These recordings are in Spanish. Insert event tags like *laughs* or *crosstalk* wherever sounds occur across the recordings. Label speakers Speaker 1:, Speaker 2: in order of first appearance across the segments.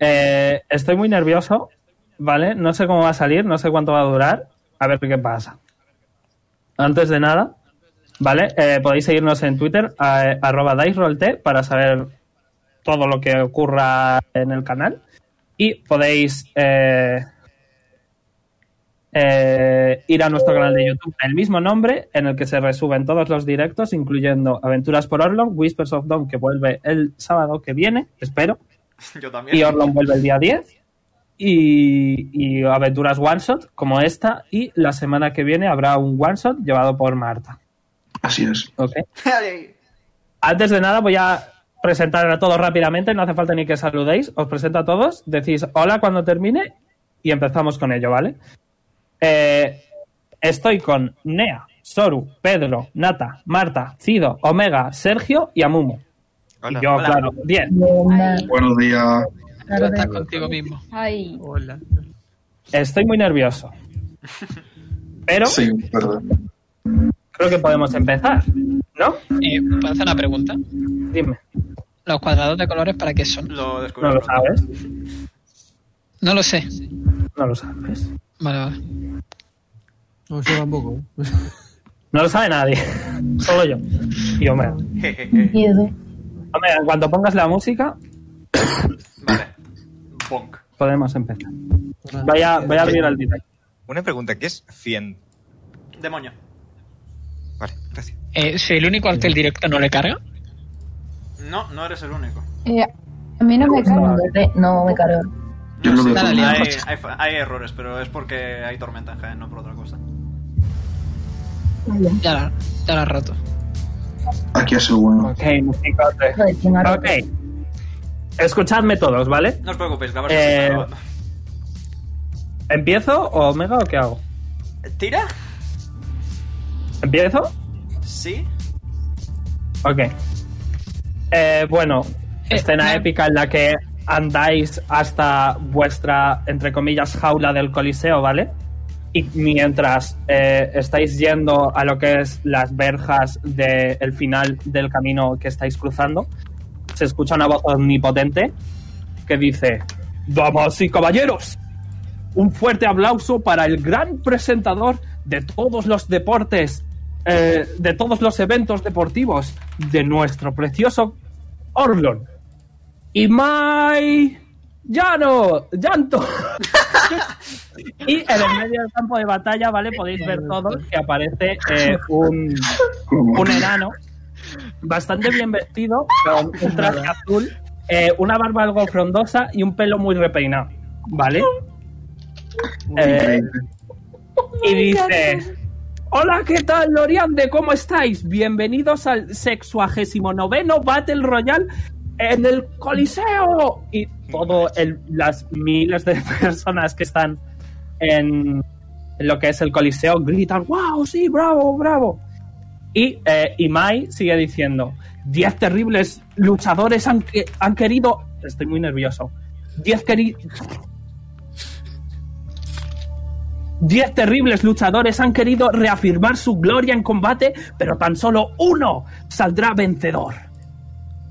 Speaker 1: Eh, estoy muy nervioso, ¿vale? No sé cómo va a salir, no sé cuánto va a durar. A ver qué pasa. Antes de nada, ¿vale? Eh, podéis seguirnos en Twitter, eh, arroba DiceRollT, para saber todo lo que ocurra en el canal. Y podéis eh, eh, ir a nuestro canal de YouTube, el mismo nombre, en el que se resuben todos los directos, incluyendo Aventuras por Orlon, Whispers of Dawn, que vuelve el sábado que viene, espero,
Speaker 2: *laughs* Yo también.
Speaker 1: y Orlon vuelve el día 10, y, y Aventuras One Shot, como esta, y la semana que viene habrá un One Shot llevado por Marta.
Speaker 3: Así es.
Speaker 1: ¿ok?
Speaker 2: Ay,
Speaker 1: Antes de nada, voy a presentar a todos rápidamente. No hace falta ni que saludéis. Os presento a todos. Decís hola cuando termine y empezamos con ello, ¿vale? Eh, estoy con Nea, Soru, Pedro, Nata, Marta, Cido, Omega, Sergio y Amumu.
Speaker 4: Hola.
Speaker 1: Y yo,
Speaker 2: Hola.
Speaker 1: claro, 10.
Speaker 5: Ay,
Speaker 3: Buenos días.
Speaker 4: Tú
Speaker 5: tarde.
Speaker 4: estás contigo mismo.
Speaker 5: Ay,
Speaker 4: Hola.
Speaker 1: Estoy muy nervioso. Pero
Speaker 3: Sí, perdón.
Speaker 1: creo que podemos empezar, ¿no?
Speaker 4: Eh, ¿Puedo hacer una pregunta?
Speaker 1: Dime,
Speaker 4: ¿Los cuadrados de colores para qué son?
Speaker 2: Lo
Speaker 1: no
Speaker 2: descubrí.
Speaker 1: lo sabes,
Speaker 4: No lo sé.
Speaker 1: no lo sabes.
Speaker 4: Vale, vale.
Speaker 6: No, yo tampoco.
Speaker 1: No lo sabe nadie, solo yo. Y Omega. Eh,
Speaker 2: Jejeje.
Speaker 5: miedo.
Speaker 1: Omega, en cuanto pongas la música,
Speaker 2: Vale. Bonk.
Speaker 1: podemos empezar. Voy a, voy a abrir el directo.
Speaker 7: Una pregunta, ¿qué es 100?
Speaker 2: Demonio.
Speaker 7: Vale, gracias.
Speaker 4: Eh, ¿Soy el único al que el directo no le carga?
Speaker 2: No, no eres el único.
Speaker 5: Eh, a mí no me cargo. No me cargo.
Speaker 3: Yo lo veo
Speaker 4: nada,
Speaker 3: todo.
Speaker 4: Leo.
Speaker 2: Hay, hay, hay errores, pero es porque hay tormenta en Jaén, no por otra cosa.
Speaker 4: Ya la, ya la has roto.
Speaker 3: Aquí ha sido bueno.
Speaker 1: Ok, musicote.
Speaker 5: Joder, ¿quién ahora?
Speaker 1: Ok. Escuchadme todos, ¿vale?
Speaker 2: No os preocupéis, que a ver si
Speaker 1: Eh,
Speaker 2: está grabando.
Speaker 1: ¿Empiezo o Omega o qué hago?
Speaker 2: ¿Tira?
Speaker 1: ¿Empiezo?
Speaker 2: Sí.
Speaker 1: Ok. Eh, bueno,
Speaker 4: Eh,
Speaker 1: escena
Speaker 4: no.
Speaker 1: épica en la que andáis hasta vuestra, entre comillas, jaula del Coliseo, ¿vale? Y mientras eh, estáis yendo a lo que es las verjas del final del camino que estáis cruzando, se escucha una voz omnipotente que dice, Damas y caballeros, un fuerte aplauso para el gran presentador de todos los deportes, eh, de todos los eventos deportivos de nuestro precioso Orlon. Y Mai Llano, llanto. *laughs* y en el medio del campo de batalla, ¿vale? Podéis ver todos que aparece eh, un, un enano bastante bien vestido, con un traje azul, eh, una barba algo frondosa y un pelo muy repeinado, ¿vale? Eh, y dice: Hola, ¿qué tal, Loriande? ¿Cómo estáis? Bienvenidos al 69 Battle Royale en el Coliseo. Y todo el- las miles de *laughs* personas que están en lo que es el Coliseo gritan: ¡Wow, sí, bravo, bravo! Y eh, Imai sigue diciendo: Diez terribles luchadores han, que- han querido. Estoy muy nervioso. Diez, queri- Diez terribles luchadores han querido reafirmar su gloria en combate, pero tan solo uno saldrá vencedor.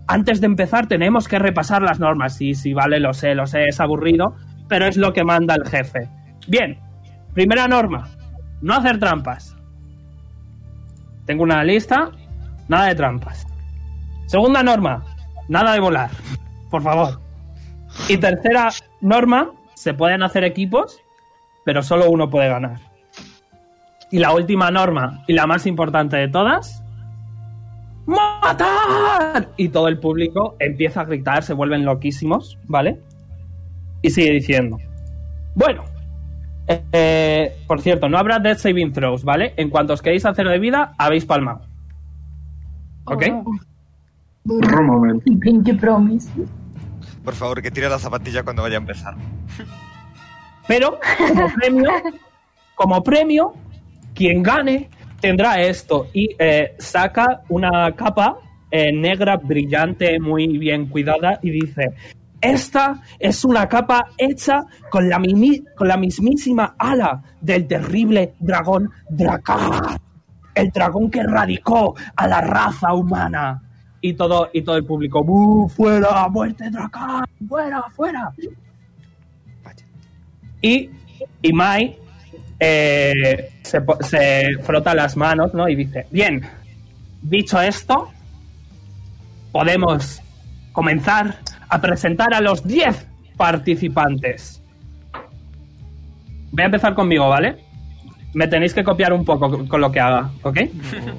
Speaker 1: Antes de empezar tenemos que repasar las normas. Sí, sí, vale, lo sé, lo sé, es aburrido, pero es lo que manda el jefe. Bien, primera norma, no hacer trampas. Tengo una lista, nada de trampas. Segunda norma, nada de volar, por favor. Y tercera norma, se pueden hacer equipos, pero solo uno puede ganar. Y la última norma, y la más importante de todas, ¡Matar! Y todo el público empieza a gritar, se vuelven loquísimos, ¿vale? Y sigue diciendo, bueno, eh, por cierto, no habrá death saving throws, ¿vale? En cuanto os queréis a cero de vida, habéis palmado.
Speaker 5: Oh,
Speaker 1: ¿Ok?
Speaker 3: Por un momento.
Speaker 5: Y Pinky Promise.
Speaker 7: Por favor, que tire la zapatilla cuando vaya a empezar.
Speaker 1: Pero como premio, como premio, quien gane tendrá esto y eh, saca una capa eh, negra brillante, muy bien cuidada y dice: esta es una capa hecha con la, mimi- con la mismísima ala del terrible dragón Dracar, el dragón que erradicó a la raza humana. y todo, y todo el público, "¡Bú, ¡Fuera! ¡Muerte, Dracán! ¡Fuera, fuera!
Speaker 7: Vaya.
Speaker 1: Y, y Mai eh, se, po- se frota las manos ¿no? y dice, bien, dicho esto, podemos comenzar a presentar a los 10 participantes. Voy a empezar conmigo, ¿vale? Me tenéis que copiar un poco con- con lo que haga, ¿ok?
Speaker 6: No,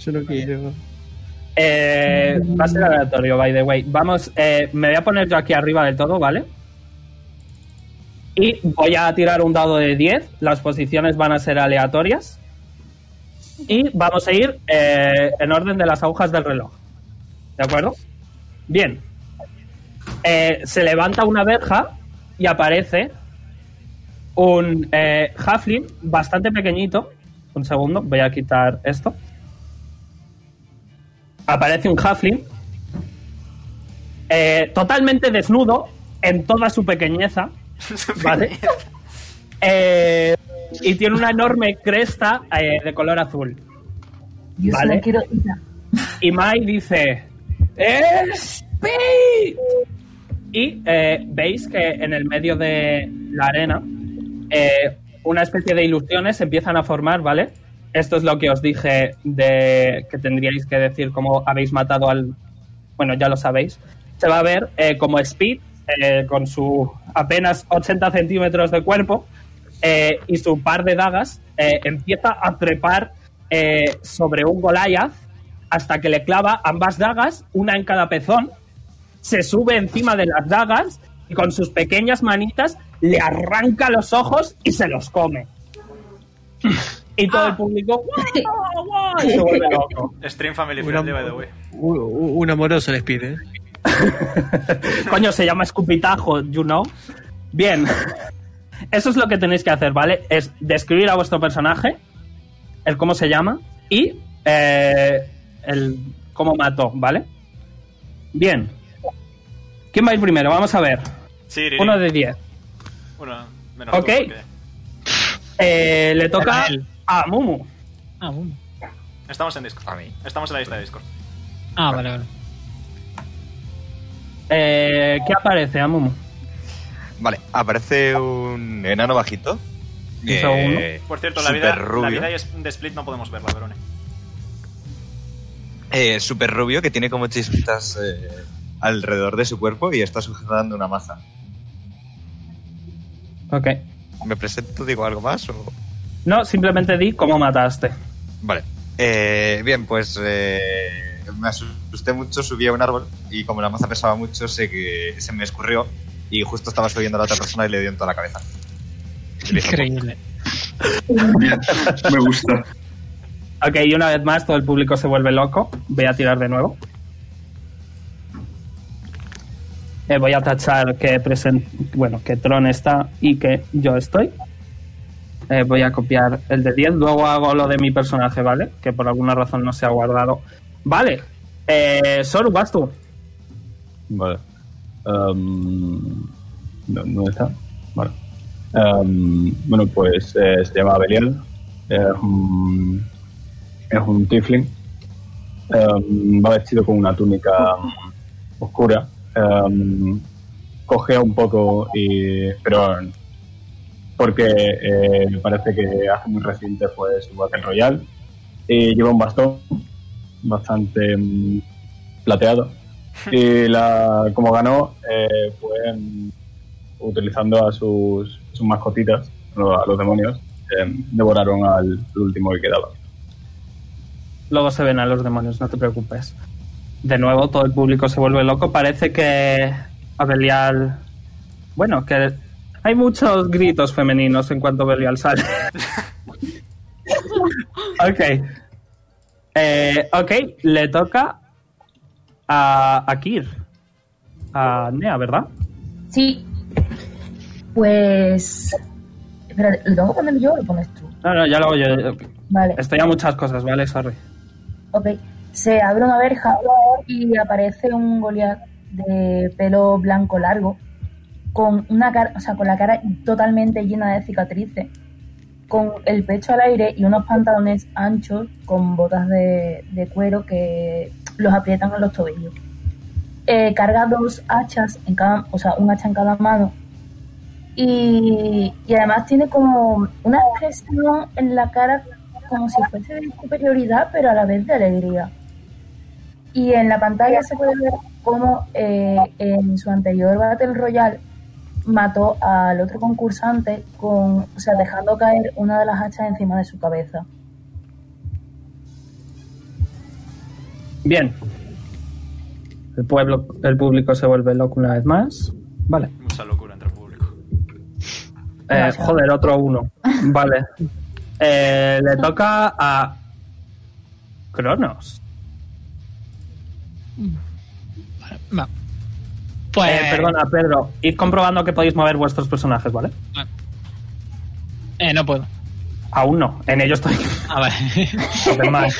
Speaker 6: yo no quiero.
Speaker 1: Eh, va a ser aleatorio, by the way. Vamos, eh, me voy a poner yo aquí arriba del todo, ¿vale? Y voy a tirar un dado de 10. Las posiciones van a ser aleatorias. Y vamos a ir eh, en orden de las agujas del reloj. ¿De acuerdo? Bien. Eh, se levanta una verja y aparece un eh, halfling bastante pequeñito. Un segundo, voy a quitar esto aparece un halfling eh, totalmente desnudo en toda su pequeñeza, ¿vale? Eh, y tiene una enorme cresta eh, de color azul.
Speaker 5: Yo
Speaker 1: Vale.
Speaker 5: solo quiero ira.
Speaker 1: Y Mai dice: ¡Speed! Y eh, veis que en el medio de la arena, eh, una especie de ilusiones se empiezan a formar, ¿vale? Esto es lo que os dije de que tendríais que decir cómo habéis matado al. Bueno, ya lo sabéis. Se va a ver eh, como Speed, eh, con su apenas 80 centímetros de cuerpo eh, y su par de dagas, eh, empieza a trepar eh, sobre un Goliath hasta que le clava ambas dagas, una en cada pezón, se sube encima de las dagas y con sus pequeñas manitas le arranca los ojos y se los come. Y todo el público "Guau, guau", y se Ah, vuelve loco.
Speaker 2: Stream family
Speaker 6: Una,
Speaker 2: friendly, by the way.
Speaker 6: u- u- un amoroso ¿eh? les pide.
Speaker 1: Coño, se llama escupitajo, you know. Bien. Eso es lo que tenéis que hacer, ¿vale? Es describir a vuestro personaje, el cómo se llama y eh, el cómo mató, ¿vale? Bien. ¿Quién va a ir primero? Vamos a ver.
Speaker 2: Sí, Riri.
Speaker 1: Uno de diez.
Speaker 2: Uno menos tú,
Speaker 1: Ok.
Speaker 2: porque
Speaker 1: Eh, le toca a Mumu.
Speaker 4: Ah, bueno.
Speaker 2: Estamos en Discord.
Speaker 7: A mí.
Speaker 2: Estamos en la lista de Discord.
Speaker 4: Ah, vale, vale.
Speaker 1: Eh, ¿Qué aparece a Mumu?
Speaker 7: Vale, aparece un enano bajito. Eh,
Speaker 1: segundo.
Speaker 2: Por cierto, la vida,
Speaker 7: superrubio.
Speaker 2: la vida y es- de Split no podemos verla, Verone.
Speaker 7: eh, super rubio que tiene como chispitas eh, alrededor de su cuerpo y está sujetando una maza.
Speaker 1: Ok.
Speaker 7: ¿Me presento? ¿Digo algo más? O...
Speaker 1: No, simplemente di cómo mataste.
Speaker 7: Vale. Eh, bien, pues eh, me asusté mucho, subí a un árbol y como la maza pesaba mucho, se, que se me escurrió y justo estaba subiendo a la otra persona y le dio en toda la cabeza. Y le dije,
Speaker 4: Increíble.
Speaker 3: Bien, me gusta.
Speaker 1: Ok, y una vez más todo el público se vuelve loco. Voy a tirar de nuevo. Eh, voy a tachar que present bueno, que Tron está y que yo estoy. Eh, voy a copiar el de 10, luego hago lo de mi personaje, ¿vale? Que por alguna razón no se ha guardado. Vale. Eh, Soru, vas tú.
Speaker 8: Vale. Em, ¿dó- ¿Dónde está? Vale. Em, bueno, pues eh, se llama Belial. Es un, es un tiefling. Em, va vestido con una túnica mm, oscura. Em, cojea un poco, y, pero porque eh, me parece que hace muy reciente pues, su Battle Royale. Y lleva un bastón bastante mm, plateado.
Speaker 1: *laughs*
Speaker 8: Y la, como ganó, eh, pues mm, utilizando a sus, sus mascotitas, a los demonios, eh, devoraron al al último que quedaba.
Speaker 1: Luego se ven a los demonios, no te preocupes. De nuevo, todo el público se vuelve loco. Parece que a Belial. Bueno, que hay muchos gritos femeninos en cuanto Belial sale. *laughs* ok. Eh, ok, le toca a, a Kir. A Nea, ¿verdad?
Speaker 5: Sí. Pues. Espera, ¿lo tengo que poner yo o lo pones tú?
Speaker 1: No, no, ya lo hago yo.
Speaker 5: Vale.
Speaker 1: Estoy a muchas cosas, ¿vale? Sorry.
Speaker 5: Ok. Se abre una verja y aparece un Goliath de pelo blanco largo, con una cara, o sea, con la cara totalmente llena de cicatrices, con el pecho al aire y unos pantalones anchos con botas de, de cuero que los aprietan en los tobillos. Eh, carga dos hachas en cada, o sea, un hacha en cada mano. Y, y además tiene como una expresión en la cara como si fuese de superioridad, pero a la vez de alegría. Y en la pantalla se puede ver cómo eh, en su anterior Battle Royale mató al otro concursante con, o sea, dejando caer una de las hachas encima de su cabeza.
Speaker 1: Bien. El pueblo, el público se vuelve loco una vez más. Vale.
Speaker 2: Mucha locura entre el público.
Speaker 1: Eh, joder, otro uno. Vale. Eh, le toca a Cronos.
Speaker 4: Vale, Mm. va. Pues.
Speaker 1: Eh, perdona, Pedro. Id comprobando que podéis mover vuestros personajes, ¿vale?
Speaker 4: Ah. Eh, no puedo.
Speaker 1: Aún no. En ello estoy. *laughs*
Speaker 4: Ah, vale.
Speaker 1: Los
Speaker 4: *laughs*
Speaker 1: demás.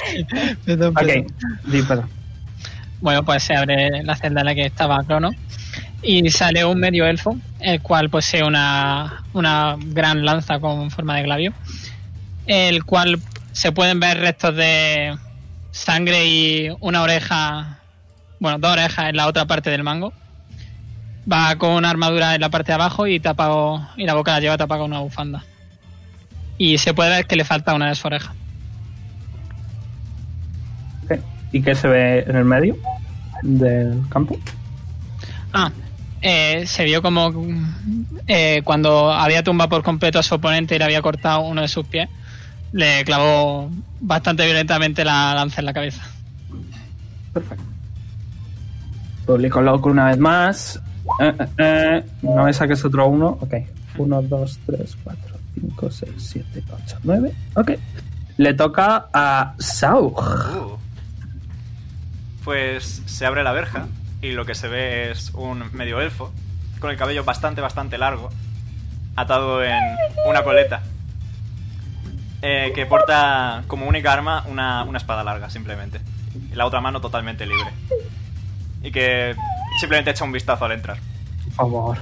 Speaker 4: Perdón, perdón.
Speaker 1: Ok. Di, Pedro.
Speaker 4: Bueno, pues se abre la celda en la que estaba Crono y sale un medio elfo, el cual pues, posee una, una gran lanza con forma de glavio, el cual se pueden ver restos de sangre y una oreja, bueno, dos orejas en la otra parte del mango. Va con una armadura en la parte de abajo y tapado, y la boca la lleva tapada con una bufanda. Y se puede ver que le falta una de sus orejas.
Speaker 1: Ok. ¿Y qué se ve en el medio del campo?
Speaker 4: Ah, eh, se vio como mm, eh, cuando había tumbado por completo a su oponente y le había cortado uno de sus pies, le clavó bastante violentamente la lanza en la cabeza.
Speaker 1: Perfecto. Público loco una vez más. Eh, eh, eh. No me saques otro uno. Ok. 1, 2, 3, 4, 5, 6, 7, 8, 9. Ok. Le toca a Saug.
Speaker 2: Uh. Pues se abre la verja y lo que se ve es un medio elfo con el cabello bastante, bastante largo, atado en una coleta, eh, que porta como única arma una, una espada larga, simplemente. Y la otra mano totalmente libre. Y que simplemente echa un vistazo al entrar.
Speaker 1: Por favor.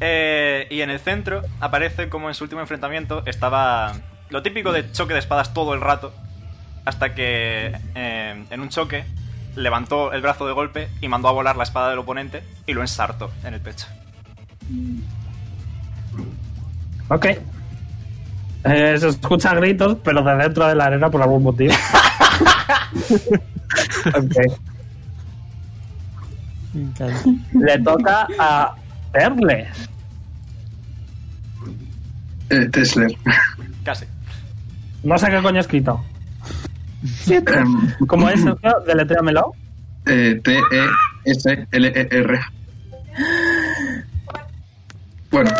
Speaker 2: Eh, y en el centro aparece como en su último enfrentamiento estaba lo típico de choque de espadas todo el rato, hasta que eh, en un choque levantó el brazo de golpe y mandó a volar la espada del oponente y lo ensartó en el pecho.
Speaker 1: Ok. Eh, se escuchan gritos, pero de dentro de la arena por algún motivo.
Speaker 6: *laughs*
Speaker 1: ok.
Speaker 6: Me encanta.
Speaker 1: Le toca a Perles.
Speaker 3: Eh, Tesler.
Speaker 2: Casi.
Speaker 1: No sé qué coño he escrito.
Speaker 3: Em,
Speaker 1: Como es, Sergio, deletréamelo.
Speaker 3: Eh, E T-E-S-L-E-R. Bueno,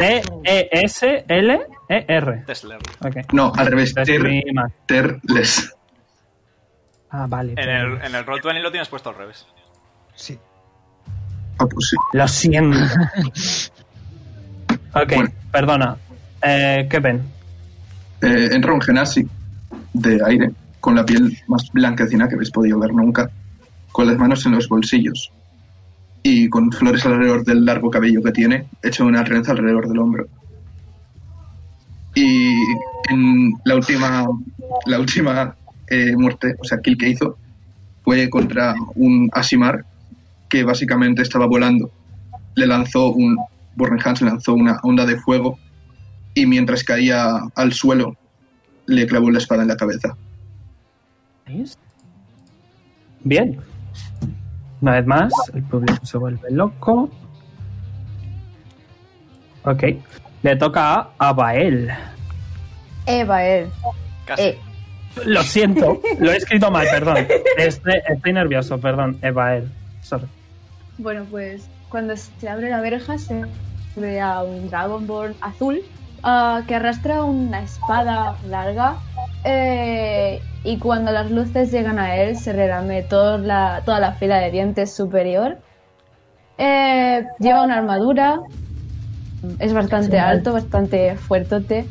Speaker 1: E T-E-S-L-E-R.
Speaker 2: Tesler.
Speaker 1: E Ok.
Speaker 3: *laughs* no, al revés.
Speaker 1: Lo
Speaker 3: Ter,
Speaker 1: escribí mal.
Speaker 3: terles.
Speaker 1: Ah, vale.
Speaker 2: En el, en el Roll20 lo tienes puesto al revés.
Speaker 7: Sí.
Speaker 3: Ah, pues sí.
Speaker 1: Lo siento. ok,
Speaker 3: Bueno.
Speaker 1: perdona. Eh, ¿Qué ven?
Speaker 3: Eh, entra un genasi de aire, con la piel más blanquecina que habéis podido ver nunca, con las manos en los bolsillos y con flores alrededor del largo cabello que tiene, hecho una trenza alrededor del hombro. Y en la última, la última eh, muerte, o sea, kill que hizo, fue contra un Asimar que básicamente estaba volando. Le lanzó un. Borrenhans le lanzó una onda de fuego y mientras caía al suelo le clavó la espada en la cabeza.
Speaker 1: Bien. Una vez más, el público se vuelve loco. Ok. Le toca a Abael.
Speaker 9: Eva, él.
Speaker 2: Casi.
Speaker 9: Eh,
Speaker 1: Lo siento, lo he escrito mal, perdón. Estoy, estoy nervioso, perdón, Evael. Sorry.
Speaker 9: Bueno, pues cuando se abre la verja se ve a un Dragonborn azul ah, que arrastra una espada larga eh, y cuando las luces llegan a él se relame toda la, toda la fila de dientes superior. Eh, lleva una armadura, es bastante alto, bastante fuertote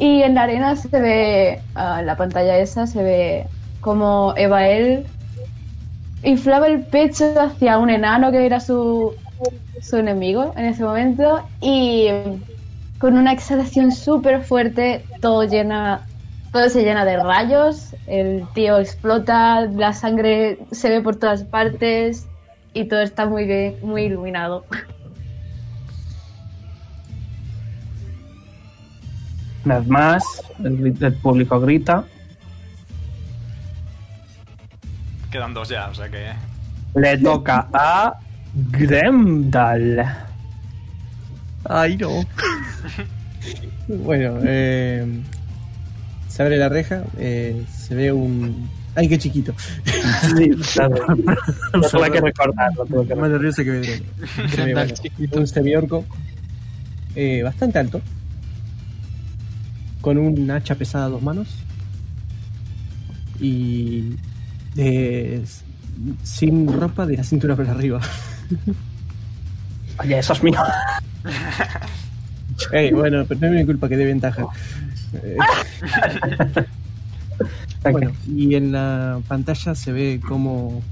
Speaker 9: y en la arena se ve, ah, en la pantalla esa se ve como Evael inflaba el pecho hacia un enano que era su, su enemigo en ese momento y con una exhalación súper fuerte todo llena Todo se llena de rayos, el tío explota, la sangre se ve por todas partes y todo está muy bien, muy iluminado.
Speaker 1: Una vez más, el, gri- el público grita.
Speaker 2: Quedan dos ya, o sea que.
Speaker 1: Le toca a Grendal.
Speaker 6: Ay, no. bueno, eh, se abre la reja, eh, se ve un... Ay, qué chiquito.
Speaker 1: Sí,
Speaker 6: *laughs*
Speaker 1: claro. Lo tuve que recordar, lo tuve que
Speaker 6: Más nervioso
Speaker 1: recordar.
Speaker 6: que Pedro. Se ve, bueno, un semiorco eh, bastante alto, con un hacha pesada a dos manos y eh, s- sin ropa de la cintura para arriba.
Speaker 1: Oye, eso es mío.
Speaker 6: *laughs* Ey, bueno, pero no es mi culpa que dé ventaja.
Speaker 1: Oh.
Speaker 6: Eh, bueno, y en la pantalla se ve como,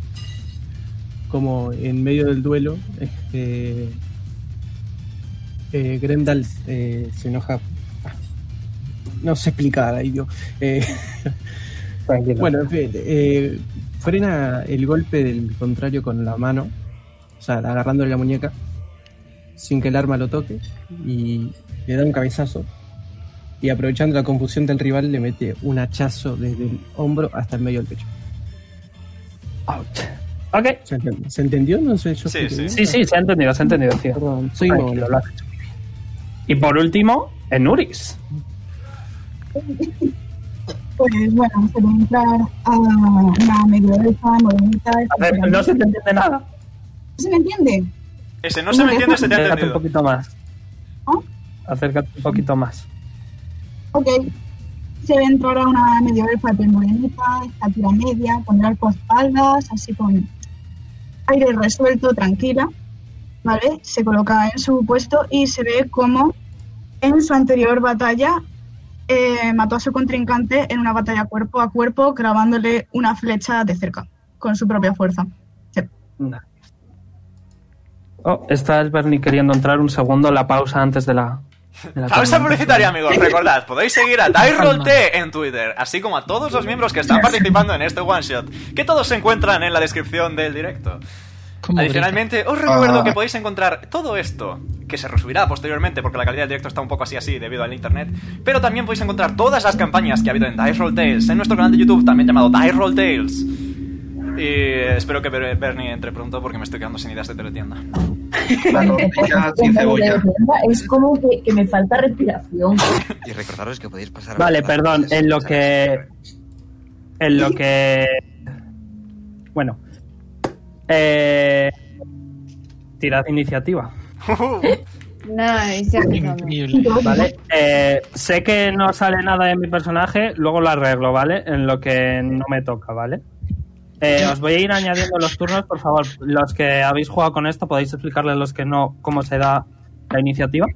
Speaker 6: como en medio del duelo, este, eh, Grendel eh, se enoja. No sé explicar, ahí digo. Eh, *laughs*
Speaker 1: Tranquilo.
Speaker 6: bueno, en fin, eh, frena el golpe del contrario con la mano, o sea, agarrándole la muñeca, sin que el arma lo toque, y le da un cabezazo. Y aprovechando la confusión del rival, le mete un hachazo desde el hombro hasta el medio del pecho.
Speaker 1: Ouch. Ok.
Speaker 6: ¿Se, enten- se entendió? No sé, yo
Speaker 2: Sí,
Speaker 6: expliqué
Speaker 2: sí.
Speaker 6: bien.
Speaker 1: Sí, sí, se ha entendido, se ha entendido, tío.
Speaker 6: Perdón, soy
Speaker 1: Tranquilo,
Speaker 6: nuevo.
Speaker 1: lo has hecho muy bien. Y por último, Enuris.
Speaker 10: Pues bueno, se va a entrar a la medioelfa, morenita.
Speaker 1: A ver,
Speaker 10: etcétera.
Speaker 1: no se te entiende nada.
Speaker 10: ¿Se me entiende?
Speaker 2: Ese no se me entiende, se te ha
Speaker 1: Acércate un
Speaker 2: entendido.
Speaker 1: poquito más.
Speaker 10: ¿Ah?
Speaker 1: Acércate un poquito más.
Speaker 10: Ok. Se ve entrar a una medioelfa de morenita, estatura media, con arco a espaldas, así con aire resuelto, tranquila. ¿Vale? Se coloca en su puesto y se ve como en su anterior batalla eh, mató a su contrincante en una batalla cuerpo a cuerpo, clavándole una flecha de cerca, con su propia fuerza.
Speaker 1: No. Oh, está el Bernie queriendo entrar un segundo la pausa antes de la. de la
Speaker 2: Pausa
Speaker 1: tormenta.
Speaker 2: publicitaria,
Speaker 1: *laughs*
Speaker 2: amigos. Recordad, podéis seguir a Tyrol T en Twitter, así como a todos los miembros que están participando en este one shot, que todos se encuentran en la descripción del directo.
Speaker 4: ¿Cómo
Speaker 2: Adicionalmente, os recuerdo
Speaker 3: Ah.
Speaker 2: que podéis encontrar todo esto, que se resubirá posteriormente porque la calidad del directo está un poco así así debido al internet, pero también podéis encontrar todas las campañas que ha habido en Dice Roll Tales, en nuestro canal de YouTube también llamado Dice Roll Tales. Y espero que Ber- Bernie entre pronto porque me estoy quedando sin ideas de teletienda.
Speaker 3: La tortilla sin cebolla.
Speaker 5: Es como que, que me falta respiración.
Speaker 7: *laughs* Y recordaros que podéis pasar.
Speaker 1: Vale, perdón, en lo que. En lo que. Bueno. Eh. Tirad
Speaker 7: *laughs*
Speaker 1: iniciativa.
Speaker 9: Nice, ya empezamos.
Speaker 4: Increíble.
Speaker 1: Vale, eh, sé que no sale nada de mi personaje, luego lo arreglo, ¿vale? En lo que no me toca, ¿vale? Eh, os voy a ir añadiendo los turnos, por favor. Los que habéis jugado con esto, podéis explicarle a los que no cómo se da la iniciativa.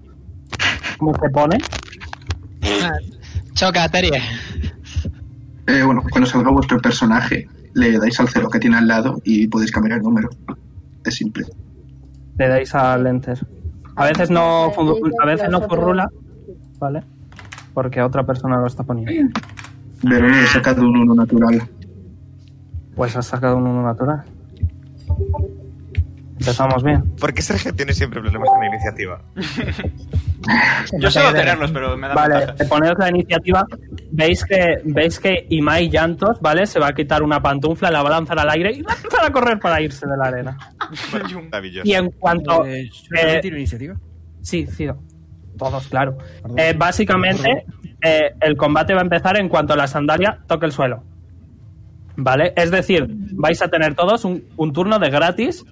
Speaker 1: ¿Cómo se pone?
Speaker 4: Ah, Choca, Terie.
Speaker 3: Eh, bueno, cuando salga vuestro personaje, le dais al cero que tiene al lado y podéis cambiar el número. Es simple.
Speaker 1: Le dais al enter. A veces no, fu- a veces no furrula, ¿vale? Porque otra persona lo está poniendo.
Speaker 3: Verón he sacado un 1 natural.
Speaker 1: Pues has sacado un uno natural. Empezamos bien.
Speaker 7: ¿Por qué Sergio tiene siempre problemas con la iniciativa?
Speaker 2: Yo suelo tenerlos, pero me da
Speaker 1: Vale, eh,
Speaker 2: ventaja.
Speaker 1: poneros la iniciativa. Veis que, veis que Imai Llantos, ¿vale? Se va a quitar una pantufla, la va a lanzar al aire y va a empezar a correr para irse de la arena.
Speaker 7: Maravilloso.
Speaker 1: Y en cuanto.
Speaker 6: Eh, yo
Speaker 1: eh,
Speaker 6: tiro iniciativa.
Speaker 1: Sí, sí. Todos, claro.
Speaker 6: Perdón.
Speaker 1: Eh, básicamente, eh, el combate va a empezar en cuanto la sandalia toque el suelo. ¿Vale? Es decir, vais a tener todos un, un turno de gratis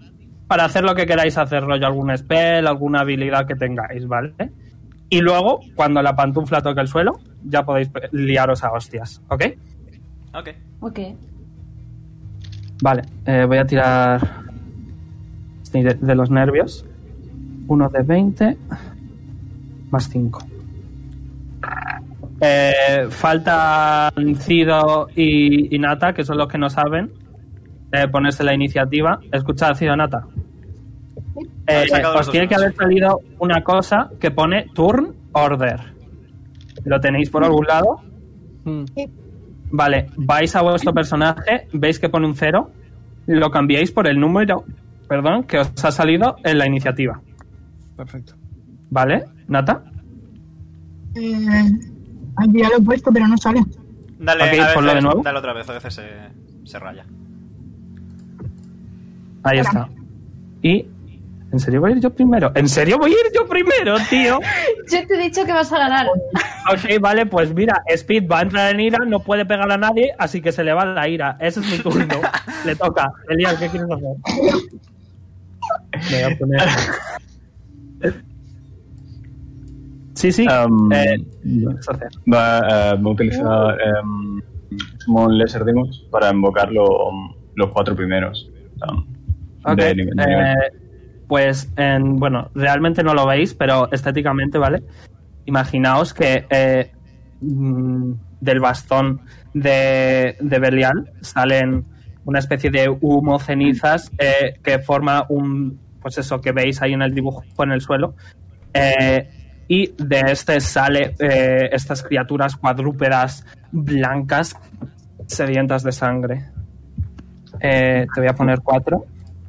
Speaker 1: para hacer lo que queráis hacer, rollo algún spell, alguna habilidad que tengáis, ¿vale? Y luego, cuando la pantufla toque el suelo, ya podéis pe- liaros a hostias, ¿ok?
Speaker 2: Ok.
Speaker 9: Ok.
Speaker 1: Vale, eh, voy a tirar sí, de, de los nervios. Uno de 20 más 5. Eh, faltan Cido y, y Nata, que son los que no saben eh, ponerse la iniciativa. Escuchad, Cido Nata. Eh,
Speaker 2: Habéis sacado los
Speaker 1: os
Speaker 2: dos
Speaker 1: tiene que
Speaker 2: dados.
Speaker 1: haber salido una cosa que pone turn order. Lo tenéis por algún lado.
Speaker 6: Mm.
Speaker 1: Vale, vais a vuestro personaje, veis que pone un cero, lo cambiáis por el número, perdón, que os ha salido en la iniciativa.
Speaker 6: Perfecto.
Speaker 1: ¿Vale, Nata?
Speaker 10: Eh, ay, ya lo he puesto, pero no sale.
Speaker 2: Dale,
Speaker 1: Ok,
Speaker 2: a veces-
Speaker 1: ponlo de nuevo.
Speaker 2: dale otra vez, a veces se, se raya.
Speaker 1: Ahí está. Y. ¿En serio voy a ir yo primero? ¿En serio voy a ir yo primero, tío?
Speaker 9: Yo te he dicho que vas a ganar.
Speaker 1: Ok, vale, pues mira, Speed va a entrar en ira, no puede pegar a nadie, así que se le va la ira. Ese es mi turno. le toca. Elías, ¿qué quieres hacer? Me voy a poner. *laughs* Sí, sí.
Speaker 8: Um,
Speaker 1: eh,
Speaker 8: no.
Speaker 1: ¿qué vas a hacer?
Speaker 8: Va, eh, va a utilizar em, Summon Lesser Demons para invocar lo- los cuatro primeros. O sea,
Speaker 1: Ok,
Speaker 8: de nivel- de nivel.
Speaker 1: eh, pues, en- bueno, realmente no lo veis, pero estéticamente, ¿vale? Imaginaos que eh, mm, del bastón de, de Belial salen una especie de humo, cenizas, eh, que forma un, pues eso que veis ahí en el dibujo en el suelo. Eh, y de este sale eh, estas criaturas cuadrúpedas blancas sedientas de sangre. Eh, te voy a poner cuatro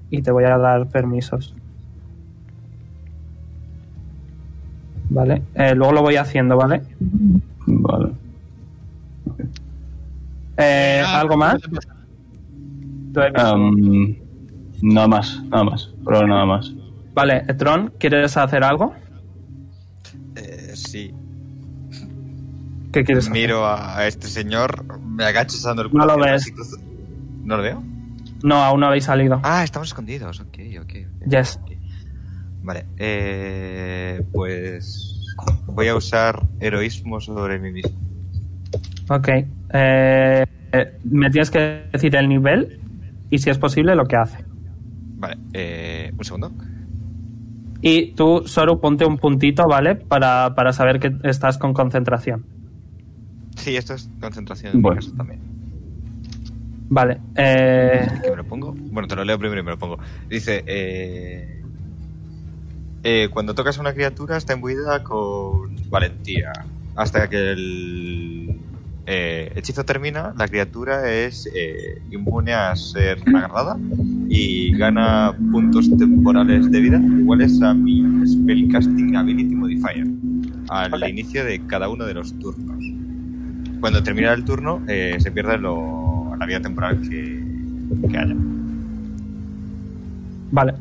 Speaker 1: y te voy a dar permisos. Vale, eh, luego lo voy haciendo, ¿vale?
Speaker 8: Vale.
Speaker 1: Eh,
Speaker 4: Ah,
Speaker 1: ¿Algo más? Tú eres-
Speaker 8: Em, nada más, nada más. Por ahora nada más.
Speaker 1: vale, eh, Tron, ¿quieres hacer algo?
Speaker 7: Eh, sí.
Speaker 1: ¿Qué quieres hacer?
Speaker 7: Miro a, a este señor, me agacho usando el
Speaker 1: No
Speaker 7: culo.
Speaker 1: lo
Speaker 7: haciendo
Speaker 1: ves.
Speaker 7: así, cruzo- ¿No lo veo?
Speaker 1: No, aún no habéis salido.
Speaker 7: Ah, estamos escondidos. Ok, ok. ok.
Speaker 1: Yes.
Speaker 7: Vale, eh, pues voy a usar heroísmo sobre mí mismo.
Speaker 1: Ok. Eh, eh, me tienes que decir el nivel y si es posible lo que hace.
Speaker 7: Vale, eh, un segundo.
Speaker 1: Y tú, Soru, ponte un puntito, ¿vale? Para, para saber que estás con concentración.
Speaker 7: Sí, esto es concentración en
Speaker 8: Bueno.
Speaker 7: mi caso también.
Speaker 1: Vale. Eh,
Speaker 7: ¿Qué me lo pongo? Bueno, te lo leo primero y me lo pongo. Dice, eh, eh, cuando tocas a una criatura está imbuida con valentía. Hasta que el eh, hechizo termina, la criatura es eh, inmune a ser agarrada y gana puntos temporales de vida iguales a mi Spellcasting Ability Modifier al inicio de cada uno de los turnos. Cuando termina el turno, eh, se pierde lo- la vida temporal que, que haya.
Speaker 1: Vale.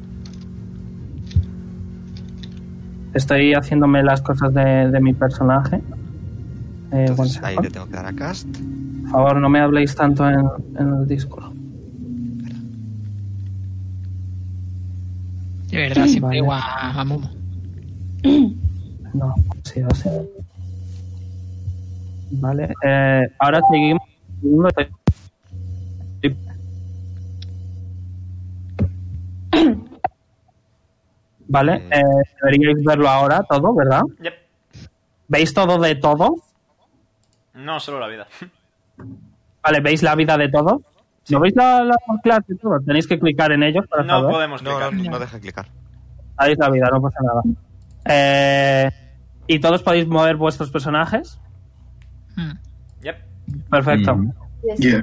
Speaker 1: Estoy haciéndome las cosas de, de mi personaje. Eh, one
Speaker 7: Entonces, ahí
Speaker 1: second.
Speaker 7: le tengo que dar a cast.
Speaker 1: Por favor, no me habléis tanto en, en el Discord.
Speaker 4: De verdad, siempre
Speaker 1: Vale.
Speaker 4: igual a Momo.
Speaker 1: No, sí, o sea. Vale. eh, ahora seguimos. No estoy- estoy- Vale, eh, deberíais verlo ahora todo, ¿verdad?
Speaker 2: Yep.
Speaker 1: ¿Veis todo de todo?
Speaker 2: No, solo la vida.
Speaker 1: Vale, ¿veis la vida de todo? ¿No veis la, la clase de todo? Tenéis que clicar en ellos para
Speaker 2: No
Speaker 1: saber.
Speaker 2: podemos
Speaker 7: No, no,
Speaker 2: clicar.
Speaker 7: no deja clicar.
Speaker 1: Ahí es la vida, no pasa nada. Eh, ¿Y todos podéis mover vuestros personajes?
Speaker 4: Mm.
Speaker 2: Yep.
Speaker 1: Perfecto.
Speaker 8: Mm.
Speaker 3: Yeah.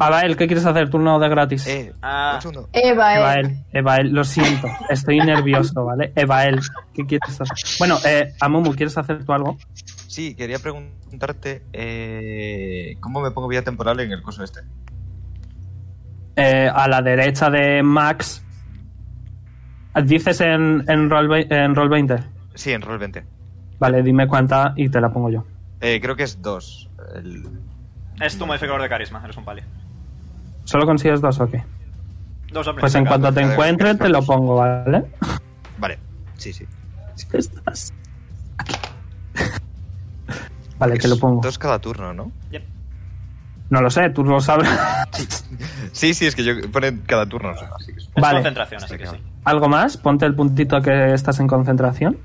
Speaker 1: Abael, ¿qué quieres hacer? Turno de gratis.
Speaker 7: Eh,
Speaker 2: Ah.
Speaker 7: un segundo.
Speaker 9: Eva, eh.
Speaker 1: Evael, Evael, lo siento. Estoy nervioso, ¿vale? Evael, ¿qué quieres hacer? Bueno, eh, Amumu, ¿quieres hacer tú algo?
Speaker 7: Sí, quería preguntarte eh, cómo me pongo vida temporal en el coso este.
Speaker 1: Eh, a la derecha de Max. Dices en, en, roll, ve- en roll 20.
Speaker 7: Sí, en roll 20.
Speaker 1: Vale, dime cuánta y te la pongo yo.
Speaker 7: Eh, creo que es 2. El...
Speaker 2: Es tu modificador de carisma, eres un pali.
Speaker 1: ¿Solo consigues dos o qué?
Speaker 2: Dos al
Speaker 1: Pues en
Speaker 2: principio.
Speaker 1: cuanto te encuentre, te lo
Speaker 7: *laughs*
Speaker 1: pongo, ¿vale?
Speaker 7: Vale, sí, sí.
Speaker 1: Estás aquí. Vale, te lo
Speaker 7: Es
Speaker 1: pongo.
Speaker 7: Dos cada turno, ¿no?
Speaker 2: Yep.
Speaker 1: No lo sé, tú lo sabes.
Speaker 7: Sí, sí, es que yo ponen cada turno. Así que
Speaker 2: Es
Speaker 1: Vale.
Speaker 2: concentración, así que sí.
Speaker 1: ¿Algo más? Ponte el puntito que estás en concentración.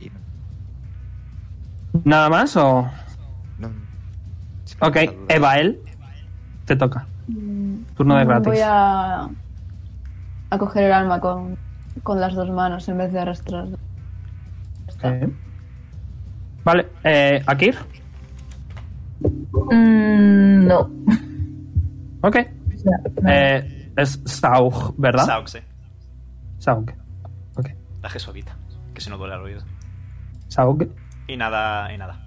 Speaker 7: Y no-
Speaker 1: ¿Nada más o...?
Speaker 7: no, no. Sí,
Speaker 1: Ok,
Speaker 7: está duro.
Speaker 1: Evael, te toca. Turno de gratis.
Speaker 9: Voy a, a coger el alma con, con las dos manos en vez de arrastrar.
Speaker 1: Ok. Vale, eh, Akir,
Speaker 5: Mm, no.
Speaker 1: Ok.
Speaker 5: O sea, no.
Speaker 1: Eh, es Saug, ¿verdad?
Speaker 2: Sauk, sí.
Speaker 1: Saug. Ok.
Speaker 2: La G suavita, que si no duele al oído.
Speaker 1: Saug.
Speaker 2: Y nada, y nada.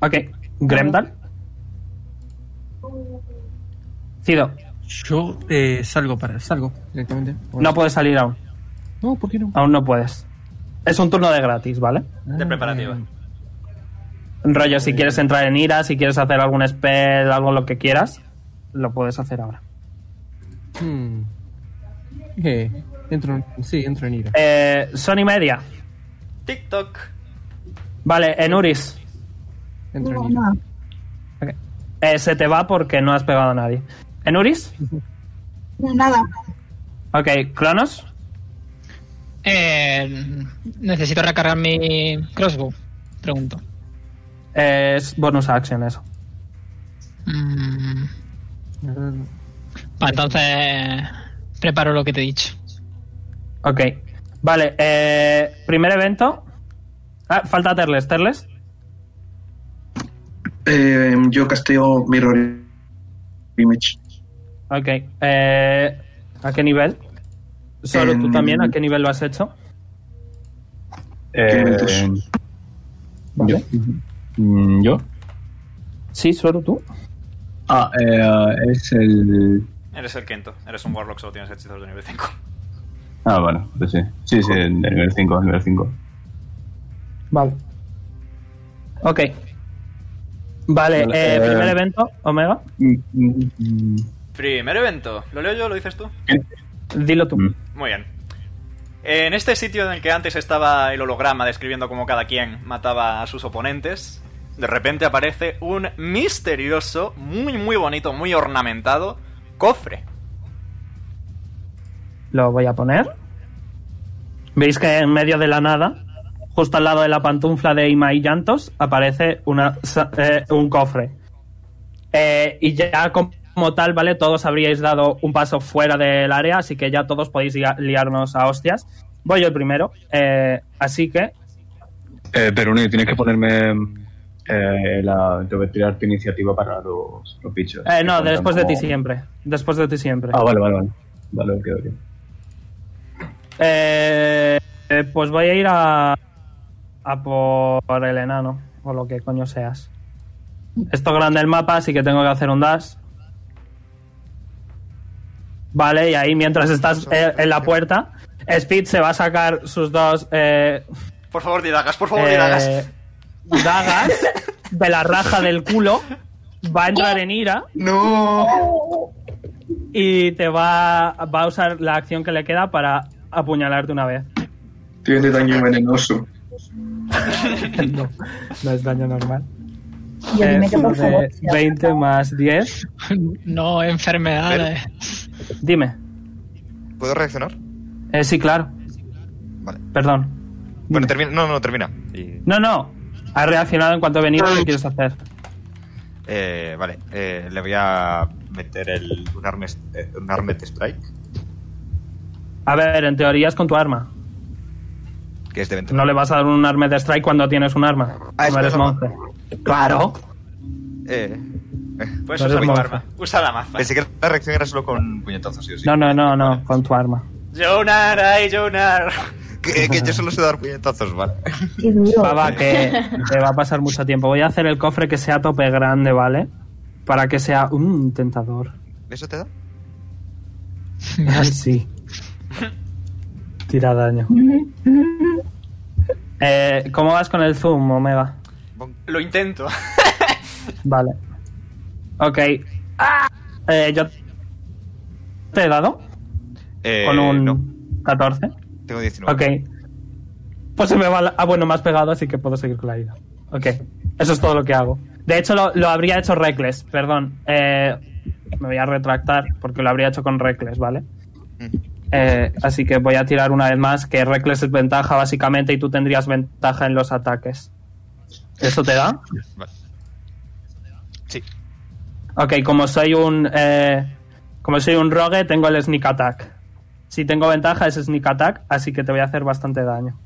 Speaker 1: Ok. Gremdal. Cido,
Speaker 6: Yo eh, salgo para. Salgo directamente.
Speaker 1: no puedes salir aún.
Speaker 6: No, ¿por qué no?
Speaker 1: Aún no puedes. Es un turno de gratis, ¿vale?
Speaker 2: De preparativa.
Speaker 6: eh,
Speaker 1: Rollo, si quieres entrar en ira, si quieres hacer algún spell, algo lo que quieras, lo puedes hacer ahora.
Speaker 6: hmm. Eh, entro en- sí, entro en ira.
Speaker 1: Eh, son y media.
Speaker 2: TikTok.
Speaker 1: Vale, Enuris,
Speaker 6: Entro
Speaker 10: No,
Speaker 6: en ira.
Speaker 10: nada.
Speaker 1: eh, se te va porque no has pegado a nadie. ¿Enuris?
Speaker 10: No, nada.
Speaker 1: Ok, Cronos.
Speaker 4: Eh, necesito recargar mi crossbow. Pregunto.
Speaker 1: eh, es bonus action eso.
Speaker 4: Mm,
Speaker 6: Eh,
Speaker 4: vale, entonces preparo lo que te he dicho.
Speaker 1: Ok. Vale, eh, primer evento. Ah, falta Terles. Terles.
Speaker 3: Eh, yo casteo Mirror Image.
Speaker 1: Ok. eh, ¿A qué nivel? ¿Solo tú
Speaker 3: En-
Speaker 1: también? ¿A qué nivel lo has hecho?
Speaker 8: Eh,
Speaker 3: Elementos.
Speaker 1: Vale.
Speaker 8: yo- mm, ¿Yo?
Speaker 1: Sí, solo tú.
Speaker 8: Ah, eh, es el.
Speaker 2: Eres el Kento. Eres un Warlock, solo tienes hechizos de nivel 5.
Speaker 8: Ah, bueno, pues sí. Sí, sí, de nivel 5, nivel 5.
Speaker 1: Vale. Ok.
Speaker 8: Vale,
Speaker 1: Vale, eh,
Speaker 8: eh, mm,
Speaker 1: primer evento, Omega.
Speaker 2: Primer evento. ¿Lo leo yo? ¿Lo dices tú?
Speaker 1: Dilo tú.
Speaker 8: Mm.
Speaker 2: Muy bien. En este sitio en el que antes estaba el holograma describiendo cómo cada quien mataba a sus oponentes, de repente aparece un misterioso, muy muy bonito, muy ornamentado cofre.
Speaker 1: Lo voy a poner. Veis que en medio de la nada, justo al lado de la pantufla de Ima y Llantos, aparece una, sa- eh, un cofre. Eh, y ya com- como tal, ¿vale? Todos habríais dado un paso fuera del área, así que ya todos podéis lia- liarnos a hostias. Voy yo el primero. eh, así que,
Speaker 8: Eh, pero Uni, tienes que ponerme. Eh, la, yo voy a tirar tu iniciativa para los, los bichos.
Speaker 1: eh, no,
Speaker 8: Que
Speaker 1: después de
Speaker 8: cuentan
Speaker 1: ti
Speaker 8: como-
Speaker 1: siempre. Después de ti siempre.
Speaker 8: Ah, vale, vale, vale. Vale, ok, ok.
Speaker 1: Eh, eh, pues voy a ir a, a por el enano, o lo que coño seas. Esto grande el mapa, así que tengo que hacer un dash. Vale, y ahí mientras estás eh, en la puerta, Speed se va a sacar sus dos eh,
Speaker 2: Por favor, didagas, por favor,
Speaker 1: eh,
Speaker 2: didagas.
Speaker 1: dagas de la raja del culo. Va a entrar en ira
Speaker 3: ¡No!
Speaker 1: y te va, va a usar la acción que le queda para apuñalarte una vez.
Speaker 3: Tiene de daño venenoso.
Speaker 1: *laughs* No, no es daño normal.
Speaker 5: Y el meto, por
Speaker 1: de
Speaker 5: favor. o sea,
Speaker 1: 20 más 10.
Speaker 4: no enfermedades.
Speaker 1: Dime.
Speaker 7: ¿Puedo reaccionar?
Speaker 1: Eh, sí, claro.
Speaker 7: Vale.
Speaker 1: Perdón.
Speaker 7: Bueno, termina. No, no, termina. Y-
Speaker 1: No, no. Has reaccionado en cuanto he venido. ¿Qué quieres hacer?
Speaker 7: eh, vale, eh, le voy a meter el, un, armes, eh, un Armed Strike,
Speaker 1: A ver, en teoría es con tu arma.
Speaker 7: que es de 20.
Speaker 1: No le vas a dar un arma de strike cuando tienes un arma.
Speaker 7: Ah, es
Speaker 1: no eres
Speaker 7: verdad.
Speaker 1: monje. Claro.
Speaker 7: Eh, eh,
Speaker 2: Puedes
Speaker 1: no
Speaker 2: usar
Speaker 1: eres
Speaker 2: tu
Speaker 1: mazo.
Speaker 2: arma. Usa la maza.
Speaker 7: Pensé que la reacción era solo con puñetazos, sí o sí.
Speaker 1: No, no, no, no. Con tu arma.
Speaker 2: Jonar, ay, Jonar.
Speaker 7: Que, que yo solo sé dar puñetazos, vale.
Speaker 5: qué duro.
Speaker 1: Va, va,
Speaker 5: *laughs*
Speaker 1: que te va a pasar mucho tiempo. Voy a hacer el cofre que sea tope grande, ¿vale? Para que sea un tentador.
Speaker 7: ¿Eso te da?
Speaker 1: Ah, Sí. Tira daño. Eh, ¿Cómo vas con el zoom, Omega?
Speaker 7: Bon-
Speaker 2: Lo intento. *laughs*
Speaker 1: Vale. Ok. ¡Ah! Eh, yo te he dado
Speaker 7: Eh,
Speaker 1: con un
Speaker 7: No,
Speaker 1: 14.
Speaker 7: tengo 19.
Speaker 1: Ok. Pues se me va la- Ah, bueno, más pegado, así que puedo seguir con la vida. Ok. Eso es todo lo que hago. De hecho, lo, lo habría hecho Reckless, perdón. Eh, me voy a retractar porque lo habría hecho con Reckless, ¿vale? Eh, así que voy a tirar una vez más que Reckless es ventaja básicamente y tú tendrías ventaja en los ataques. ¿Eso te da?
Speaker 7: Vale. Sí.
Speaker 1: Ok, como soy un eh, como soy un rogue, tengo el sneak attack. Si tengo ventaja es sneak attack, así que te voy a hacer bastante daño.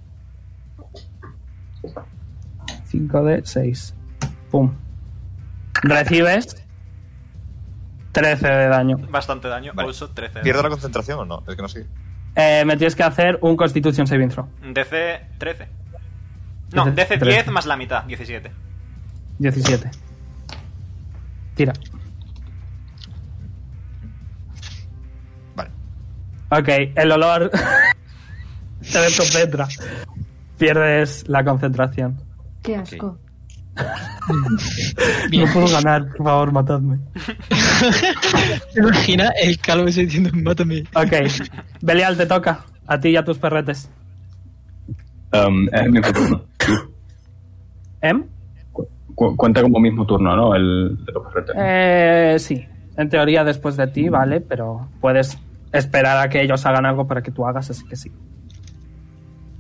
Speaker 1: 5 de 6. Pum. Recibes 13 de daño.
Speaker 2: Bastante daño.
Speaker 7: Vale.
Speaker 2: Also 13.
Speaker 7: ¿Pierdo la concentración o no? Es que no sé.
Speaker 1: Eh, me tienes que hacer un Constitution Saving Throw.
Speaker 2: DC 13. No,
Speaker 1: DC
Speaker 2: DC 10
Speaker 1: 13.
Speaker 2: más la mitad, 17.
Speaker 1: 17. Tira.
Speaker 7: Vale.
Speaker 1: Ok, el olor *laughs* te desconcentra. Pierdes la concentración.
Speaker 9: Qué asco.
Speaker 4: *laughs* Bien.
Speaker 1: No puedo ganar, por favor, matadme.
Speaker 4: *laughs* Imagina el calvo ese diciendo, mátame.
Speaker 1: Ok, Belial, te toca. A ti y a tus perretes.
Speaker 8: Em, es mi turno.
Speaker 1: ¿Em?
Speaker 8: Cu- cuenta como mismo turno, ¿no? El de los perretes.
Speaker 1: Eh, sí, en teoría después de ti, vale, pero puedes esperar a que ellos hagan algo para que tú hagas, así que sí.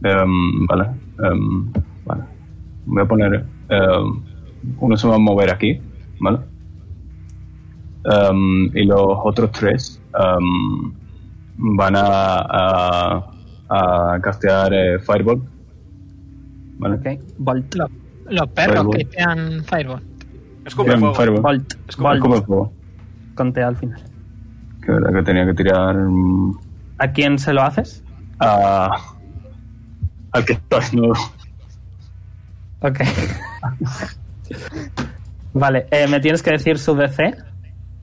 Speaker 8: Em, vale. em, vale. Voy a poner. em, uno se va a mover aquí, ¿vale? Em, y los otros tres em, van a, a, a castear eh, Fireball. ¿Vale?
Speaker 1: Ok, Volt.
Speaker 4: Los, los perros
Speaker 8: Fireball.
Speaker 4: que crean Fireball.
Speaker 2: Escupe
Speaker 8: Em,
Speaker 2: fuego.
Speaker 8: Fireball.
Speaker 1: Volt.
Speaker 2: Es como-
Speaker 1: Volt.
Speaker 8: Escupe fuego.
Speaker 1: Conté al final.
Speaker 8: Que verdad que tenía que tirar. mm,
Speaker 1: ¿A quién se lo haces?
Speaker 8: a, al que está desnudo.
Speaker 1: Ok. *laughs* vale, eh, me tienes que decir su DC,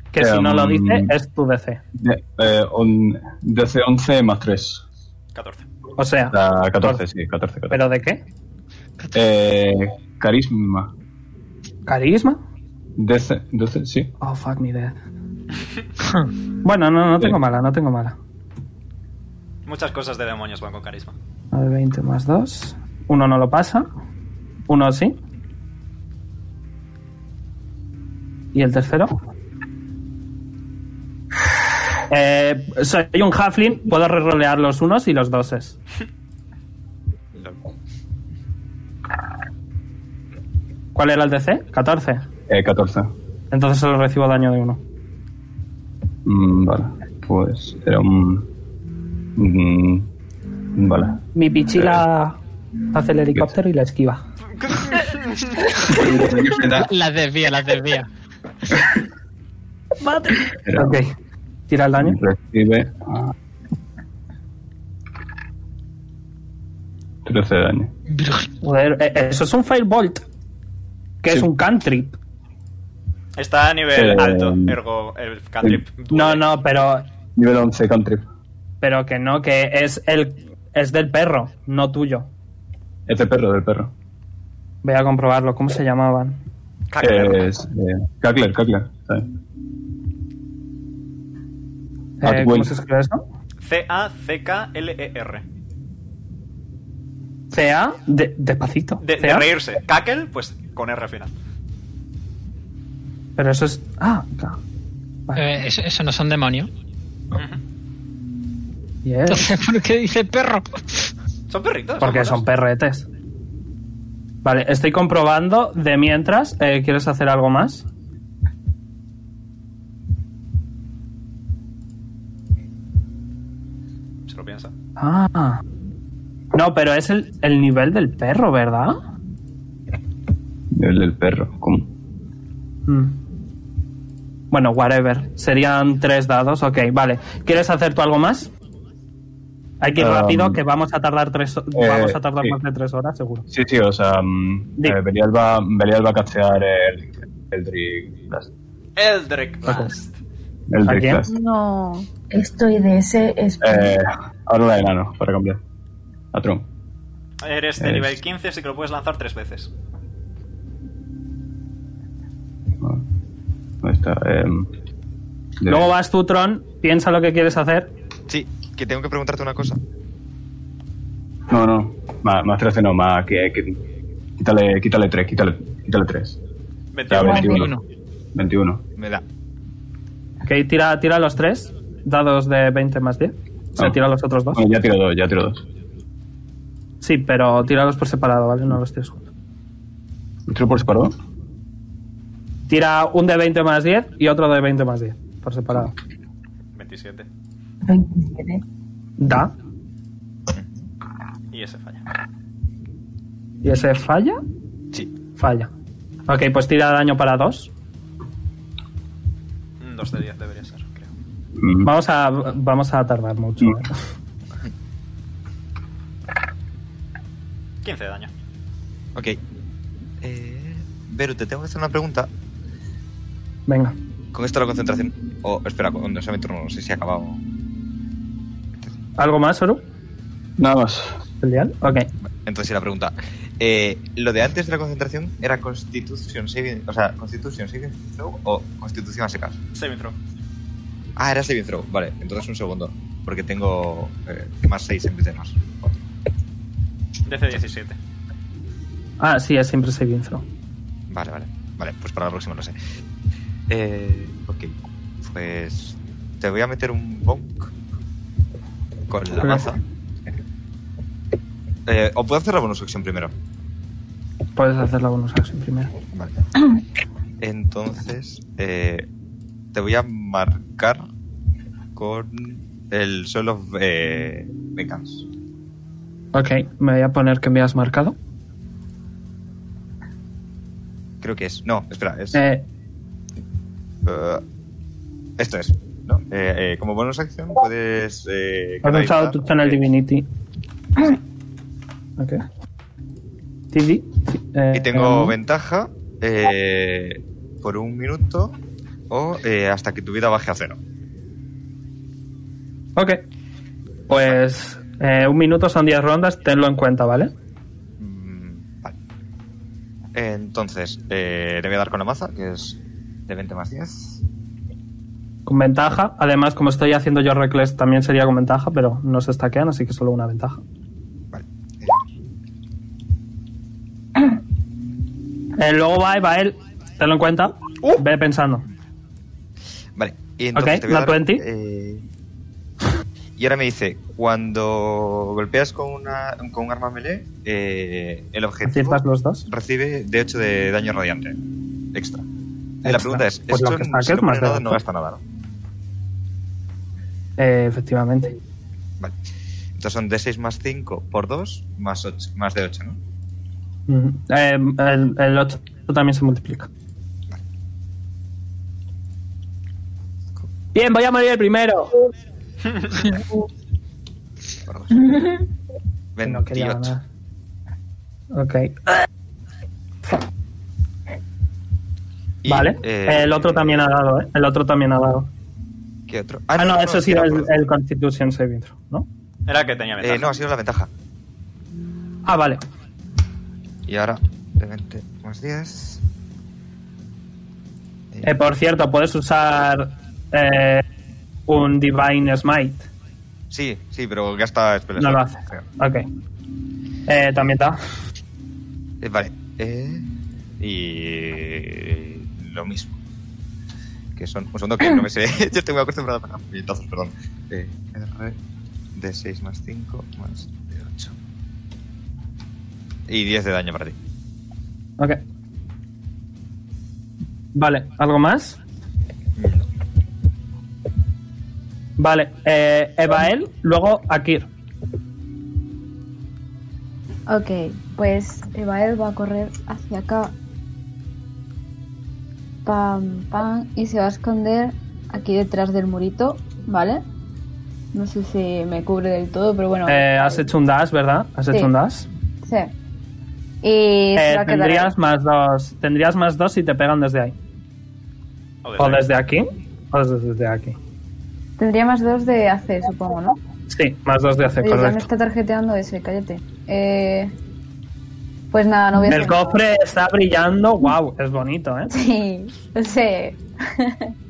Speaker 1: que si no lo
Speaker 8: Em,
Speaker 1: dice es tu DC.
Speaker 8: De- eh, on- DC 11 más 3.
Speaker 2: 14.
Speaker 1: O sea,
Speaker 8: 14, sí, 14. 14.
Speaker 1: ¿pero de qué?
Speaker 8: Eh, carisma.
Speaker 1: ¿Carisma?
Speaker 8: DC, 12, sí.
Speaker 1: Oh, fuck me death. bueno, no, no tengo mala, no tengo mala.
Speaker 2: Muchas cosas de demonios van con carisma.
Speaker 1: 9, 20 más 2. Uno no lo pasa. Uno sí. ¿Y el tercero? *sighs* Eh, soy un halfling, puedo rerolear los unos y los doses. ¿Cuál era el DC? 14.
Speaker 8: Eh, 14.
Speaker 1: Entonces solo recibo daño de uno.
Speaker 8: Mm, vale, pues era un. mm, vale.
Speaker 1: Mi pichila hace el helicóptero y la esquiva.
Speaker 3: Los daños de da-
Speaker 4: Las desvía, las desvía.
Speaker 8: Era
Speaker 1: Ok. Tira el daño.
Speaker 8: Recibe. ah, 13 de daño.
Speaker 1: Joder, eh, eso es un Firebolt. Que
Speaker 8: Sí.
Speaker 1: es un cantrip.
Speaker 2: Está a nivel
Speaker 8: Eh,
Speaker 2: alto, ergo el cantrip.
Speaker 1: No, no, pero,
Speaker 8: Nivel 11, country.
Speaker 1: pero que no, que es el es del perro, no tuyo.
Speaker 8: Este perro, del perro.
Speaker 1: Voy a comprobarlo, ¿cómo se llamaban?
Speaker 2: Cacker.
Speaker 8: Es, eh, Cackler, Cackler. ¿sabes?
Speaker 1: Eh,
Speaker 8: Atwell.
Speaker 1: ¿Cómo se escribe eso?
Speaker 2: C-A-C-K-L-E-R.
Speaker 1: CA, de, despacito.
Speaker 2: De, de
Speaker 1: CA.
Speaker 2: reírse. Cackle, pues con R al final.
Speaker 1: Pero eso es. Ah, K. Vale.
Speaker 4: Eh, eso, eso no son demonios.
Speaker 1: Yes,
Speaker 4: Entonces, ¿por qué dice perro?
Speaker 2: Son perritos.
Speaker 1: porque son
Speaker 2: perros.
Speaker 1: perretes. Vale, estoy comprobando de mientras. eh, ¿Quieres hacer algo más?
Speaker 2: Se lo piensa.
Speaker 1: Ah. No, pero es el, el nivel del perro, ¿verdad?
Speaker 8: Nivel del perro. ¿Cómo?
Speaker 1: Mm. Bueno, whatever. Serían tres dados. Ok, vale. ¿Quieres hacer tú algo más? Hay que ir
Speaker 8: Um,
Speaker 1: rápido, que vamos a tardar tres ho-
Speaker 8: eh,
Speaker 1: vamos a tardar
Speaker 8: sí.
Speaker 1: más de tres horas, seguro.
Speaker 8: Sí, sí, o sea, mm,
Speaker 1: Di.
Speaker 8: eh, Belial, va, Belial va a castear el Eldritch Blast.
Speaker 2: Eldrick Blast.
Speaker 8: Eldritch
Speaker 1: quién?
Speaker 8: Blast.
Speaker 9: No.
Speaker 5: Estoy de ese es
Speaker 8: Eh, ahora la de enano, para cambiar. A Tron.
Speaker 2: Eres de
Speaker 8: Es-
Speaker 2: nivel 15, así que lo puedes lanzar tres veces.
Speaker 8: No, no está. em, de-
Speaker 1: Luego vas tú, Tron, piensa lo que quieres hacer.
Speaker 7: Sí, que tengo que preguntarte una cosa.
Speaker 8: No, no. Más, más 13 no, más que, que- quítale, quítale 3, quítale, quítale 3.
Speaker 2: 21.
Speaker 8: 21. 21.
Speaker 7: Me da.
Speaker 1: Ok, tira, tira los tres dados de 20 más 10. O sea,
Speaker 8: Ah.
Speaker 1: tira los otros dos.
Speaker 8: Bueno, ya tiro dos, ya tiro dos.
Speaker 1: Sí, pero tíralos por separado, ¿vale? No los tires juntos.
Speaker 8: ¿Lo ¿Tiro por separado?
Speaker 1: Tira un de 20 más 10 y otro de 20 más 10 por separado.
Speaker 2: 27.
Speaker 5: 27.
Speaker 1: Da.
Speaker 2: Y ese falla.
Speaker 1: ¿Y ese falla?
Speaker 7: Sí.
Speaker 1: Falla. Ok, pues tira daño para dos.
Speaker 2: 2 de 10 debería ser, creo.
Speaker 8: Mm,
Speaker 1: Vamos a, vamos a tardar mucho.
Speaker 8: Mm.
Speaker 1: ¿eh?
Speaker 2: 15 de daño.
Speaker 7: Ok. Eh, Beru, te tengo que hacer una pregunta.
Speaker 1: *laughs* Venga.
Speaker 7: Con esto la concentración. Oh, espera, cuando sea mi turno, no sé si ha acabado.
Speaker 1: ¿Algo más, Oru?
Speaker 8: Nada más.
Speaker 1: ¿Genial? Ok.
Speaker 7: Entonces, sí, la pregunta. Eh, lo de antes de la concentración era Constitution Saving. O sea, Constitution Saving Throw o Constitución a secas.
Speaker 2: Saving throw.
Speaker 7: Ah, era Saving Throw. Vale, entonces un segundo. Porque tengo eh, más 6 en vez de más. cuatro.
Speaker 2: DC 17.
Speaker 1: Ah, sí, es siempre saving throw.
Speaker 7: Vale, vale. Vale, pues para la próxima lo sé. Eh, ok. Pues. Te voy a meter un bonk. Con la
Speaker 1: Ok.
Speaker 7: maza. Eh, ¿O puedo hacer la bonus acción primero?
Speaker 1: Puedes hacer la bonus action primero.
Speaker 7: Vale. Entonces, eh, te voy a marcar con el Soul of eh, Beacons.
Speaker 1: Ok, me voy a poner que me has marcado.
Speaker 7: Creo que es. No, espera, es.
Speaker 1: Eh,
Speaker 7: eh, esto es. ¿no? Eh, eh, como bonus acción puedes. Eh,
Speaker 1: has usado
Speaker 7: canalizar,
Speaker 1: tu channel
Speaker 7: eh,
Speaker 1: divinity. Ok. TD. eh,
Speaker 7: Y tengo
Speaker 1: eh,
Speaker 7: ventaja eh, por un minuto o eh, hasta que tu vida baje a cero.
Speaker 1: Ok. Pues eh, un minuto son 10 rondas, tenlo en cuenta, ¿vale?
Speaker 7: Mm, Vale. Entonces, eh, le voy a dar con la maza, que es de 20 más 10.
Speaker 1: Con ventaja. Además, como estoy haciendo yo reckless, también sería con ventaja, pero no se stackean, así que solo una ventaja.
Speaker 7: Vale.
Speaker 1: Eh, luego va, va él. Tenlo en cuenta.
Speaker 7: Uh.
Speaker 1: Ve pensando.
Speaker 7: Vale. Y entonces
Speaker 1: Ok,
Speaker 7: te voy a
Speaker 1: not
Speaker 7: dar,
Speaker 1: 20.
Speaker 7: eh, y ahora me dice, cuando golpeas con, una, con un arma melee, eh, el objetivo
Speaker 1: Aciertas los dos.
Speaker 7: recibe de 8 de daño radiante. Extra. Y
Speaker 1: Extra.
Speaker 7: la pregunta es,
Speaker 1: Pues lo
Speaker 7: esto
Speaker 1: que
Speaker 7: si
Speaker 1: saques
Speaker 7: no pone
Speaker 1: más de
Speaker 7: nada
Speaker 1: ocho.
Speaker 7: no gasta nada, ¿no?
Speaker 1: Eh, efectivamente.
Speaker 7: Vale. Entonces son de 6 más 5 por 2 más, 8, más de 8, ¿no?
Speaker 1: Ujú. Eh, el, el 8 también se multiplica. Bien, voy a morir el primero.
Speaker 7: Por 2.
Speaker 1: No
Speaker 7: 28.
Speaker 1: quería ganar. Ok.
Speaker 7: Y,
Speaker 1: vale.
Speaker 7: eh,
Speaker 1: el otro también ha dado, ¿eh? El otro también ha dado.
Speaker 7: ¿Qué otro?
Speaker 1: Ah, no, eso sí,
Speaker 7: era
Speaker 1: el,
Speaker 7: por-
Speaker 1: el Constitution Saving Throw, ¿no?
Speaker 2: Era que tenía ventaja.
Speaker 7: Eh, no, ha sido la ventaja.
Speaker 1: Ah, vale.
Speaker 7: Y ahora, de 20 más 10. Eh,
Speaker 1: Eh, por cierto, puedes usar eh, un Divine Smite.
Speaker 7: sí, sí, pero gasta spell
Speaker 1: No lo
Speaker 7: slot,
Speaker 1: hace.
Speaker 7: creo.
Speaker 1: Ok. Eh, también da.
Speaker 7: Eh, vale. Eh, y lo mismo. Que son un segundo que no me sé. *laughs* Yo estoy muy acostumbrado a pagar puñetazos, perdón. Eh, R de 6 más 5 más de 8. Y 10 de daño para ti.
Speaker 1: Ok. Vale, ¿algo más?
Speaker 7: No.
Speaker 1: Vale, eh, Evael, luego Akir.
Speaker 9: Ok, pues Evael va a correr hacia acá. Pam, pam. Y se va a esconder aquí detrás del murito, ¿vale? No sé si me cubre del todo, pero bueno.
Speaker 1: Eh, has hecho un dash, ¿verdad? Has
Speaker 9: Sí.
Speaker 1: hecho un dash.
Speaker 9: Sí. Y se
Speaker 1: Eh,
Speaker 9: va a quedar
Speaker 1: tendrías más dos. Tendrías más dos si te pegan desde ahí.
Speaker 2: O
Speaker 1: O
Speaker 2: desde-
Speaker 1: desde aquí. O desde aquí.
Speaker 9: ahí. Tendría más dos de AC, supongo, ¿no?
Speaker 1: Sí, más dos de AC,
Speaker 9: Oye, ya me
Speaker 1: correcto.
Speaker 9: está tarjeteando ese, cállate. Eh, pues nada, no voy a
Speaker 1: El
Speaker 9: hacer nada.
Speaker 1: cofre está brillando. Wow, es bonito, ¿eh?
Speaker 9: Sí, lo sé.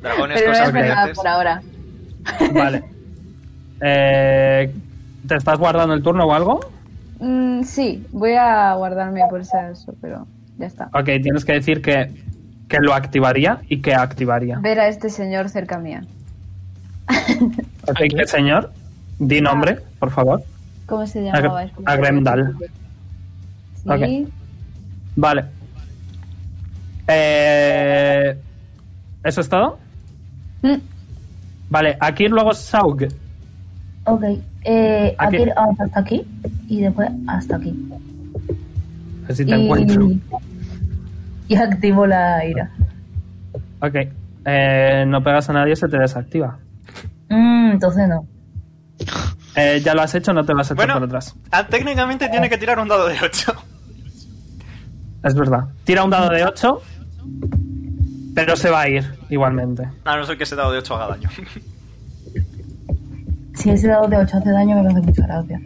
Speaker 2: Dragones,
Speaker 9: Pero no voy a
Speaker 2: cosas
Speaker 9: hacer nada
Speaker 2: brillantes.
Speaker 9: por ahora.
Speaker 1: *laughs* Vale. Eh, ¿Te estás guardando el turno o algo?
Speaker 9: Mm, sí, voy a guardarme por si acaso, pero ya está.
Speaker 1: Ok, tienes que decir que, que lo activaría y que activaría.
Speaker 9: Ver a este señor cerca mía.
Speaker 1: Ok, ¿qué señor? Di nombre, por favor.
Speaker 9: ¿Cómo se llamaba?
Speaker 1: Agr-
Speaker 9: Es como-
Speaker 1: Agremdal.
Speaker 9: Sí.
Speaker 1: Ok. Vale. Eh, ¿Eso es todo?
Speaker 9: Mm,
Speaker 1: Vale, aquí luego Saug.
Speaker 5: Ok, eh,
Speaker 1: Aquí.
Speaker 5: aquí avanza hasta aquí y después hasta aquí.
Speaker 1: A
Speaker 5: *laughs*
Speaker 1: ver Si te encuentro.
Speaker 5: Y, y activo la ira.
Speaker 1: Ok. Eh, no pegas a nadie, se te desactiva.
Speaker 5: Mm, entonces no.
Speaker 1: Eh, ya lo has hecho, no te vas a echar
Speaker 2: Bueno.
Speaker 1: por atrás.
Speaker 2: Ah, técnicamente tiene que tirar un dado de 8.
Speaker 1: Es verdad. Tira un dado de 8, pero se va a ir igualmente.
Speaker 2: A no ser que ese dado de 8 haga daño. *laughs*
Speaker 5: Si ese dado de 8 hace daño, me lo hace mucha gracia.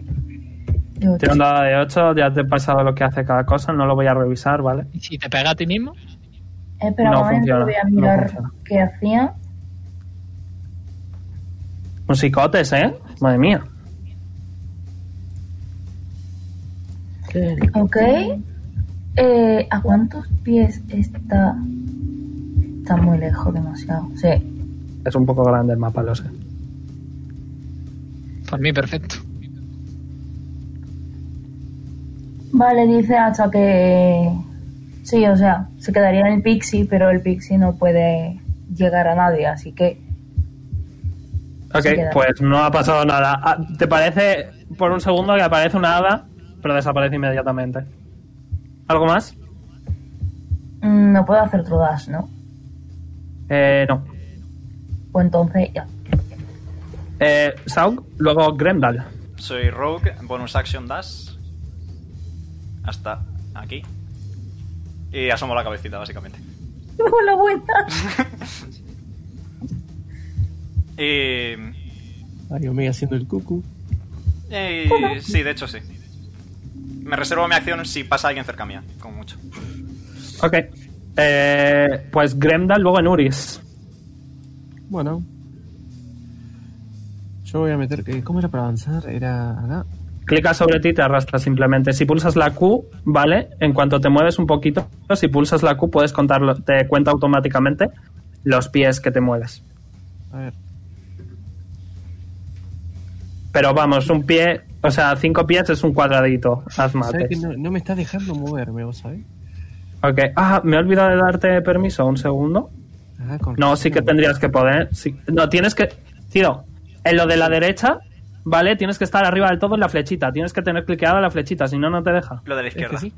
Speaker 5: De ocho.
Speaker 1: Tira un dado de 8, ya te he pasado lo que hace cada cosa, no lo voy a revisar, ¿vale?
Speaker 4: ¿Y si te pega a ti mismo?
Speaker 5: Eh, Espera
Speaker 1: no
Speaker 5: un momento,
Speaker 1: funciona,
Speaker 5: voy a
Speaker 1: no
Speaker 5: mirar
Speaker 1: funciona.
Speaker 5: qué hacía.
Speaker 1: Musicotes, ¿eh? Madre mía.
Speaker 5: Ok. Eh, ¿A cuántos pies está? Está muy lejos, demasiado. Sí.
Speaker 1: Es un poco grande el mapa, lo sé.
Speaker 4: Por mí, perfecto.
Speaker 5: Vale, dice hasta que. Sí, o sea, se quedaría en el pixie, pero el pixie no puede llegar a nadie, así que.
Speaker 1: Ok,
Speaker 5: Se queda.
Speaker 1: pues no ha pasado nada. Ah, ¿Te parece por un segundo que aparece una hada, pero desaparece inmediatamente? ¿Algo más?
Speaker 5: mm, No puedo hacer otro dash, ¿no?
Speaker 1: Eh, no.
Speaker 5: Pues entonces ya.
Speaker 1: Eh, Saug, luego Grendal.
Speaker 2: Soy Rogue, bonus action dash. Hasta aquí. Y asomo la cabecita, básicamente.
Speaker 5: Luego la
Speaker 6: *laughs*
Speaker 5: vuelta.
Speaker 2: Y.
Speaker 6: Hay Omega haciendo el cucu.
Speaker 2: y- sí, de hecho sí. Me reservo mi acción si pasa alguien cerca mía, como mucho.
Speaker 1: Ok. Eh, pues Grendal, luego Enuris.
Speaker 6: Bueno. Yo voy a meter... que- ¿Cómo era para avanzar? Era acá.
Speaker 1: Clicas sobre ti y te arrastras simplemente. Si pulsas la Q, ¿vale? En cuanto te mueves un poquito, si pulsas la Q puedes contarlo, te cuenta automáticamente los pies que te mueves.
Speaker 6: A ver.
Speaker 1: Pero vamos, un pie, o sea, cinco pies es un cuadradito.
Speaker 6: ¿Sabes
Speaker 1: Haz
Speaker 6: que
Speaker 1: mates.
Speaker 6: no, no me está dejando moverme, vos sabés?
Speaker 1: Ok. Ah, me he olvidado de darte permiso. Un segundo.
Speaker 6: Ah, con
Speaker 1: No, sí que
Speaker 6: razón.
Speaker 1: tendrías que poder. sí. No, tienes que. Tío, en lo de la derecha, ¿vale? Tienes que estar arriba del todo en la flechita. Tienes que tener cliqueada la flechita, si no, no te deja.
Speaker 2: Lo de la
Speaker 6: Es que
Speaker 2: izquierda.
Speaker 6: sí.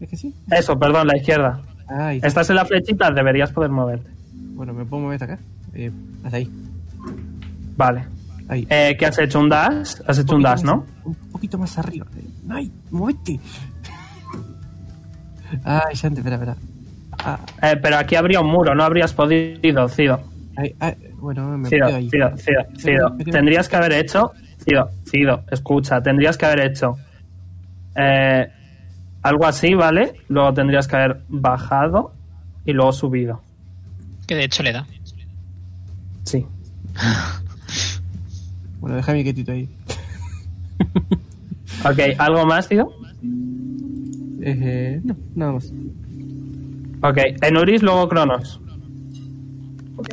Speaker 6: Es que sí.
Speaker 1: Eso, perdón, la izquierda.
Speaker 6: Ah, ahí está.
Speaker 1: Estás en la flechita, deberías poder moverte.
Speaker 6: Bueno, me puedo mover hasta acá. Eh, hasta ahí.
Speaker 1: Vale.
Speaker 6: Ahí.
Speaker 1: Eh, ¿Qué has hecho? ¿Un dash? Has hecho un
Speaker 6: poquito
Speaker 1: dash,
Speaker 6: más-
Speaker 1: ¿no?
Speaker 6: Un poquito más arriba. ¡Ay! ¡Movete! Ay, ya espera, espera. Ah,
Speaker 1: Eh, pero aquí habría un muro, no habrías podido, Cido.
Speaker 6: ay, ay, bueno, ah, me
Speaker 1: Cido,
Speaker 6: quedo ahí.
Speaker 1: Cido, Cido, Cido.
Speaker 6: Me quedo-
Speaker 1: Tendrías que haber hecho. Cido, Cido, escucha, tendrías que haber hecho. eh, algo así, ¿vale? Luego tendrías que haber bajado y luego subido.
Speaker 4: Que de hecho le da.
Speaker 1: Sí.
Speaker 6: Bueno, déjame quietito ahí.
Speaker 1: Ok, ¿algo más, tío?
Speaker 6: Eh, no, nada más.
Speaker 1: Ok, Enuris, luego Cronos.
Speaker 10: Ok.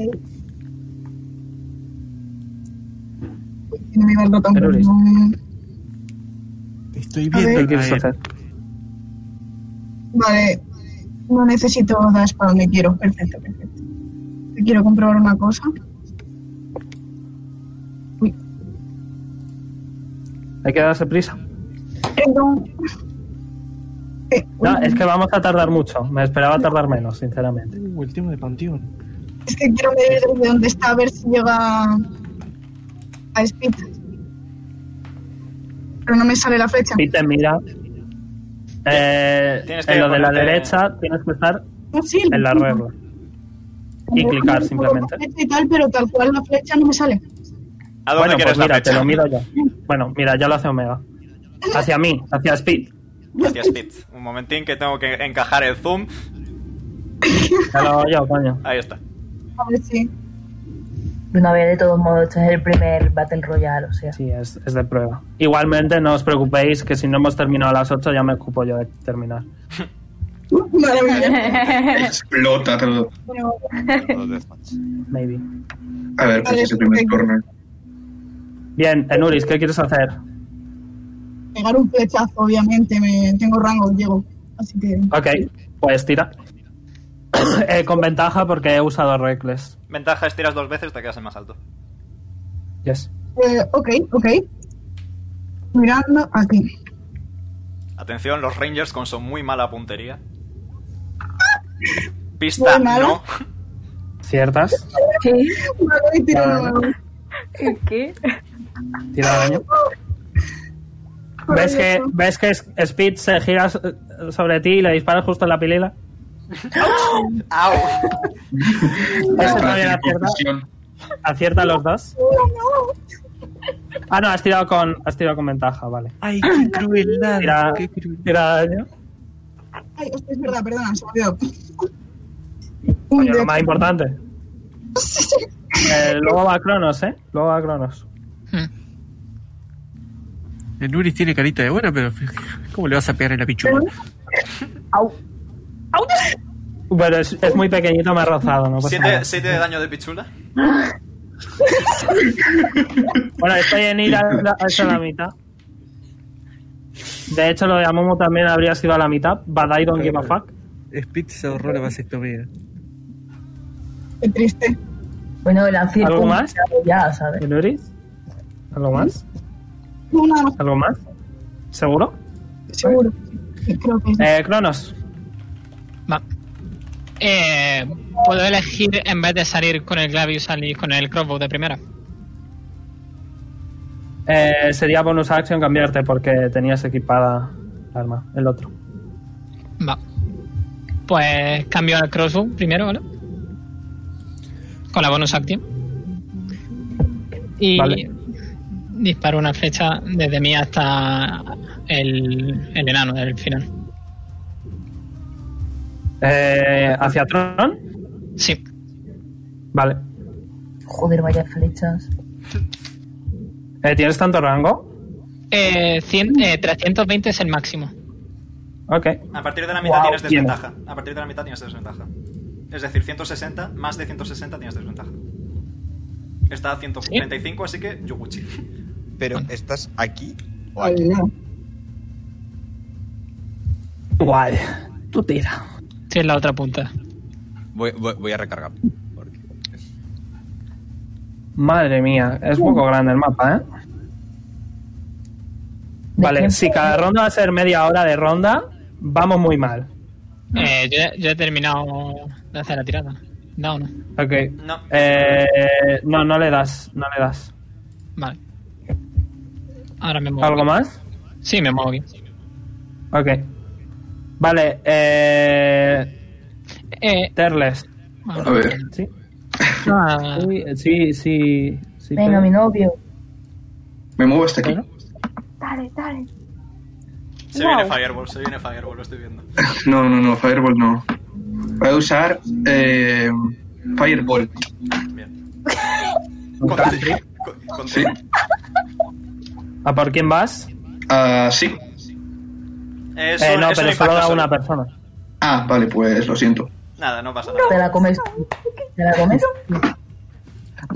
Speaker 10: Uy, que no me iba el botón.
Speaker 1: Pero listo.
Speaker 10: Mm,
Speaker 6: Te estoy
Speaker 10: A
Speaker 6: viendo.
Speaker 10: ver.
Speaker 1: ¿Qué quieres
Speaker 6: Ahí.
Speaker 1: hacer?
Speaker 10: Vale, no necesito dash para donde quiero. Perfecto, perfecto. Quiero comprobar una cosa.
Speaker 1: Hay que darse prisa.
Speaker 10: Perdón. Eh,
Speaker 1: No, es que vamos a tardar mucho. Me esperaba tardar menos, sinceramente.
Speaker 6: Uh, el tema de Panteón.
Speaker 10: Es que quiero medir desde dónde está a ver si llega a Speed. Pero no me sale la flecha.
Speaker 1: Si te mira. Eh,
Speaker 2: Tienes que
Speaker 1: en lo de la
Speaker 2: ponerte-
Speaker 1: derecha tienes que estar
Speaker 6: Oh,
Speaker 10: Ah, sí,
Speaker 1: en la
Speaker 10: tengo.
Speaker 1: regla. Y clicar, simplemente.
Speaker 10: Flecha Y tal, pero tal cual la flecha no me sale. *laughs*
Speaker 2: ¿A dónde
Speaker 1: Bueno,
Speaker 2: quieres
Speaker 1: pues mira,
Speaker 2: la
Speaker 1: te
Speaker 2: fecha?
Speaker 1: lo miro yo. Bueno, mira, ya lo hace Omega. Hacia mí, hacia Speed.
Speaker 2: Hostia, Speed. Un momentín que tengo que encajar el zoom.
Speaker 1: Ya lo hago yo, coño.
Speaker 2: Ahí está.
Speaker 10: A ver si.
Speaker 5: Una vez, de todos modos, este es el primer Battle Royale, o sea.
Speaker 1: Sí, es, es de prueba. Igualmente, no os preocupéis que si no hemos terminado a las 8 ya me ocupo yo de terminar.
Speaker 10: Madre mía.
Speaker 3: Explota todo.
Speaker 10: Bueno,
Speaker 7: Todo deathmatch.
Speaker 1: Maybe.
Speaker 3: A ver, pues
Speaker 10: Vale,
Speaker 3: ese primer
Speaker 10: ok.
Speaker 3: turno.
Speaker 1: Bien, Enuris, ¿qué quieres hacer?
Speaker 10: pegar un flechazo, obviamente. Me, tengo rango, llego. Así que.
Speaker 1: Ok, pues tira. *coughs* Eh, con ventaja porque he usado Reckless.
Speaker 2: Ventaja es tiras dos veces, te quedas en más alto.
Speaker 1: Yes.
Speaker 10: Eh, ok, ok. Mirando aquí.
Speaker 2: Atención, los Rangers con su muy mala puntería. Pista
Speaker 10: Muy mala.
Speaker 2: no.
Speaker 1: ¿Ciertas?
Speaker 5: Sí.
Speaker 10: Vale, tira
Speaker 1: Vale.
Speaker 10: nuevo.
Speaker 9: ¿Qué?
Speaker 1: Tira daño. ¿Ves que, ¿Ves que S- Speed se gira so- sobre ti y le disparas justo en la pilela?
Speaker 2: ¡Au!
Speaker 1: Eso también
Speaker 3: Para hacer
Speaker 1: acierta.
Speaker 3: Ah, confusión.
Speaker 1: Acierta los dos. Ah, no, has tirado con, has tirado con ventaja, vale.
Speaker 11: Ay, qué crueldad.
Speaker 1: Tira,
Speaker 11: Qué crueldad.
Speaker 1: tira daño.
Speaker 10: Ay, hostia, es verdad, perdona, se me olvidó. Un
Speaker 1: Coño,
Speaker 10: de-
Speaker 1: lo más importante. Eh, luego va Cronos, ¿eh? Luego va Cronos.
Speaker 11: El Nuri tiene carita de buena,
Speaker 6: *laughs*
Speaker 11: pero ¿cómo le vas a pegar en la pichula?
Speaker 1: Bueno, es, es muy pequeñito, más rozado, ¿no? pasa nada.
Speaker 2: ¿Siete, siete de daño de pichula?
Speaker 10: Ah.
Speaker 1: *laughs* Bueno, estoy en ir a
Speaker 2: *laughs*
Speaker 1: la, a esa la mitad. De hecho, lo de Amomo también habría sido a la mitad. Badai don't give a fuck.
Speaker 11: Split se ahorró la vasectomía.
Speaker 10: Qué triste.
Speaker 5: Bueno, el ancirco.
Speaker 1: ¿Algo más?
Speaker 5: Ya, ¿sabes?
Speaker 1: ¿Y Luris? ¿Algo más?
Speaker 10: No, nada más,
Speaker 1: ¿Algo más? ¿Seguro?
Speaker 10: seguro. Sí, Creo que es.
Speaker 1: Eh, Cronos.
Speaker 4: Va. Eh, Puedo elegir en vez de salir con el Glavius, salir con el crossbow de primera.
Speaker 1: Eh, sería bonus action cambiarte porque tenías equipada el arma, el otro.
Speaker 4: Va. Pues cambio al crossbow primero, ¿vale? Con la bonus action. Y
Speaker 1: Vale.
Speaker 4: disparo una flecha desde mí hasta el, el enano del final.
Speaker 1: Eh, ¿Hacia Tron?
Speaker 4: Sí.
Speaker 1: Vale.
Speaker 5: Joder, vaya flechas.
Speaker 1: Eh, ¿Tienes tanto rango?
Speaker 4: Eh, 100, eh, 320 es el máximo.
Speaker 1: Ok.
Speaker 2: A partir de la mitad
Speaker 1: Wow,
Speaker 2: tienes
Speaker 1: tiene.
Speaker 2: desventaja. A partir de la mitad tienes desventaja. Es decir, 160, más de 160 tienes desventaja. Está a 135, así que Yoguchi.
Speaker 7: Pero, ¿estás aquí o
Speaker 10: Ay,
Speaker 7: aquí?
Speaker 10: no.
Speaker 1: Guay. Tú tira.
Speaker 4: Estoy en la otra punta.
Speaker 7: Voy, voy- voy a recargar. porque-
Speaker 1: Madre mía, es poco grande el mapa, ¿eh? Vale,
Speaker 5: qué?
Speaker 1: si cada ronda va a ser media hora de ronda, vamos muy mal.
Speaker 4: Eh, yo, ya- yo he terminado de hacer la tirada. No, no.
Speaker 1: Ok.
Speaker 2: No.
Speaker 1: Eh, no, no le das, no le das.
Speaker 4: Vale. Ahora me muevo.
Speaker 1: ¿Algo
Speaker 4: aquí.
Speaker 1: más?
Speaker 4: Sí, me muevo aquí.
Speaker 1: Ok. Vale, eh,
Speaker 4: Eh,
Speaker 1: Terles.
Speaker 3: A ver.
Speaker 1: ¿Sí?
Speaker 4: ah,
Speaker 1: Sí, sí, sí. sí,
Speaker 5: Venga,
Speaker 1: pero-
Speaker 5: mi novio.
Speaker 3: Me muevo hasta aquí.
Speaker 1: Bueno.
Speaker 9: Dale, dale.
Speaker 2: Se
Speaker 9: Wow.
Speaker 2: viene Fireball, se viene Fireball, lo estoy viendo.
Speaker 3: No, no, no, Fireball no. Voy a usar eh,
Speaker 1: *laughs*
Speaker 3: Fireball.
Speaker 2: Bien.
Speaker 1: Ok.
Speaker 2: Con- con-
Speaker 3: ¿Sí?
Speaker 1: ¿A por quién vas?
Speaker 3: Ah, sí.
Speaker 2: Es
Speaker 1: Eh,
Speaker 2: un-
Speaker 1: no,
Speaker 2: es un
Speaker 1: pero
Speaker 2: impacto
Speaker 1: solo da
Speaker 2: solo.
Speaker 1: una persona.
Speaker 3: Ah, vale, pues lo siento.
Speaker 2: Nada, no pasa
Speaker 5: Te
Speaker 2: nada.
Speaker 5: la comes. Te la comes.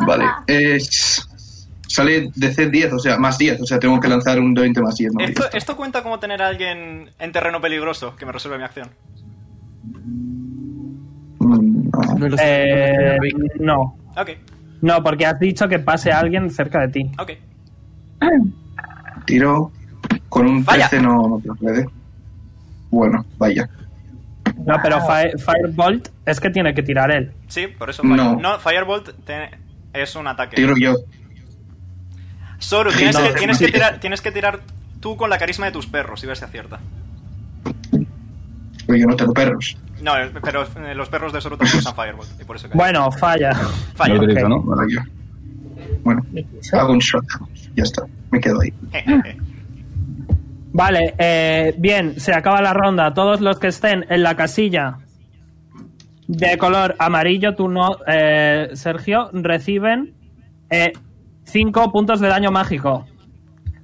Speaker 3: Vale. Es, sale de C10, o sea, más 10. O sea, tengo que lanzar un 20 más 10. ¿no?
Speaker 2: Esto, esto cuenta como tener a alguien en terreno peligroso que me resuelve mi acción.
Speaker 3: Mm, no.
Speaker 11: No lo sé.
Speaker 1: Eh, no.
Speaker 2: Ok,
Speaker 1: No, porque has dicho que pase alguien cerca de ti.
Speaker 2: ok.
Speaker 3: *clears throat* Tiro con un
Speaker 2: Vaya.
Speaker 3: 13 no, no procede. Bueno, vaya.
Speaker 1: No, pero Fi- Firebolt es que tiene que tirar él.
Speaker 2: Sí, por eso
Speaker 3: No.
Speaker 2: Fire- No, Firebolt te- es un ataque.
Speaker 3: Tiro yo.
Speaker 2: Soru, tienes,
Speaker 3: No,
Speaker 2: que,
Speaker 3: no.
Speaker 2: tienes, que tirar, tienes que tirar tú con la carisma de tus perros y ver si acierta.
Speaker 3: Pero yo no tengo perros.
Speaker 2: No, eh, pero eh, los perros de Soru también usan Firebolt. Y por eso cae.
Speaker 1: Bueno, falla.
Speaker 2: Falla.
Speaker 8: Lo
Speaker 1: Ok.
Speaker 8: utilizo, ¿no? Vale.
Speaker 3: Vaya. Bueno, hago un shot. Ya está. Me quedo ahí.
Speaker 2: Eh, eh, eh.
Speaker 1: Vale, eh, bien, se acaba la ronda. Todos los que estén en la casilla de color amarillo, tú no, eh, Sergio, reciben 5 puntos de daño mágico.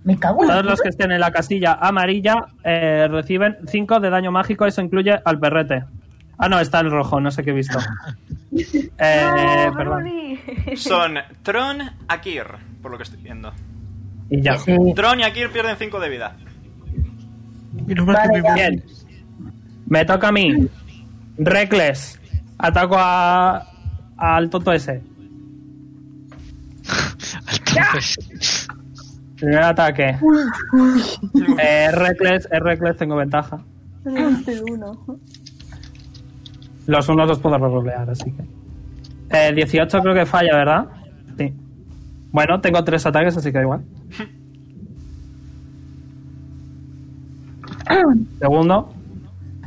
Speaker 5: Me cago en la
Speaker 1: Todos los que
Speaker 5: puta.
Speaker 1: estén en la casilla amarilla eh, reciben 5 de daño mágico, eso incluye al perrete. Ah, no, está el rojo, no sé qué he
Speaker 5: *laughs*
Speaker 1: visto. Eh,
Speaker 9: No,
Speaker 1: perdón.
Speaker 9: Bruni.
Speaker 2: Son Tron, Akir, por lo que estoy viendo.
Speaker 1: Y ya.
Speaker 5: Sí.
Speaker 2: Tron y Akir pierden 5 de vida.
Speaker 11: Menos mal que
Speaker 5: Vale,
Speaker 11: me
Speaker 5: ya.
Speaker 1: Bien. Me toca a mí. Reckless. Ataco a. al tonto ese.
Speaker 4: entonces,
Speaker 11: *laughs*
Speaker 1: Primer ataque. Eh, Reckless, eh, Reckless tengo ventaja.
Speaker 9: Solo existe uno.
Speaker 1: Los unos los puedo rolear, así que. Eh, 18 creo que falla, ¿verdad? Sí. Bueno, tengo tres ataques, así que da igual. Segundo.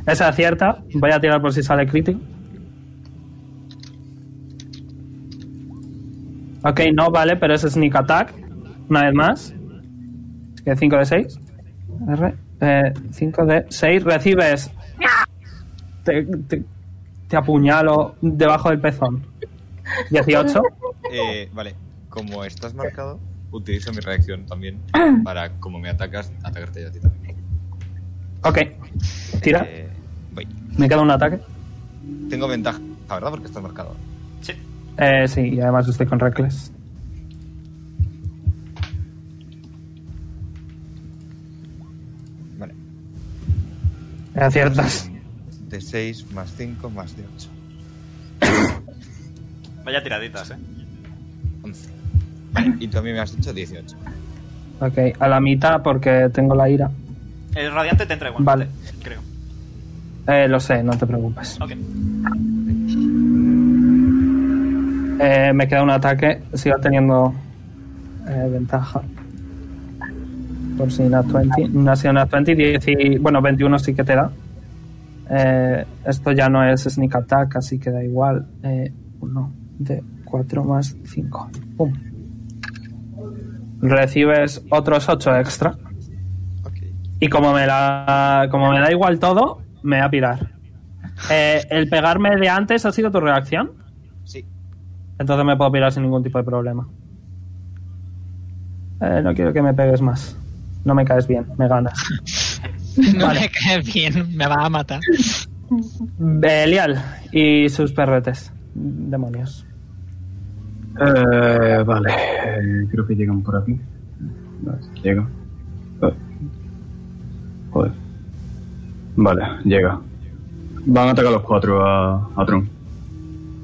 Speaker 1: Esa acierta. Voy a tirar por si sale crítico. Ok, no vale, pero es sneak attack. Una vez más. Así que 5 de 6. 5 de 6. Recibes. Te, te- te apuñalo debajo del pezón. 18.
Speaker 7: Eh, vale, como estás marcado, utilizo mi reacción también *clears throat* para, como me atacas, atacarte yo a ti también.
Speaker 1: Ok. Tira.
Speaker 7: Eh, voy.
Speaker 1: Me queda un ataque.
Speaker 7: Tengo ventaja, ¿verdad? Porque estás marcado.
Speaker 2: Sí.
Speaker 1: Eh, sí, y además estoy con Reckless.
Speaker 7: Vale.
Speaker 1: Aciertas.
Speaker 7: Pues, eh, De 6 más 5 más de 8.
Speaker 2: Vaya tiraditas, eh.
Speaker 7: 11. Y tú a mí me has dicho 18.
Speaker 1: Ok, a la mitad porque tengo la ira.
Speaker 2: El radiante te entra igual.
Speaker 1: Vale.
Speaker 2: Creo.
Speaker 1: Eh, lo sé, no te preocupes.
Speaker 2: Ok.
Speaker 1: Eh, me queda un ataque, sigo teniendo eh, ventaja. Por si una 20. No ha sido una 20, 10 y- bueno, 21 sí que te da. Eh, esto ya no es sneak attack, así que da igual.
Speaker 6: Eh,
Speaker 1: 1 de 4 más 5. Pum. Recibes otros 8 extra. Y como me, la, como me da igual todo, me voy a pirar. Eh, ¿El pegarme de antes ha sido tu reacción?
Speaker 7: Sí.
Speaker 1: Entonces me puedo pirar sin ningún tipo de problema. Eh, no quiero que me pegues más. No me caes bien, me ganas.
Speaker 4: *laughs* No me caes bien, me vas a matar.
Speaker 1: Belial Eh, y sus perretes. Demonios.
Speaker 8: Eh, vale, eh, creo que llegan por aquí. A ver si Llega. Eh, Joder. Vale, llega. Van a atacar los cuatro a, a Tron.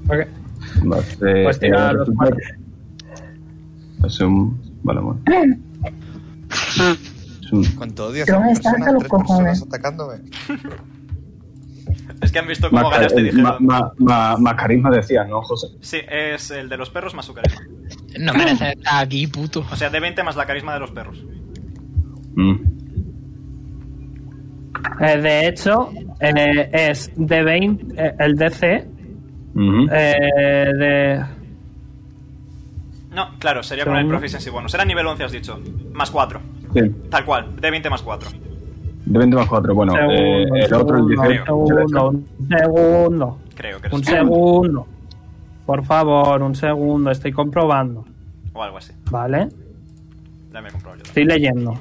Speaker 1: Ok.
Speaker 8: Vale, eh,
Speaker 1: Pues tira los cuatro.
Speaker 8: Es un. Vale, bueno. Es un-
Speaker 7: ¿Cuánto odio
Speaker 5: Tron,
Speaker 7: hacer
Speaker 5: estás
Speaker 7: personas,
Speaker 5: hasta los
Speaker 7: tres personas
Speaker 5: cojones.
Speaker 7: atacándome?
Speaker 5: *laughs*
Speaker 2: Es que han visto cómo
Speaker 8: más,
Speaker 2: ganaste y
Speaker 8: eh, ma-
Speaker 2: dijeron.
Speaker 8: ma- ma- más carisma decías, ¿no, José?
Speaker 2: Sí, es el de los perros más su carisma.
Speaker 4: No mereces estar aquí, puto.
Speaker 2: O sea, de 20 más la carisma de los perros.
Speaker 8: Mm.
Speaker 1: Eh, de hecho, eh, es de 20 eh, el DC
Speaker 8: Mhm.
Speaker 1: eh, de...
Speaker 2: No, claro, sería con el
Speaker 1: Segundo.
Speaker 2: proficiency bonus. Era nivel 11, has dicho. Más 4.
Speaker 8: Sí.
Speaker 2: Tal cual, de 20 más 4.
Speaker 8: De 20 más 4, bueno, eh,
Speaker 1: segundo,
Speaker 8: el otro, el
Speaker 1: segundo,
Speaker 8: 18. ya
Speaker 1: un
Speaker 8: está.
Speaker 1: segundo, un segundo.
Speaker 2: Creo que es.
Speaker 1: Un segundo. Por favor, un segundo. Estoy comprobando.
Speaker 2: O algo así.
Speaker 1: ¿Vale?
Speaker 2: Dame comprobar yo. también.
Speaker 1: Estoy leyendo.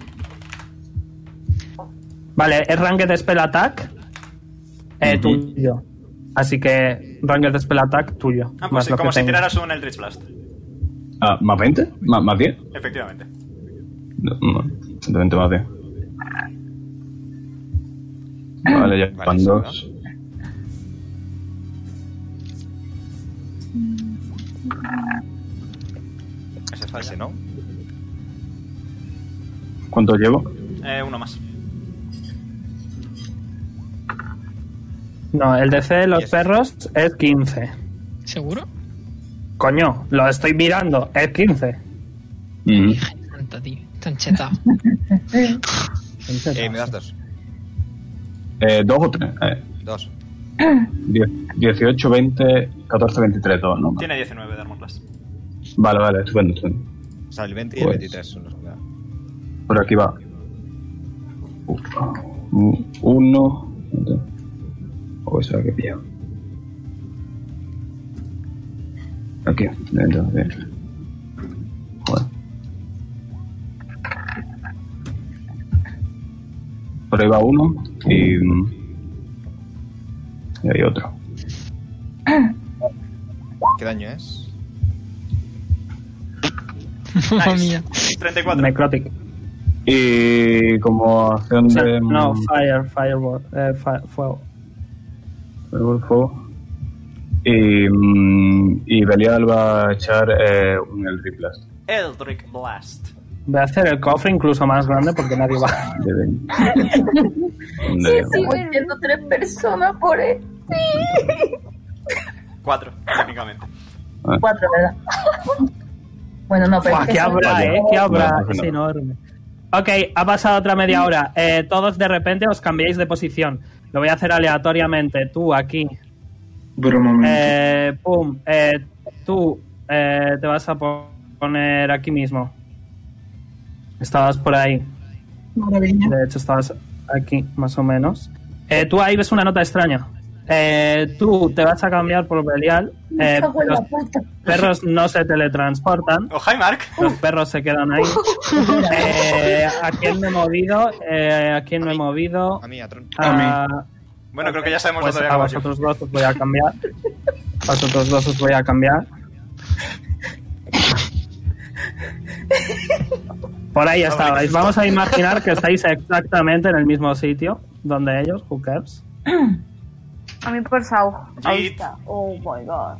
Speaker 1: Vale, es Ranked Spell Attack. Eh,
Speaker 8: Ujú.
Speaker 1: Tuyo. Así que Ranked Spell Attack tuyo.
Speaker 2: Ah, pues
Speaker 1: más
Speaker 2: sí,
Speaker 1: lo que
Speaker 2: como si
Speaker 1: tengo.
Speaker 2: tiraras un Eldritch Blast.
Speaker 8: Ah, ¿Más 20? ¿Más, más 10?
Speaker 2: Efectivamente.
Speaker 8: No, no, de 20 más 10. Vale, ya
Speaker 7: Vale,
Speaker 8: van
Speaker 7: sí,
Speaker 8: dos.
Speaker 2: Ese falla.
Speaker 7: Ese no.
Speaker 8: ¿Cuánto llevo?
Speaker 2: Eh, uno
Speaker 1: *coughs*
Speaker 2: más.
Speaker 1: No, el DC de los
Speaker 7: Yes.
Speaker 1: perros es 15.
Speaker 4: ¿Seguro?
Speaker 1: Coño, lo estoy mirando. Es 15.
Speaker 8: Mhm.
Speaker 4: Hija de santa, tío.
Speaker 1: *laughs*
Speaker 4: Están chetados.
Speaker 7: Eh, me das dos.
Speaker 8: Eh, ¿Dos o tres? Eh,
Speaker 7: Dos.
Speaker 8: die- 18, 20, 14, 23, dos, ¿no?
Speaker 2: Tiene 19 de Armor Class.
Speaker 8: Vale, vale, estupendo, estupendo.
Speaker 7: O sea, el 20 y
Speaker 8: Pues.
Speaker 7: el 23 son los que me dan.
Speaker 8: Por aquí va. U- Uno. O sea, que pillo. Aquí, dentro, dentro. Joder. Por ahí va uno y. Y hay otro.
Speaker 7: ¿Qué daño es?
Speaker 4: Mamma
Speaker 2: Nice.
Speaker 4: mía.
Speaker 2: 34.
Speaker 1: Necrotic.
Speaker 8: Y como acción
Speaker 1: O sea,
Speaker 8: de.
Speaker 1: no, Fire, Fireball. eh, fi- fuego.
Speaker 8: Fuego, fuego. Y, mm, y Belial va a echar eh, un el Blast
Speaker 2: Eldritch Blast.
Speaker 1: Voy a hacer el cofre incluso más grande porque nadie va.
Speaker 8: de 20.
Speaker 5: Sí, sí, metiendo tres personas por él.
Speaker 2: 4, técnicamente.
Speaker 8: Ah.
Speaker 5: Cuatro, ¿verdad? Bueno, no,
Speaker 1: *laughs*
Speaker 5: pero.
Speaker 1: Buah,
Speaker 5: es que
Speaker 1: ¿Qué
Speaker 5: son-
Speaker 1: habrá, eh? ¿Qué habrá?
Speaker 8: No, no, no.
Speaker 1: Es enorme. Ok, ha pasado otra media hora. Eh, todos de repente os cambiáis de posición. Lo voy a hacer aleatoriamente. Tú aquí.
Speaker 3: Broma, momento.
Speaker 1: Eh, pum. Eh, tú eh, te vas a po- poner aquí mismo. Estabas por ahí.
Speaker 10: Maravilla.
Speaker 1: De hecho, estabas aquí, más o menos. Eh, tú ahí ves una nota extraña. Eh, tú te vas a cambiar por Belial. Eh,
Speaker 5: Cago en la
Speaker 1: los
Speaker 5: puta.
Speaker 1: perros no se teletransportan.
Speaker 2: Oh, hi, Mark.
Speaker 1: Los perros se quedan
Speaker 5: *laughs*
Speaker 1: ahí. Eh, ¿A quién me he movido? Eh, ¿A quién me he movido?
Speaker 7: A mí, a Tron.
Speaker 3: A mí.
Speaker 1: Ah,
Speaker 2: Bueno, creo que ya sabemos
Speaker 1: pues
Speaker 2: dónde
Speaker 1: a
Speaker 2: voy a acabar.
Speaker 1: vosotros dos os voy a cambiar. A vosotros dos os voy a cambiar. Por ahí estabais. Vamos a imaginar que estáis exactamente en el mismo sitio donde ellos, who cares.
Speaker 9: *clears throat* A mí por Sau. Ahí
Speaker 2: Yeet.
Speaker 9: está. Oh my god.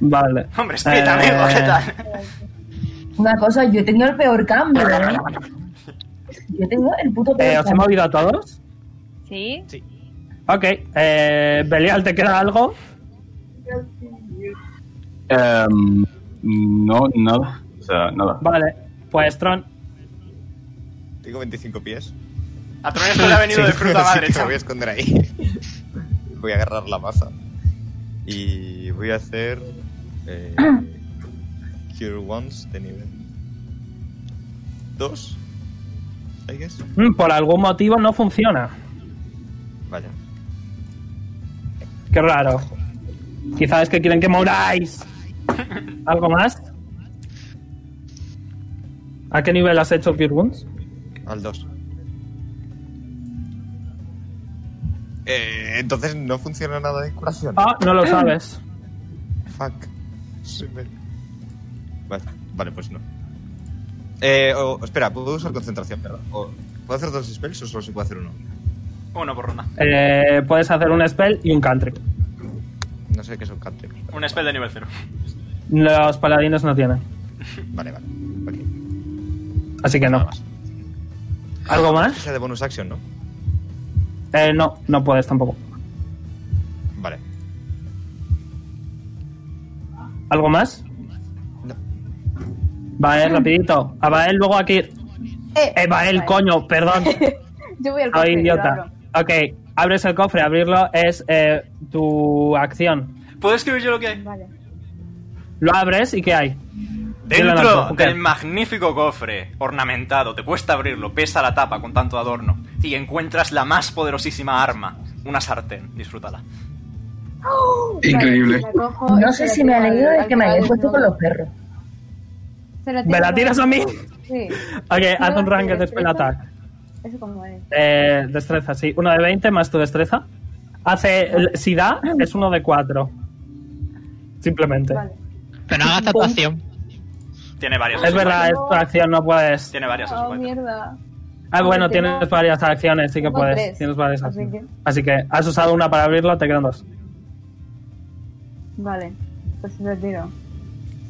Speaker 1: Vale.
Speaker 2: Hombre, Split,
Speaker 1: Eh,
Speaker 2: amigo, ¿qué tal?
Speaker 5: Una cosa, yo he tenido el peor cambio, ¿eh? Yo he tenido el puto peor
Speaker 1: eh, ¿Os he
Speaker 5: cambio.
Speaker 1: movido a todos?
Speaker 12: ¿Sí?
Speaker 1: Ok. Eh, Belial, ¿te queda algo?
Speaker 8: Em, no, nada. O sea, nada.
Speaker 1: Vale. Pues Tron,
Speaker 7: Tengo 25 pies.
Speaker 2: A Tron esto le ha venido de fruta
Speaker 7: Así *laughs*
Speaker 2: madre,
Speaker 7: que me
Speaker 2: chaval.
Speaker 7: voy a esconder ahí. *laughs* voy a agarrar la maza. Y voy a hacer. eh, Cure Ones de nivel 2. I guess.
Speaker 1: mm, por algún motivo no funciona.
Speaker 7: Vaya.
Speaker 1: Qué raro. Quizás es que quieren que moráis. ¿Algo más? ¿A qué nivel has hecho Cure Wounds?
Speaker 7: Al 2. Eh, entonces no funciona nada de curación.
Speaker 1: Ah,
Speaker 7: *clears throat*
Speaker 1: no lo sabes.
Speaker 7: Fuck. Se me- Vale, vale, pues no. Eh, o- espera, puedo usar concentración, ¿verdad? O- ¿Puedo hacer dos spells o solo se puede hacer uno?
Speaker 2: Uno por ronda.
Speaker 1: Eh, puedes hacer un spell y un cantrip.
Speaker 7: No sé qué es un cantrip.
Speaker 2: Un spell de nivel cero.
Speaker 1: Los paladines no tienen,
Speaker 7: *laughs* Vale, vale. Ok.
Speaker 1: así que
Speaker 7: Nada
Speaker 1: no.
Speaker 7: más.
Speaker 1: ¿Algo más?
Speaker 7: Esa de bonus action, ¿no?
Speaker 1: Eh, no, no puedes tampoco.
Speaker 7: Vale.
Speaker 1: ¿Algo más?
Speaker 7: No.
Speaker 1: Bael, rapidito. A Bael, luego aquí.
Speaker 9: Eh,
Speaker 1: Eh, Bael,
Speaker 9: vale.
Speaker 1: coño,
Speaker 9: *laughs*
Speaker 1: perdón.
Speaker 9: Yo voy al
Speaker 1: Soy
Speaker 9: cofre y lo
Speaker 1: idiota.
Speaker 9: abro.
Speaker 1: Ok, abres el cofre. Abrirlo es eh, tu acción.
Speaker 2: ¿Puedo escribir yo lo que hay?
Speaker 9: Vale.
Speaker 1: Lo abres y ¿qué hay? Yo lo
Speaker 2: Dentro
Speaker 1: lanzo, ok.
Speaker 2: del magnífico cofre ornamentado, te cuesta abrirlo, pesa la tapa con tanto adorno, y encuentras la más poderosísima arma, una sartén. Disfrútala.
Speaker 3: Increíble.
Speaker 9: Vale, la cojo y
Speaker 5: No
Speaker 9: se
Speaker 5: sé
Speaker 9: la
Speaker 5: si me
Speaker 9: tiro al-
Speaker 5: alegro de
Speaker 9: al
Speaker 5: que me hayáis
Speaker 9: cabo,
Speaker 5: puesto
Speaker 9: ¿no?
Speaker 5: con los perros.
Speaker 9: Se la
Speaker 1: ¿Me la
Speaker 9: tiro-
Speaker 1: tiras a mí?
Speaker 9: Sí.
Speaker 1: Ok, haz
Speaker 9: No,
Speaker 1: un rank
Speaker 9: sí,
Speaker 1: de spell
Speaker 9: destreza.
Speaker 1: attack.
Speaker 9: Eso como
Speaker 1: *laughs*
Speaker 9: es.
Speaker 1: Eh, destreza, sí. Uno de 20 más tu destreza. Hace. el- Si da, es uno de 4. Simplemente.
Speaker 9: Vale.
Speaker 4: Pero no hagas tatuación.
Speaker 2: Tiene varias.
Speaker 1: Es verdad, es tu acción, no puedes.
Speaker 2: Tiene varias. a su
Speaker 9: Oh,
Speaker 2: cuenta.
Speaker 9: mierda.
Speaker 1: Ah, bueno,
Speaker 9: Tengo-
Speaker 1: tienes varias acciones, sí que
Speaker 9: tengo
Speaker 1: puedes.
Speaker 9: tres,
Speaker 1: Tienes varias
Speaker 9: así
Speaker 1: acciones. Así que has usado una para abrirlo, te quedan dos.
Speaker 9: Vale. Pues se la tiro.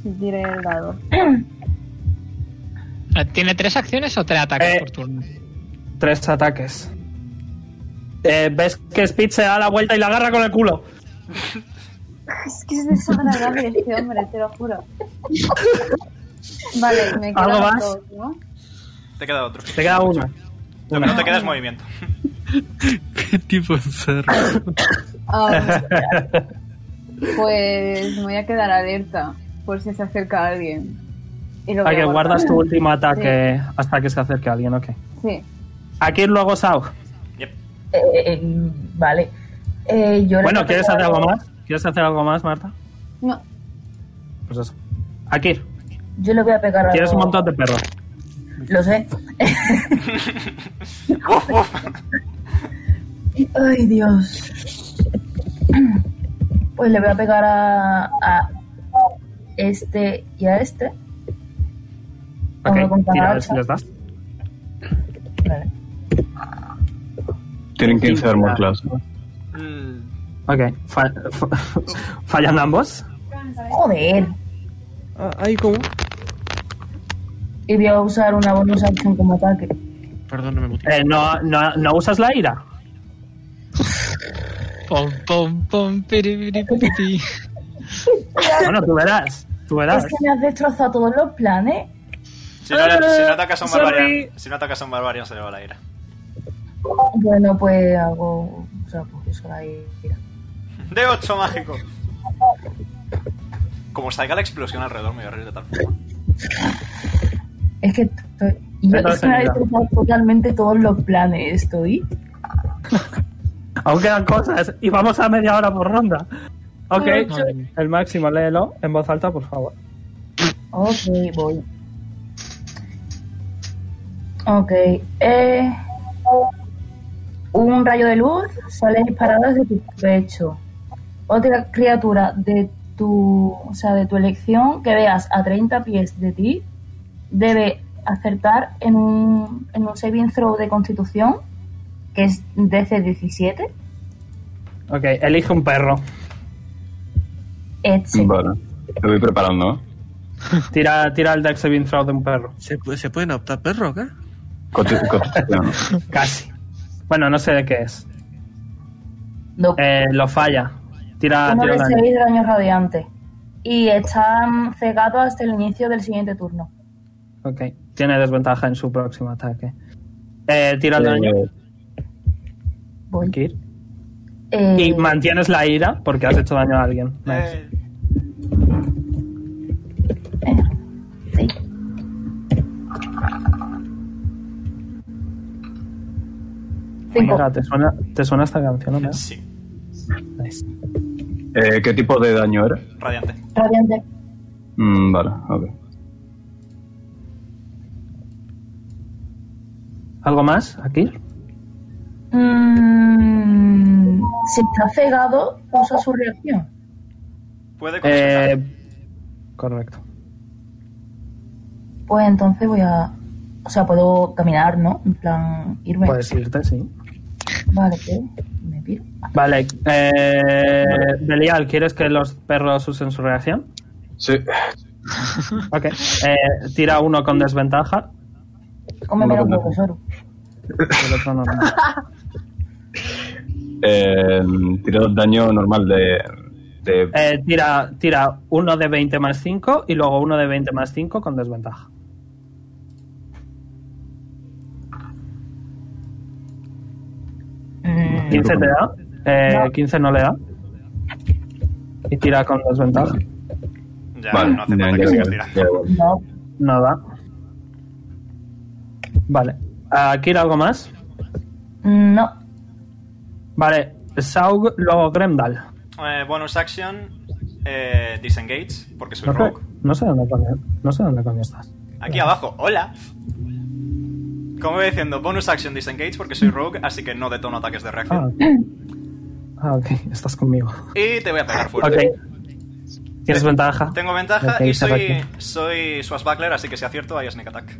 Speaker 9: Si tiré el dado.
Speaker 5: *clears throat*
Speaker 4: ¿Tiene tres acciones o tres ataques
Speaker 1: Eh,
Speaker 4: por turno?
Speaker 1: Tres ataques. Eh, ¿Ves que Speed se da la vuelta y la agarra con el culo?
Speaker 9: Es que es desagradable este hombre, te lo juro. Vale, me quedan
Speaker 1: ¿Algo más?
Speaker 9: dos, ¿no?
Speaker 2: Te queda otro.
Speaker 1: Te queda una.
Speaker 2: Lo que no te queda es movimiento.
Speaker 11: *laughs* ¿Qué tipo de
Speaker 1: *laughs*
Speaker 11: cerdo?
Speaker 9: Ah, pues me voy a quedar alerta por si se acerca alguien. Y lo
Speaker 1: Ah,
Speaker 9: voy a
Speaker 1: que
Speaker 9: guardar.
Speaker 1: guardas tu último ataque hasta que se acerque alguien, ok.
Speaker 9: Sí.
Speaker 1: Aquí luego Saug.
Speaker 2: Yep.
Speaker 5: Eh, eh, eh, vale. Eh, yo le
Speaker 1: Bueno,
Speaker 5: voy a
Speaker 1: ¿quieres
Speaker 5: pegar
Speaker 1: hacer algo
Speaker 5: a-
Speaker 1: más? ¿Quieres hacer algo más, Marta?
Speaker 9: No,
Speaker 1: Pues eso. Akir,
Speaker 5: Yo le voy a pegar a
Speaker 1: tienes un montón de perros.
Speaker 5: Lo sé.
Speaker 2: Uf, uf.
Speaker 5: Ay, Dios. Pues le voy a pegar a, a este y a este. Vamos
Speaker 1: Ok,
Speaker 5: con
Speaker 1: tira a ver
Speaker 5: hacha.
Speaker 1: si les das.
Speaker 5: Vale.
Speaker 8: Tienen 15 armor class.
Speaker 2: Mm,
Speaker 1: Ok, fa- fa- *laughs* fallan ambos.
Speaker 5: Joder.
Speaker 11: Ah, ¿Ahí cómo?
Speaker 5: Y voy a usar una bonus action como ataque.
Speaker 11: Perdón, no me muteé.
Speaker 1: Eh, no, no, no usas la ira.
Speaker 4: Pom, pom, pom, piripiripiri.
Speaker 1: Bueno, tú verás. Tú verás.
Speaker 5: Es que me has destrozado todos los planes.
Speaker 2: Si no, le- si no atacas a un
Speaker 1: Sorry.
Speaker 2: barbarian, si no atacas a un barbarian se le va la ira.
Speaker 5: Bueno, pues hago. O sea, pues eso ahí. Mira.
Speaker 2: De 8 mágico. Como salga la explosión alrededor, me voy a reír de tal forma.
Speaker 5: Es que estoy. y Yo es
Speaker 1: Entonces,
Speaker 5: que me ha
Speaker 1: mira.
Speaker 5: destrozado totalmente todos los planes. Estoy.
Speaker 1: Aún quedan cosas y vamos a media hora por ronda. Ok,
Speaker 5: Ay,
Speaker 4: madre mía.
Speaker 1: el máximo, léelo en voz alta, por favor.
Speaker 5: Ok, voy. Ok. eh, un rayo de luz sale disparado desde tu pecho. Otra criatura de tu, o sea, de tu elección que veas a 30 pies de ti debe acertar en un, en un saving throw de constitución que es DC 17.
Speaker 1: Ok, elige un perro.
Speaker 5: Etche.
Speaker 8: Vale. Te voy preparando, ¿eh?
Speaker 1: Tira, tira el Dex Saving Throw de un perro.
Speaker 11: ¿Se, pu- ¿Se pueden adoptar perros acá?
Speaker 8: Consti-
Speaker 1: *laughs*
Speaker 8: Constitución.
Speaker 1: Casi. Bueno, no sé de qué es.
Speaker 5: No.
Speaker 1: Eh, lo falla. Tira,
Speaker 5: Uno
Speaker 1: tira
Speaker 5: de
Speaker 1: daño.
Speaker 5: 6 daños radiantes. Y están cegados hasta el inicio del siguiente turno.
Speaker 1: Ok. Tiene desventaja en su próximo ataque. Eh, tira el daño.
Speaker 8: Eh,
Speaker 5: Voy.
Speaker 1: Kir.
Speaker 5: Eh,
Speaker 1: Y mantienes la ira porque has hecho daño a alguien. Nice.
Speaker 2: Eh,
Speaker 5: sí. Cinco.
Speaker 1: Mira, te suena, te suena esta canción, ¿no?
Speaker 2: sí,
Speaker 1: Nice.
Speaker 8: eh, ¿Qué tipo de daño era?
Speaker 2: radiante.
Speaker 5: Radiante.
Speaker 8: Mm, vale, ok.
Speaker 1: ¿Algo más aquí?
Speaker 5: Mm, si está cegado, usa su reacción.
Speaker 2: Puede con
Speaker 1: Eh, correcto.
Speaker 5: Pues entonces voy a. O sea, puedo caminar, ¿no? En plan, irme.
Speaker 1: Puedes irte, sí.
Speaker 5: Vale, pues, me piro.
Speaker 1: Vale. Eh, Belial, ¿quieres que los perros usen su reacción?
Speaker 8: Sí.
Speaker 1: *laughs* Ok. Eh, tira uno con desventaja.
Speaker 5: Cómeme
Speaker 8: Uno
Speaker 5: un
Speaker 8: con
Speaker 5: poco, Soru.
Speaker 1: *laughs* El otro no.
Speaker 8: Eh, tiro daño normal de. de-
Speaker 1: Eh, tira, tira uno de 20 más 5 y luego uno de 20 más 5 con desventaja.
Speaker 5: Mm,
Speaker 1: 15 te da. Eh,
Speaker 5: No.
Speaker 1: 15 no le da. Y tira con desventaja.
Speaker 2: Ya,
Speaker 8: vale,
Speaker 2: no hace
Speaker 8: ya,
Speaker 2: falta
Speaker 8: ya,
Speaker 2: que sigas
Speaker 8: ya,
Speaker 2: tirando.
Speaker 8: ya, vale.
Speaker 5: no.
Speaker 1: No da. Vale. Aquí algo más.
Speaker 5: Mm, No.
Speaker 1: Vale. Saug, luego Gremdal.
Speaker 2: Eh, bonus action, eh, disengage, porque soy
Speaker 1: No sé,
Speaker 2: rogue.
Speaker 1: no sé dónde coño, no sé dónde coño estás.
Speaker 2: Aquí abajo, hola. Como voy diciendo, bonus action, disengage, porque soy rogue, así que no detono ataques de
Speaker 1: Ah,
Speaker 5: *coughs*
Speaker 2: reacción.
Speaker 1: ah ok. Estás conmigo.
Speaker 2: Y te voy a pegar fuerte.
Speaker 1: Ah. Ok. ¿Tienes ventaja?
Speaker 2: Tengo ventaja
Speaker 1: Ok,
Speaker 2: y
Speaker 1: está
Speaker 2: soy,
Speaker 1: aquí.
Speaker 2: soy Swashbuckler, así que si acierto hay sneak attack.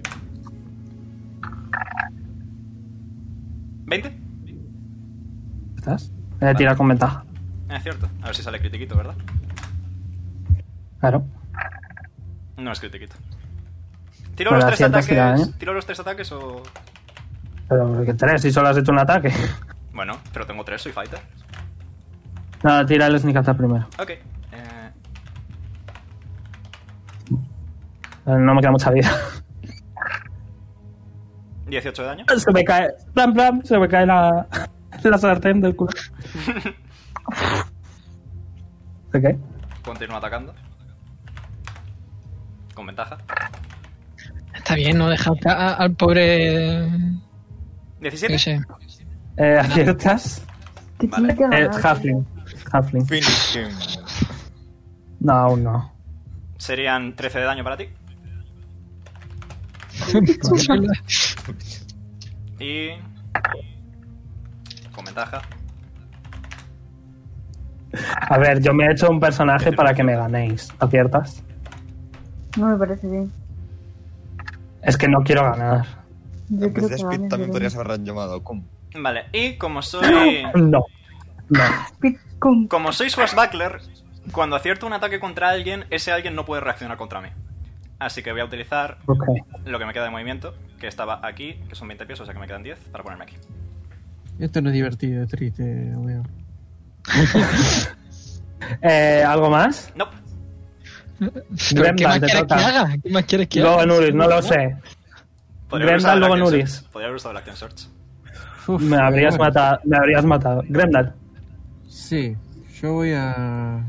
Speaker 2: ¿20?
Speaker 1: ¿Estás? Eh, tira con ventaja.
Speaker 2: Es Eh, cierto. A ver si sale critiquito, ¿verdad?
Speaker 1: Claro.
Speaker 2: No es critiquito. ¿Tiro los
Speaker 1: Bueno,
Speaker 2: tres
Speaker 1: aciertas,
Speaker 2: ataques?
Speaker 1: tira, ¿eh?
Speaker 2: ¿Tiro los tres ataques o...?
Speaker 1: Pero que tres, si solo has hecho un ataque. *laughs*
Speaker 2: Bueno, pero tengo tres, soy fighter.
Speaker 1: Nada, tira el sneak attack primero.
Speaker 2: Ok. Eh,
Speaker 1: Eh, No me queda mucha vida. *laughs*
Speaker 2: 18 *laughs* de daño.
Speaker 1: Se me cae. Plan, plan, se me cae la, *laughs* la sartén del culo. ok.
Speaker 2: Continúo atacando. Con ventaja.
Speaker 4: Está bien, no deja a- al pobre. No
Speaker 2: 17.
Speaker 4: sé.
Speaker 1: Eh, aciertas.
Speaker 9: Que
Speaker 2: Vale.
Speaker 9: tiene que
Speaker 1: Eh,
Speaker 9: ganar.
Speaker 1: halfling. Halfling.
Speaker 7: Finish him.
Speaker 1: No, aún no.
Speaker 2: Serían 13 de daño para ti. Y... Con ventaja.
Speaker 1: A ver, yo me he hecho un personaje para que me ganéis. ¿Aciertas?
Speaker 9: No me parece bien.
Speaker 1: Es que no quiero ganar.
Speaker 9: Yo
Speaker 7: En vez
Speaker 9: creo
Speaker 7: de
Speaker 9: que
Speaker 7: Speed
Speaker 9: ganes,
Speaker 7: también
Speaker 9: yo
Speaker 7: podrías
Speaker 9: creo.
Speaker 7: haber llamado Cum.
Speaker 2: Vale, y como soy...
Speaker 1: No. No.
Speaker 9: Speed con-
Speaker 2: Como soy Swashbuckler, cuando acierto un ataque contra alguien, ese alguien no puede reaccionar contra mí. Así que voy a utilizar
Speaker 1: Ok.
Speaker 2: lo que me queda de movimiento, que estaba aquí, que son 20 pies, o sea que me quedan 10, para ponerme aquí.
Speaker 11: Esto no es divertido, es triste,
Speaker 1: *laughs*
Speaker 11: weón.
Speaker 1: Eh, ¿Algo más?
Speaker 2: No.
Speaker 4: ¿Pero ¿Qué
Speaker 1: Grendel,
Speaker 4: más
Speaker 1: te
Speaker 4: quieres que
Speaker 1: toca.
Speaker 4: haga? ¿Qué más quieres que
Speaker 1: Luego
Speaker 4: haga?
Speaker 1: Nuris, no lo sé.
Speaker 2: Podría haber
Speaker 1: Grendal,
Speaker 2: usado
Speaker 1: luego
Speaker 2: Black and
Speaker 1: Nuris.
Speaker 2: Search. Podría haber usado Black and Search.
Speaker 6: Uf,
Speaker 1: Me habrías
Speaker 6: bueno.
Speaker 1: matado. Me habrías matado. Grendal.
Speaker 6: Sí, yo voy a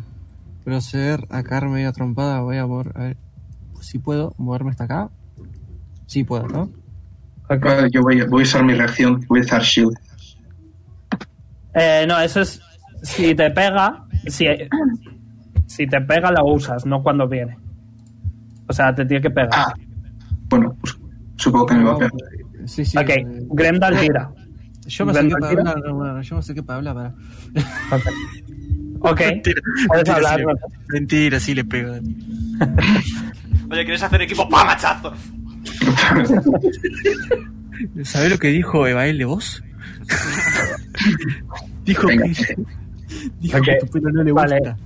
Speaker 6: proceder a caer medio trompada. Voy a mover, a ver si puedo moverme hasta acá. Sí puedo, ¿no?
Speaker 1: Ok.
Speaker 3: Vale, Ah, yo voy, voy a usar mi reacción, voy a usar Shield.
Speaker 1: Eh, no, eso es. Si te pega. Si, si te pega, la usas, no cuando viene. O sea, te tiene que pegar.
Speaker 3: Ah, bueno, pues supongo que me va a pegar.
Speaker 6: Sí, sí.
Speaker 1: ok,
Speaker 6: eh,
Speaker 1: Grendal tira.
Speaker 6: yo me acerqué para
Speaker 1: ¿Tira?
Speaker 6: hablar, hermano, yo me acerqué para hablar. Para... *laughs*
Speaker 1: Ok,
Speaker 11: Mentira,
Speaker 1: puedes
Speaker 11: mentira,
Speaker 1: hablar.
Speaker 11: sí,
Speaker 1: ¿no?
Speaker 11: mentira, sí le
Speaker 1: *laughs*
Speaker 11: pego.
Speaker 2: Oye, ¿quieres hacer equipo? ¡Pah, machazo!
Speaker 11: ¿Sabés lo que dijo Evael de
Speaker 1: *laughs*
Speaker 11: vos? dijo
Speaker 3: Venga.
Speaker 11: que, dijo
Speaker 1: Ok,
Speaker 11: que tu pelo no le
Speaker 1: vale.
Speaker 11: gusta.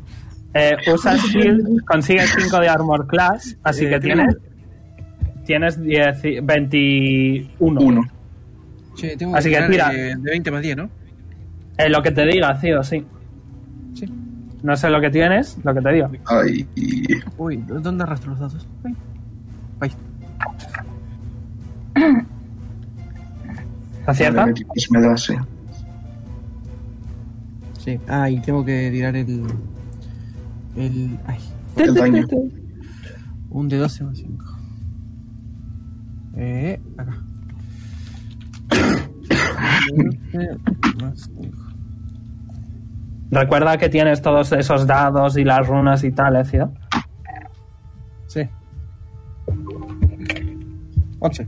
Speaker 1: Eh,
Speaker 11: *laughs*
Speaker 1: usas Shield, consigues 5 de Armor Class, así
Speaker 11: Eh,
Speaker 1: que
Speaker 11: tengo-
Speaker 1: tienes. Tienes 10 y- 21.
Speaker 3: Uno.
Speaker 6: Che, tengo
Speaker 1: Así que
Speaker 6: tirar,
Speaker 1: tira.
Speaker 6: eh, de 20 más 10, ¿no?
Speaker 1: Eh, lo que te diga, tío, sí.
Speaker 6: Sí.
Speaker 1: No sé lo que tienes, lo que te digo.
Speaker 3: Ay, y-
Speaker 6: eh, Uy, ¿dó- ¿dónde arrastro los datos? Ay. Ahí.
Speaker 1: ¿Acierta?
Speaker 3: vale, pues me da, sí.
Speaker 6: Sí. Ah, y tengo que tirar el. El. Ay.
Speaker 3: El daño.
Speaker 6: Un de 12 más 5. Eh, acá. *coughs* Un de 12 más 5.
Speaker 1: Recuerda que tienes todos esos dados y las runas y tal, ¿eh, tío?
Speaker 6: Sí. 11.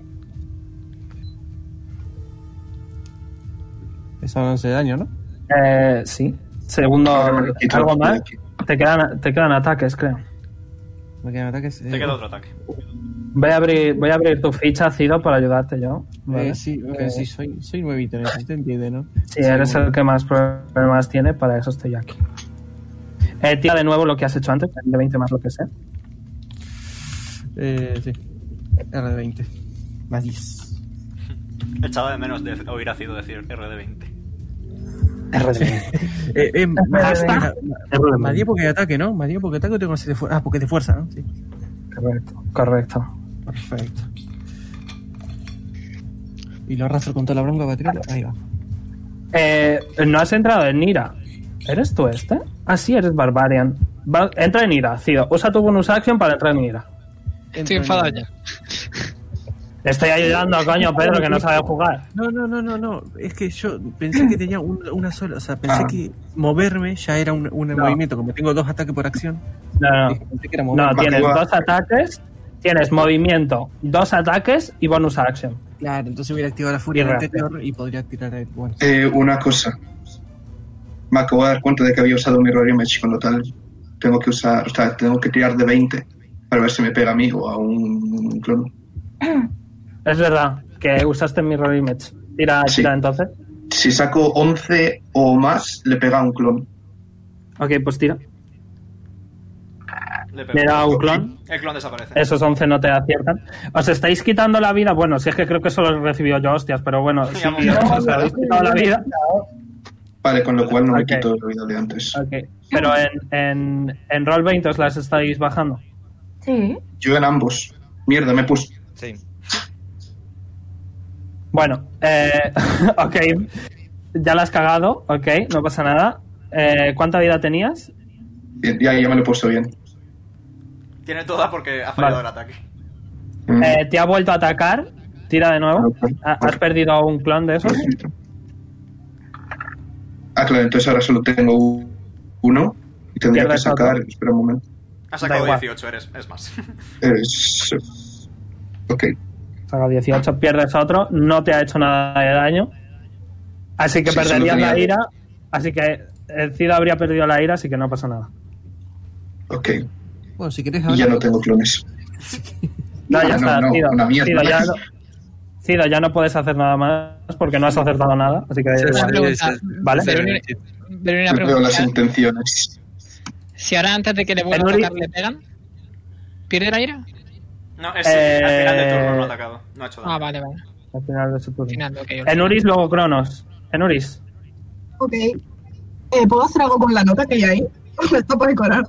Speaker 6: Eso no hace daño, ¿no?
Speaker 1: Eh, sí. Segundo,
Speaker 3: Ahora me Ah, lo quito
Speaker 1: algo
Speaker 3: de
Speaker 1: más.
Speaker 3: aquí.
Speaker 1: Te quedan, te quedan ataques, creo.
Speaker 6: Me quedan ataques. eh,
Speaker 2: Te queda otro ataque.
Speaker 1: Voy a abrir, voy a abrir tu ficha, Cido, para ayudarte yo. ¿vale?
Speaker 6: eh, sí, ok,
Speaker 1: Eh,
Speaker 6: sí, soy, soy nuevito en eso, te entiende, ¿no?
Speaker 1: Si eres
Speaker 6: Sí,
Speaker 1: el que más problemas tiene, para eso estoy yo aquí. Eh, tira de nuevo lo que has hecho antes, de 20 más lo que sé.
Speaker 6: Eh, sí. R20. Más 10.
Speaker 2: Echaba de menos de oír a Cido decir RD20.
Speaker 6: *laughs* Eh, eh, más,
Speaker 1: Basta.
Speaker 6: más- más 10 porque de ataque, ¿no? Más 10 porque de ataque o tengo que hacer de fuerza. Ah, porque es de fuerza, ¿no? Sí.
Speaker 1: Correcto, correcto.
Speaker 6: Perfecto. Y lo arrastro con toda la bronca para tirarlo. Ahí va.
Speaker 1: Eh, no has entrado en Ira. ¿Eres tú este? Ah, sí, eres Barbarian. Va- entra en Ira, Cido. Usa tu bonus action para entrar en Ira.
Speaker 4: Ah, Estoy enfadado ya.
Speaker 1: Te estoy ayudando, coño, Pedro, que no sabe jugar.
Speaker 6: No, no, no, no, no. Es que yo pensé que tenía un- una sola. O sea, pensé
Speaker 3: Ah.
Speaker 6: que moverme ya era un, un movimiento. Como tengo dos ataques por acción,
Speaker 1: No, no.
Speaker 6: dije, pensé que era
Speaker 1: No,
Speaker 6: moverme.
Speaker 1: tienes
Speaker 3: va.
Speaker 1: dos ataques, tienes movimiento, dos ataques y bonus action.
Speaker 6: Claro, entonces hubiera activado la furia
Speaker 1: Y
Speaker 6: del
Speaker 1: reacción.
Speaker 6: anterior y podría tirar el. Bueno,
Speaker 3: Eh, una cosa. Me acabo de dar cuenta de que había usado Mirror Image, con lo tal tengo que usar, o sea, tengo que tirar de 20 para ver si me pega a mí o a un clon.
Speaker 1: *clears throat* Es verdad que usaste Mirror Image. Tira,
Speaker 3: Sí.
Speaker 1: tira entonces.
Speaker 3: Si saco 11 o más, le pega a un clon.
Speaker 1: Ok, pues tira.
Speaker 2: Le pego.
Speaker 1: Le da un clon. Eh.
Speaker 2: El clon desaparece.
Speaker 1: Esos 11 no te aciertan. Os estáis quitando la vida. Bueno, si es que creo que solo recibió yo hostias, pero bueno, sí,
Speaker 2: Digamos,
Speaker 1: os habéis quitado la vida.
Speaker 3: Vale, con lo cual no
Speaker 1: Ok.
Speaker 3: me quito la vida de antes.
Speaker 1: Ok, Pero en, en, en Roll 20 os las estáis bajando.
Speaker 5: Sí.
Speaker 3: Yo en ambos. Mierda, me puse.
Speaker 7: Sí.
Speaker 1: Bueno, eh, *laughs* ok. Ya la has cagado, ok, no pasa nada. Eh, ¿Cuánta vida tenías?
Speaker 3: Bien, ya, ya me lo he puesto bien.
Speaker 2: Tiene toda porque ha fallado
Speaker 1: Vale.
Speaker 2: el ataque.
Speaker 3: Mm.
Speaker 1: Eh, te ha vuelto a atacar. Tira de nuevo.
Speaker 3: Ok.
Speaker 1: Ha- Has perdido a un clon de esos.
Speaker 3: Ah, claro, entonces ahora solo tengo u- uno y tendría que
Speaker 1: Pierdes otro.
Speaker 3: sacar. Espera un momento.
Speaker 2: Ha sacado
Speaker 1: Da igual.
Speaker 2: 18, eres, es más.
Speaker 3: Es... Ok.
Speaker 1: Saca 18, pierdes otro. No te ha hecho nada de daño. Así que
Speaker 3: Sí, solo
Speaker 1: perderías la
Speaker 3: tenía-
Speaker 1: ira. Así que el Cid habría perdido la ira, así que no pasa nada.
Speaker 3: Ok,
Speaker 6: bueno si querés
Speaker 3: y
Speaker 6: ahora.
Speaker 3: ya no tengo clones.
Speaker 1: No, ya
Speaker 3: Ah, no,
Speaker 1: está,
Speaker 3: no,
Speaker 1: Cido.
Speaker 3: una mierda.
Speaker 1: Cido, ya no, Cido, ya no puedes hacer nada más porque no has acertado nada. Así que da
Speaker 11: Sí,
Speaker 4: Una
Speaker 11: sí,
Speaker 1: igual.
Speaker 4: pregunta.
Speaker 11: sí, sí.
Speaker 1: Vale.
Speaker 4: Pero una- pero una
Speaker 3: Yo veo las
Speaker 4: pregunta. ¿eh?
Speaker 3: intenciones.
Speaker 4: Si ahora antes de que le vuelva a
Speaker 1: Enuri-
Speaker 4: tocar le pegan, ¿pierde la ira?
Speaker 2: No, es
Speaker 1: Eh,
Speaker 2: al final del turno no ha atacado. No ha hecho daño.
Speaker 4: Ah, vale, vale.
Speaker 1: Al final de su turno.
Speaker 4: Al final, ok. ok.
Speaker 1: Enuris, luego Cronos. Enuris.
Speaker 10: *laughs* Ok. *laughs* Eh, ¿Puedo hacer algo con la nota que hay ahí? Me está por decorar.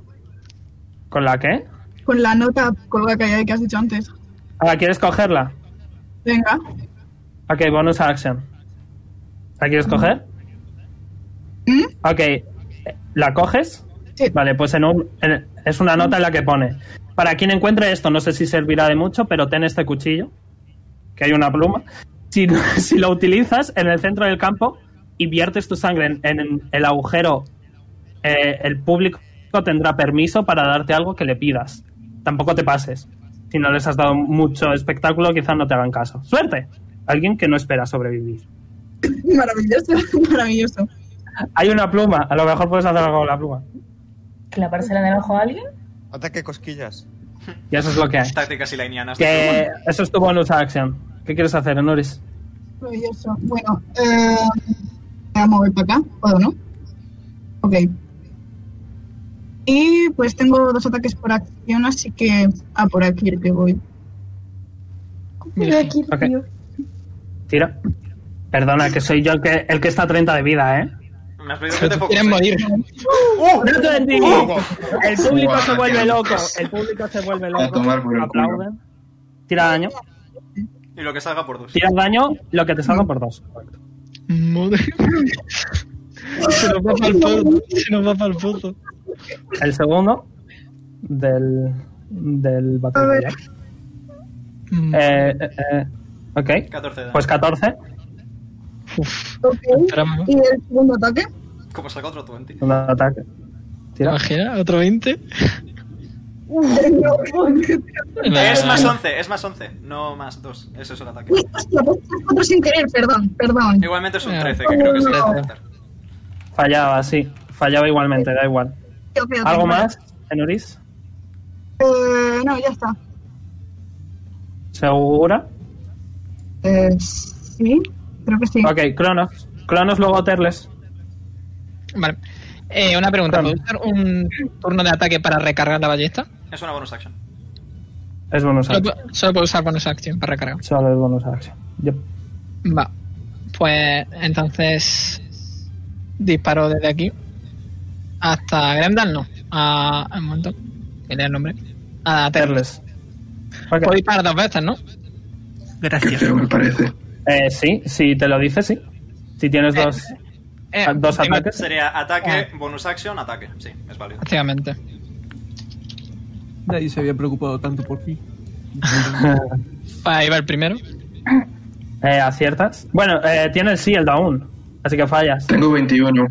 Speaker 1: ¿Con la qué?
Speaker 10: con la nota colgada que hay ahí que has dicho antes.
Speaker 1: Ahora, ¿quieres cogerla?
Speaker 10: Venga,
Speaker 1: Ok, bonus action. ¿La quieres coger?
Speaker 10: ¿Mm?
Speaker 1: Ok, ¿la coges?
Speaker 10: Sí.
Speaker 1: Vale, pues en un, en- es una nota en la que pone. Para quien encuentre esto, no sé si servirá de mucho, pero ten este cuchillo, que hay una pluma. Si, *laughs* si lo utilizas en el centro del campo y viertes tu sangre en, en el agujero, eh, el público tendrá permiso para darte algo que le pidas. Tampoco te pases. Si no les has dado mucho espectáculo, quizás no te hagan caso. ¡Suerte! Alguien que no espera sobrevivir.
Speaker 10: maravilloso, *laughs* maravilloso.
Speaker 1: Hay una pluma, a lo mejor puedes hacer algo con la pluma.
Speaker 5: ¿Clavársela en el ojo a alguien?
Speaker 7: Ataque cosquillas.
Speaker 1: Y eso es lo que hay.
Speaker 2: Tácticas y lanianas.
Speaker 1: Que eso es tu bonus action. ¿Qué quieres hacer, Enuris?
Speaker 10: Maravilloso. Bueno, eh, voy a mover para acá. ¿Puedo, no? Ok. Y pues tengo dos ataques por acción, así que a por aquí el que voy.
Speaker 9: Pero aquí,
Speaker 1: Ok.
Speaker 9: tío.
Speaker 1: Tira. Perdona, que soy yo el que, el que está a 30 de vida, ¿eh? ¡Uh!
Speaker 2: Me has pedido que te ¡Uh!
Speaker 4: Quieren
Speaker 2: focus.
Speaker 4: morir.
Speaker 1: ¡No te bendigo! El público se
Speaker 3: Guau,
Speaker 1: vuelve
Speaker 3: tío.
Speaker 1: loco. El público se vuelve
Speaker 3: A
Speaker 1: loco.
Speaker 3: tomar por el culo.
Speaker 1: Aplauden. Tira daño.
Speaker 2: Y lo que salga por dos.
Speaker 1: Tira daño, lo que te salga por dos.
Speaker 4: Mm. Madre. Se nos va para el pozo. Se nos va para el pozo.
Speaker 1: El segundo del, del Battle Royale.
Speaker 4: Mm.
Speaker 1: Eh, eh, eh, ok.
Speaker 2: 14 de daño.
Speaker 1: Pues 14.
Speaker 10: Ok.
Speaker 4: Esperamos, ¿no?
Speaker 10: ¿Y el segundo ataque?
Speaker 2: Como salga otro
Speaker 6: *laughs*
Speaker 2: 20.
Speaker 1: Un ataque.
Speaker 4: ¿Te
Speaker 1: Tira.
Speaker 4: imaginas? ¿Otro 20?
Speaker 10: No,
Speaker 2: Es
Speaker 4: La-
Speaker 2: más 11, es más 11, no más 2. Ese es el ataque.
Speaker 10: Uy, hostia, pues tres, cuatro sin querer, perdón, perdón.
Speaker 2: Igualmente es un
Speaker 4: Ah.
Speaker 2: 13, que creo que se
Speaker 10: No.
Speaker 2: debe aceptar.
Speaker 1: Fallaba, sí. Fallaba igualmente, da igual.
Speaker 10: Ok, ok,
Speaker 1: ¿Algo
Speaker 10: vale.
Speaker 1: más, Enuris?
Speaker 10: Eh, no, ya está.
Speaker 1: ¿Segura?
Speaker 10: Eh, sí, creo que sí.
Speaker 1: Ok, Cronos. Cronos, luego Terles.
Speaker 4: Vale. Eh, una pregunta. ¿Puedo usar un turno de ataque para recargar la ballesta?
Speaker 2: Es una bonus action.
Speaker 1: Es bonus
Speaker 4: Solo,
Speaker 1: action.
Speaker 4: pu- solo puedo usar bonus action para recargar.
Speaker 1: Solo es bonus action. Yep.
Speaker 4: Va. Pues entonces disparo desde aquí hasta Grendal, no. A, un momento. Que lea el nombre. A Terle.
Speaker 1: Terles. Ok.
Speaker 4: Puedo disparar dos veces, ¿no?
Speaker 3: Qué
Speaker 11: Gracias.
Speaker 3: feo me parece.
Speaker 1: Eh, sí, si te lo dice, sí. Si tienes
Speaker 4: Eh,
Speaker 1: dos,
Speaker 4: Eh,
Speaker 1: a- dos
Speaker 4: tengo-
Speaker 1: ataques.
Speaker 2: Sería ataque, bonus action, ataque. Sí, es válido.
Speaker 4: Efectivamente.
Speaker 6: Nadie se había preocupado tanto por
Speaker 4: *laughs*
Speaker 6: ti.
Speaker 4: Pues ahí va el primero.
Speaker 1: Eh, aciertas. Bueno, eh, tienes sí el down. Así que fallas.
Speaker 3: Tengo 21.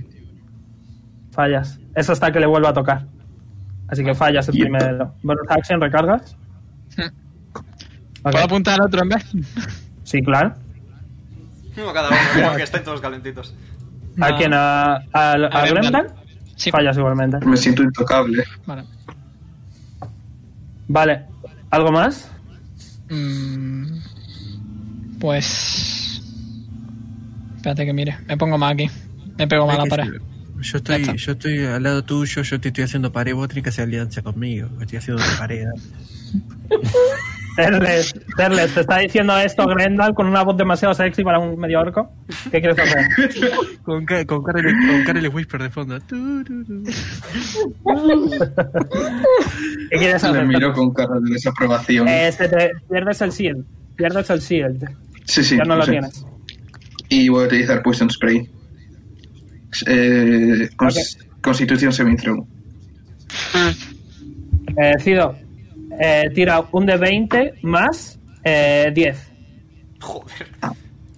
Speaker 1: Fallas. Eso hasta que le vuelva a tocar. Así que fallas el
Speaker 3: Yep.
Speaker 1: primero. Bonus action, recargas. Ok.
Speaker 4: ¿Puedo apuntar al otro en vez?
Speaker 1: Sí, claro.
Speaker 2: Uno *laughs* cada uno, creo que estén todos calentitos.
Speaker 1: ¿A quién? ¿A, a, a
Speaker 4: A Grendel.
Speaker 1: Grendel?
Speaker 4: Ah. Sí.
Speaker 1: Fallas igualmente.
Speaker 3: Me siento intocable.
Speaker 4: Vale.
Speaker 1: Vale. ¿Algo más?
Speaker 4: Mm, pues. Espérate que mire. Me pongo más aquí. Me pego más a la pared.
Speaker 11: Yo
Speaker 4: Ya está.
Speaker 11: estoy, yo estoy al lado tuyo, yo te estoy haciendo pared, vos tenés que hacer alianza conmigo, yo estoy haciendo de pared.
Speaker 1: Terles, Terles, te está diciendo esto Grendel con una voz demasiado sexy para un medio orco. ¿Qué quieres
Speaker 11: *laughs*
Speaker 1: hacer?
Speaker 2: *laughs*
Speaker 11: Con, ca- con, Carole- con Carole Whisper de fondo. Tururú.
Speaker 1: ¿Qué quieres
Speaker 3: Le
Speaker 1: hacer?
Speaker 3: miro con cara de desaprobación.
Speaker 1: Eh, se te- pierdes el shield. Pierdes el shield.
Speaker 3: sí, sí.
Speaker 1: ya no lo
Speaker 3: sé.
Speaker 1: tienes.
Speaker 3: Y voy a utilizar Poison Spray. Eh, cons- Constitución Saving Throw.
Speaker 1: Eh, Cido, eh, tira un de 20 más eh, 10.
Speaker 3: Ah,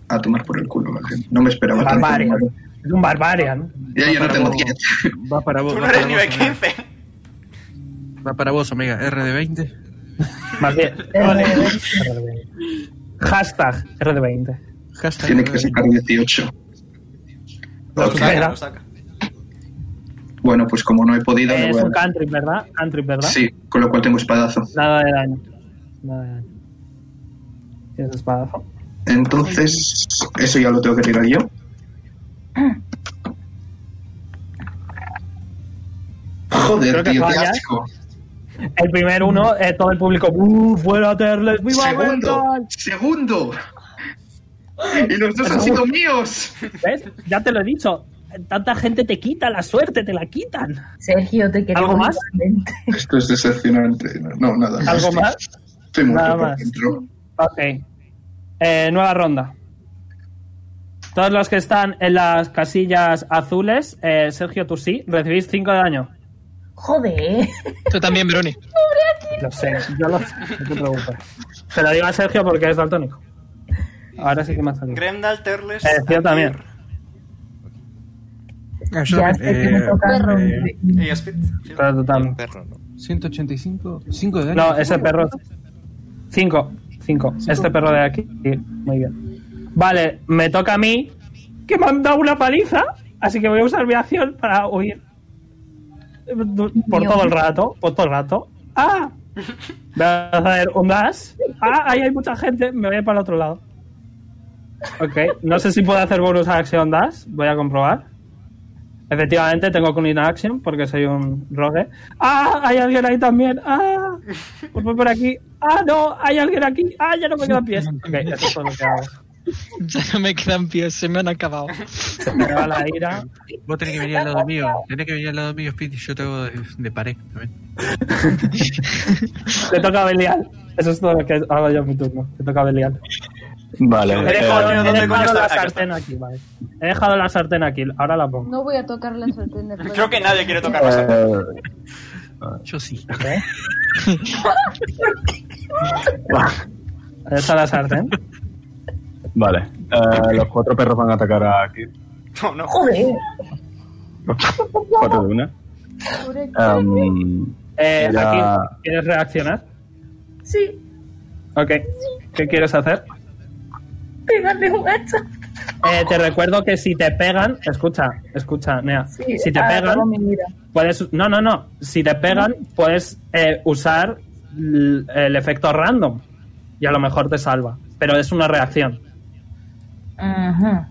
Speaker 3: A tomar por el culo, vale. No me esperaba tanto.
Speaker 1: Barbarian.
Speaker 3: vale.
Speaker 1: Es un barbarian.
Speaker 3: Ya yo no
Speaker 11: para
Speaker 3: tengo
Speaker 11: vos.
Speaker 3: 10.
Speaker 11: Va para vos.
Speaker 2: Tú no
Speaker 11: va
Speaker 2: eres
Speaker 11: para
Speaker 2: nivel
Speaker 11: vos, Omega.
Speaker 2: 15.
Speaker 11: Va para vos, Omega. R de 20.
Speaker 1: *laughs* Más 10.
Speaker 5: Vale.
Speaker 1: Hashtag RD20.
Speaker 11: Hashtag
Speaker 3: Tiene
Speaker 11: R
Speaker 3: que
Speaker 11: de
Speaker 3: sacar 18.
Speaker 2: Lo
Speaker 3: Ok.
Speaker 2: saca,
Speaker 1: Espera.
Speaker 2: lo saca.
Speaker 3: Bueno, pues como no he podido,
Speaker 1: Eh,
Speaker 3: me
Speaker 1: es
Speaker 3: voy
Speaker 1: un
Speaker 3: a...
Speaker 1: cantrip, ¿verdad? Cantrip, ¿verdad?
Speaker 3: Sí, con lo cual tengo espadazo.
Speaker 1: Nada de daño. Nada de daño. Tienes espadazo.
Speaker 3: Entonces, eso ya lo tengo que tirar yo. Joder,
Speaker 1: Creo que
Speaker 3: tío, qué
Speaker 1: fallas.
Speaker 3: asco.
Speaker 1: *clears throat* El primer uno, eh, todo el público. ¡Uh, fuera Terles! ¡Viva
Speaker 3: Segundo,
Speaker 1: Grendel!
Speaker 3: segundo. Y los dos han sido míos.
Speaker 1: ¿Ves? Ya te lo he dicho. Tanta gente te quita la suerte, te la quitan.
Speaker 5: Sergio, te queremos.
Speaker 1: ¿Algo más?
Speaker 5: igualmente.
Speaker 3: Esto es decepcionante. No, no, nada. más.
Speaker 1: ¿Algo
Speaker 3: Estoy-
Speaker 1: más?
Speaker 3: Estoy muerto
Speaker 1: Nada
Speaker 3: por
Speaker 1: más.
Speaker 3: dentro.
Speaker 1: Ok. Eh, nueva ronda. Todos los que están en las casillas azules, eh, Sergio, tú sí, recibís 5 de daño.
Speaker 5: Joder.
Speaker 4: Tú también,
Speaker 5: *laughs*
Speaker 4: Bruni.
Speaker 1: Lo sé, yo lo sé, no te preocupes. Se lo digo a Sergio porque es daltónico. Ahora sí que me ha salido.
Speaker 2: Grendal, Terles.
Speaker 1: Eh, yo también.
Speaker 11: Ah, yo
Speaker 5: Ya
Speaker 11: también,
Speaker 5: sé que me
Speaker 11: eh,
Speaker 5: toca
Speaker 11: eh,
Speaker 5: romper.
Speaker 2: Y Speed.
Speaker 1: Pero tú también.
Speaker 7: Perro, ¿no?
Speaker 6: 185, 5 de daño.
Speaker 1: No, ese perro. 5, 5. Este perro de aquí. Sí, Muy bien. Vale, me toca a mí, que me han dado una paliza, así que voy a usar mi acción para huir. Por
Speaker 5: Dios.
Speaker 1: todo el rato, por todo el rato. ¡Ah! Voy a hacer un dash. ¡Ah! Ahí hay mucha gente. Me voy a ir para el otro lado. Ok, no sé si puedo hacer bonus action dash. Voy a comprobar. Efectivamente, tengo con inaction porque soy un rogue. ¡Ah! Hay alguien ahí también. ¡Ah! Pues voy por aquí. ¡Ah, no! Hay alguien aquí. ¡Ah, ya no me quedan pies! Ok, eso es todo lo que hago.
Speaker 4: *laughs* Ya no me quedan pies, se me han acabado.
Speaker 1: Me va la ira.
Speaker 11: Vos tenés que venir al lado mío. Tenés que venir al lado mío, Speed, y yo te hago de, de pared también.
Speaker 1: Te toca Belial. Eso es todo lo que hago yo en mi turno. Te toca Belial.
Speaker 8: Vale.
Speaker 1: He
Speaker 2: Pero,
Speaker 1: dejado,
Speaker 2: pero,
Speaker 1: he
Speaker 8: eh,
Speaker 2: ¿dónde coño
Speaker 1: dejado
Speaker 2: está?
Speaker 1: la
Speaker 2: Aquí está.
Speaker 1: sartén aquí, vale. He dejado la sartén aquí. Ahora la pongo.
Speaker 9: No voy a tocar la sartén de fuego.
Speaker 2: Creo que nadie quiere tocar la sartén.
Speaker 8: eh,
Speaker 11: Yo sí.
Speaker 1: ¿Eh? Ahí está la sartén.
Speaker 8: vale. Eh, los cuatro perros van a atacar a Kid.
Speaker 2: *laughs* No, no.
Speaker 5: Joder.
Speaker 8: Cuatro de una.
Speaker 9: Pobre-
Speaker 8: Um,
Speaker 1: Eh,
Speaker 8: Ya.
Speaker 1: aquí, ¿quieres reaccionar?
Speaker 5: Sí,
Speaker 1: Ok. ¿Qué quieres hacer?
Speaker 5: pegarle un hacha.
Speaker 1: Eh, te recuerdo que si te pegan, escucha, escucha, Nea.
Speaker 5: Sí,
Speaker 1: si te
Speaker 5: ah,
Speaker 1: pegan,
Speaker 5: toda mi vida.
Speaker 1: puedes. No, no, no. Si te pegan, puedes eh, usar l- el efecto random y a lo mejor te salva. Pero es una reacción.
Speaker 5: Ajá.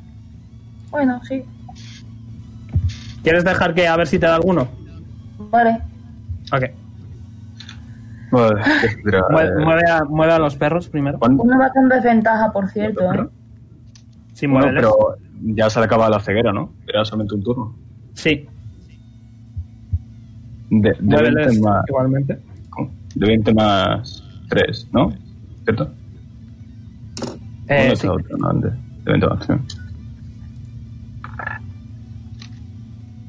Speaker 5: Bueno, sí.
Speaker 1: ¿Quieres dejar que a ver si te da alguno?
Speaker 5: Vale.
Speaker 1: Ok.
Speaker 8: vale, ¿qué se tira?
Speaker 1: Mue-
Speaker 8: Eh,
Speaker 1: Mueve a, mueve a los perros primero.
Speaker 8: ¿cuán-
Speaker 5: Uno va con desventaja, por cierto. ¿eh?
Speaker 1: Sí,
Speaker 8: Bueno,
Speaker 1: muéveles.
Speaker 8: pero ya se le acaba la ceguera, ¿no? Era solamente un turno.
Speaker 1: Sí,
Speaker 8: De, de 20
Speaker 1: muéveles
Speaker 8: más.
Speaker 1: igualmente.
Speaker 8: ¿cómo? De 20 más 3, ¿no? ¿Cierto?
Speaker 1: Eh,
Speaker 8: Uno
Speaker 1: sí.
Speaker 8: tras otro, no, antes. De 20 más 3.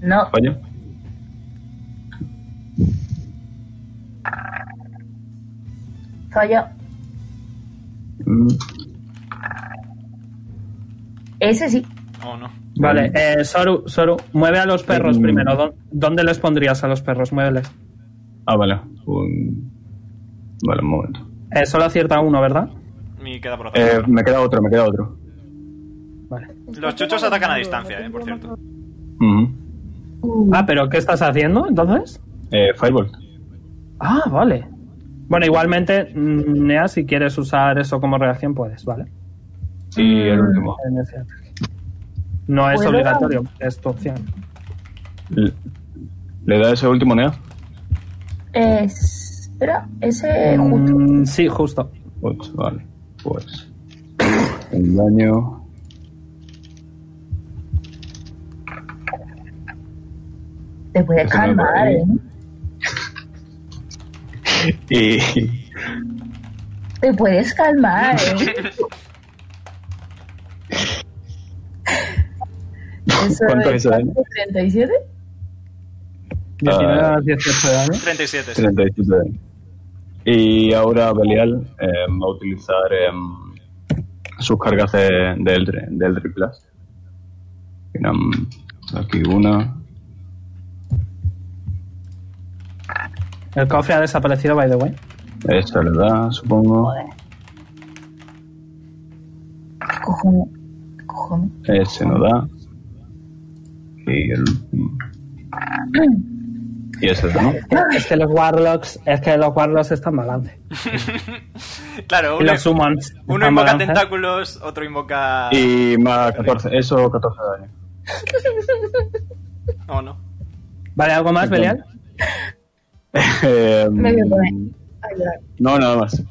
Speaker 5: No,
Speaker 8: Falla.
Speaker 5: falla.
Speaker 8: Mm,
Speaker 5: Ese sí.
Speaker 2: Oh, no.
Speaker 1: Vale, eh, Soru, Soru, mueve a los perros
Speaker 8: Mm.
Speaker 1: primero. ¿Dó- ¿Dónde les pondrías a los perros? Muéveles.
Speaker 8: Ah, vale. Un... Vale, un momento.
Speaker 1: Eh, solo acierta uno, ¿verdad?
Speaker 2: Mi queda por hacer.
Speaker 8: Eh, me queda otro, me queda otro.
Speaker 1: Vale.
Speaker 2: Los chuchos atacan a distancia, eh, por cierto.
Speaker 8: Ujú.
Speaker 5: Uh.
Speaker 1: Ah, pero ¿qué estás haciendo entonces?
Speaker 8: eh, Firebolt.
Speaker 1: Ah, vale. Bueno, igualmente, mm, Nea, si quieres usar eso como reacción, puedes, ¿vale? Eh,
Speaker 8: Y el
Speaker 1: Mm.
Speaker 8: último.
Speaker 1: En ese ataque. No es
Speaker 5: ¿Puedo?
Speaker 1: obligatorio, es tu opción.
Speaker 8: L- ¿Le da ese último, Nea?
Speaker 5: Es- Eh, Espera, ese es Eh, justo.
Speaker 1: Mm, sí, justo.
Speaker 8: 8, vale. Pues. El daño.
Speaker 5: Te puedes
Speaker 8: Eso me
Speaker 5: calmar,
Speaker 8: parece
Speaker 5: ¿eh?
Speaker 8: Y.
Speaker 5: Te puedes calmar,
Speaker 8: *laughs*
Speaker 5: ¿eh? Eso
Speaker 8: ¿Cuánto
Speaker 5: es
Speaker 8: es daño?
Speaker 5: 37.
Speaker 8: Ah,
Speaker 1: 19 a 18 de daño. *laughs*
Speaker 2: 37. sí.
Speaker 8: 37 de daño. Y ahora Belial eh, va a utilizar em, sus cargas de, de, Eldre- de Eldritch Blast. Eran aquí una.
Speaker 1: El cofre ha desaparecido, by the way.
Speaker 8: Esta le da, supongo.
Speaker 5: ¿Qué cojones? ¿Qué cojones?
Speaker 8: Ese Este no da. Y el último. Y ese da, ¿no?
Speaker 1: Es que los Warlocks, es que los Warlocks están balance.
Speaker 2: Claro,
Speaker 1: Y
Speaker 2: uno,
Speaker 1: los Summons.
Speaker 2: uno
Speaker 1: están
Speaker 2: invoca
Speaker 1: balance.
Speaker 2: tentáculos, otro invoca.
Speaker 8: Y más 14, eso 14 de daño.
Speaker 2: Oh, no.
Speaker 1: Vale, ¿algo más, Belial?
Speaker 8: Eh,
Speaker 5: Me voy a poner a llorar.
Speaker 8: no, nada más.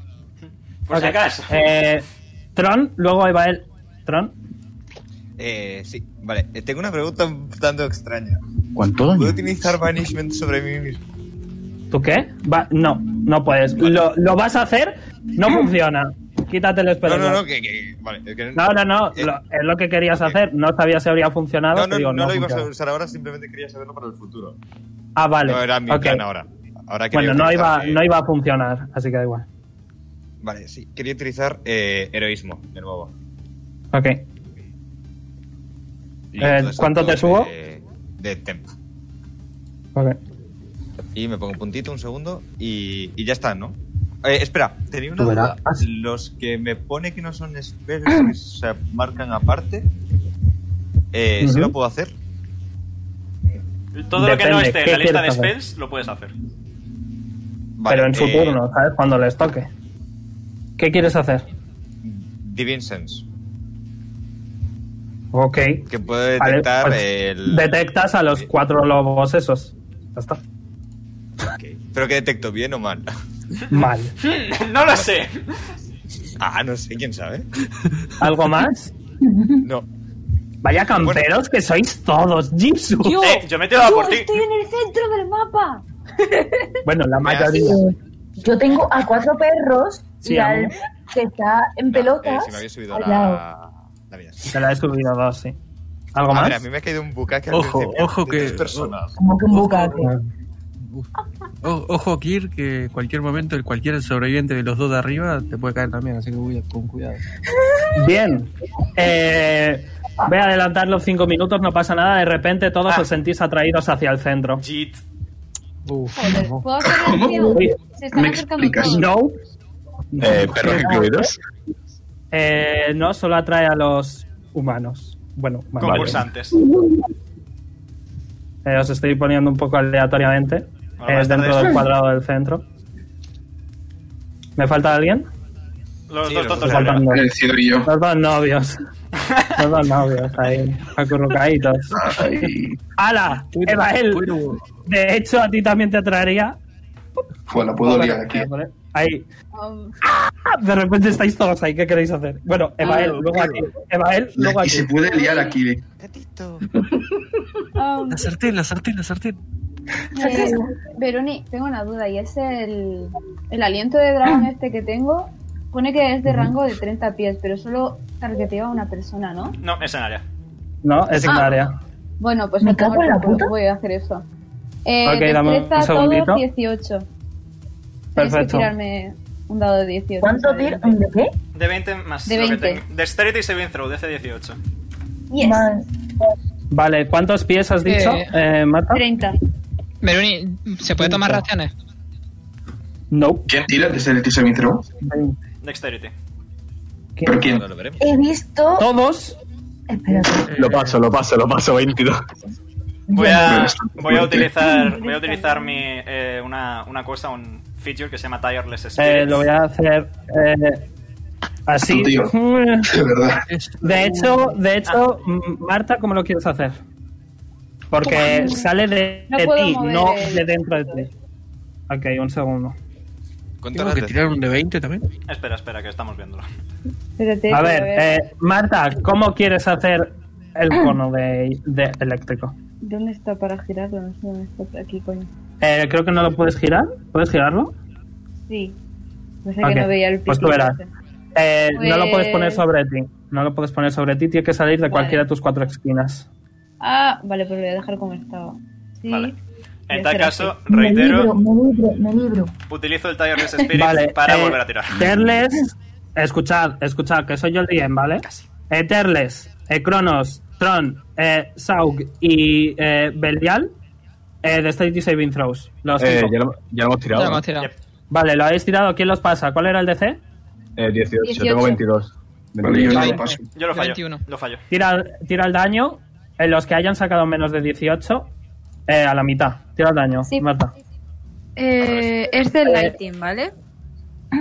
Speaker 2: Por si
Speaker 1: Ok.
Speaker 2: acaso.
Speaker 1: Eh, Tron, luego ahí va el Tron.
Speaker 7: Eh, sí, vale. Eh, Tengo una pregunta un tanto extraña.
Speaker 8: ¿Cuánto
Speaker 7: ¿Puedo
Speaker 8: daño?
Speaker 7: utilizar Banishment sobre mí mismo?
Speaker 1: ¿Tú qué? Va- no, no puedes. Lo, lo vas a hacer,
Speaker 7: *clears throat*
Speaker 1: no funciona. Quítate el
Speaker 7: No,
Speaker 1: espelón.
Speaker 7: no, no, que, que- vale, es que
Speaker 1: No, no, no, lo- es lo que querías
Speaker 7: Ok.
Speaker 1: hacer. No sabía si habría funcionado.
Speaker 7: No,
Speaker 1: te
Speaker 7: no,
Speaker 1: digo,
Speaker 7: no lo ibas
Speaker 1: funciona.
Speaker 7: a usar ahora, simplemente quería saberlo para el futuro.
Speaker 1: Ah, vale.
Speaker 7: No era mi
Speaker 1: ok.
Speaker 7: plan ahora. Ahora quería
Speaker 1: Bueno, no
Speaker 7: utilizar,
Speaker 1: iba,
Speaker 7: eh,
Speaker 1: no iba a funcionar, así que da igual.
Speaker 7: Vale, sí, quería utilizar eh, heroísmo, de nuevo.
Speaker 1: Ok.
Speaker 7: Y
Speaker 1: Eh,
Speaker 7: entonces
Speaker 1: ¿cuánto te
Speaker 7: entonces,
Speaker 1: subo?
Speaker 7: eh, De, tempo.
Speaker 1: ok.
Speaker 7: Y me pongo un puntito, un segundo, y, y ya está, ¿no? Eh, espera, tenía una
Speaker 6: Tú verás.
Speaker 7: duda. Los que me pone que no son spells, que se marcan aparte, eh, ¿sí
Speaker 1: Ujú.
Speaker 7: lo puedo hacer?
Speaker 2: Todo lo que no
Speaker 1: Depende,
Speaker 2: esté en
Speaker 1: ¿qué
Speaker 2: la lista de
Speaker 1: quieres hacer?
Speaker 2: spells lo puedes hacer.
Speaker 7: Vale,
Speaker 1: Pero en su
Speaker 7: eh,
Speaker 1: turno, ¿sabes? Cuando les toque. ¿Qué quieres hacer?
Speaker 7: Divine Sense,
Speaker 1: Ok.
Speaker 7: que puede
Speaker 1: Vale,
Speaker 7: detectar
Speaker 1: pues,
Speaker 7: el...
Speaker 1: Detectas a
Speaker 7: Eh.
Speaker 1: los cuatro lobos esos.
Speaker 7: *laughs*
Speaker 1: Ya está.
Speaker 7: Ok. ¿Pero que detecto? ¿Bien o mal?
Speaker 1: Mal.
Speaker 2: *laughs* no lo sé.
Speaker 7: ah, no sé, quién sabe.
Speaker 1: ¿Algo más?
Speaker 7: No.
Speaker 1: Vaya camperos que sois todos, Jitsu.
Speaker 9: Yo,
Speaker 2: Eh, yo me he tirado
Speaker 9: yo
Speaker 2: por ti.
Speaker 9: estoy en el centro del mapa.
Speaker 1: Bueno, la mayoría.
Speaker 5: Eh, yo tengo a cuatro perros
Speaker 1: Sí,
Speaker 5: y al
Speaker 1: aún.
Speaker 5: que está
Speaker 7: No,
Speaker 5: en
Speaker 7: eh,
Speaker 5: pelotas.
Speaker 7: se me había subido
Speaker 5: al lado.
Speaker 7: la... la vida.
Speaker 1: Te la he subido dos, sí. ¿Algo
Speaker 7: A
Speaker 1: más?
Speaker 7: ver, a mí me ha caído un bucaque al
Speaker 11: Ojo,
Speaker 7: principio
Speaker 11: ojo
Speaker 7: de
Speaker 11: que-
Speaker 7: tres personas.
Speaker 5: Como que un bucaque.
Speaker 11: Uf. O- ojo, Kir, que cualquier momento, el cualquier sobreviviente de los dos de arriba te puede caer también, así que cuida- con cuidado.
Speaker 1: Bien. Eh, voy a adelantar los cinco minutos, no pasa nada. De repente todos os sentís atraídos hacia el centro.
Speaker 2: Ah. Jit.
Speaker 11: Uf,
Speaker 9: Joder,
Speaker 11: no.
Speaker 9: *laughs* ¿puedo hacer
Speaker 3: ¿Cómo?
Speaker 9: acción?
Speaker 1: Uy,
Speaker 9: Se están
Speaker 3: ¿me
Speaker 9: acercando
Speaker 3: explicas?
Speaker 9: todos.
Speaker 1: No.
Speaker 8: Eh, ¿Perros incluidos?
Speaker 1: Eh, no, solo atrae a los humanos. Bueno, humanos.
Speaker 2: Concursantes.
Speaker 1: Eh, os estoy poniendo un poco aleatoriamente.
Speaker 2: Hola,
Speaker 1: es
Speaker 2: buenas
Speaker 1: dentro
Speaker 2: tardes.
Speaker 1: del cuadrado del centro. ¿Me falta alguien?
Speaker 2: Los
Speaker 7: Sí,
Speaker 2: dos
Speaker 7: los
Speaker 2: tontos de
Speaker 7: dos.
Speaker 2: arriba.
Speaker 1: Faltan dos.
Speaker 3: Agradecido y yo.
Speaker 1: Los dos novios. Los dos novios ahí, acurrucaditos.
Speaker 3: Ay,
Speaker 1: ¡Hala! Evael,
Speaker 11: Bueno,
Speaker 1: de hecho, a ti también te atraería.
Speaker 3: fue, la puedo liar aquí.
Speaker 1: Ahí.
Speaker 9: Um,
Speaker 1: ¡Ah! De repente estáis todos ahí. ¿Qué queréis hacer? Bueno, Evael, luego a ti. Evael,
Speaker 3: La-
Speaker 1: luego a
Speaker 3: y
Speaker 1: ti.
Speaker 3: se puede liar aquí. eh.
Speaker 9: um,
Speaker 11: la sartén, la sartén, la sartén.
Speaker 9: eh, Veroni, tengo una duda y es el, el aliento de
Speaker 5: Ah.
Speaker 9: dragón este que tengo. Pone que es de rango de 30 pies, pero solo targetea a una persona, ¿no?
Speaker 2: No, es en área.
Speaker 1: No, es
Speaker 9: Ah.
Speaker 1: ignoraria.
Speaker 9: Bueno, pues
Speaker 5: ¿Me
Speaker 9: a tomar
Speaker 5: cago en la
Speaker 9: por culo,
Speaker 5: puta?
Speaker 9: voy a hacer eso. Eh,
Speaker 1: Ok, dame un
Speaker 9: destreza todo
Speaker 1: segundito.
Speaker 9: 18. Tienes que
Speaker 1: Perfecto.
Speaker 9: tirarme un dado de 18.
Speaker 5: ¿Cuánto
Speaker 9: ¿sabes?
Speaker 5: tiro? ¿De qué?
Speaker 2: De 20 más
Speaker 9: De
Speaker 2: lo que
Speaker 9: 20.
Speaker 2: tengo. Dexterity saving throw, de C18.
Speaker 9: Yes,
Speaker 5: Madre-
Speaker 1: Vale, ¿cuántos pies has dicho,
Speaker 4: Eh,
Speaker 1: eh, Marta?
Speaker 9: 30.
Speaker 4: Veroni, ¿se puede tomar
Speaker 1: Punto.
Speaker 4: raciones?
Speaker 1: No.
Speaker 3: ¿Quién tira desde el T7 Intro?
Speaker 2: Dexterity.
Speaker 3: ¿Pero quién?
Speaker 7: Ahora lo veremos.
Speaker 5: He visto.
Speaker 1: Todos.
Speaker 5: Espérate.
Speaker 8: Lo paso, lo paso, lo paso, 22.
Speaker 2: Voy a,
Speaker 3: Bien.
Speaker 2: voy a utilizar, voy a utilizar mi, eh, una, una cosa, un feature que se llama Tireless Spirit.
Speaker 1: Eh, lo voy a hacer eh, así. *laughs*
Speaker 3: Tío. De verdad.
Speaker 11: Es-
Speaker 1: De hecho, de hecho, m- Marta, ¿cómo lo quieres hacer? Porque sale de,
Speaker 9: No
Speaker 1: de
Speaker 9: puedo
Speaker 1: ti,
Speaker 9: mover
Speaker 1: no
Speaker 9: el-
Speaker 1: de dentro de ti. Ok, un segundo.
Speaker 7: ¿Cuánto
Speaker 11: ¿Tengo que
Speaker 7: ganas de-
Speaker 11: tirar un de 20 también?
Speaker 2: Espera, espera, que estamos viéndolo.
Speaker 9: Espérate,
Speaker 1: A
Speaker 9: que
Speaker 1: ver,
Speaker 9: lo veo.
Speaker 1: eh, Marta, ¿cómo quieres hacer el cono de, de eléctrico?
Speaker 9: ¿Dónde está para girarlo? No sé dónde está por aquí, coño.
Speaker 1: Eh, creo que no lo puedes girar. ¿Puedes girarlo?
Speaker 9: Sí. Pensé
Speaker 1: Ok,
Speaker 9: que no veía el
Speaker 1: pues tú
Speaker 9: pico.
Speaker 1: verás. Eh, No lo puedes
Speaker 9: Pues-
Speaker 1: poner sobre ti. No lo puedes poner sobre ti. Tiene que salir de
Speaker 9: Vale.
Speaker 1: cualquiera de tus cuatro esquinas.
Speaker 9: Ah, vale, pues lo voy a dejar como estaba. Sí.
Speaker 2: Vale.
Speaker 9: Voy a
Speaker 2: En tal
Speaker 9: hacer
Speaker 2: caso,
Speaker 9: así.
Speaker 5: eh, Me libro,
Speaker 2: reitero,
Speaker 5: me libro, me libro.
Speaker 2: utilizo el Tireless Spirit
Speaker 1: Vale,
Speaker 2: para
Speaker 1: eh,
Speaker 2: volver a tirar.
Speaker 1: Terles, escuchad, escuchad, que soy yo el DM, ¿vale?
Speaker 2: Casi.
Speaker 1: Eh, Terles, eh, Cronos, Tron, eh, Saug y eh, Belial, eh, Dexterity Saving Throws. Los
Speaker 8: Eh,
Speaker 1: cinco.
Speaker 8: ya, lo, ya lo hemos
Speaker 4: Ya
Speaker 8: tirado.
Speaker 4: lo hemos tirado.
Speaker 2: Yep.
Speaker 1: Vale, lo habéis tirado. ¿Quién los pasa? ¿Cuál era el DC?
Speaker 8: Eh, 18,
Speaker 9: 18.
Speaker 8: tengo 22.
Speaker 3: Vale, yo no
Speaker 1: Vale.
Speaker 3: lo paso.
Speaker 2: Yo lo fallo.
Speaker 4: 21.
Speaker 2: Lo fallo.
Speaker 1: Tira, tira el daño. En los que hayan sacado menos de 18, eh, a la mitad. Tira el daño,
Speaker 9: Sí.
Speaker 1: Marta.
Speaker 12: Eh, es del Lighting, ¿vale?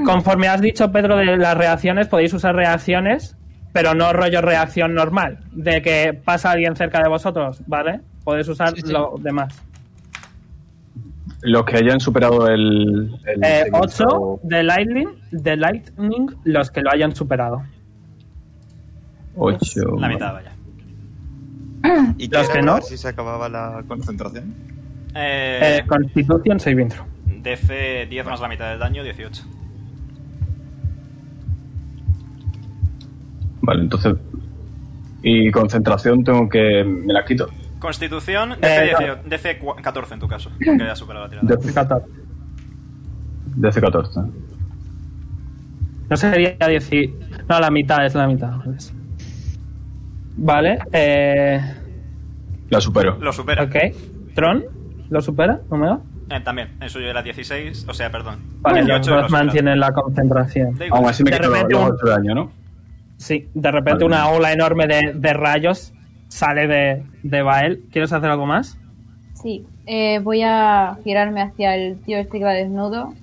Speaker 1: Conforme has dicho, Pedro, de las reacciones, podéis usar reacciones, pero no rollo reacción normal, de que pasa alguien cerca de vosotros, ¿vale? Podéis usar
Speaker 4: Sí, sí.
Speaker 1: lo demás.
Speaker 8: Los que hayan superado el. el
Speaker 1: Eh,
Speaker 8: seguimiento-
Speaker 1: 8 de lightning, de lightning, los que lo hayan superado.
Speaker 8: Ocho.
Speaker 2: La mitad, vaya.
Speaker 7: *clears throat* ¿Y
Speaker 1: Los
Speaker 7: qué
Speaker 1: que
Speaker 7: era?
Speaker 1: no.
Speaker 7: A ver si se acababa la Ah, concentración.
Speaker 2: Eh,
Speaker 1: Eh, Constitución saving throw.
Speaker 2: DC 10 más la mitad del daño, 18.
Speaker 8: Vale, entonces. Y concentración tengo que. Me la quito.
Speaker 2: Constitución,
Speaker 1: Eh,
Speaker 2: DC,
Speaker 1: no.
Speaker 2: 18 DC cua- 14 en tu caso, porque ya has superado la tirada.
Speaker 8: DC 14.
Speaker 1: No sería 10. No, la mitad es la mitad. joder. Vale. Eh,
Speaker 8: La supero.
Speaker 2: Lo supera.
Speaker 1: ok. ¿Tron? ¿Lo supera? ¿Omega?
Speaker 2: Eh, también, el suyo era 16, o sea, perdón.
Speaker 1: Vale,
Speaker 2: 18
Speaker 1: los
Speaker 2: lo
Speaker 1: dos
Speaker 2: supera.
Speaker 1: mantienen la concentración.
Speaker 2: Da igual.
Speaker 8: Aún así me
Speaker 1: De
Speaker 8: quito los
Speaker 1: repente un-
Speaker 8: 8 daño, ¿no?
Speaker 1: Sí, de repente
Speaker 8: Vale.
Speaker 1: una ola enorme de, de rayos sale de, de Bael. ¿Quieres hacer algo más?
Speaker 12: Sí, eh, voy a girarme hacia el tío este que va desnudo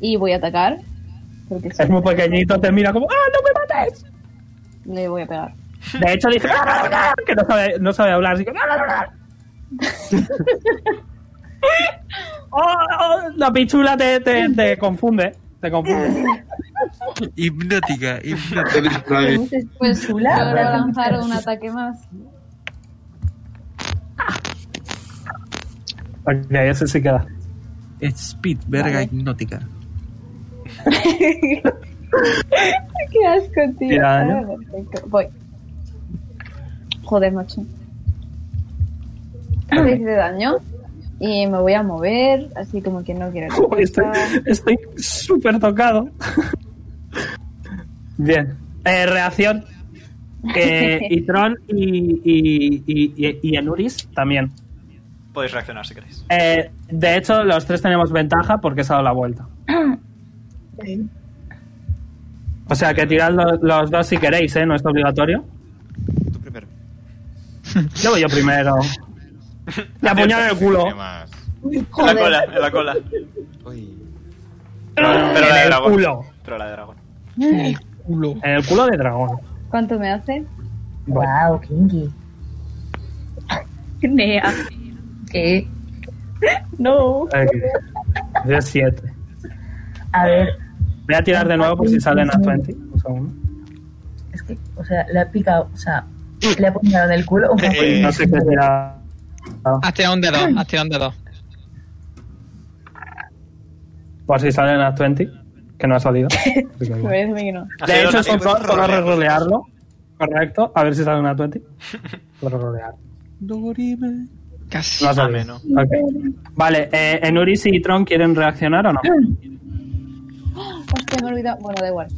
Speaker 12: y voy a atacar. Porque sí,
Speaker 1: Es muy pequeñito, te mira como ¡Ah, no me mates!
Speaker 12: le voy a pegar.
Speaker 1: *laughs* De hecho dice "Ah, ah, ah", que no sabe, no sabe hablar. Así que, "Ah, ah, ah". Oh, oh, la pichula te, te, te confunde. Te confunde.
Speaker 6: Hipnótica, hipnótica.
Speaker 12: Entonces, pues voy
Speaker 5: Chula,
Speaker 12: a
Speaker 5: pero-
Speaker 12: lanzar un
Speaker 1: *laughs*
Speaker 12: ataque más.
Speaker 1: Ok, ese sí queda.
Speaker 6: Speed, verga
Speaker 12: Vale.
Speaker 6: hipnótica.
Speaker 12: *laughs* Qué asco, tío.
Speaker 1: Tira
Speaker 12: Ah,
Speaker 1: daño.
Speaker 12: perfecto. Voy. Joder, macho. Seis de daño. Y me voy a mover, así como que no quiero.
Speaker 1: Uy, Estoy estoy súper tocado. Bien. Eh, reacción.
Speaker 7: *laughs*
Speaker 1: Eh, y Tron y, y, y, y- y Enuris también.
Speaker 2: Podéis reaccionar si
Speaker 1: *coughs*
Speaker 2: queréis.
Speaker 1: Eh, de hecho, los tres tenemos ventaja porque se ha dado la vuelta. O sea que tirad los, los dos si queréis, ¿eh? No es obligatorio.
Speaker 7: Tú primero.
Speaker 1: Yo voy yo primero. Le apuñalo en el culo.
Speaker 7: ¿Qué más?
Speaker 2: En la cola, en la cola.
Speaker 7: Uy.
Speaker 2: Pero la de
Speaker 1: en el
Speaker 2: dragón.
Speaker 1: culo.
Speaker 2: Pero la de dragón.
Speaker 1: En el culo de dragón.
Speaker 12: ¿Cuánto me hace?
Speaker 5: Wow, Kinky.
Speaker 13: Nea.
Speaker 5: ¿Qué?
Speaker 12: No.
Speaker 1: Eh, 17.
Speaker 5: A ver,
Speaker 1: Voy a tirar de nuevo por si salen a 20. Un segundo.
Speaker 5: es que, o sea, le ha picado, o sea, le ha puñado en el culo.
Speaker 7: Eh,
Speaker 5: *laughs*
Speaker 1: Ah, pues, No sé qué será.
Speaker 4: Has tirado un de dos, has tirado un de dos.
Speaker 1: Por Pues si salen a 20, que no ha salido. Así que
Speaker 12: Me
Speaker 1: bueno.
Speaker 12: parece que no.
Speaker 2: Ha
Speaker 1: De
Speaker 2: sido
Speaker 1: hecho,
Speaker 2: una-
Speaker 1: es un solo para rerolearlo. Correcto, a ver si sale una 20. Lo rerolear.
Speaker 6: Dorime.
Speaker 4: Casi.
Speaker 1: No ha
Speaker 2: Amén,
Speaker 1: salido. Ok. Vale, eh, ¿Enuris y Tron quieren reaccionar o no?
Speaker 12: Ah, Hostia, Ah, me he olvidado. Bueno, da igual.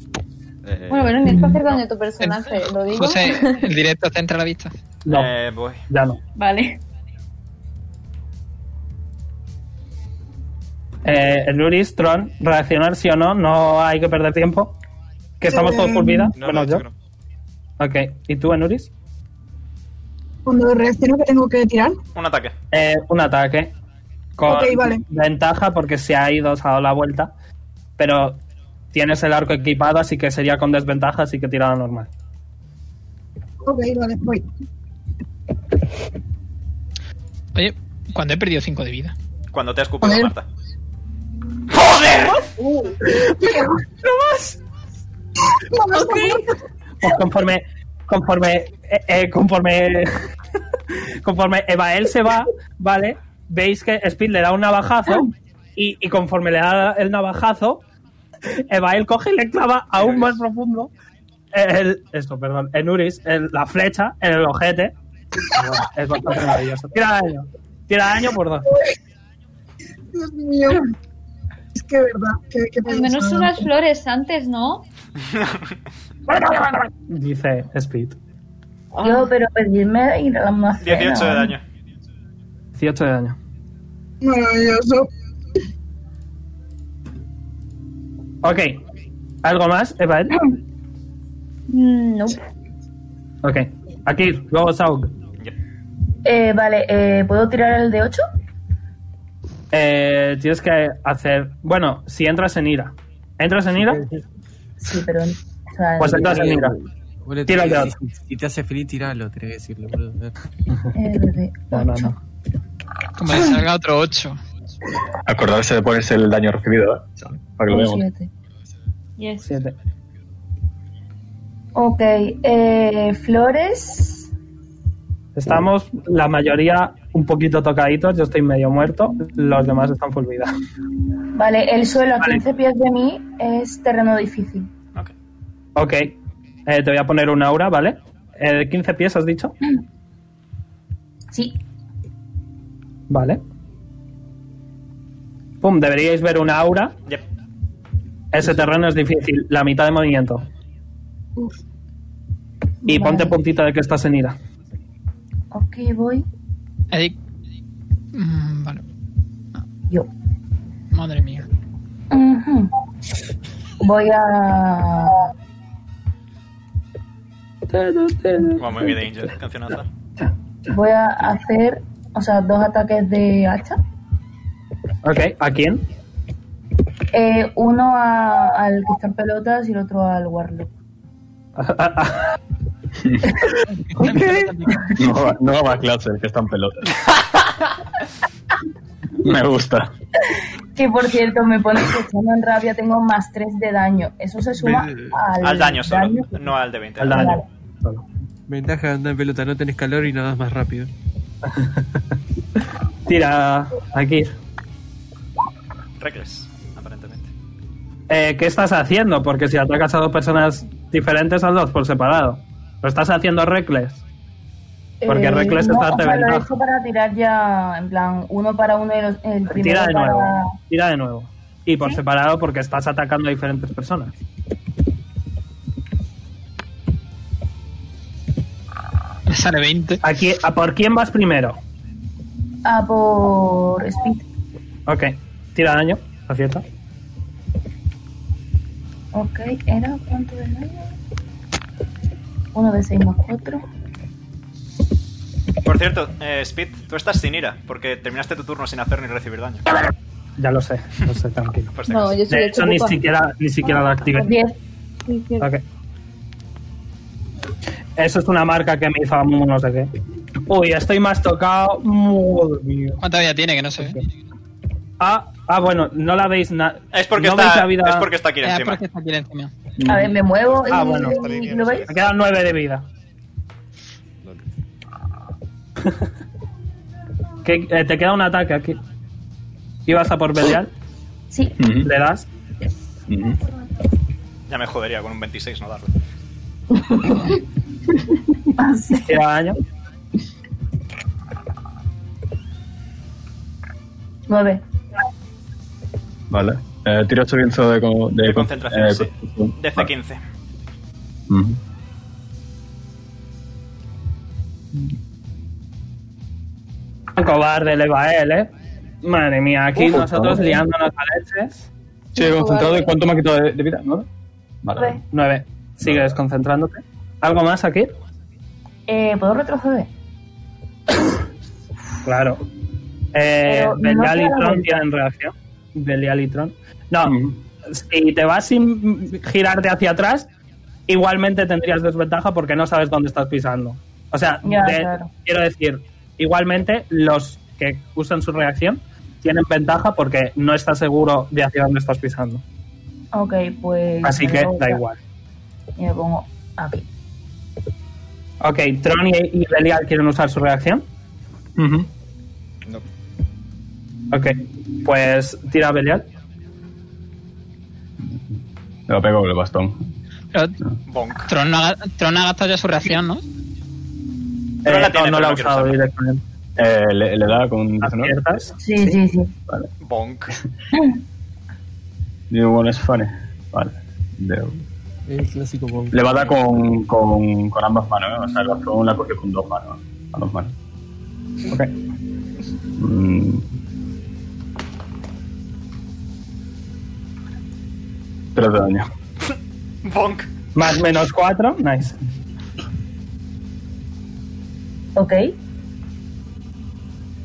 Speaker 7: Eh,
Speaker 12: Bueno, pero necesito hacer daño a tu
Speaker 4: El-
Speaker 12: personaje,
Speaker 4: *laughs*
Speaker 12: lo digo.
Speaker 4: José, el directo te entra a la vista.
Speaker 1: No,
Speaker 2: Eh, voy.
Speaker 1: ya no.
Speaker 12: Vale.
Speaker 1: Eh, Enuris, Tron, reaccionar sí o no, no hay que perder tiempo. Que estamos todos por vida,
Speaker 7: no,
Speaker 1: menos
Speaker 7: no,
Speaker 1: yo.
Speaker 7: que no.
Speaker 1: Ok, ¿y tú, Enuris?
Speaker 10: Cuando reacciono que tengo que tirar,
Speaker 2: Un ataque.
Speaker 1: Eh, un ataque. Con
Speaker 10: Ok, vale.
Speaker 1: ventaja porque se ha ido, se ha dado la vuelta. Pero tienes el arco equipado, así que sería con desventaja, así que tirada normal.
Speaker 10: ok, vale, voy.
Speaker 4: Oye, cuando he perdido 5 de vida.
Speaker 2: Cuando te ha escupido
Speaker 10: Joder.
Speaker 2: Marta.
Speaker 1: Pues conforme. Conforme. eh, eh, conforme. *laughs* conforme Evael se va, ¿vale? Veis que Speed le da un navajazo. Y, y conforme le da el navajazo, Evael coge y le clava aún más profundo. El, esto, perdón, Enuris, el- la flecha, en el ojete. Es bastante maravilloso. Tira daño. Tira daño por dos.
Speaker 10: Dios mío. Es que verdad, que, que
Speaker 12: Al menos unas flores antes, ¿no?
Speaker 1: Dice Speed.
Speaker 5: Yo, pero pedirme ir a una cena.
Speaker 2: 18 de daño.
Speaker 1: 18 de daño.
Speaker 10: Maravilloso.
Speaker 1: Ok. ¿Algo más, Evael?
Speaker 12: Mm, No.
Speaker 1: Ok. Aquí, luego Saug.
Speaker 5: Eh, vale, eh, ¿puedo tirar el de 8?
Speaker 1: Eh, tienes que hacer. Bueno, si entras en ira. ¿Entras en ira?
Speaker 5: Sí, pero. O sea,
Speaker 1: Pues
Speaker 5: el-
Speaker 1: entras en ira.
Speaker 6: Boludo,
Speaker 1: Tira el
Speaker 6: si-
Speaker 1: dado.
Speaker 6: si, si te hace feliz, tiralo, tenés que decirlo, boludo.
Speaker 1: *laughs*
Speaker 5: el Eh, de
Speaker 1: No, no,
Speaker 5: 8.
Speaker 1: no.
Speaker 4: Como le salga otro 8.
Speaker 8: Acordarse de ponerse el daño recibido, ¿eh? Para que lo
Speaker 5: Un
Speaker 8: veamos.
Speaker 5: siete.
Speaker 12: Yes.
Speaker 1: Siete.
Speaker 5: Ok, eh, flores.
Speaker 1: Estamos la mayoría un poquito tocaditos, yo estoy medio muerto, los demás están full vida. *laughs*
Speaker 5: Vale, el suelo a 15 pies de mí es terreno difícil.
Speaker 1: Ok, eh, te voy a poner un aura, ¿vale? Eh, 15 pies, ¿has dicho?
Speaker 5: Sí.
Speaker 1: Vale. Pum, deberíais ver una aura. Ese terreno es difícil, la mitad de movimiento.
Speaker 5: Uf,
Speaker 1: Y
Speaker 5: Vale.
Speaker 1: ponte puntita de que estás en ira.
Speaker 5: ok, voy.
Speaker 4: Eric. Mm, vale.
Speaker 5: Yo.
Speaker 4: Madre mía.
Speaker 5: Ujú. Voy a.
Speaker 2: Guau, muy bien, Angel. Cancionaza.
Speaker 5: Voy a hacer, o sea, dos ataques de hacha.
Speaker 1: Ok, ¿a quién? *laughs*
Speaker 5: Eh, uno a- al que está en pelotas y el otro
Speaker 1: *laughs*
Speaker 5: al Warlock.
Speaker 8: No, va- no va a clase, que están pelotas. Me gusta.
Speaker 5: Que por cierto, me pone que echando en rabia tengo más 3 de daño. Eso se suma al,
Speaker 2: Al daño solo, no al de 20.
Speaker 5: Al daño.
Speaker 11: Ventaja de andar en pelota, no tenés calor y nadas más rápido.
Speaker 1: *laughs* Tira aquí.
Speaker 2: Reckless, aparentemente.
Speaker 1: Eh, ¿Qué estás haciendo? Porque si atacas a dos personas diferentes, a dos por separado. ¿Lo estás haciendo reckless? Porque
Speaker 5: Eh,
Speaker 1: Reckless
Speaker 5: no,
Speaker 1: está
Speaker 5: o
Speaker 1: de
Speaker 5: sea, lo he
Speaker 1: ventaja.
Speaker 5: hecho para tirar ya, en plan, uno para uno y los- el primero
Speaker 1: Tira de
Speaker 5: para...
Speaker 1: nuevo. Tira de nuevo. Y por separado porque estás atacando a diferentes personas.
Speaker 4: Sale 20.
Speaker 1: Aquí, ¿a ¿Por quién vas primero?
Speaker 5: Ah, por speed.
Speaker 1: Ok. Tira daño. Acierta.
Speaker 5: Ok, ¿era cuánto de daño? Uno de 6 más 4.
Speaker 2: Por cierto, eh, Speed, tú estás sin ira, porque terminaste tu turno sin hacer ni recibir daño.
Speaker 1: Ya lo sé. Lo sé, tranquilo.
Speaker 2: Por si
Speaker 9: No,
Speaker 2: acaso.
Speaker 9: yo soy
Speaker 1: De hecho, ni
Speaker 9: ocupa.
Speaker 1: siquiera, ni siquiera lo activé.
Speaker 5: 10.
Speaker 9: Sí, sí.
Speaker 1: Ok. Eso es una marca que me hizo a Mumu no sé qué. Uy, estoy más tocado. Madre mía.
Speaker 4: ¿Cuánta vida tiene que no se ve?
Speaker 1: Ah, ah, bueno, no la veis nada.
Speaker 2: Es porque,
Speaker 1: no veis
Speaker 2: está,
Speaker 1: la vida.
Speaker 2: es porque está aquí
Speaker 4: Eh,
Speaker 2: encima.
Speaker 4: porque está aquí encima.
Speaker 5: A ver, me muevo y,
Speaker 1: Ah, bueno.
Speaker 5: y- ¿lo veis?
Speaker 1: Me quedan nueve de
Speaker 4: *laughs*
Speaker 1: vida. ¿Qué- eh, te queda un ataque aquí. Ibas a por Belial, Mm-hmm.
Speaker 5: Sí,
Speaker 1: le das.
Speaker 2: Ya me jodería con un 26 no darlo.
Speaker 5: Ah,
Speaker 1: Tira daño.
Speaker 5: 9.
Speaker 8: Vale. Eh, tira 8 lienzos de, co-
Speaker 2: De concentración,
Speaker 8: eh, Mm.
Speaker 2: sí.
Speaker 8: concentración.
Speaker 2: DC
Speaker 8: Vale.
Speaker 2: 15.
Speaker 8: Ujú.
Speaker 1: Un cobarde le va a él, ¿eh? Madre mía, aquí
Speaker 2: Uh,
Speaker 8: Ojo,
Speaker 1: nosotros
Speaker 8: cabrón.
Speaker 1: liándonos a leches.
Speaker 8: Sí, concentrado. ¿Y cuánto me ha quitado de, de vida? ¿No? Vale.
Speaker 5: Nueve.
Speaker 1: Nueve. Sigues concentrándote. ¿Algo más aquí?
Speaker 5: Eh, ¿Puedo retroceder?
Speaker 1: Claro. Eh,
Speaker 5: Pero no
Speaker 1: Belial
Speaker 5: te
Speaker 1: y
Speaker 5: da la
Speaker 1: Tron
Speaker 5: vuelta.
Speaker 1: tienen reacción. Belial y Tron. No, si te vas sin girarte hacia atrás, igualmente tendrías desventaja porque no sabes dónde estás pisando. O sea,
Speaker 5: Ya,
Speaker 1: de-
Speaker 5: claro.
Speaker 1: quiero decir, igualmente los que usan su reacción tienen ventaja porque no estás seguro de hacia dónde estás pisando.
Speaker 5: Ok, pues...
Speaker 1: Así
Speaker 5: me
Speaker 1: que
Speaker 5: pongo
Speaker 1: da
Speaker 5: acá
Speaker 1: igual.
Speaker 5: Y me pongo aquí.
Speaker 1: Ok, Tron y, y Belial quieren usar su reacción.
Speaker 7: No.
Speaker 1: Ok, pues tira a Belial.
Speaker 8: Te lo pego con el bastón.
Speaker 4: Pero
Speaker 2: Bonk.
Speaker 4: Tron no, ha, Tron ha gastado ya su reacción, ¿no?
Speaker 2: Pero
Speaker 1: Eh,
Speaker 2: la tiene, pero
Speaker 1: no, no la ha
Speaker 2: no quiero
Speaker 1: usado
Speaker 2: usarla.
Speaker 1: directamente.
Speaker 8: Eh, le, le da con 19.
Speaker 1: Aciertas.
Speaker 5: Sí, sí, sí.
Speaker 2: Bonk.
Speaker 8: *laughs* Digo, bueno, es funny. Vale. Deu.
Speaker 6: El clásico Bob.
Speaker 8: Le va a dar con, con, con ambas manos, ¿eh? O sea, el bastón la coge con dos manos. Con dos manos.
Speaker 1: Ok.
Speaker 8: Mm. Tres de daño.
Speaker 2: Bonk.
Speaker 1: Más menos 4, nice.
Speaker 5: Ok.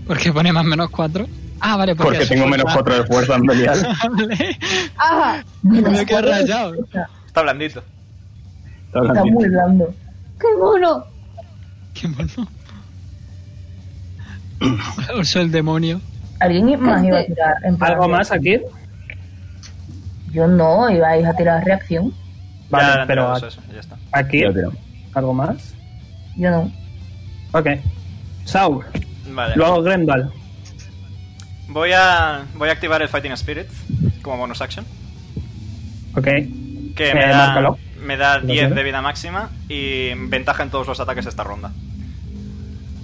Speaker 4: Porque pone más menos 4. Ah, vale, porque,
Speaker 8: Porque tengo menos 4 de fuerza en Belial.
Speaker 4: Vale.
Speaker 9: ¡Ah!
Speaker 4: Me he quedado rayado.
Speaker 2: Está blandito.
Speaker 8: Está
Speaker 5: Está
Speaker 8: blandito.
Speaker 5: muy blando.
Speaker 9: ¡Qué mono!
Speaker 4: Qué mono. *laughs* Uso el demonio.
Speaker 5: ¿Alguien más iba a tirar? en plan-
Speaker 1: ¿Algo más aquí?
Speaker 5: Yo no, ibais a tirar reacción.
Speaker 1: Vale,
Speaker 2: Ya,
Speaker 1: pero
Speaker 2: no,
Speaker 1: a-
Speaker 2: eso, eso, ya está.
Speaker 1: aquí,
Speaker 8: Ya tiramos.
Speaker 1: ¿algo más?
Speaker 5: Yo no.
Speaker 1: Ok. Saur.
Speaker 2: Vale.
Speaker 1: Luego Grendal.
Speaker 2: Voy a, voy a activar el Fighting Spirit como bonus action.
Speaker 1: Ok.
Speaker 2: Que
Speaker 1: Eh,
Speaker 2: me da,
Speaker 1: márcalo.
Speaker 2: me da
Speaker 1: ¿Lo
Speaker 2: 10
Speaker 1: tienes?
Speaker 2: de vida máxima y ventaja en todos los ataques de esta ronda.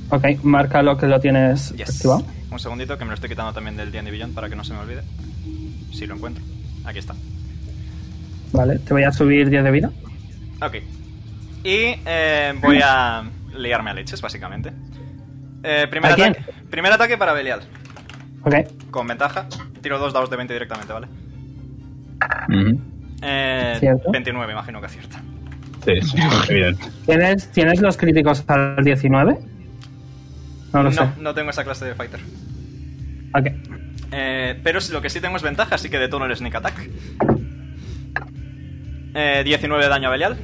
Speaker 1: Ok, marca lo que lo tienes
Speaker 2: Yes.
Speaker 1: activado.
Speaker 2: Un segundito que me lo estoy quitando también del D&D Beyond para que no se me olvide. Si lo encuentro. Aquí está.
Speaker 1: Vale, te voy a subir 10 de vida.
Speaker 2: Ok. Y eh, voy a liarme a leches, básicamente. Eh, primer,
Speaker 1: ¿A quién?
Speaker 2: ataque, primer ataque para Belial.
Speaker 1: Ok.
Speaker 2: Con ventaja. Tiro dos dados de 20 directamente, ¿vale? Eh,
Speaker 1: Cierto.
Speaker 2: 29, imagino que acierta.
Speaker 8: Sí, sí,
Speaker 1: *laughs*
Speaker 8: evidente.
Speaker 1: ¿Tienes, ¿Tienes los críticos al 19? No lo sé.
Speaker 2: No, no tengo esa clase de fighter.
Speaker 1: Ok.
Speaker 8: Ah,
Speaker 2: Eh, pero lo que sí tengo es ventaja, así que detono el sneak attack. Eh, 19 de daño a Belial.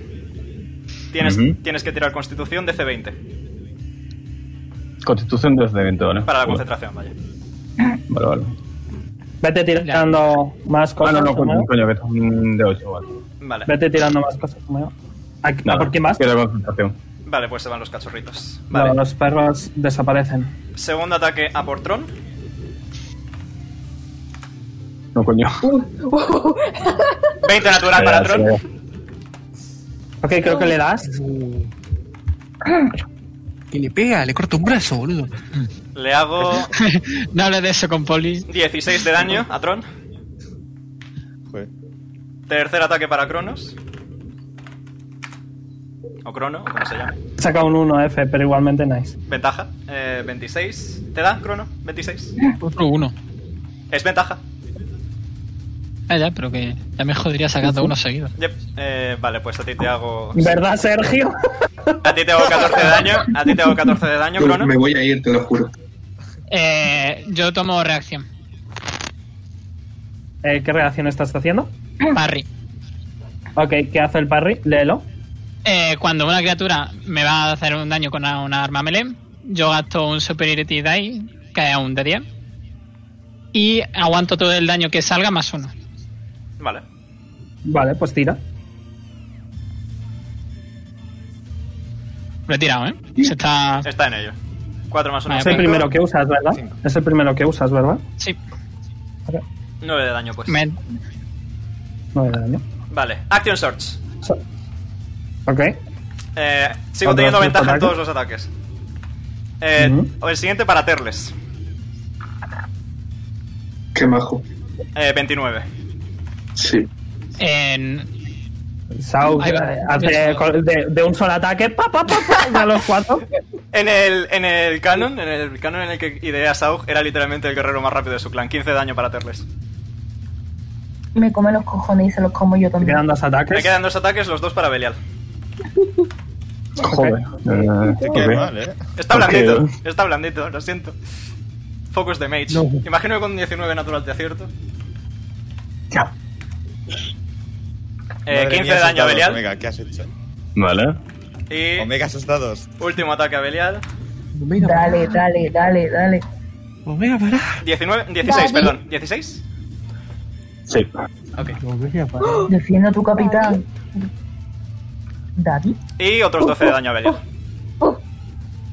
Speaker 2: Tienes,
Speaker 8: Ujú.
Speaker 2: tienes que tirar Constitución de C20
Speaker 8: Constitución de evento, ¿no?
Speaker 2: para la concentración, vaya.
Speaker 8: Vale, vale.
Speaker 1: Vete tirando más
Speaker 8: Ah,
Speaker 1: cosas.
Speaker 8: no, no,
Speaker 1: Omega.
Speaker 8: coño, coño, que es un de 8, vale.
Speaker 2: Vale.
Speaker 1: Vete tirando más cosas. Omega. Aquí-
Speaker 8: Nada,
Speaker 1: ¿Por qué más?
Speaker 8: Quiero concentración.
Speaker 2: Vale, pues se van los cachorritos.
Speaker 1: No, los perros desaparecen.
Speaker 2: Segundo ataque a Portrón.
Speaker 8: No,
Speaker 2: *laughs*
Speaker 8: coño.
Speaker 2: 20 natural para Tron.
Speaker 1: Ok, creo que le das.
Speaker 11: Uh. Que le pega, le corta un brazo, boludo.
Speaker 2: Le hago
Speaker 4: no hables de eso con Poli.
Speaker 2: 16 de daño a Tron. Tercer ataque para Cronos. O Crono, o como se llama.
Speaker 1: Saca un 1F, pero igualmente nice.
Speaker 2: Ventaja. Eh, 26. ¿Te da, Crono? 26.
Speaker 4: Otro uno.
Speaker 2: Es ventaja.
Speaker 4: Ah, ya, pero que ya me jodería sacando uno seguido.
Speaker 2: Yep. Eh, vale, pues a ti te hago.
Speaker 1: ¿Verdad, Sergio?
Speaker 2: A ti te hago 14 de daño. A ti te hago 14 de daño,
Speaker 3: Yo
Speaker 2: Crono.
Speaker 3: me voy a ir, te lo juro.
Speaker 4: Eh, yo tomo reacción.
Speaker 1: Eh, ¿Qué reacción estás haciendo?
Speaker 4: Parry.
Speaker 1: Ok, ¿qué hace el parry? Léelo.
Speaker 4: Eh, cuando una criatura me va a hacer un daño con una, una arma melee, yo gasto un Superiority Die, que es un de 10, y aguanto todo el daño que salga más uno.
Speaker 2: Vale.
Speaker 1: Vale, pues tira.
Speaker 4: Lo he tirado, ¿eh? Se está...
Speaker 2: Está en ello. 4 más 1
Speaker 4: Vale, pues
Speaker 1: Es el primero que usas, ¿verdad?
Speaker 2: Cinco.
Speaker 1: Es el primero que usas, ¿verdad?
Speaker 4: Sí.
Speaker 2: 9 de daño, pues.
Speaker 4: Me-
Speaker 1: No de daño.
Speaker 2: Vale. Action Search.
Speaker 1: So- Ok.
Speaker 2: Eh, sigo
Speaker 1: ¿Cuánto
Speaker 2: teniendo ventaja
Speaker 1: haces por
Speaker 2: en
Speaker 1: ataque?
Speaker 2: todos los ataques. Eh, El siguiente para Terles.
Speaker 3: Qué majo.
Speaker 2: Eh, 29.
Speaker 3: Sí.
Speaker 4: en-
Speaker 1: Sau,
Speaker 4: Ahí va.
Speaker 1: eh, hace col- de, de un solo ataque, pa, pa, pa, pa, da los
Speaker 11: *laughs*
Speaker 1: cuatro.
Speaker 2: En el, en el canon, en el canon en el que ideé a Saug, era literalmente el guerrero más rápido de su clan. 15 de daño para Terles.
Speaker 5: Me come los cojones y se los como yo
Speaker 1: Te
Speaker 5: también.
Speaker 1: quedan dos
Speaker 2: Me
Speaker 1: ataques.
Speaker 2: quedan dos ataques, los dos para Belial.
Speaker 8: Joder. Eh,
Speaker 7: Qué
Speaker 8: ok.
Speaker 7: mal, ¿eh?
Speaker 2: Está
Speaker 8: Ok.
Speaker 2: blandito, está blandito, lo siento. Focus de Mage. Imagino que con 19 natural te acierto. Eh,
Speaker 7: Madre
Speaker 2: 15
Speaker 7: mía,
Speaker 2: de daño a
Speaker 7: esos dados,
Speaker 2: Belial.
Speaker 7: Omega, ¿qué has hecho?
Speaker 8: Vale.
Speaker 2: Y
Speaker 7: Omega, esos dados.
Speaker 2: último ataque a Belial.
Speaker 11: Omega,
Speaker 5: Dale,
Speaker 11: pará.
Speaker 5: dale, dale, dale.
Speaker 11: Omega, pará.
Speaker 2: 19, 16,
Speaker 9: David.
Speaker 2: perdón. ¿16?
Speaker 8: Sí.
Speaker 2: Ok.
Speaker 12: ¡Ah!
Speaker 11: Omega, pará.
Speaker 5: Defiendo a tu capitán. David.
Speaker 2: Y
Speaker 1: Uh,
Speaker 2: otros 12 de daño a Belial.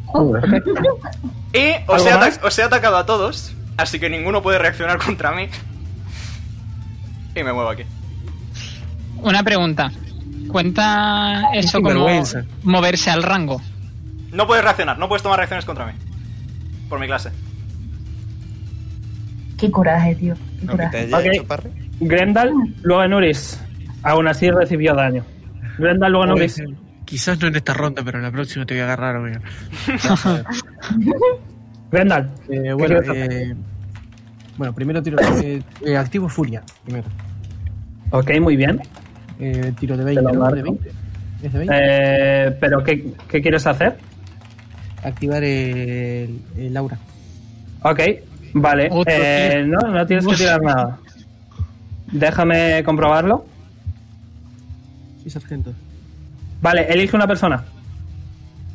Speaker 8: Joder.
Speaker 2: Y os he,
Speaker 1: ¿Algo
Speaker 2: ata-
Speaker 1: más?
Speaker 2: os he atacado a todos, así que ninguno puede reaccionar contra mí. Y me muevo aquí.
Speaker 4: Una pregunta. ¿Cuenta eso como
Speaker 11: vergüenza.
Speaker 4: moverse al rango?
Speaker 2: No puedes reaccionar, no puedes tomar reacciones contra mí. Por mi clase.
Speaker 5: Qué
Speaker 12: *laughs*
Speaker 5: coraje, tío.
Speaker 7: Aunque te
Speaker 5: Qué coraje.
Speaker 7: haya
Speaker 1: Ok.
Speaker 7: hecho parry.
Speaker 1: Grendal, luego Enuris. Aún así recibió daño. Grendal, luego
Speaker 4: *laughs*
Speaker 1: Enuris.
Speaker 11: Quizás no en esta ronda, pero en la próxima te voy a agarrar, Omega.
Speaker 1: Grendal,
Speaker 11: Eh, bueno,
Speaker 1: ¿Qué quieres
Speaker 11: eh, bueno, primero tiro. eh, eh, activo Furia. Primero.
Speaker 1: ok, muy bien.
Speaker 11: Eh, tiro de 20.
Speaker 1: lo
Speaker 11: ¿no? ¿De
Speaker 1: marco.
Speaker 11: 20? ¿Es de 20?
Speaker 1: Eh, Pero, ¿qué, qué quieres hacer?
Speaker 11: Activar el, el aura.
Speaker 1: Ok, vale.
Speaker 4: Otro
Speaker 1: Eh,
Speaker 4: tiro.
Speaker 1: no, no tienes que tirar nada. Déjame comprobarlo.
Speaker 11: Sí, sargento.
Speaker 1: Vale, elige una persona.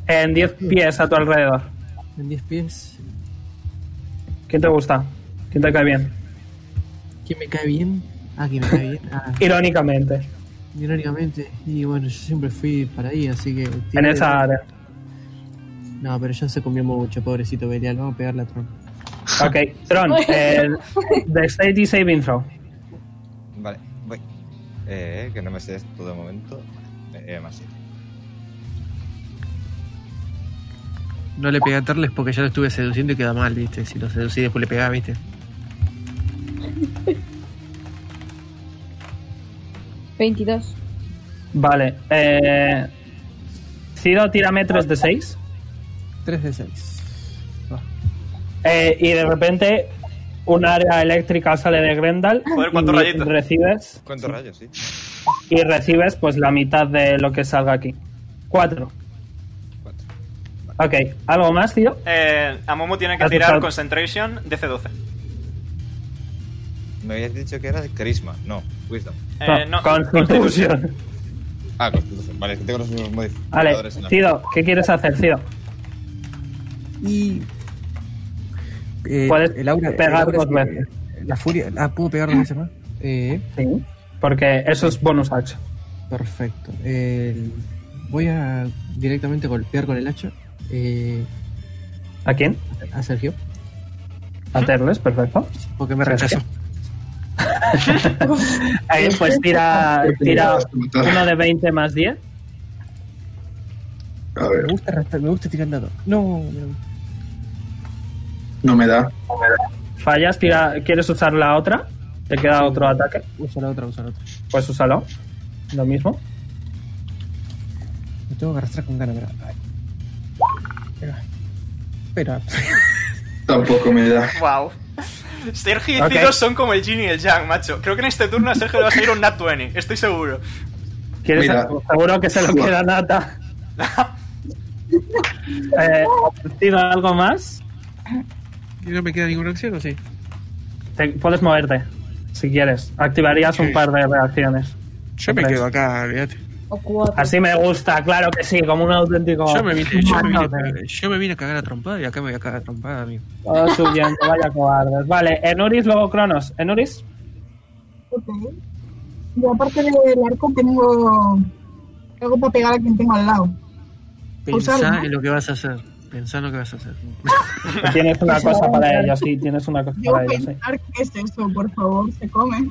Speaker 1: En 10 pies a tu alrededor.
Speaker 11: En 10 pies.
Speaker 1: ¿Quién te gusta? ¿Quién te
Speaker 11: *laughs*
Speaker 1: cae bien?
Speaker 11: ¿Quién me cae bien? Ah, ¿quién me cae bien? Ah,
Speaker 1: *laughs* Irónicamente,
Speaker 11: irónicamente. Y bueno, yo siempre fui para ahí, así que.
Speaker 1: en esa área.
Speaker 6: No, pero ya se comió mucho, pobrecito Belial. Vamos a pegarle a Tron.
Speaker 1: *laughs* Ok, Tron, el Dexterity Saving Throw.
Speaker 7: Vale, voy. Eh, que no me sé esto de momento. Eh, más siete.
Speaker 6: No le pegué a Terles porque ya lo estuve seduciendo y queda mal, ¿viste? Si lo seducí después le pegaba, ¿viste?
Speaker 12: ¿22?
Speaker 1: Vale. Eh, Ciro tira metros de 6.
Speaker 6: 3 de 6.
Speaker 1: Eh, y de repente un área eléctrica sale de Grendal
Speaker 2: Joder, ¿cuántos
Speaker 1: y
Speaker 2: rayitos?
Speaker 1: recibes
Speaker 7: ¿Cuántos rayos, sí?
Speaker 1: y recibes pues la mitad de lo que salga aquí. Cuatro.
Speaker 7: Cuatro.
Speaker 1: Ok, ¿algo más, tío?
Speaker 2: Eh, Amumu tiene que
Speaker 1: Has
Speaker 2: tirar
Speaker 1: usado-
Speaker 2: Concentration DC-12.
Speaker 7: Me habías dicho que era carisma. No, wisdom.
Speaker 2: Eh, no,
Speaker 1: Constitución.
Speaker 7: Ah, constitución. Vale, que tengo los mismos
Speaker 1: Vale,
Speaker 7: modificadores en la
Speaker 1: Cido, ¿qué quieres hacer, Cido?
Speaker 6: Y. eh,
Speaker 1: Puedes
Speaker 6: el aura, el
Speaker 1: pegar
Speaker 6: aura
Speaker 1: dos
Speaker 6: se-
Speaker 1: veces.
Speaker 6: La furia. Ah, ¿puedo pegar dos veces más? Eh,
Speaker 1: Sí. Porque eso es bonus action.
Speaker 6: perfecto. El- voy a directamente golpear con el hacha eh,
Speaker 1: ¿A quién?
Speaker 6: a Sergio.
Speaker 1: A Terles, perfecto.
Speaker 6: Porque me rechazó.
Speaker 1: Ahí, pues tira, tira uno de 20 más 10.
Speaker 3: A ver,
Speaker 6: Me gusta, arrastrar- me gusta tirar dado. No, no.
Speaker 3: no me da.
Speaker 1: Fallas, tira. ¿Quieres usar la otra? Te queda otro ataque.
Speaker 6: Usa la otra, usa la otra.
Speaker 1: Pues úsalo. Lo mismo.
Speaker 6: Lo tengo que arrastrar con ganas, pero. ay. Espera. Espera.
Speaker 3: Tampoco me da.
Speaker 2: Wow. Sergio y
Speaker 1: Ok.
Speaker 2: Ciro son como el Jin y el Yang, macho. Creo que en este turno a Sergio le va a salir un Nat 20, estoy seguro.
Speaker 1: ¿Quieres
Speaker 3: Mira.
Speaker 1: Seguro que se lo queda nata. eh, ¿Tiro algo más?
Speaker 6: ¿Y no me queda ninguna acción o sí?
Speaker 1: Te- puedes moverte si quieres. Activarías un par de reacciones.
Speaker 11: Yo me
Speaker 1: Tres.
Speaker 11: quedo acá, olvídate.
Speaker 9: O cuatro.
Speaker 1: Así me gusta, claro que sí, como un auténtico.
Speaker 11: Yo me, vine, yo, me vine,
Speaker 1: Mátame.
Speaker 11: a- yo me vine a cagar a trompada y acá me voy a cagar a trompada, amigo.
Speaker 1: Todo Oh, subiendo, vaya cobardes. Vale, Enuris, luego Cronos. Enuris,
Speaker 10: Ok. Yo aparte del arco tengo algo para pegar a quien tengo al lado.
Speaker 11: *laughs* Pensá
Speaker 10: Usarlo.
Speaker 11: en lo que vas a hacer. Pensá en lo que vas a hacer.
Speaker 1: que *laughs* tienes una
Speaker 11: *laughs*
Speaker 1: cosa para ellos, sí, tienes una cosa
Speaker 10: Yo
Speaker 1: para ellos. sí.
Speaker 10: pensar qué es eso, por favor, se come.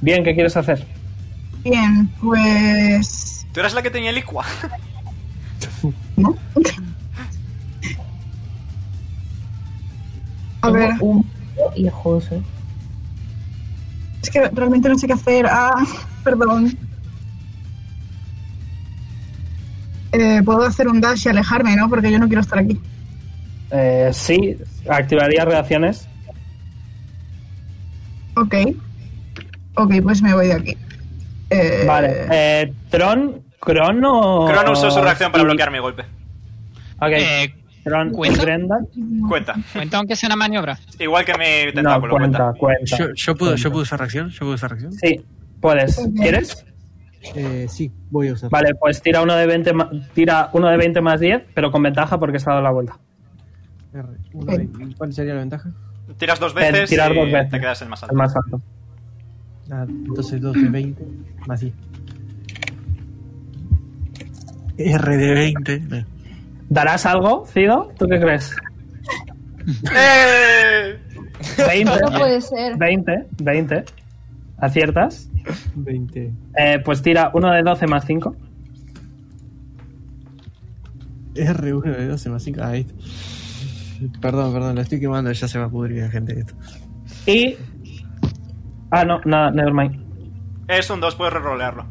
Speaker 1: Bien, ¿qué quieres hacer?
Speaker 10: Bien, pues
Speaker 2: Tú eras la que tenía el Iqua.
Speaker 10: ¿no? a ver,
Speaker 5: Un hijos, eh.
Speaker 10: es que realmente no sé qué hacer. Ah, *laughs* perdón. Eh, puedo hacer un dash y alejarme, ¿no? Porque yo no quiero estar aquí.
Speaker 1: Eh, sí, activaría reacciones.
Speaker 10: Ok. Ok, pues me voy de aquí. Eh,
Speaker 1: Vale. Eh, Tron, Crono.
Speaker 2: Crono usó su reacción para bloquear mi golpe.
Speaker 1: Ok,
Speaker 4: Eh,
Speaker 1: Tron,
Speaker 4: ¿cuenta?
Speaker 1: Grendel.
Speaker 2: Cuenta.
Speaker 4: cuenta aunque sea una maniobra.
Speaker 2: Igual que mi
Speaker 1: No,
Speaker 2: tentáculo,
Speaker 1: cuenta,
Speaker 2: Ah, cuenta.
Speaker 1: cuenta.
Speaker 11: Yo, yo, puedo, yo Eh, puedo usar reacción. Yo puedo usar reacción.
Speaker 1: Sí, puedes. ¿Quieres?
Speaker 6: Eh, sí, voy a usar.
Speaker 1: Vale, pues tira uno de 20 ma- tira uno de 20 más 10, pero con ventaja porque se ha dado la vuelta.
Speaker 6: R, uno, veinte. ¿Cuál sería la ventaja?
Speaker 2: Tiras dos veces
Speaker 1: tirar
Speaker 2: y
Speaker 1: dos veces.
Speaker 2: te quedas el más
Speaker 1: El
Speaker 2: alto.
Speaker 1: más alto.
Speaker 6: Ah, entonces 2 de 20 más 10.
Speaker 11: R de 20. No.
Speaker 1: ¿Darás algo, Cido? ¿Tú qué crees?
Speaker 2: ¡Eh!
Speaker 1: 20,
Speaker 9: No puede ser.
Speaker 1: 20, 20. ¿Aciertas?
Speaker 6: 20.
Speaker 1: Eh, pues tira uno de 12 más 5.
Speaker 6: R1 de 12 más 5. Ah, ahí está. Perdón, perdón, lo estoy quemando, ya se va a pudrir, gente. Esto.
Speaker 1: Y. Ah, no, nada, nevermind.
Speaker 2: Es un 2, puedes rerolearlo.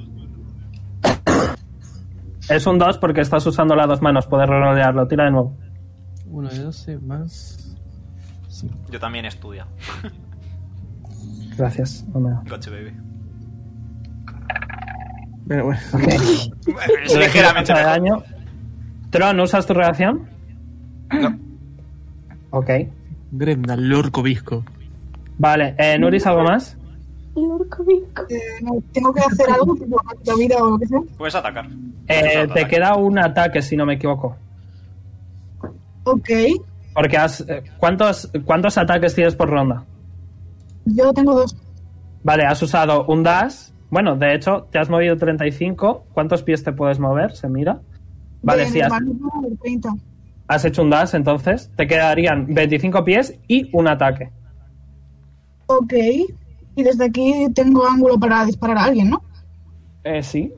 Speaker 1: Es un 2 porque estás usando las dos manos. Puedes rodearlo. Tira de nuevo.
Speaker 6: 1 de 12 más 5.
Speaker 2: Yo también estudio.
Speaker 1: Gracias. Omega.
Speaker 2: *laughs* Coche, baby.
Speaker 6: Pero bueno, *laughs*
Speaker 2: Es ligeramente
Speaker 1: Ocho de
Speaker 2: mejor.
Speaker 1: daño. Tron, ¿usas tu reacción? No. Ok.
Speaker 6: Grenda, Lorco Visco.
Speaker 1: Vale, eh, Nuris, ¿algo más?
Speaker 10: eh, no, tengo que hacer algo, tipo la vida o lo que sea.
Speaker 2: Puedes atacar. Puedes
Speaker 1: Eh, te
Speaker 2: atacar.
Speaker 1: queda un ataque, si no me equivoco.
Speaker 10: Ok,
Speaker 1: Porque has. eh, ¿Cuántos, cuántos ataques tienes por ronda?
Speaker 10: yo tengo dos.
Speaker 1: Vale, has usado un dash. Bueno, de hecho, te has movido 35. ¿Cuántos pies te puedes mover? Se mira. Vale,
Speaker 10: Del
Speaker 1: sí, has,
Speaker 10: maligno del 30.
Speaker 1: has hecho un dash, entonces te quedarían 25 pies y un ataque.
Speaker 10: Ok. Y desde aquí tengo ángulo para disparar a alguien, ¿no?
Speaker 1: Eh, sí.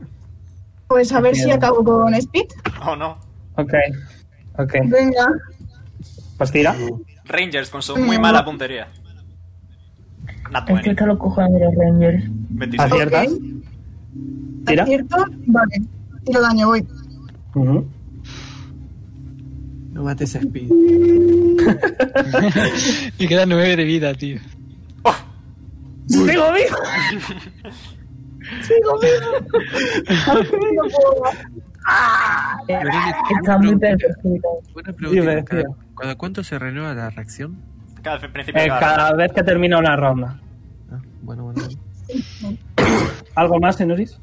Speaker 10: Pues a ver si
Speaker 1: Miedo.
Speaker 10: acabo con Speed.
Speaker 2: Oh, no.
Speaker 1: Ok. Ok.
Speaker 10: Venga.
Speaker 1: Pues tira.
Speaker 2: Rangers con su muy mala puntería. Nat
Speaker 5: Es que
Speaker 2: 20.
Speaker 5: esto lo cojones de los Rangers.
Speaker 2: 26.
Speaker 1: Aciertas.
Speaker 10: Ok.
Speaker 1: Tira.
Speaker 10: ¿Acierto? Vale. Tiro daño, voy.
Speaker 1: Ujú.
Speaker 6: No mates a
Speaker 4: *laughs*
Speaker 6: Speed.
Speaker 4: Me quedan nueve de vida, tío.
Speaker 1: ¡Oh! ¡Sigo
Speaker 6: *laughs*
Speaker 1: vivo!
Speaker 5: ¡Sigo vivo! Al fin
Speaker 6: *laughs*
Speaker 5: lo puedo hacer. Está muy perfecto.
Speaker 11: Buena pregunta.
Speaker 1: Dime,
Speaker 11: ¿Cada,
Speaker 1: tío.
Speaker 11: cada cuánto se renueva la reacción?
Speaker 2: Cada al principio
Speaker 1: Eh,
Speaker 2: de cada...
Speaker 1: cada vez que termina una ronda.
Speaker 11: Ah, bueno, bueno. bueno.
Speaker 1: ¿Algo más, Enuris?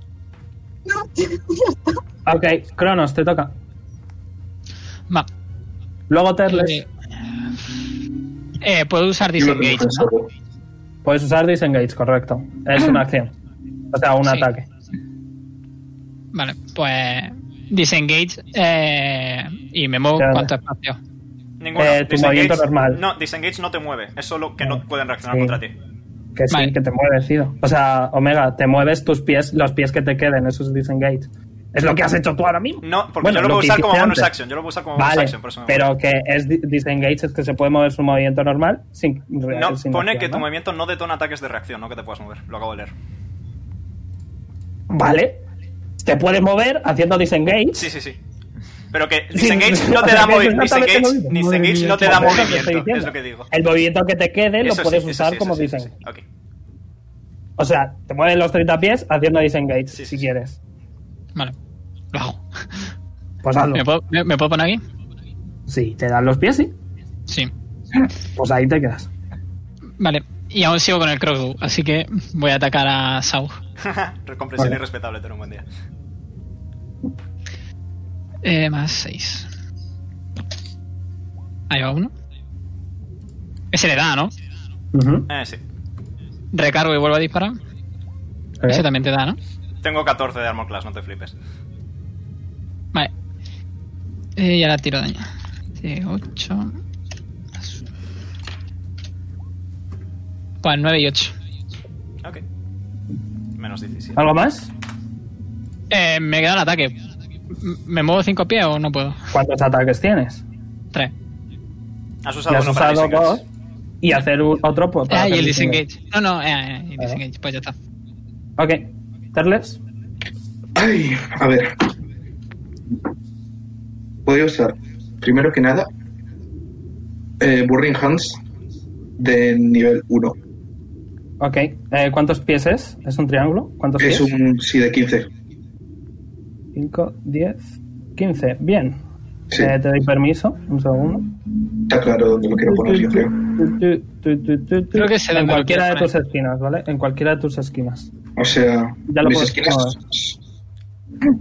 Speaker 10: No, ya está.
Speaker 1: Ok, Cronos, te toca.
Speaker 4: Va.
Speaker 1: Luego Terles.
Speaker 4: Eh, eh, puedo usar Disengage. ¿no?
Speaker 1: Puedes usar Disengage, correcto. Es una acción. O sea, un
Speaker 4: Sí.
Speaker 1: ataque.
Speaker 4: Vale, pues Disengage eh, y me muevo
Speaker 1: Claro.
Speaker 4: cuánto espacio.
Speaker 2: Ninguno.
Speaker 1: Eh, tu movimiento normal.
Speaker 2: No, disengage no te mueve. Es solo que no pueden reaccionar
Speaker 1: Sí.
Speaker 2: contra ti.
Speaker 1: Que sí,
Speaker 4: Vale.
Speaker 1: que te mueves, tío. O sea, Omega, te mueves tus pies, los pies que te queden, eso es Disengage. Es lo que has hecho tú ahora mismo.
Speaker 2: No, porque
Speaker 1: Bueno,
Speaker 2: yo lo
Speaker 1: lo
Speaker 2: puedo
Speaker 1: que
Speaker 2: usar como
Speaker 1: hiciste
Speaker 2: bonus
Speaker 1: antes.
Speaker 2: action. Yo lo puedo usar como bonus
Speaker 1: Vale,
Speaker 2: action, por eso me
Speaker 1: pero que es di- Disengage es que se puede mover su movimiento normal sin
Speaker 2: muevo. No,
Speaker 1: sin
Speaker 2: pone
Speaker 1: acción,
Speaker 2: que tu
Speaker 1: ¿no?
Speaker 2: movimiento no detona ataques de reacción, no que te puedas mover. Lo acabo de leer.
Speaker 1: Vale. Te puedes mover haciendo Disengage.
Speaker 2: Sí, sí, sí. Pero que
Speaker 1: Sí,
Speaker 2: disengage
Speaker 1: sí,
Speaker 2: no
Speaker 1: o
Speaker 2: te
Speaker 1: sea,
Speaker 2: da
Speaker 1: que es
Speaker 2: movimiento.
Speaker 1: exactamente
Speaker 2: Disengage,
Speaker 1: lo mismo. Madre
Speaker 2: disengage
Speaker 1: mía,
Speaker 2: no te da
Speaker 1: chaval, es lo que estoy
Speaker 2: movimiento. Es
Speaker 1: diciendo.
Speaker 2: lo que digo.
Speaker 1: El movimiento que te quede
Speaker 2: Eso
Speaker 1: lo puedes
Speaker 2: sí, eso
Speaker 1: usar
Speaker 2: sí, eso
Speaker 1: como
Speaker 2: sí, eso sí.
Speaker 1: Disengage.
Speaker 2: Ok.
Speaker 1: O sea, te mueves los 30 pies haciendo
Speaker 2: Sí,
Speaker 1: Disengage si
Speaker 2: sí, sí.
Speaker 1: quieres.
Speaker 4: Vale, lo hago.
Speaker 1: Pues hazlo.
Speaker 4: ¿Me puedo, me- me puedo poner aquí?
Speaker 1: Sí, te dan los pies, sí.
Speaker 4: Sí.
Speaker 1: Pues ahí te quedas.
Speaker 4: Vale, y aún sigo con el crossbow, así que voy a atacar a Sau.
Speaker 2: *laughs* Comprensible
Speaker 1: Vale.
Speaker 2: y respetable, ten un buen día.
Speaker 4: Eh, más 6. Ahí va uno. Ese le da, ¿no?
Speaker 1: Ujú.
Speaker 2: Eh, sí.
Speaker 4: Recargo y vuelvo a disparar. Ese también te da, ¿no?
Speaker 2: Tengo 14 de armor class, no te flipes.
Speaker 4: Vale. Eh, y ahora tiro daño. 8. Pues 9 y 8.
Speaker 2: Ok. Menos 17.
Speaker 1: ¿Algo más?
Speaker 4: Eh, me queda el ataque. M- ¿Me muevo 5 pies o no puedo?
Speaker 1: ¿Cuántos ataques tienes?
Speaker 4: 3.
Speaker 2: Has usado
Speaker 1: Ya
Speaker 2: Pues
Speaker 1: has
Speaker 2: uno para
Speaker 1: usado
Speaker 2: disengage.
Speaker 1: dos y hacer un- otro pues, para
Speaker 4: Ah, y
Speaker 1: hacer
Speaker 4: el
Speaker 1: disengage.
Speaker 4: disengage. No, no, eh, eh, el disengage. Pues ya está.
Speaker 1: Ok. Terles,
Speaker 3: Ay, a ver. Voy a usar, primero que nada, eh, Burning Hands de nivel 1.
Speaker 1: ok. Eh, ¿Cuántos pies es? ¿Es un triángulo? ¿Cuántos
Speaker 3: Es
Speaker 1: pies?
Speaker 3: un sí de 15.
Speaker 1: 5, 10, 15. Bien.
Speaker 3: Sí.
Speaker 1: Eh, te doy permiso. Un segundo.
Speaker 3: Está claro dónde lo quiero poner, yo creo.
Speaker 4: Creo
Speaker 1: Creo
Speaker 4: que se da
Speaker 1: en
Speaker 4: igual
Speaker 1: cualquiera
Speaker 4: que
Speaker 1: de
Speaker 4: lo
Speaker 1: tus esquinas, ¿vale? En cualquiera de tus esquinas.
Speaker 3: O sea,
Speaker 1: Ya lo
Speaker 3: mis
Speaker 1: puedes
Speaker 3: esquinas
Speaker 1: probar.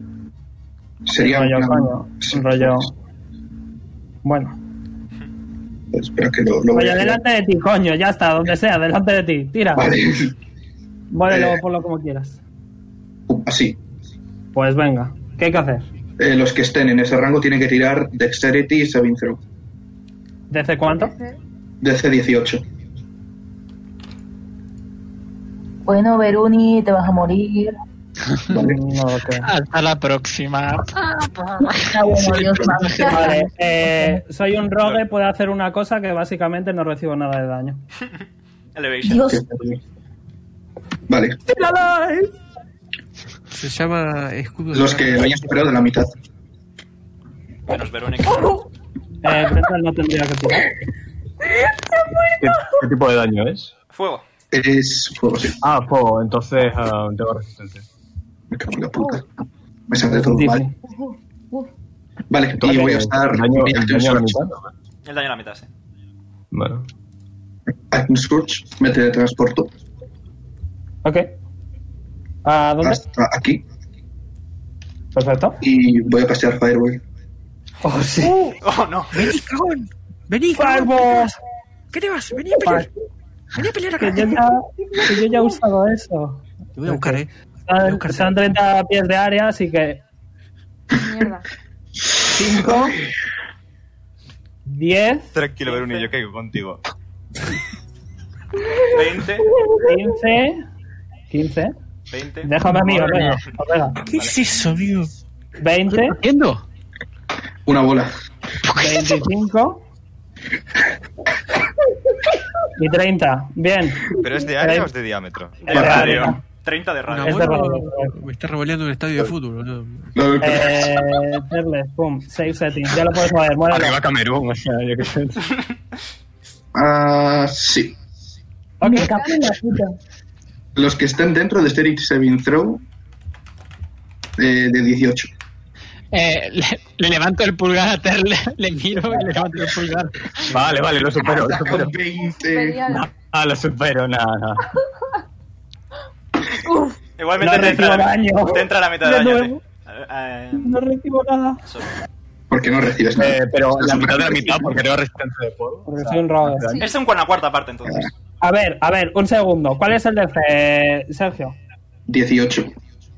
Speaker 3: sería
Speaker 1: un rollo,
Speaker 3: una-
Speaker 1: coño,
Speaker 3: sí,
Speaker 1: un rollo. Bueno.
Speaker 3: Espera que lo, lo voy
Speaker 1: Oye,
Speaker 3: a girar.
Speaker 1: delante de ti, coño, ya está, donde sea, delante de ti, tira.
Speaker 3: Vale.
Speaker 1: Muévelo,
Speaker 3: Eh.
Speaker 1: ponlo como quieras.
Speaker 3: Así.
Speaker 1: Pues venga, ¿qué hay que hacer?
Speaker 3: Eh, los que estén en ese rango tienen que tirar Dexterity y Saving Throw.
Speaker 1: ¿Desde cuánto?
Speaker 3: DC 18.
Speaker 5: Bueno, Veruni, te vas a morir.
Speaker 3: Vale.
Speaker 1: No lo creo.
Speaker 4: *laughs* Hasta la próxima.
Speaker 5: Ah, bueno, Dios mío.
Speaker 1: Vale, eh, soy un rogue, puedo hacer una cosa que básicamente no recibo nada
Speaker 2: *laughs*
Speaker 1: de daño.
Speaker 2: Elevation.
Speaker 5: Dios,
Speaker 3: Vale.
Speaker 11: Se llama escudo.
Speaker 3: Los que lo hayan superado la mitad.
Speaker 2: Menos Verónica.
Speaker 1: Eh, Brendan no tendría que tirar.
Speaker 8: ¿Qué, qué tipo de daño es?
Speaker 2: Fuego.
Speaker 3: Es fuego, sí.
Speaker 8: Ah, fuego, entonces ah, tengo resistencia.
Speaker 3: Me cago en la puta. Me sale todo mal.
Speaker 1: Dice.
Speaker 3: Vale, y voy a usar
Speaker 8: ¿El daño, el
Speaker 3: Iron
Speaker 8: daño a la
Speaker 3: Surge.
Speaker 8: mitad?
Speaker 2: El daño a la mitad, sí.
Speaker 8: Bueno.
Speaker 3: Iron Surge, me teletransporto
Speaker 1: Ok.
Speaker 8: Eh,
Speaker 1: ¿A dónde?
Speaker 3: hasta aquí
Speaker 1: Perfecto.
Speaker 3: y voy a pasear Fireball.
Speaker 1: Oh, sí.
Speaker 2: Oh, no.
Speaker 11: ¡Vení, cagón! ¡Vení, cagón!
Speaker 1: ¡Fireball!
Speaker 11: ¿Qué te vas? ¡Vení a pelear! ¡Vení a pelear
Speaker 1: Que
Speaker 11: acá!
Speaker 1: yo ya, que yo ya he usado eso.
Speaker 11: Te voy a buscar, eh.
Speaker 1: Son, son 30 pies de área, así que
Speaker 9: Mierda.
Speaker 5: 5,
Speaker 1: 10,
Speaker 7: Tranquilo, Veruni, yo caigo contigo.
Speaker 2: 20,
Speaker 1: 15, 15.
Speaker 2: 20.
Speaker 1: Déjame a mí, Omega. Omega.
Speaker 11: ¿Qué es eso, tío?
Speaker 1: 20,
Speaker 4: ¿Entiendo?
Speaker 3: Una bola.
Speaker 1: 25 y 30. Bien.
Speaker 7: ¿Pero es de área o es de diámetro?
Speaker 1: Es de área.
Speaker 2: 30 de
Speaker 11: Una
Speaker 2: radio.
Speaker 1: Es de
Speaker 11: bola,
Speaker 1: radio.
Speaker 11: me está revoleando un estadio de fútbol. boludo.
Speaker 3: Lo del perro.
Speaker 1: Eh, Perles, pum, save settings. Ya lo puedes mover, muévelo.
Speaker 8: Arriba Camerún, o sea, yo qué sé.
Speaker 3: Ah, sí.
Speaker 1: Ok,
Speaker 5: me cago en la puta.
Speaker 3: Los que estén dentro de Steric Saving Throw eh, de 18.
Speaker 4: Eh, le, le levanto el pulgar a Ter, le, *laughs* le miro y le levanto el pulgar.
Speaker 8: Vale, vale, lo supero, lo
Speaker 2: *laughs*
Speaker 8: supero.
Speaker 3: Con 20.
Speaker 9: Genial.
Speaker 8: Ah, lo supero, nada, nada.
Speaker 2: Igualmente
Speaker 1: No
Speaker 2: te entra,
Speaker 1: recibo
Speaker 2: la,
Speaker 1: daño.
Speaker 2: te entra la mitad
Speaker 1: De
Speaker 2: de daño.
Speaker 1: nuevo.
Speaker 2: sí. Eh,
Speaker 1: No recibo nada.
Speaker 2: eso.
Speaker 3: Porque no recibes nada.
Speaker 8: Eh, pero la
Speaker 3: Estás
Speaker 8: mitad de la
Speaker 3: superando.
Speaker 8: mitad porque tengo resistencia de polvo.
Speaker 1: Porque soy un rogue.
Speaker 8: daño.
Speaker 2: Es un cuarta cuarta parte entonces.
Speaker 1: A ver, a ver, un segundo. ¿Cuál es el de eh, Sergio?
Speaker 3: 18.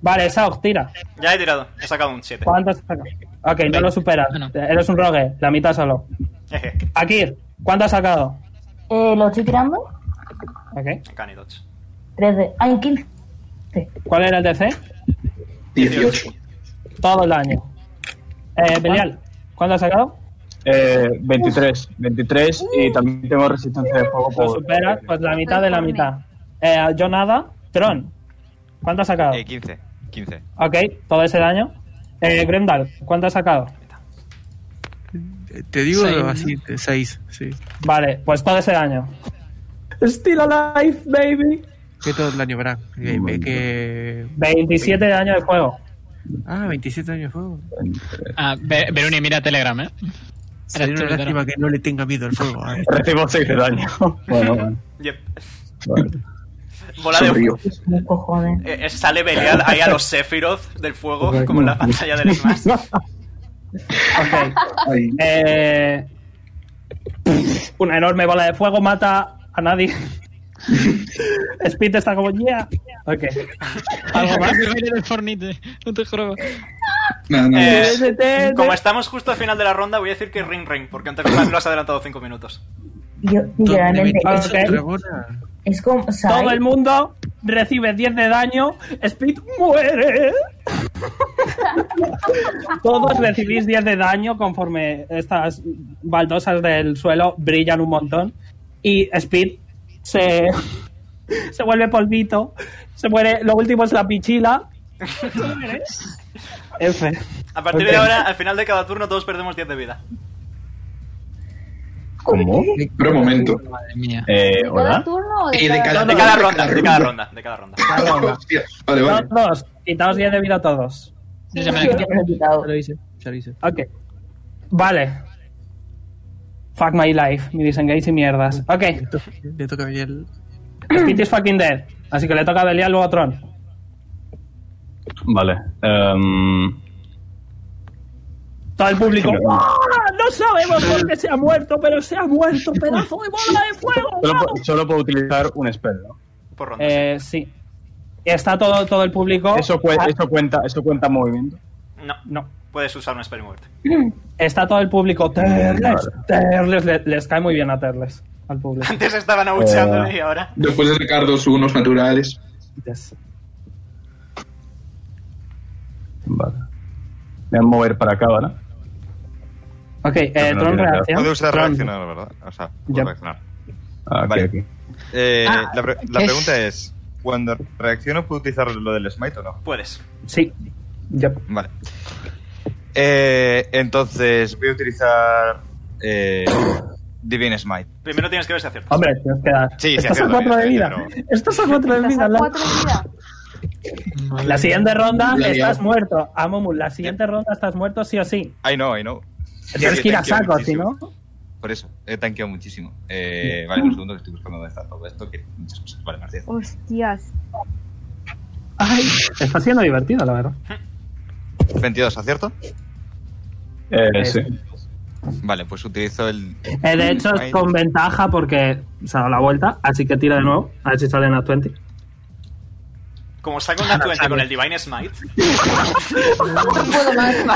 Speaker 1: Vale, Saug, tira.
Speaker 2: Ya he tirado, he sacado un 7.
Speaker 1: ¿Cuánto saca? Ok, no lo superas.
Speaker 4: Bueno.
Speaker 1: Eres un rogue, la mitad solo. Akir, ¿cuánto has sacado?
Speaker 5: Eh, ¿Lo estoy tirando?
Speaker 1: Ok.
Speaker 2: Canny Dodge.
Speaker 5: 3 de. Ah, en 15.
Speaker 1: ¿Cuál era el DC?
Speaker 3: 18.
Speaker 1: Todo el daño. Eh, Belial, ¿cuánto has sacado?
Speaker 8: Eh, 23, 23 y también tengo resistencia de fuego.
Speaker 1: Lo
Speaker 8: por-
Speaker 1: superas, pues la mitad de la mitad. Eh, yo nada. Tron, ¿cuánto has sacado?
Speaker 7: Eh, 15. 15.
Speaker 1: Ok, todo ese daño. Eh, Grendal, ¿cuánto has sacado?
Speaker 11: Eh, Te digo
Speaker 4: Seis, ¿no?
Speaker 11: así, te- seis, sí.
Speaker 1: Vale, pues todo ese daño. Still alive, baby.
Speaker 11: Que todo el daño, ¿verdad? Que-
Speaker 8: Muy
Speaker 11: eh, que-
Speaker 1: 27 de daño de fuego.
Speaker 11: Ah, 27 años de fuego.
Speaker 4: Ah, Ver- Veruni, mira Telegram, ¿eh?
Speaker 11: Sería
Speaker 4: tú,
Speaker 11: una
Speaker 4: Pedro.
Speaker 11: lástima que no le tenga miedo al fuego. eh. a esto.
Speaker 8: Recibo 6 de daño. Bueno, bueno.
Speaker 2: Yep.
Speaker 8: Vale.
Speaker 2: Bola de
Speaker 3: Sonrío.
Speaker 5: Es un cojones.
Speaker 2: pues, Eh, eh, sale Belial ahí a los Sephiroth del fuego, como en la pantalla
Speaker 1: *laughs*
Speaker 2: del Smash.
Speaker 1: Ok.
Speaker 3: Ay,
Speaker 1: Eh, una enorme bola de fuego mata a nadie. Speed está como, yeah. Ok.
Speaker 4: Algo más. El baile del Fortnite, no te juro.
Speaker 3: nada, nada.
Speaker 2: Eh,
Speaker 1: DDT.
Speaker 2: como estamos justo al final de la ronda, voy a decir que ring ring, porque antes lo has adelantado 5 minutos.
Speaker 5: Yo,
Speaker 11: ¿Dónde
Speaker 5: literalmente,
Speaker 11: metes
Speaker 5: es,
Speaker 1: ok.
Speaker 11: otra bola?
Speaker 5: es como. O sea,
Speaker 1: Todo el mundo recibe 10 de daño. Speed
Speaker 5: *laughs*
Speaker 1: muere. Todos recibís 10 de daño conforme estas baldosas del suelo brillan un montón. Y Speed se, se vuelve polvito. Se muere. Lo último es la pichila. F.
Speaker 2: A partir
Speaker 1: Ok.
Speaker 2: de ahora, al final de cada turno, todos perdemos 10 de vida.
Speaker 8: ¿Cómo?
Speaker 3: Pero un momento.
Speaker 4: Madre mía.
Speaker 8: Eh,
Speaker 9: ¿De cada
Speaker 8: ¿Hola?
Speaker 9: turno o de,
Speaker 3: Y de cada-
Speaker 2: De cada ronda, de cada ronda, de cada ronda.
Speaker 3: Hostia. Vale, vale.
Speaker 1: Todos. Quitaos 10 de vida a todos.
Speaker 4: Yo ya me
Speaker 5: yo
Speaker 4: la
Speaker 5: ya me lo he quitado.
Speaker 11: Ya lo hice, ya lo hice.
Speaker 1: Ok. Vale. Fuck my life. Mi disengage y mierdas. Ok.
Speaker 11: Le toca- Le toca bien el.
Speaker 1: Spit is fucking dead. Así que le toca a Belial luego a Tron.
Speaker 8: Vale. em,
Speaker 1: Todo el público. "¡Ah! No sabemos por qué se ha muerto, pero se ha *laughs* muerto, pedazo de bola de fuego.
Speaker 8: solo,
Speaker 1: vamos".
Speaker 8: po- solo puedo utilizar un spell, ¿no?
Speaker 2: Por ronda.
Speaker 1: Eh, sí. Está todo, todo el público.
Speaker 8: Eso, cue-
Speaker 1: Ah,
Speaker 8: eso cuenta, eso cuenta movimiento.
Speaker 2: No,
Speaker 1: No.
Speaker 2: puedes usar un spell y muerte.
Speaker 1: *clears throat* Está todo el público. Terles, Terles. Le- les cae muy bien a Terles. Al público.
Speaker 2: Antes estaban abucheándole y ahora.
Speaker 3: Después de sacar dos unos naturales.
Speaker 1: Yes.
Speaker 8: Vale. Me voy a mover para acá, ¿verdad?
Speaker 1: Ok, eh,
Speaker 7: no
Speaker 1: Tron
Speaker 7: tiene
Speaker 1: reacción.
Speaker 7: Puedo usar
Speaker 1: Tron.
Speaker 7: reaccionar, ¿verdad? O sea, puedo
Speaker 1: Ya.
Speaker 7: reaccionar.
Speaker 8: Ah,
Speaker 7: Vale.
Speaker 8: aquí, aquí.
Speaker 7: Eh,
Speaker 4: Ah,
Speaker 7: la, pre- la
Speaker 4: ¿qué?
Speaker 7: pregunta es: ¿cuando reacciono puedo utilizar lo del smite o no?
Speaker 2: Puedes.
Speaker 1: Sí. Yep.
Speaker 7: Vale. Eh, entonces voy a utilizar eh, Divine Smite.
Speaker 2: Primero tienes que ver si aciertas.
Speaker 1: Hombre, tienes que dar.
Speaker 7: Sí, eh, sí,
Speaker 1: Estás a
Speaker 7: cierto,
Speaker 1: cuatro de
Speaker 7: sí,
Speaker 1: vida.
Speaker 7: pero-
Speaker 1: Estás a cuatro de
Speaker 9: ¿Estás
Speaker 1: vida.
Speaker 9: a
Speaker 1: la-
Speaker 9: cuatro de vida?
Speaker 1: La siguiente ronda
Speaker 3: La
Speaker 1: estás
Speaker 3: liado.
Speaker 1: muerto, Amomu. La siguiente ronda estás muerto sí o sí.
Speaker 7: I know, I know.
Speaker 1: Tienes
Speaker 7: Sí,
Speaker 1: que ir a
Speaker 7: tanqueo
Speaker 1: saco, si
Speaker 7: muchísimo.
Speaker 1: no.
Speaker 7: Por eso, he tanqueado muchísimo. Eh, vale, un segundo que estoy buscando dónde está todo esto, que muchas cosas. Vale, más diez.
Speaker 9: Hostias.
Speaker 1: Ay, está siendo divertido, la verdad.
Speaker 7: 22, ¿acierto?
Speaker 8: Eh, sí.
Speaker 7: Vale, pues utilizo el.
Speaker 1: Eh, de hecho, es
Speaker 7: Ahí.
Speaker 1: con ventaja porque se ha dado la vuelta, así que tira de nuevo, a ver si sale en la 20.
Speaker 2: Como saco una 20 con el Divine Smite.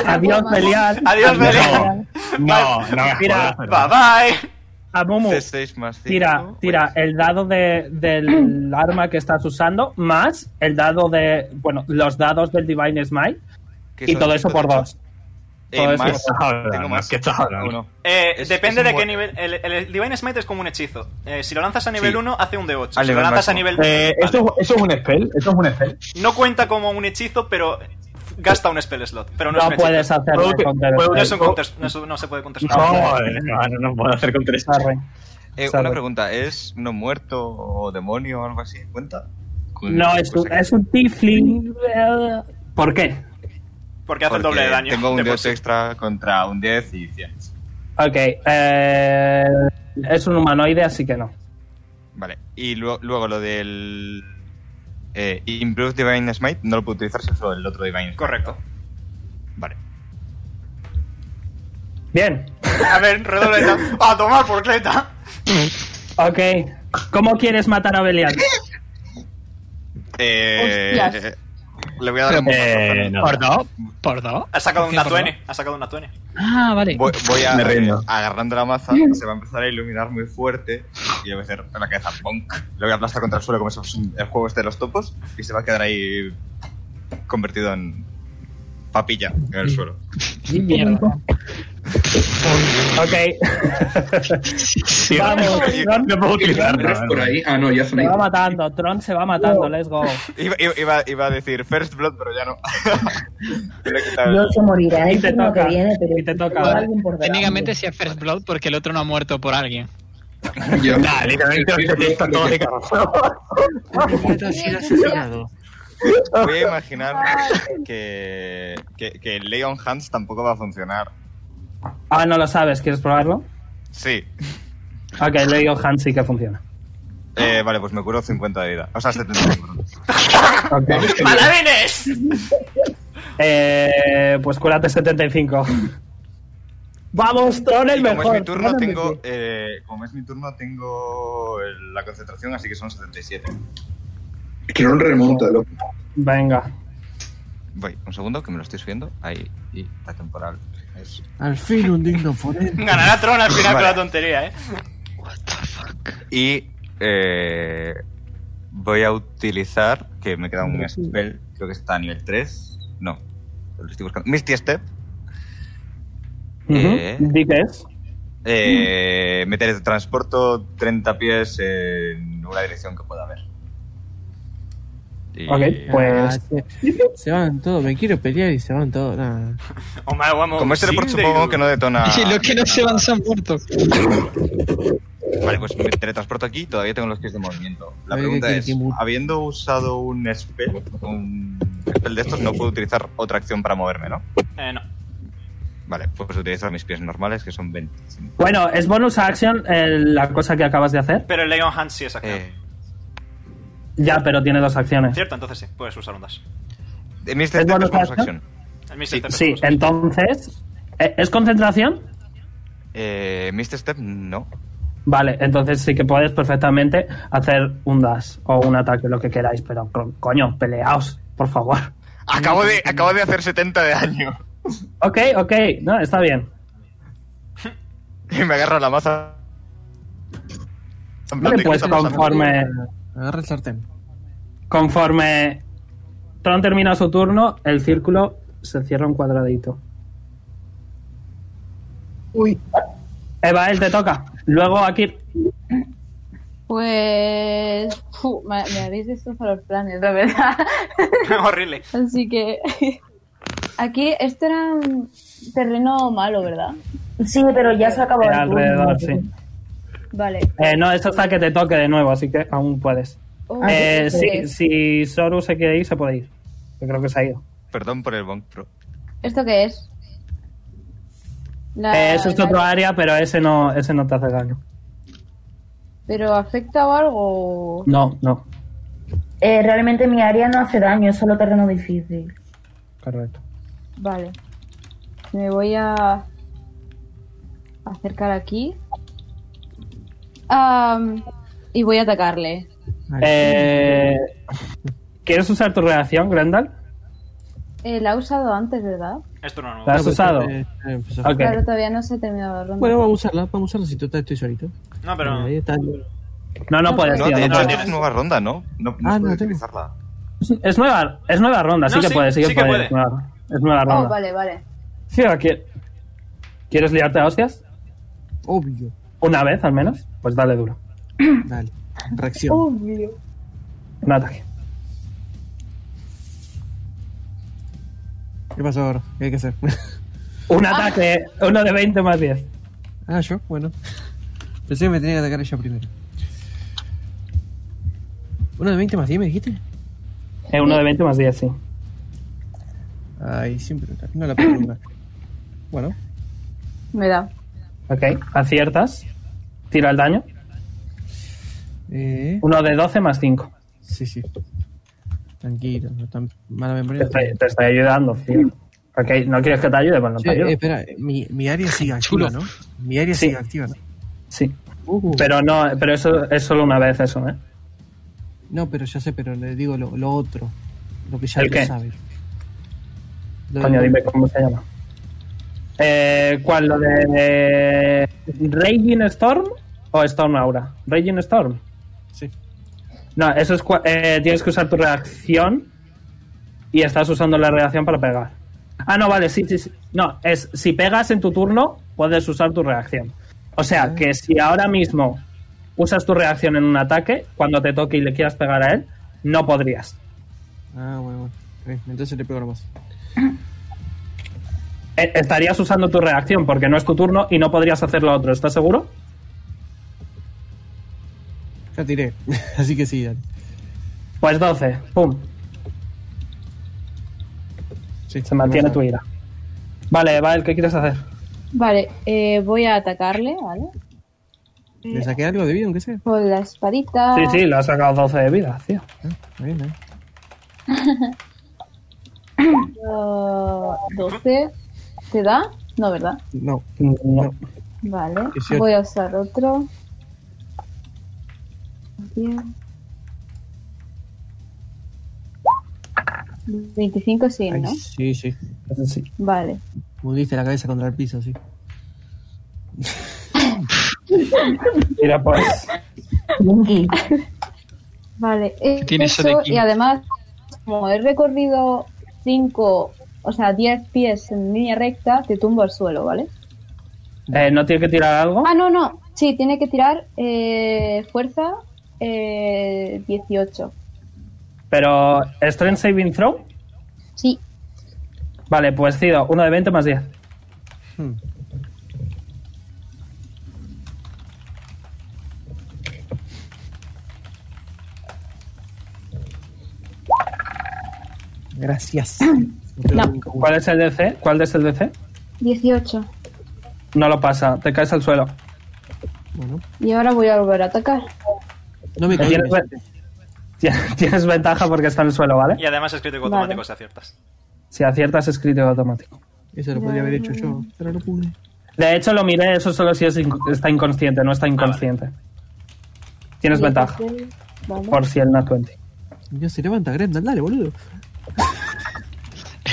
Speaker 1: Adiós, Belial.
Speaker 2: Adiós, Belial.
Speaker 7: No, no me
Speaker 1: Tira,
Speaker 2: Bye bye.
Speaker 1: a Mumu,
Speaker 7: C6 Eh, más cinco.
Speaker 1: tira, tira
Speaker 7: Pues
Speaker 1: el dado de,
Speaker 2: *clears throat*
Speaker 1: del arma que estás usando más el dado de. Bueno, los dados del Divine Smite
Speaker 7: Que
Speaker 1: y
Speaker 7: son
Speaker 1: todo eso por
Speaker 7: cinco.
Speaker 1: dos.
Speaker 7: Eh,
Speaker 1: Todo eso.
Speaker 7: más,
Speaker 1: ¿Qué estás
Speaker 7: tengo
Speaker 8: hablando?
Speaker 7: más.
Speaker 8: ¿Qué estás hablando?
Speaker 7: Uno.
Speaker 2: Eh,
Speaker 7: Es-
Speaker 2: depende
Speaker 7: es un
Speaker 2: de qué nivel.
Speaker 7: buen-
Speaker 2: El, el Divine Smite es como un hechizo. Eh, si lo lanzas a nivel
Speaker 7: Sí. Ah,
Speaker 2: 1, hace un D8.
Speaker 7: Al
Speaker 2: si lo
Speaker 7: nivel
Speaker 2: lanzas a
Speaker 7: máximo.
Speaker 2: nivel.
Speaker 8: Eh, eso, eso es un spell, eso es un spell.
Speaker 2: No cuenta como un hechizo, pero gasta un spell slot. Pero no,
Speaker 1: No
Speaker 2: es un
Speaker 1: puedes
Speaker 2: hechizo.
Speaker 1: hacerlo
Speaker 8: Puedo-
Speaker 1: con Counter
Speaker 8: puedo-
Speaker 2: No, es un
Speaker 1: Strike.
Speaker 2: counter- no es un- no se puede contestar.
Speaker 8: No, eh, no, no puedo hacer con tres.
Speaker 1: Arre.
Speaker 7: Eh,
Speaker 1: Sabe.
Speaker 7: una pregunta, ¿es no muerto o demonio o algo así? ¿Cuenta?
Speaker 1: No, es un,
Speaker 7: Cosa que-
Speaker 1: es un tiefling. eh, ¿Por qué?
Speaker 2: Porque hace el
Speaker 7: porque
Speaker 2: doble de daño.
Speaker 7: Tengo un
Speaker 2: de por
Speaker 7: 10
Speaker 2: sí.
Speaker 7: extra contra un 10 y 100.
Speaker 1: Ok, eh, es un humanoide, así que no.
Speaker 7: Vale. Y luego, luego lo del. Eh, Improved Divine Smite no lo puedo utilizar si uso el otro Divine Smite.
Speaker 2: Correcto.
Speaker 7: Vale.
Speaker 1: Bien,
Speaker 2: A ver,
Speaker 1: *laughs*
Speaker 2: redobleta. A tomar por cleta.
Speaker 1: ok. ¿Cómo quieres matar a Belial?
Speaker 7: Eh,
Speaker 9: Hostias.
Speaker 7: le voy a dar un
Speaker 8: Eh, no.
Speaker 4: ¿Por dos? ¿Por dos?
Speaker 2: Ha sacado un
Speaker 4: ¿Por qué por
Speaker 2: atuene. Ha sacado un atuene.
Speaker 4: dos? Ah, vale.
Speaker 7: Voy, voy a. eh,
Speaker 8: Me rindo.
Speaker 7: agarrando la maza, se va a empezar a iluminar muy fuerte. Y le voy a hacer en la cabeza bonk. Lo voy a aplastar contra el suelo como si fuese un- el juego este de los topos. Y se va a quedar ahí. convertido en. papilla en el suelo.
Speaker 4: Mierda.
Speaker 1: Ok. Vamos, Tron
Speaker 8: No puedo utilizarlo.
Speaker 3: ¿Eres por ahí? Ah, no, ya son
Speaker 1: se
Speaker 3: ahí.
Speaker 1: va matando, Tron se va matando, let's go.
Speaker 7: Iba, iba- iba- iba a decir First Blood, pero ya no. Le he quitado el-
Speaker 5: Yo se morirá
Speaker 1: Y
Speaker 5: el
Speaker 1: te
Speaker 5: turno
Speaker 1: toca,
Speaker 5: que viene, pero
Speaker 1: y te toca.
Speaker 5: tengo alguien por delante. *laughs*
Speaker 4: Técnicamente sí es First Blood porque el otro no ha muerto por alguien.
Speaker 3: Ya.
Speaker 8: Nah, literalmente
Speaker 3: Sí,
Speaker 8: los que están todos de cara.
Speaker 7: Voy a imaginar que, que, que Leon Hans tampoco va a funcionar.
Speaker 1: Ah, no lo sabes, ¿quieres probarlo?
Speaker 7: Sí.
Speaker 1: Ok, le digo Hans sí que funciona.
Speaker 7: Eh, vale, pues me curo 50 de vida. O sea, 75. perdón.
Speaker 1: Ok.
Speaker 2: ¡Paladines!
Speaker 1: Eh, pues cúrate 75. Vamos, Tron el
Speaker 7: Y como
Speaker 1: mejor.
Speaker 7: es mi turno,
Speaker 1: Tron el
Speaker 7: tengo,
Speaker 1: mejor.
Speaker 7: eh, como es mi turno, tengo el- la concentración, así que son 77.
Speaker 3: Que no remonta, loco.
Speaker 1: Venga.
Speaker 7: Voy, un segundo, que me lo estoy subiendo. Ahí, y la temporal. Es-
Speaker 11: Al fin un digno ponente.
Speaker 2: *laughs* *laughs* Ganará Tron al final con
Speaker 7: Vale.
Speaker 2: la tontería, ¿eh?
Speaker 7: Y eh, voy a utilizar, que me queda un spell, creo que está a nivel 3. No, lo estoy buscando. Misty Step. Eh.
Speaker 1: Ujú. Di que es. Mm.
Speaker 7: Eh, me teletransporto 30 pies en una dirección que pueda ver. Y-
Speaker 1: Ok, pues.
Speaker 6: ah,
Speaker 11: Se van todos, me quiero pelear y se van todos. Nah.
Speaker 2: Oh my, guamo.
Speaker 7: Como es teleport,
Speaker 2: Sí, de-
Speaker 7: supongo que no
Speaker 1: *laughs*
Speaker 7: detona.
Speaker 4: *laughs* Y los que no se van son muertos.
Speaker 7: Vale, pues me teletransporto aquí y todavía tengo los pies de movimiento. La
Speaker 11: Oye,
Speaker 7: pregunta
Speaker 11: que-
Speaker 7: es:
Speaker 11: que- que-
Speaker 7: habiendo usado un spell, un spell de estos, no puedo utilizar otra acción para moverme, ¿no?
Speaker 2: Eh, no.
Speaker 7: Vale, pues utilizo mis pies normales, que son 25.
Speaker 1: Bueno, es bonus action eh, la cosa que acabas de hacer.
Speaker 2: Pero el Leon Hand sí es acá.
Speaker 7: Eh,
Speaker 1: Ya, pero tiene dos acciones.
Speaker 2: Cierto, entonces sí, puedes usar un dash.
Speaker 7: de mis
Speaker 1: ¿Es
Speaker 7: dedos
Speaker 1: bonus
Speaker 7: es bonus
Speaker 1: action?
Speaker 7: acción.
Speaker 2: El Mist
Speaker 7: Sí,
Speaker 2: Step es
Speaker 1: Sí,
Speaker 2: cosa.
Speaker 1: entonces. ¿eh, ¿Es concentración?
Speaker 7: Eh, Mist Step, no.
Speaker 1: Vale, entonces sí que puedes perfectamente hacer un dash o un ataque, lo que queráis, pero co- coño, peleaos, por favor.
Speaker 7: Acabo de, acabo de hacer 70 de daño.
Speaker 1: Ok, ok, no, está bien.
Speaker 7: *laughs* Y me agarro la maza. En plan,
Speaker 1: Vale,
Speaker 7: ¿de qué
Speaker 1: pues
Speaker 7: está pasando?
Speaker 1: conforme,
Speaker 11: Agarra el sartén.
Speaker 1: conforme Tron termina su turno, el círculo se cierra un cuadradito.
Speaker 10: Uy,
Speaker 1: Eva, él te toca. Luego aquí.
Speaker 12: Pues. fu, me, me habéis destrozado los planes, la verdad. *laughs*
Speaker 2: Horrible.
Speaker 12: Así que. *laughs* Aquí, este era un terreno malo, ¿verdad?
Speaker 5: Sí, pero *laughs* ya se acabó el turno.
Speaker 1: Alrededor, sí.
Speaker 12: Vale.
Speaker 1: Eh, no, esto está que te toque de nuevo, así que aún puedes.
Speaker 12: Oh,
Speaker 5: Ah,
Speaker 1: Eh, sí,
Speaker 12: ¿qué
Speaker 1: si Soru se quiere ir, se puede ir. Yo creo que se ha ido.
Speaker 7: Perdón por el bonk, pro.
Speaker 12: ¿Esto qué es? La-
Speaker 1: Eh, eso es
Speaker 12: la-
Speaker 1: otro área, pero ese no, ese no te hace daño.
Speaker 12: ¿Pero afecta o algo?
Speaker 1: No, no.
Speaker 5: Eh, realmente mi área no hace daño, es solo terreno difícil.
Speaker 1: Correcto.
Speaker 12: Vale. Me voy a acercar aquí. Am, y voy a atacarle.
Speaker 11: Al
Speaker 1: Eh, ¿Quieres usar tu reacción, Grendal?
Speaker 12: Eh, la he usado antes, ¿verdad?
Speaker 2: Esto no, no.
Speaker 1: ¿La has
Speaker 6: pues,
Speaker 1: usado?
Speaker 6: eh, eh, pues,
Speaker 1: Ok.
Speaker 12: Claro, todavía no se ha terminado la ronda.
Speaker 6: Bueno, vamos a usarla, vamos a usarla si tú estás- estoy solito.
Speaker 2: No, pero.
Speaker 6: Ahí está.
Speaker 1: No, no puedes.
Speaker 7: No,
Speaker 1: tío,
Speaker 7: tienes-
Speaker 1: no
Speaker 7: no
Speaker 1: puedes.
Speaker 7: tienes nueva ronda, ¿no? No, no
Speaker 6: Ah,
Speaker 7: puedes
Speaker 6: no tengo.
Speaker 7: utilizarla.
Speaker 1: Es nueva, es nueva ronda, sí
Speaker 2: No,
Speaker 1: que
Speaker 2: sí,
Speaker 1: puedes, sí que
Speaker 2: sí que
Speaker 1: puedes.
Speaker 2: puede.
Speaker 1: nueva- es nueva
Speaker 12: Oh,
Speaker 1: ronda.
Speaker 12: vale, vale.
Speaker 1: Sí, ¿o qui- ¿Quieres liarte a hostias?
Speaker 6: Obvio.
Speaker 1: Una vez al menos. Pues dale duro.
Speaker 6: *coughs* Dale. Reacción.
Speaker 12: Obvio.
Speaker 1: Un ataque.
Speaker 6: ¿Qué pasó ahora? ¿Qué hay que hacer?
Speaker 12: Ah.
Speaker 1: Un ataque, uno de 20 más 10.
Speaker 6: ah, yo, bueno. Pensé que me tenía que atacar ella primero. ¿Uno de 20 más 10 me dijiste?
Speaker 1: Eh, uno de 20 más 10, sí.
Speaker 6: Ay, siempre la- no la puedo nombrar. *coughs* Bueno,
Speaker 12: Me da.
Speaker 1: Ok, aciertas. Tira el daño.
Speaker 6: eh,
Speaker 1: Uno de 12 más 5.
Speaker 6: sí, sí. Tranquilo, no tan mala
Speaker 1: Te
Speaker 6: memoria.
Speaker 1: estoy, te estoy ayudando, tío. Ok, ¿no quieres que te ayude? Pues no
Speaker 6: Che,
Speaker 1: te ayudo.
Speaker 6: eh, espera, mi, mi área sigue
Speaker 4: Chulo.
Speaker 6: activa, ¿no? Mi área
Speaker 1: Sí.
Speaker 6: sigue activa, ¿no?
Speaker 1: Sí.
Speaker 6: Uh,
Speaker 1: Pero no, pero eso es solo una vez eso, ¿eh?
Speaker 6: no, pero ya sé, pero le digo lo, lo otro. Lo que ya
Speaker 1: ¿El
Speaker 6: tú
Speaker 1: qué?
Speaker 6: sabes. Lo
Speaker 1: Coño,
Speaker 6: del-
Speaker 1: dime cómo se llama. Eh, ¿Cuál? ¿Lo de Raging Storm o Storm Aura? Raging Storm.
Speaker 6: Sí.
Speaker 1: No, eso es. cua- eh, tienes que usar tu reacción y estás usando la reacción para pegar. Ah, no, vale, sí, sí, sí. No, es si pegas en tu turno, puedes usar tu reacción. O sea, que si ahora mismo usas tu reacción en un ataque, cuando te toque y le quieras pegar a él, no podrías.
Speaker 6: Ah, bueno, bueno. Ok, Entonces le pego nomás.
Speaker 1: Eh, Estarías usando tu reacción porque no es tu turno y no podrías hacer lo otro, ¿estás seguro?
Speaker 6: Ya tiré. *laughs* Así que sí, dale.
Speaker 1: Pues 12, pum,
Speaker 6: Sí,
Speaker 1: se mantiene tu ira. Vale, Val, ¿qué quieres hacer?
Speaker 12: Vale, eh, voy a atacarle, ¿vale?
Speaker 6: ¿Le saqué algo de vida, aunque sea?
Speaker 12: Con la espadita.
Speaker 1: Sí,
Speaker 12: *laughs*
Speaker 1: sí, le has sacado 12 de vida, tío.
Speaker 6: Está bien, ¿eh?
Speaker 12: Ah, 12. ¿Te da? No, ¿verdad?
Speaker 6: No,
Speaker 1: No.
Speaker 12: Vale.
Speaker 6: 18.
Speaker 12: Voy a usar otro. Bien. 25 sí,
Speaker 6: Ay,
Speaker 12: ¿no?
Speaker 6: sí, sí.
Speaker 1: Sí.
Speaker 4: *laughs*
Speaker 12: Vale.
Speaker 6: Mudiste la cabeza contra el piso, sí.
Speaker 1: Mira, pues.
Speaker 5: Linky.
Speaker 12: Vale, eh,
Speaker 4: tiene eso
Speaker 12: eso,
Speaker 4: de
Speaker 12: y
Speaker 4: King?
Speaker 12: además, como he recorrido 5, o sea, 10 pies en línea recta, te tumbo al suelo, ¿vale?
Speaker 1: eh, ¿No tiene que tirar algo?
Speaker 12: Ah, no, no, sí, tiene que tirar eh, fuerza eh, 18.
Speaker 1: Pero. ¿Strength Saving Throw?
Speaker 12: Sí,
Speaker 1: Vale, pues Cido, 1 de 20 más 10.
Speaker 6: Hmm. Gracias.
Speaker 12: No.
Speaker 1: ¿Cuál es el DC? ¿Cuál es el DC?
Speaker 12: 18.
Speaker 1: No lo pasa, te caes al suelo.
Speaker 6: Bueno,
Speaker 12: Y ahora voy a volver a atacar.
Speaker 6: no me caí.
Speaker 1: Tienes, ve- *laughs* tienes ventaja porque está en el suelo, ¿Eh? ¿vale?
Speaker 2: Y además es crítico
Speaker 12: Vale.
Speaker 2: automático si aciertas.
Speaker 1: Si aciertas, es crítico automático.
Speaker 6: Eso lo podría haber hecho yo, pero no pude.
Speaker 1: De hecho, lo miré, eso solo si es inc- está inconsciente, no está inconsciente. Tienes ventaja,
Speaker 12: 16, Vale.
Speaker 1: por si el Nat 20.
Speaker 6: Ya se levanta Grendel, dale, boludo.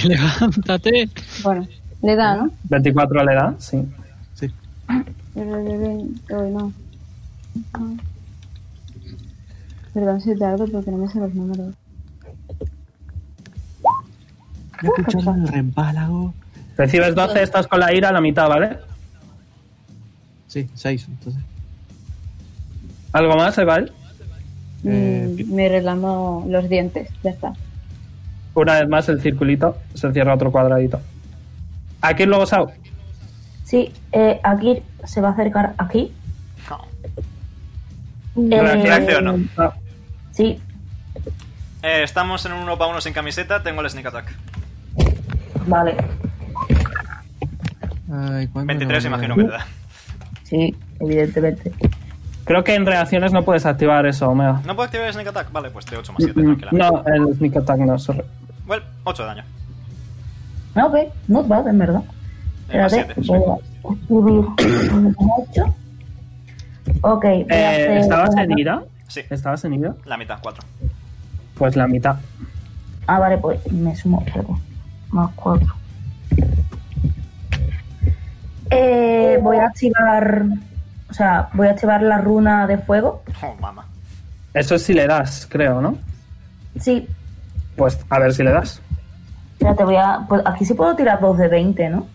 Speaker 4: Levántate.
Speaker 12: Bueno, le da, ¿no?
Speaker 1: 24 le da, sí.
Speaker 6: Sí.
Speaker 12: Pero le ven- uy, no. Ah. Perdón si tardo porque no me sé los números.
Speaker 6: Ya escucharon el *laughs* reempálago.
Speaker 1: Recibes 12, estás con la ira a la mitad, ¿vale?
Speaker 6: Sí, seis, entonces.
Speaker 1: ¿Algo más, Eval?
Speaker 6: Eh,
Speaker 12: Mm,
Speaker 6: bien.
Speaker 12: me relamo los dientes, ya está.
Speaker 1: Una vez más el circulito se cierra otro cuadradito. Aquí luego Sau.
Speaker 5: Sí, eh, Akir se va a acercar aquí. Eh,
Speaker 2: ¿Reacción o no?
Speaker 1: Ah,
Speaker 5: Sí,
Speaker 2: Eh, estamos en un 1 para 1 sin camiseta, tengo el sneak attack.
Speaker 5: vale.
Speaker 6: Ay, ¿cuándo
Speaker 2: 23
Speaker 6: no?
Speaker 2: imagino que te da.
Speaker 5: Sí, evidentemente.
Speaker 1: Creo que en reacciones no puedes activar eso, Omega.
Speaker 2: ¿No puedo activar el sneak attack? Vale, pues de 8 más 7, tranquila.
Speaker 1: No, el sneak attack no, sorry.
Speaker 2: Well, 8 de daño.
Speaker 5: Ah, ok, not bad, en verdad.
Speaker 2: Eh, más
Speaker 5: Espérate,
Speaker 2: 7.
Speaker 5: voy a subir ocho. Ok, voy a
Speaker 1: Eh,
Speaker 5: hacer
Speaker 1: ¿Estabas
Speaker 5: una-
Speaker 1: en ira?
Speaker 2: Sí,
Speaker 1: ¿Estabas en ira?
Speaker 2: la mitad, 4.
Speaker 1: Pues la mitad.
Speaker 5: Ah, vale, pues me sumo. espérate. Más cuatro. Eh, voy a activar. O sea, voy a activar la runa de fuego.
Speaker 2: Oh, mamá.
Speaker 1: Eso sí le das, creo, ¿no?
Speaker 5: Sí,
Speaker 1: Pues a ver si le das.
Speaker 5: espérate, voy a. pues aquí sí puedo tirar dos de 20, ¿no?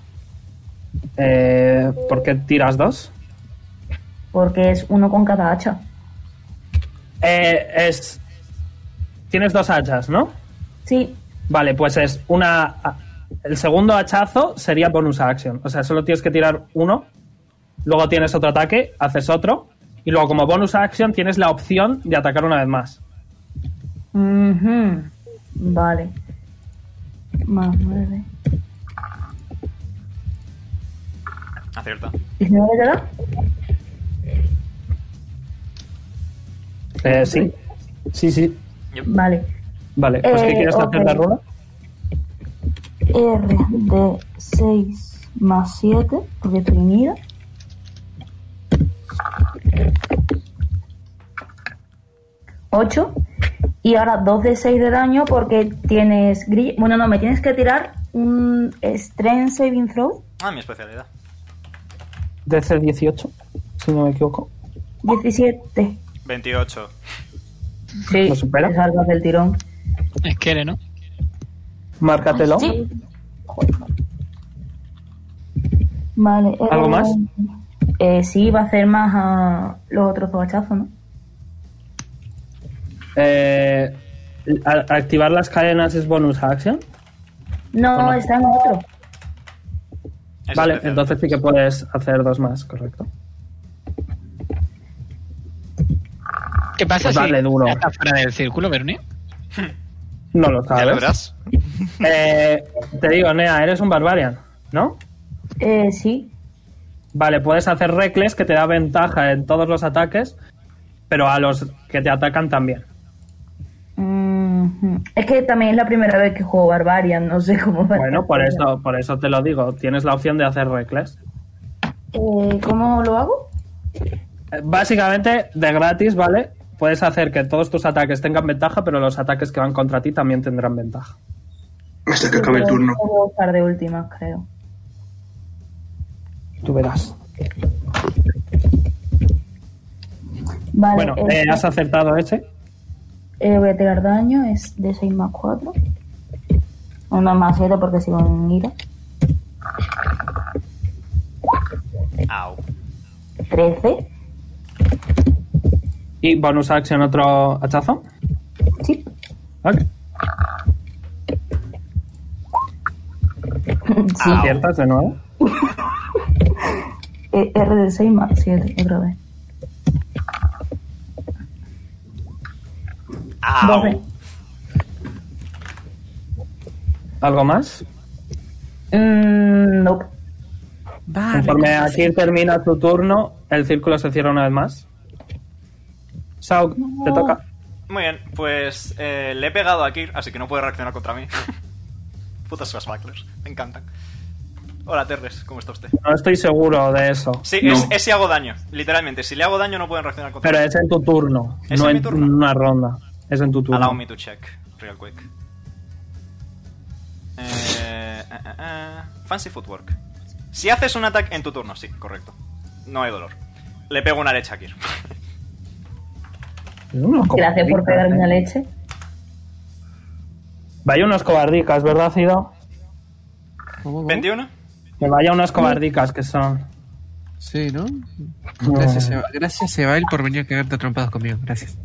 Speaker 1: Eh, ¿Por qué tiras dos?
Speaker 5: Porque es uno con cada hacha.
Speaker 1: Eh, es. Tienes dos hachas, ¿no?
Speaker 5: Sí,
Speaker 1: Vale, pues es una. El segundo hachazo sería bonus action. O sea, solo tienes que tirar uno. Luego tienes otro ataque, haces otro. Y luego, como bonus action, tienes la opción de atacar una vez más.
Speaker 5: Vale. Más 9.
Speaker 2: Acierta.
Speaker 5: ¿19 te da?
Speaker 1: Eh, sí. Sí, sí.
Speaker 5: Vale.
Speaker 1: Vale, pues ¿qué
Speaker 5: Eh,
Speaker 1: quieres hacer
Speaker 5: ok.
Speaker 1: la runa?
Speaker 5: R de 6 más 7, porque estoy unida. Ocho. Y ahora 2 de 6 de daño porque tienes grill. Bueno, no, me tienes que tirar un Strength Saving Throw.
Speaker 2: Ah, mi especialidad.
Speaker 1: DC 18, si no me equivoco.
Speaker 5: 17.
Speaker 2: 28.
Speaker 5: Sí,
Speaker 1: ¿Lo supera?
Speaker 5: te salvas del tirón.
Speaker 4: Es que ¿no?
Speaker 1: Márcatelo.
Speaker 5: Sí. Joder. Vale. eh,
Speaker 1: ¿Algo más?
Speaker 5: Eh, sí, va a hacer más a los otros dos hachazos, ¿no?
Speaker 1: Eh, a- activar las cadenas es bonus action.
Speaker 5: No,
Speaker 1: Bueno.
Speaker 5: está en otro.
Speaker 2: Es
Speaker 1: vale,
Speaker 2: especial.
Speaker 1: entonces sí que puedes hacer dos más, correcto.
Speaker 4: ¿Qué pasa
Speaker 1: Pues
Speaker 4: si
Speaker 1: dale duro.
Speaker 4: está fuera del círculo, Verónica?
Speaker 1: No lo
Speaker 7: Ya
Speaker 1: sabes.
Speaker 7: lo verás.
Speaker 1: Eh, te digo, Nea, eres un barbarian, ¿no?
Speaker 5: Eh, sí.
Speaker 1: Vale, puedes hacer recles que te da ventaja en todos los ataques, pero a los que te atacan también.
Speaker 5: Mhm. Es que también es la primera vez que juego Barbarian, no sé cómo va a
Speaker 1: Bueno,
Speaker 5: estar.
Speaker 1: por eso, por eso te lo digo. Tienes la opción de hacer recles.
Speaker 5: Eh, ¿Cómo lo hago?
Speaker 1: Eh, Básicamente, de gratis, ¿vale? Puedes hacer que todos tus ataques tengan ventaja, pero los ataques que van contra ti también tendrán ventaja.
Speaker 3: Hasta que acabe el
Speaker 5: Pero
Speaker 3: turno.
Speaker 5: lo voy a usar de últimas, creo.
Speaker 1: Tú verás.
Speaker 5: Vale.
Speaker 1: Bueno,
Speaker 5: eh,
Speaker 1: eh, has acertado ese.
Speaker 5: eh, voy a tirar daño, es de 6 más 4. Una más 7 porque sigo en ira.
Speaker 2: Au.
Speaker 5: 13.
Speaker 1: Y bonus action otro hachazo.
Speaker 5: Sí.
Speaker 1: Ok.
Speaker 5: Sí.
Speaker 1: Aciertas de nuevo.
Speaker 5: Eh, R de 6 más 7, otra vez.
Speaker 2: Au.
Speaker 5: 12.
Speaker 1: ¿Algo más?
Speaker 5: Mm, nope.
Speaker 1: Conforme aquí termina tu turno, el círculo se cierra una vez más. Sauk, te toca.
Speaker 2: Muy bien, pues eh, le he pegado a Kir, así que no puede reaccionar contra mí. *laughs* Putas sus backlers, me encantan. Hola Terres, ¿cómo está usted?
Speaker 1: No estoy seguro de eso.
Speaker 2: Sí,
Speaker 3: No.
Speaker 2: es, es si hago daño, literalmente. Si le hago daño no pueden reaccionar contra
Speaker 1: Pero
Speaker 2: mí.
Speaker 1: es en tu turno,
Speaker 2: ¿Es
Speaker 1: no
Speaker 2: en
Speaker 1: en,
Speaker 2: mi turno?
Speaker 1: una ronda. Es en tu
Speaker 2: Allow
Speaker 1: turno.
Speaker 2: me to check, real quick. Eh, eh, eh, eh, fancy footwork. Si haces un ataque en tu turno, sí, correcto. No hay dolor. Le pego una leche a Kir. *laughs*
Speaker 1: Unos
Speaker 5: Gracias por
Speaker 1: cobardicas,
Speaker 5: pegarme
Speaker 1: eh.
Speaker 5: la leche.
Speaker 1: Vaya unos cobardicas, ¿verdad, Cido?
Speaker 11: ¿Cómo, cómo?
Speaker 2: 21.
Speaker 1: Que vaya unos cobardicas que son.
Speaker 11: Sí, ¿no?
Speaker 1: No.
Speaker 11: Gracias, Eva- gracias Evael, por venir a cagarte a trompadas conmigo. Gracias.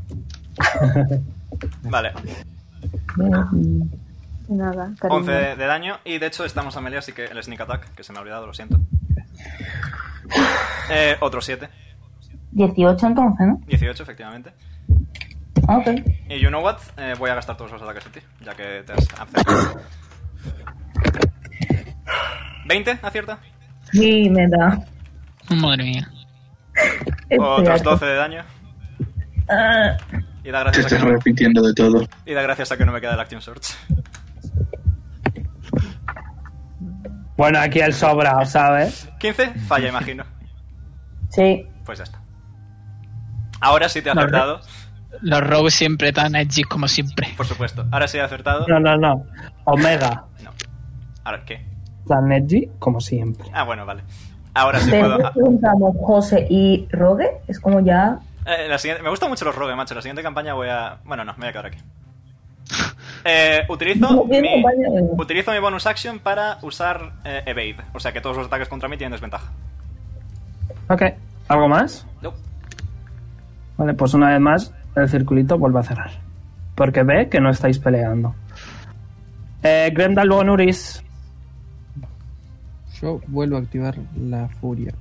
Speaker 2: Vale,
Speaker 9: Nada, cariño.
Speaker 2: 11 de, de daño. Y de hecho estamos a melee, así que el sneak attack, que se me ha olvidado, lo siento. Eh, otro 7.
Speaker 5: 18 entonces, ¿no? Ah,
Speaker 2: 18, efectivamente.
Speaker 5: Ok.
Speaker 2: Y you know what? Eh, voy a gastar todos los ataques en ti, ya que te has acertado. 20, acierta.
Speaker 5: Sí, me da.
Speaker 4: Madre mía.
Speaker 2: Otros
Speaker 5: Espérate.
Speaker 2: 12 de daño.
Speaker 5: Ah,
Speaker 2: Y da
Speaker 3: Te
Speaker 2: gracias a
Speaker 3: estás
Speaker 2: que no,
Speaker 3: repitiendo de todo.
Speaker 2: y da gracias a que no me queda el Action Search.
Speaker 1: Bueno, aquí el sobra, ¿sabes?
Speaker 2: 15, falla, imagino.
Speaker 5: sí.
Speaker 2: Pues ya está. Ahora sí te ha
Speaker 1: Vale.
Speaker 2: acertado.
Speaker 4: Los Rogue siempre tan edgy como siempre.
Speaker 2: Por supuesto. Ahora sí he acertado.
Speaker 1: No, no, no. Omega.
Speaker 2: Ahora, ¿qué?
Speaker 1: Tan edgy como siempre.
Speaker 2: Ah, bueno, vale. Ahora sí
Speaker 5: Te
Speaker 2: puedo. ah,
Speaker 5: preguntamos José y Rogue, es como ya.
Speaker 2: eh, la siguiente- Me gustan mucho los rogue, macho. La siguiente campaña voy a. Bueno, no, me voy a quedar *laughs* aquí. Eh, utilizo,
Speaker 5: Bien,
Speaker 2: mi,
Speaker 5: compañero.
Speaker 2: utilizo mi bonus action para usar eh, evade. O sea que todos los ataques contra mí tienen desventaja.
Speaker 1: Ok. ¿Algo más?
Speaker 2: No.
Speaker 1: Vale, pues una vez más, el circulito vuelve a cerrar. Porque ve que no estáis peleando. Eh, Grendal Bonuris.
Speaker 6: Yo vuelvo a activar la furia.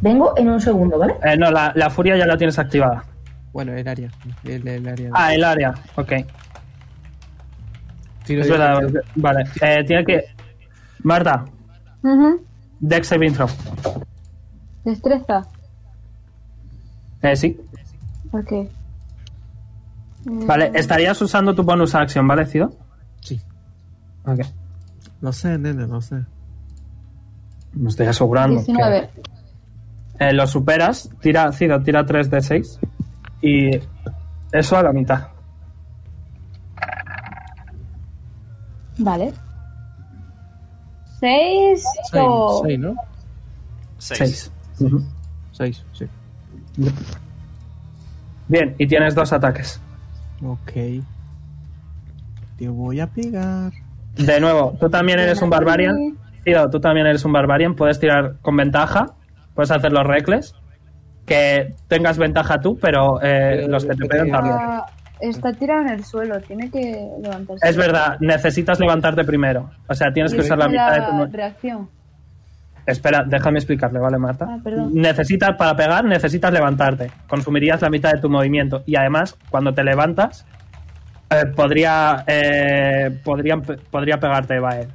Speaker 5: Vengo en un segundo, ¿vale?
Speaker 1: Eh, no, la, la furia ya la tienes activada.
Speaker 6: Bueno, el área. El, el área.
Speaker 1: Ah, el área. Ok.
Speaker 6: Tiro
Speaker 1: Es
Speaker 6: de-
Speaker 1: verdad, Vale. Eh, tiene que. Marta, Dex Saving Throw.
Speaker 12: Destreza.
Speaker 1: Eh, sí.
Speaker 12: Ok.
Speaker 1: Vale, estarías usando tu bonus action, ¿vale, Cido?
Speaker 6: Sí.
Speaker 1: Ok.
Speaker 6: No sé, nene, no sé.
Speaker 1: Me estoy asegurando. que-
Speaker 12: 19.
Speaker 1: Eh, lo superas, tira, Cido, tira 3 de 6 y eso a la mitad.
Speaker 12: Vale. 6.
Speaker 6: Seis, seis, ¿no?
Speaker 1: 6.
Speaker 6: Seis, sí.
Speaker 1: Bien, y tienes dos ataques.
Speaker 6: Ok. Te voy a pegar.
Speaker 1: De nuevo, tú también eres un barbarian. Cido, tú también eres un barbarian, puedes tirar con ventaja, puedes hacer los recles. Que tengas ventaja tú, pero eh, los que te pegan también.
Speaker 12: Ah, está tirado en el suelo, tiene que levantarse.
Speaker 1: Es verdad, necesitas levantarte primero. O sea, tienes que
Speaker 12: Y
Speaker 1: usar la
Speaker 12: esa
Speaker 1: mitad de
Speaker 12: era
Speaker 1: tu... mo-
Speaker 12: reacción.
Speaker 1: Espera, déjame explicarle, ¿vale, Marta?
Speaker 12: Ah, perdón.
Speaker 1: necesitas, para pegar, necesitas levantarte. Consumirías la mitad de tu movimiento. Y además, cuando te levantas, eh, podría, eh, podrían pe- podría pegarte Bael.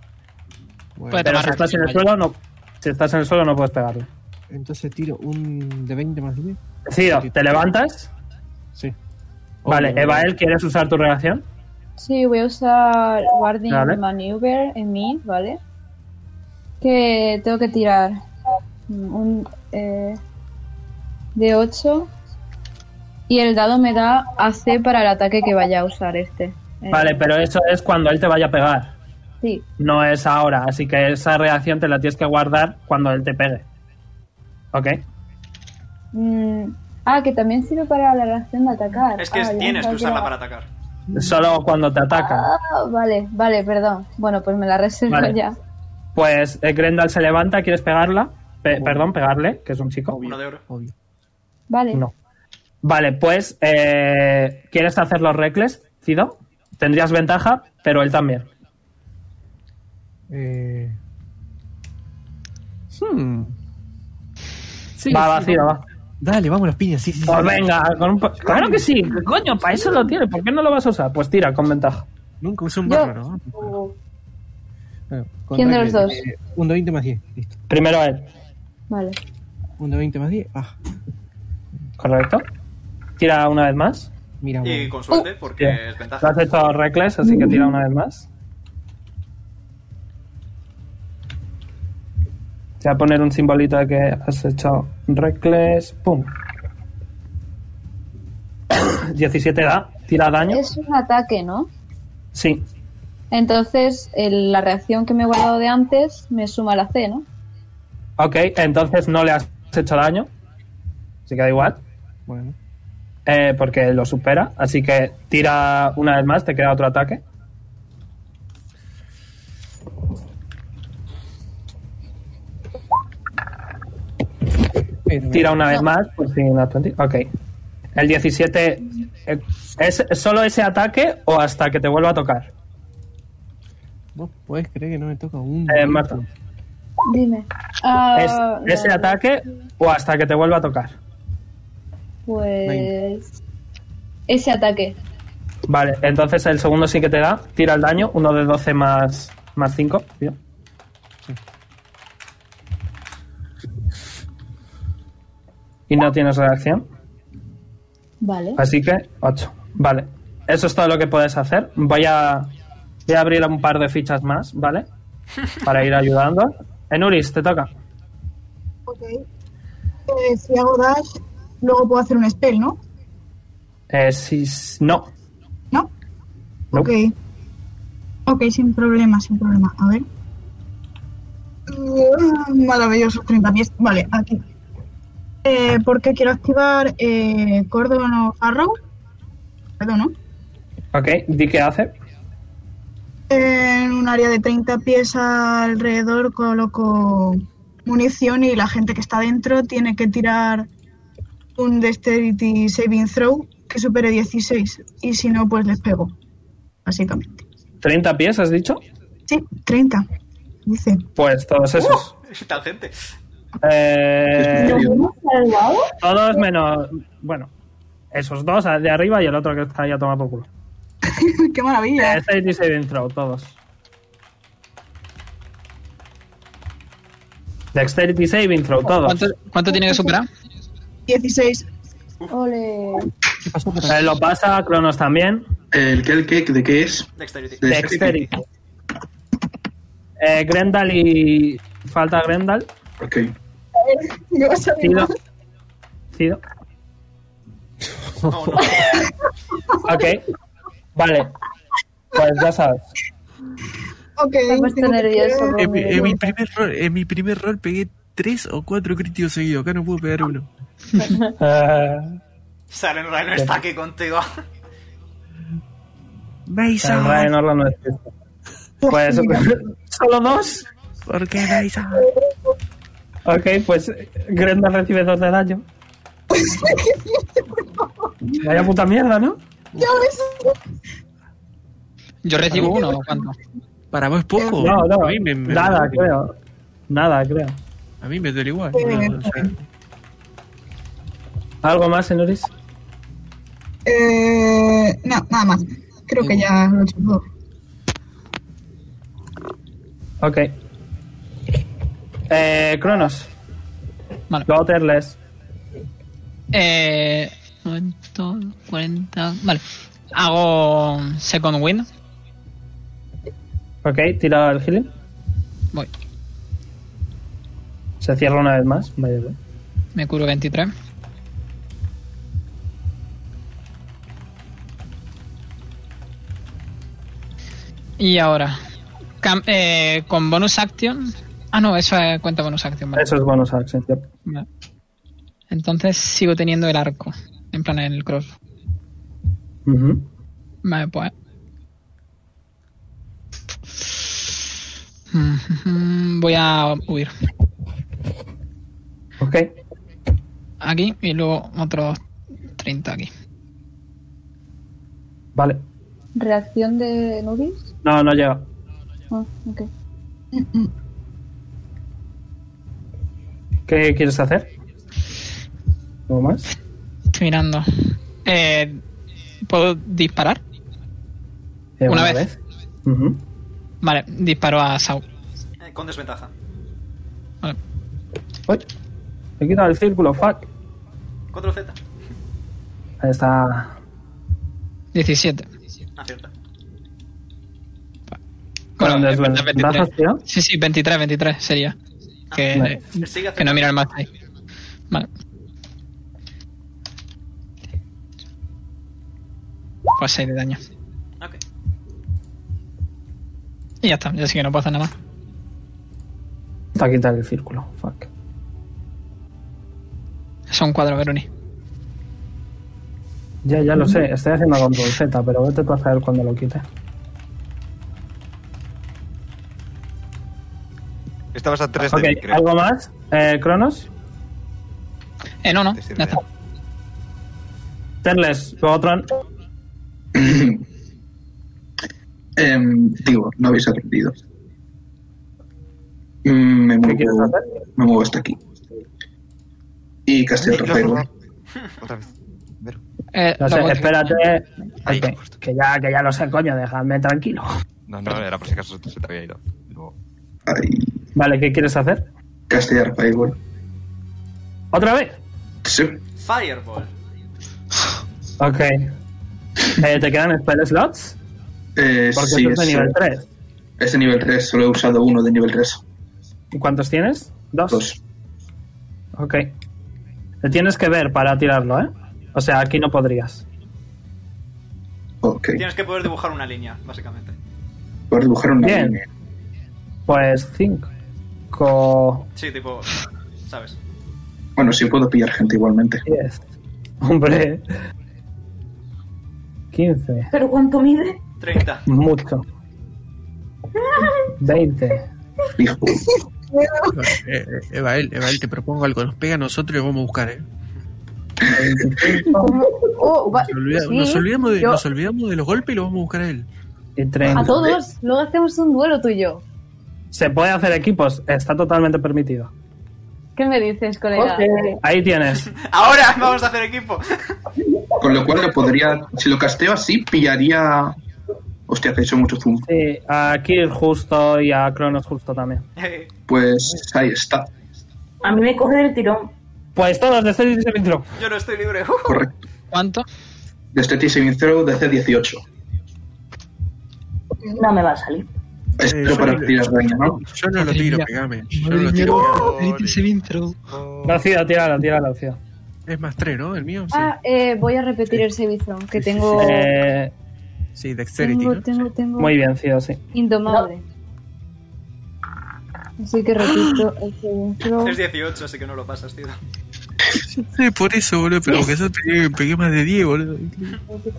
Speaker 6: Bueno,
Speaker 4: Puede
Speaker 1: Pero
Speaker 4: tomar
Speaker 1: si estás en
Speaker 4: reacción,
Speaker 1: el
Speaker 4: vaya.
Speaker 1: suelo, no. Si estás en el suelo, no puedes pegarle.
Speaker 6: entonces tiro un de 20 más 10.
Speaker 1: Cido, ¿te levantas?
Speaker 6: Sí.
Speaker 1: Vale,
Speaker 6: Obvio.
Speaker 1: Evael, ¿quieres usar tu reacción?
Speaker 12: Sí, voy a usar Guardian
Speaker 1: Vale.
Speaker 12: Maneuver en mí, ¿vale? Que tengo que tirar un eh, de 8 y el dado me da AC para el ataque que vaya a usar este. Eh,
Speaker 1: Vale, pero eso es cuando él te vaya a pegar.
Speaker 12: Sí,
Speaker 1: No es ahora, así que esa reacción te la tienes que guardar cuando él te pegue. ¿Ok?
Speaker 12: Mm, ah, que también sirve para la reacción de atacar.
Speaker 2: Es que
Speaker 12: Ah, yo
Speaker 2: tienes que
Speaker 12: pensaba
Speaker 2: usarla
Speaker 12: era-
Speaker 2: para atacar.
Speaker 1: Solo cuando te ataca.
Speaker 12: Ah, vale, vale, perdón. Bueno, pues me la reservo
Speaker 1: Vale.
Speaker 12: ya.
Speaker 1: Pues eh, Grendel se levanta, ¿quieres pegarla? Pe- perdón, pegarle, que es un chico.
Speaker 2: Uno de oro.
Speaker 6: Obvio.
Speaker 12: Vale.
Speaker 1: No. Vale, pues eh, ¿quieres hacer los recles, Cido? Tendrías ventaja, pero él también.
Speaker 6: Eh... Hmm. Sí,
Speaker 1: va, va,
Speaker 6: sí,
Speaker 1: Cido,
Speaker 6: vamos.
Speaker 1: va.
Speaker 6: Dale, vamos las piñas, sí, sí.
Speaker 1: Pues
Speaker 6: sí.
Speaker 1: venga, con un po- claro que sí, coño, para eso lo tienes, ¿por qué no lo vas a usar? Pues tira, con ventaja.
Speaker 6: Nunca usé un
Speaker 12: Yo-
Speaker 6: bárbaro. ¿no? Bueno, con
Speaker 12: ¿Quién de los
Speaker 6: Raquel,
Speaker 12: dos?
Speaker 6: eh, un de 20 más 10, listo.
Speaker 1: Primero a él,
Speaker 12: Vale.
Speaker 6: Un de 20 más 10. Ah,
Speaker 1: ¿correcto? Tira una vez más.
Speaker 6: mira,
Speaker 2: Y
Speaker 6: bueno.
Speaker 2: con suerte, porque
Speaker 1: Bien.
Speaker 2: es
Speaker 1: Lo
Speaker 2: ventaja.
Speaker 1: has hecho reckless, así que tira una vez más. Te voy a poner un simbolito de que has hecho reckless. ¡Pum! *coughs* 17 da. Tira daño.
Speaker 12: Es un ataque, ¿no?
Speaker 1: Sí.
Speaker 12: Entonces, el- la reacción que me he guardado de antes me suma la C, ¿no?
Speaker 1: Ok, entonces no le has hecho daño. Así que da igual.
Speaker 6: bueno.
Speaker 1: eh, porque lo supera. Así que tira una vez más. Te queda otro ataque.
Speaker 6: Pero,
Speaker 1: Tira una vez más por si no atenti- Ok. El 17. eh, ¿Es solo ese ataque o hasta que te vuelva a tocar?
Speaker 6: ¿Vos podés creer que no me toca un.
Speaker 1: Eh, Marta.
Speaker 12: Dime. Ah,
Speaker 1: ¿Es ese
Speaker 12: vale,
Speaker 1: ataque o hasta que te vuelva a tocar?
Speaker 12: Pues. Ese ataque.
Speaker 1: Vale, entonces el segundo sí que te da. Tira el daño. Uno de 12 más, más 5. Y no tienes reacción.
Speaker 12: Vale.
Speaker 1: Así que 8. Vale. Eso es todo lo que puedes hacer. Voy a, voy a abrir un par de fichas más, ¿vale? Para ir ayudando. Enuris, te toca.
Speaker 10: Ok. Eh, si hago dash, luego puedo hacer un spell, ¿no?
Speaker 1: Eh, sí, s- no.
Speaker 10: Ok. Ok, sin problema, sin problema. A ver. Mm, Maravillosos 30 pies. Vale, aquí. Eh, porque quiero activar eh, Cordon of Arrow. Perdón, ¿no?
Speaker 1: Ok, di qué hace.
Speaker 10: En un área de 30 pies alrededor coloco munición y la gente que está dentro tiene que tirar un Dexterity Saving Throw que supere 16 y si no, pues les pego, básicamente.
Speaker 1: ¿30 pies has dicho?
Speaker 10: Sí, 30, dice.
Speaker 1: Pues todos esos.
Speaker 2: *laughs* Tal gente.
Speaker 1: Eh,
Speaker 12: ¿Al guau?
Speaker 1: todos menos. Bueno, esos dos de arriba y el otro que está ya tomado por culo.
Speaker 10: *laughs* ¡Qué maravilla!
Speaker 1: Este y saving throw, todos. Dexterity saving throw, todos.
Speaker 4: ¿Cuánto, cuánto tiene que superar?
Speaker 10: 16.
Speaker 12: Ole.
Speaker 1: Eh, lo pasa, Cronos también.
Speaker 3: ¿El qué, el qué, de qué es?
Speaker 2: Dexterity.
Speaker 1: Dexterity. Eh, Grendal y. Falta Grendal.
Speaker 3: Ok.
Speaker 10: No vas a
Speaker 1: Cido. Cido.
Speaker 2: No, no.
Speaker 1: Ok. Vale. Pues
Speaker 6: *laughs*
Speaker 1: ya sabes.
Speaker 10: *laughs* Ok,
Speaker 12: Me he puesto
Speaker 10: tengo que-
Speaker 12: nervioso,
Speaker 10: eh,
Speaker 11: En, mi- en mi
Speaker 10: eh,
Speaker 11: primer rol, en mi primer rol pegué tres o cuatro críticos seguidos. Acá no puedo pegar uno.
Speaker 1: *laughs* Eh,
Speaker 2: Saren Ray no está aquí contigo. *laughs*
Speaker 1: Sam
Speaker 11: Maisa,
Speaker 1: Ryan Orlando es esto. Pues. ¿Solo dos?
Speaker 11: ¿por qué Maisa?
Speaker 1: Ok, pues Grendal recibe dos de daño. Vaya puta mierda, ¿no?
Speaker 10: ya ves.
Speaker 4: Yo recibo uno o cuánto.
Speaker 11: Para vos es poco.
Speaker 1: No, no.
Speaker 11: A mí me, me-
Speaker 1: Nada, creo. Nada, creo.
Speaker 11: A mí me duele igual.
Speaker 10: Sí,
Speaker 11: No, o sea,
Speaker 1: ¿Algo más, señores?
Speaker 10: Eh, no, nada más. Creo que ya lo he hecho todo.
Speaker 1: Ok. Eh, Cronos.
Speaker 4: Vale.
Speaker 1: Go Terles.
Speaker 4: Eh, 90, 40. Vale. Hago Second Wind.
Speaker 1: Ok, tira el healing.
Speaker 4: Voy.
Speaker 1: Se cierra una vez más. Vaya, vaya.
Speaker 4: Me curo 23. Y ahora, cam- eh, con bonus action. Ah, no, eso es- cuenta bonus action. Vale.
Speaker 1: Eso es bonus action. yep.
Speaker 4: Vale. Entonces sigo teniendo el arco. En plan, el cross.
Speaker 1: Ujú.
Speaker 4: Vale, pues. *laughs* Mm, mm, mm, Voy a huir
Speaker 1: Ok.
Speaker 4: aquí y luego otros 30 aquí.
Speaker 1: Vale.
Speaker 12: ¿Reacción de Nubis?
Speaker 1: No, no llega.
Speaker 12: Ah, ok.
Speaker 1: ¿Qué quieres hacer? ¿Algo más?
Speaker 4: Estoy mirando. Eh, ¿Puedo disparar?
Speaker 1: Eh,
Speaker 4: Una vez.
Speaker 1: Ujú.
Speaker 4: Vale, disparo a Sau.
Speaker 2: Eh, Con desventaja.
Speaker 1: Uy, he quitado el círculo, fuck.
Speaker 2: Control Z.
Speaker 1: Ahí está.
Speaker 4: 17.
Speaker 2: Acierta.
Speaker 1: Con
Speaker 4: eh,
Speaker 1: desventajas, tío.
Speaker 4: Sí, sí, 23, 23 sería. Que,
Speaker 1: Vale.
Speaker 2: Sigue
Speaker 4: que no
Speaker 2: acertando.
Speaker 4: mira el más ahí. Vale. Pues 6 de daño.
Speaker 2: Ok.
Speaker 4: Y ya está, ya sí que no puedo hacer nada más.
Speaker 1: Está quitar el círculo, fuck.
Speaker 4: Son 4, Veroni.
Speaker 1: Ya, ya lo sé, estoy haciendo control Z, pero vete tú a saber cuando lo quite.
Speaker 7: Estabas a 3
Speaker 1: Ok,
Speaker 7: de mí, creo.
Speaker 1: ¿algo más? Eh, ¿Cronos?
Speaker 4: Eh, no, no,
Speaker 7: Te sirve.
Speaker 4: ya está.
Speaker 1: Terles, Gotron.
Speaker 3: *clears throat* Em, digo, no habéis aprendido. Mm, Me
Speaker 1: ¿Qué quieres
Speaker 3: muevo,
Speaker 1: hacer?
Speaker 3: me muevo hasta aquí. Y casteo
Speaker 7: Lo-
Speaker 3: otro cero.
Speaker 7: Otra vez. Vero.
Speaker 4: Eh,
Speaker 1: No
Speaker 4: lo
Speaker 1: sé,
Speaker 4: voy a-
Speaker 1: espérate.
Speaker 7: Ahí,
Speaker 1: Ok,
Speaker 7: justo.
Speaker 1: que, ya, que ya lo sé, coño, déjame tranquilo. *laughs*
Speaker 7: No, no, era por si acaso se te había ido. Luego.
Speaker 3: Ahí.
Speaker 1: Vale, ¿qué quieres hacer?
Speaker 3: Castear Fireball.
Speaker 1: ¿Otra vez?
Speaker 3: Sí.
Speaker 2: Fireball.
Speaker 1: Ok. Eh, ¿Te quedan spell slots?
Speaker 3: Eh,
Speaker 1: Porque
Speaker 3: sí,
Speaker 1: eso es de
Speaker 3: es-
Speaker 1: nivel 3.
Speaker 3: Es de nivel 3, solo he usado uno de nivel 3.
Speaker 1: ¿Y cuántos tienes? Dos.
Speaker 3: Dos.
Speaker 1: Ok. Te tienes que ver para tirarlo, ¿eh? O sea, aquí no podrías.
Speaker 3: Ok.
Speaker 2: Tienes que poder dibujar una línea, básicamente.
Speaker 3: Puedes dibujar una
Speaker 1: Bien.
Speaker 3: línea.
Speaker 1: Pues 5,
Speaker 2: Sí, tipo, ¿sabes?
Speaker 3: Bueno, sí puedo pillar gente igualmente.
Speaker 1: 10, hombre, 15,
Speaker 5: ¿Pero cuánto mide?
Speaker 2: 30.
Speaker 1: mucho, 20.
Speaker 3: Hijo.
Speaker 11: Eh, eh, Evael, Evael, te propongo algo. Nos pega a nosotros y lo vamos a buscar, ¿eh?
Speaker 9: Oh, va-
Speaker 11: Nos, olvida-
Speaker 9: sí,
Speaker 11: nos olvidamos de,
Speaker 9: yo-
Speaker 11: nos olvidamos de los golpes y lo vamos a buscar a él.
Speaker 1: Y 30.
Speaker 9: A todos, luego hacemos un duelo tú y yo.
Speaker 1: Se puede hacer equipos, está totalmente permitido.
Speaker 9: ¿Qué me dices, colega?
Speaker 1: Ahí tienes.
Speaker 2: Ahora vamos a hacer equipo.
Speaker 3: Con lo cual lo podría. Si lo casteo así, pillaría. Hostia, que he hecho mucho zoom.
Speaker 1: Sí, a Kir justo y a Cronos justo también.
Speaker 3: Pues ahí está.
Speaker 5: A mí me coge del tirón.
Speaker 1: Pues todos de Steady Saving Throw.
Speaker 2: Yo no estoy libre.
Speaker 3: Correcto.
Speaker 4: ¿Cuánto?
Speaker 3: De este Saving Throw de C18.
Speaker 5: No me va a salir.
Speaker 3: Esto para tirar daño, ¿no?
Speaker 11: Yo no lo tiro, pegame. Yo no lo
Speaker 4: Madre
Speaker 11: tiro. pegame.
Speaker 4: mía, ese intro.
Speaker 11: Oh.
Speaker 1: No, tíralo, tíralo, tíralo, tíralo.
Speaker 11: Es más 3, ¿no? El mío, sí.
Speaker 12: Ah, eh, voy a repetir el sevizo, que tengo...
Speaker 1: Eh,
Speaker 11: Sí, Dexterity.
Speaker 12: Tengo,
Speaker 11: ¿no?
Speaker 12: tengo, tengo...
Speaker 1: muy bien, Cío, sí.
Speaker 12: Indomable. Así que repito el sevizo.
Speaker 2: Es 18, así que no lo pasas, tío.
Speaker 11: Sí, por eso, boludo. Pero porque yo pegué, pegué más de 10, boludo.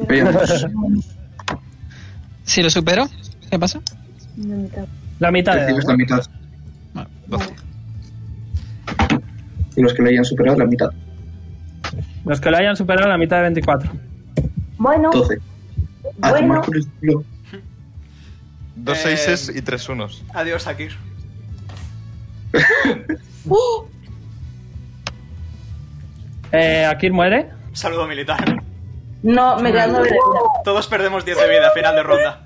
Speaker 3: Veamos.
Speaker 4: Si lo supero, ¿qué pasa?
Speaker 12: No me cago.
Speaker 1: La mitad de
Speaker 3: Recibes la
Speaker 1: daño.
Speaker 3: mitad. Y los que lo hayan superado, la mitad.
Speaker 1: Los que lo hayan superado, la mitad de 24.
Speaker 5: Bueno,
Speaker 3: 12.
Speaker 4: Ah,
Speaker 3: A
Speaker 5: Bueno.
Speaker 3: tomar por el culo.
Speaker 7: Dos
Speaker 2: Eh,
Speaker 7: seises y tres unos.
Speaker 2: Adiós,
Speaker 1: *laughs*
Speaker 2: Akir.
Speaker 1: Eh, Akir muere.
Speaker 2: Saludo militar.
Speaker 5: no, me quedan nueve de vida.
Speaker 2: Todos perdemos 10 de vida, final de ronda.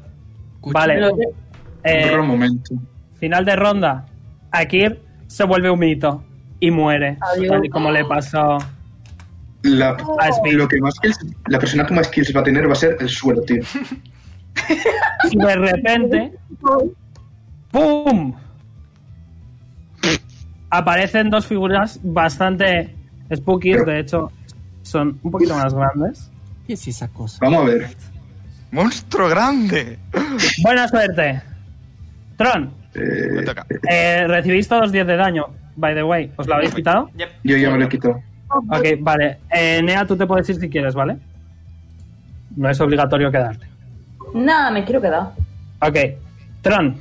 Speaker 1: Vale. Eh,
Speaker 3: Otro momento.
Speaker 1: final de ronda. Akir se vuelve un mito y muere.
Speaker 5: Adiós.
Speaker 1: Tal y como le pasó.
Speaker 3: La,
Speaker 1: Ah, es mío.
Speaker 3: lo que más kills, la persona que más kills va a tener va a ser el
Speaker 7: *laughs*
Speaker 3: suelo, tío.
Speaker 1: Y de repente. ¡Pum! Aparecen dos figuras bastante spookies. De hecho, son un poquito más grandes.
Speaker 6: ¿Qué es esa cosa?
Speaker 3: Vamos a ver.
Speaker 7: ¡Monstruo grande!
Speaker 1: Buena suerte. Tron,
Speaker 7: Me
Speaker 3: Eh,
Speaker 7: toca.
Speaker 1: eh, recibís todos 10 de daño, by the way. ¿Os lo habéis quitado?
Speaker 2: Yep.
Speaker 3: yo ya me lo he quitado.
Speaker 1: Ok, vale. Eh, Nea, tú te puedes ir si quieres, ¿vale? No es obligatorio quedarte.
Speaker 5: Nada, me quiero quedar.
Speaker 2: *laughs*
Speaker 1: Ok. Tron,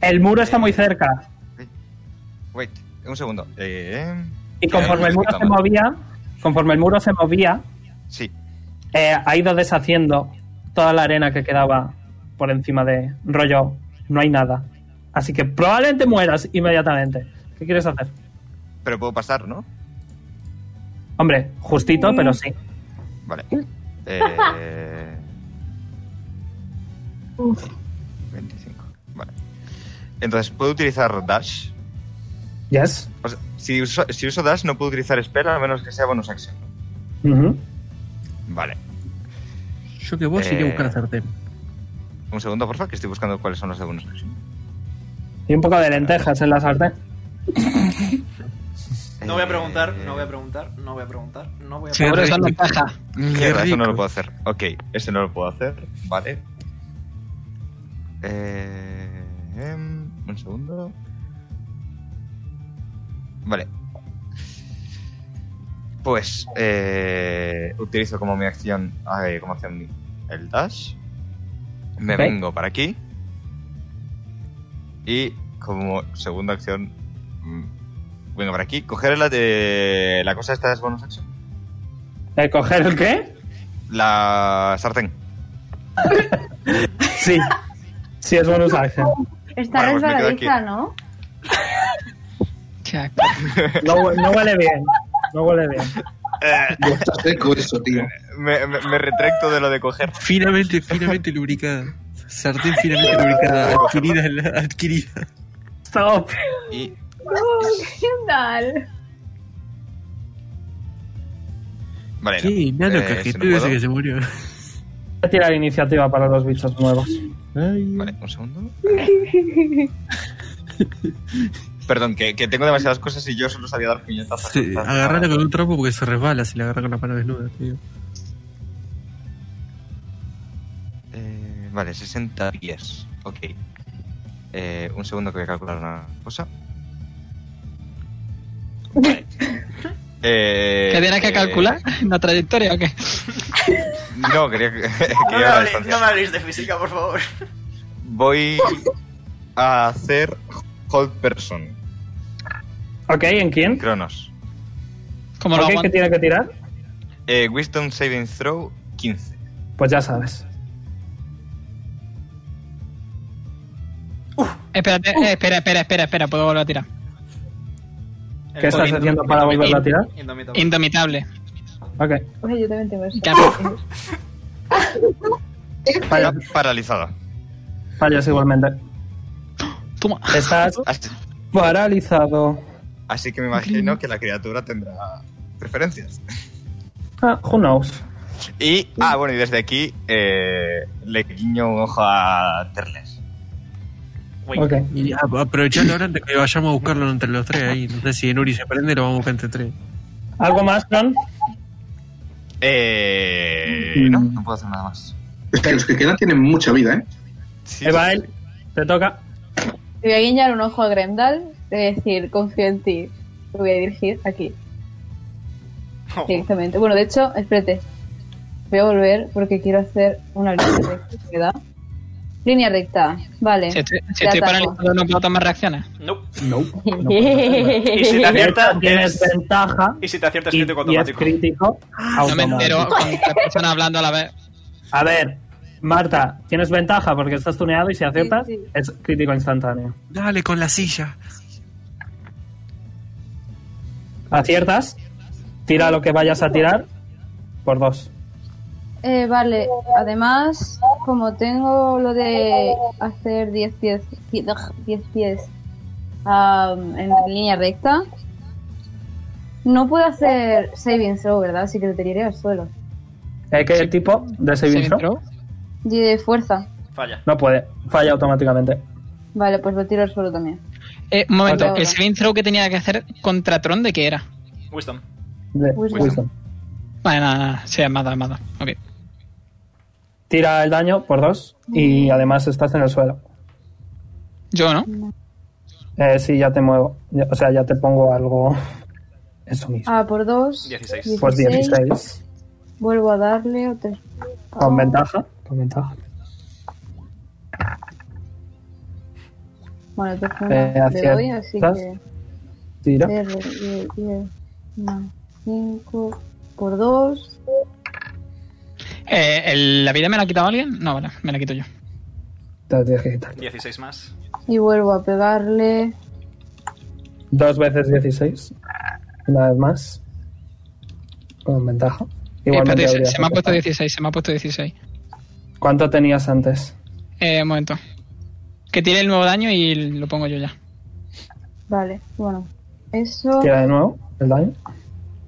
Speaker 1: el muro está muy cerca.
Speaker 7: Wait, un segundo. Eh,
Speaker 1: Y conforme el muro se movía, conforme el muro se movía,
Speaker 7: Sí,
Speaker 1: eh, ha ido deshaciendo toda la arena que quedaba por encima de rollo. No hay nada. Así que probablemente mueras inmediatamente. ¿Qué quieres hacer?
Speaker 7: pero puedo pasar, ¿no?
Speaker 1: Hombre, justito, pero sí.
Speaker 7: Vale. Eh, 25. Vale. Entonces, ¿puedo utilizar Dash?
Speaker 1: Yes.
Speaker 7: O sea, si uso, si uso Dash, no puedo utilizar Spell a menos que sea bonus action.
Speaker 1: Ujú.
Speaker 7: Vale.
Speaker 11: Yo que vos iría a buscar a Sartén.
Speaker 7: Un segundo, porfa, que estoy buscando cuáles son los de bonus action.
Speaker 1: Y un poco de lentejas en la sartén.
Speaker 2: No voy a preguntar,
Speaker 7: Eh,
Speaker 2: no voy a preguntar, no voy a preguntar, no voy a
Speaker 11: Sí.
Speaker 2: preguntar.
Speaker 4: Seguro son las cajas.
Speaker 7: Mierda, Mm, eso
Speaker 11: rico.
Speaker 7: no lo puedo hacer. Ok, ese no lo puedo hacer. Vale. Eh, em, un segundo. Vale. Pues eh, utilizo como mi acción, ay, como acción el dash. Me
Speaker 1: Ok.
Speaker 7: vengo para aquí. Y como segunda acción, mm, vengo para aquí. Coger la de la cosa esta es bonus action.
Speaker 1: ¿Eh, ¿Coger el qué?
Speaker 7: La sartén.
Speaker 1: Sí. Sí, es bonus action.
Speaker 12: Está
Speaker 7: Vale, pues me quedo
Speaker 12: resbaladiza,
Speaker 7: aquí.
Speaker 12: ¿no?
Speaker 4: Qué asco.
Speaker 1: No, hue- no huele bien. No huele bien.
Speaker 7: Eh.
Speaker 3: Ya está seco eso, tío.
Speaker 7: Me, me, me retracto de lo de coger.
Speaker 11: Finamente, finamente lubricada. Sartén finamente
Speaker 7: *laughs*
Speaker 11: lubricada. Adquirida, la- adquirida.
Speaker 1: Stop.
Speaker 7: Y
Speaker 12: *laughs*
Speaker 9: ¿Qué tal?
Speaker 7: Vale.
Speaker 11: Qué
Speaker 7: no. *laughs*
Speaker 11: nano
Speaker 7: Eh, si no
Speaker 11: cajetudo ese
Speaker 7: puedo.
Speaker 11: que se murió.
Speaker 1: Voy a tirar iniciativa para los bichos nuevos.
Speaker 7: Vale, un segundo. Perdón, que, que tengo demasiadas cosas y yo solo sabía dar puñetazos.
Speaker 11: Sí, agarrala con un trapo porque se resbala si la agarra con la mano desnuda, tío.
Speaker 7: Eh, Vale, 60 pies. Ok. Eh, un segundo que voy a calcular una cosa. Vale. Eh,
Speaker 4: *laughs* ¿Que tienes que
Speaker 7: eh,
Speaker 4: calcular la trayectoria o qué?
Speaker 7: No, quería que.
Speaker 2: No
Speaker 7: *laughs* quería
Speaker 2: me,
Speaker 7: la
Speaker 2: habléis,
Speaker 7: distancia.
Speaker 2: no me habléis de física, por favor.
Speaker 7: Voy a hacer Hold Person.
Speaker 1: Ok, ¿en quién?
Speaker 7: Cronos.
Speaker 1: ¿Cómo ¿Qué tiene que tirar?
Speaker 7: Eh, Wisdom Saving Throw 15.
Speaker 1: Pues ya sabes.
Speaker 4: Espérate, eh, espera, espera, espera, espera, puedo volver a tirar.
Speaker 1: ¿Qué estás haciendo para volverlo a tirar?
Speaker 4: Indomitable.
Speaker 1: Ok.
Speaker 12: Oye, yo también tengo eso. *laughs*
Speaker 4: Eh,
Speaker 7: Para- paralizada.
Speaker 1: Fallas igualmente.
Speaker 4: Toma.
Speaker 1: Estás
Speaker 7: *laughs* Así,
Speaker 1: paralizado.
Speaker 7: así que me imagino que la criatura tendrá preferencias.
Speaker 1: Ah, who knows.
Speaker 7: Y, ah, bueno, y desde aquí eh, le guiño un ojo a Terles.
Speaker 1: Ok.
Speaker 11: Y a- aprovechando ahora antes que vayamos a buscarlo entre los tres ahí. No sé si Nuri se prende, lo vamos a buscar entre tres.
Speaker 1: ¿Algo más, Tron?
Speaker 7: Eh, no, no puedo hacer nada más.
Speaker 3: Es que los que quedan tienen mucha vida, ¿eh?
Speaker 1: Evael, te toca.
Speaker 12: Le voy a guiñar un ojo a Grendal y decir, confío en ti. Lo voy a dirigir aquí. Directamente. Bueno, de hecho, espérate. Voy a volver porque quiero hacer una línea recta. ¿verdad? Línea recta. Vale.
Speaker 4: Si estoy, si
Speaker 12: Te
Speaker 4: estoy
Speaker 12: ataco.
Speaker 4: paralizado, no puedo tomar reacciones.
Speaker 2: Nope.
Speaker 1: No.
Speaker 2: Y si te acierta,
Speaker 1: tienes
Speaker 2: tienes.
Speaker 1: ventaja.
Speaker 2: Y si te aciertas,
Speaker 1: Y,
Speaker 2: crítico
Speaker 1: y es
Speaker 2: automático.
Speaker 1: crítico.
Speaker 4: Ah, No me entero
Speaker 1: automático.
Speaker 4: con tres personas hablando a la vez.
Speaker 1: A ver, Marta, tienes ventaja porque estás tuneado y si aciertas,
Speaker 12: Sí, sí.
Speaker 1: es crítico instantáneo.
Speaker 11: Dale con la silla.
Speaker 1: Aciertas, tira lo que vayas a tirar por dos.
Speaker 12: Eh, vale, además, como tengo lo de hacer 10 pies, 10 pies am, en línea recta, no puedo hacer saving throw, ¿verdad? Así que lo tiraré al suelo.
Speaker 1: ¿Eh, ¿Qué tipo de saving
Speaker 4: ¿Se
Speaker 1: throw?
Speaker 4: entró?
Speaker 12: Y de fuerza.
Speaker 2: Falla.
Speaker 1: No puede, falla automáticamente.
Speaker 12: Vale, pues lo tiro al suelo también.
Speaker 4: Eh, un momento,
Speaker 12: Ok.
Speaker 4: el saving throw que tenía que hacer contra Tron, ¿de qué era?
Speaker 2: Wisdom.
Speaker 1: De
Speaker 12: Wisdom.
Speaker 1: wisdom.
Speaker 4: Vale, nada, nada, sí, es mata, es mata. Ok.
Speaker 1: Tira el daño por dos y además estás en el suelo.
Speaker 4: Yo, ¿no?
Speaker 1: Eh, sí, ya te muevo. Ya- o sea, ya te pongo algo. *laughs* Eso mismo.
Speaker 12: Ah, por 2.
Speaker 2: 16.
Speaker 1: pues 16.
Speaker 12: Vuelvo a darle otra.
Speaker 1: Con ventaja. Ah. Con ventaja.
Speaker 12: Bueno, entonces una
Speaker 1: Eh,
Speaker 12: le doy, así
Speaker 1: aciertas.
Speaker 12: que.
Speaker 1: Tira.
Speaker 12: R, Y, Y, más 5 por 2.
Speaker 4: Eh, el- ¿La vida me la ha quitado alguien? No, vale, me la quito yo.
Speaker 1: Te la tienes que quitar.
Speaker 2: 16 más.
Speaker 12: Y vuelvo a pegarle.
Speaker 1: Dos veces 16. Una vez más. Con ventaja.
Speaker 4: Eh,
Speaker 1: Igualmente
Speaker 4: espérate, se,
Speaker 1: habría
Speaker 4: se me ha puesto
Speaker 1: acertado.
Speaker 4: 16, se me ha puesto 16.
Speaker 1: ¿Cuánto tenías antes?
Speaker 4: Eh, un momento. Que tire el nuevo daño y lo pongo yo ya.
Speaker 12: Vale, bueno. Eso.
Speaker 1: Tira de nuevo el daño.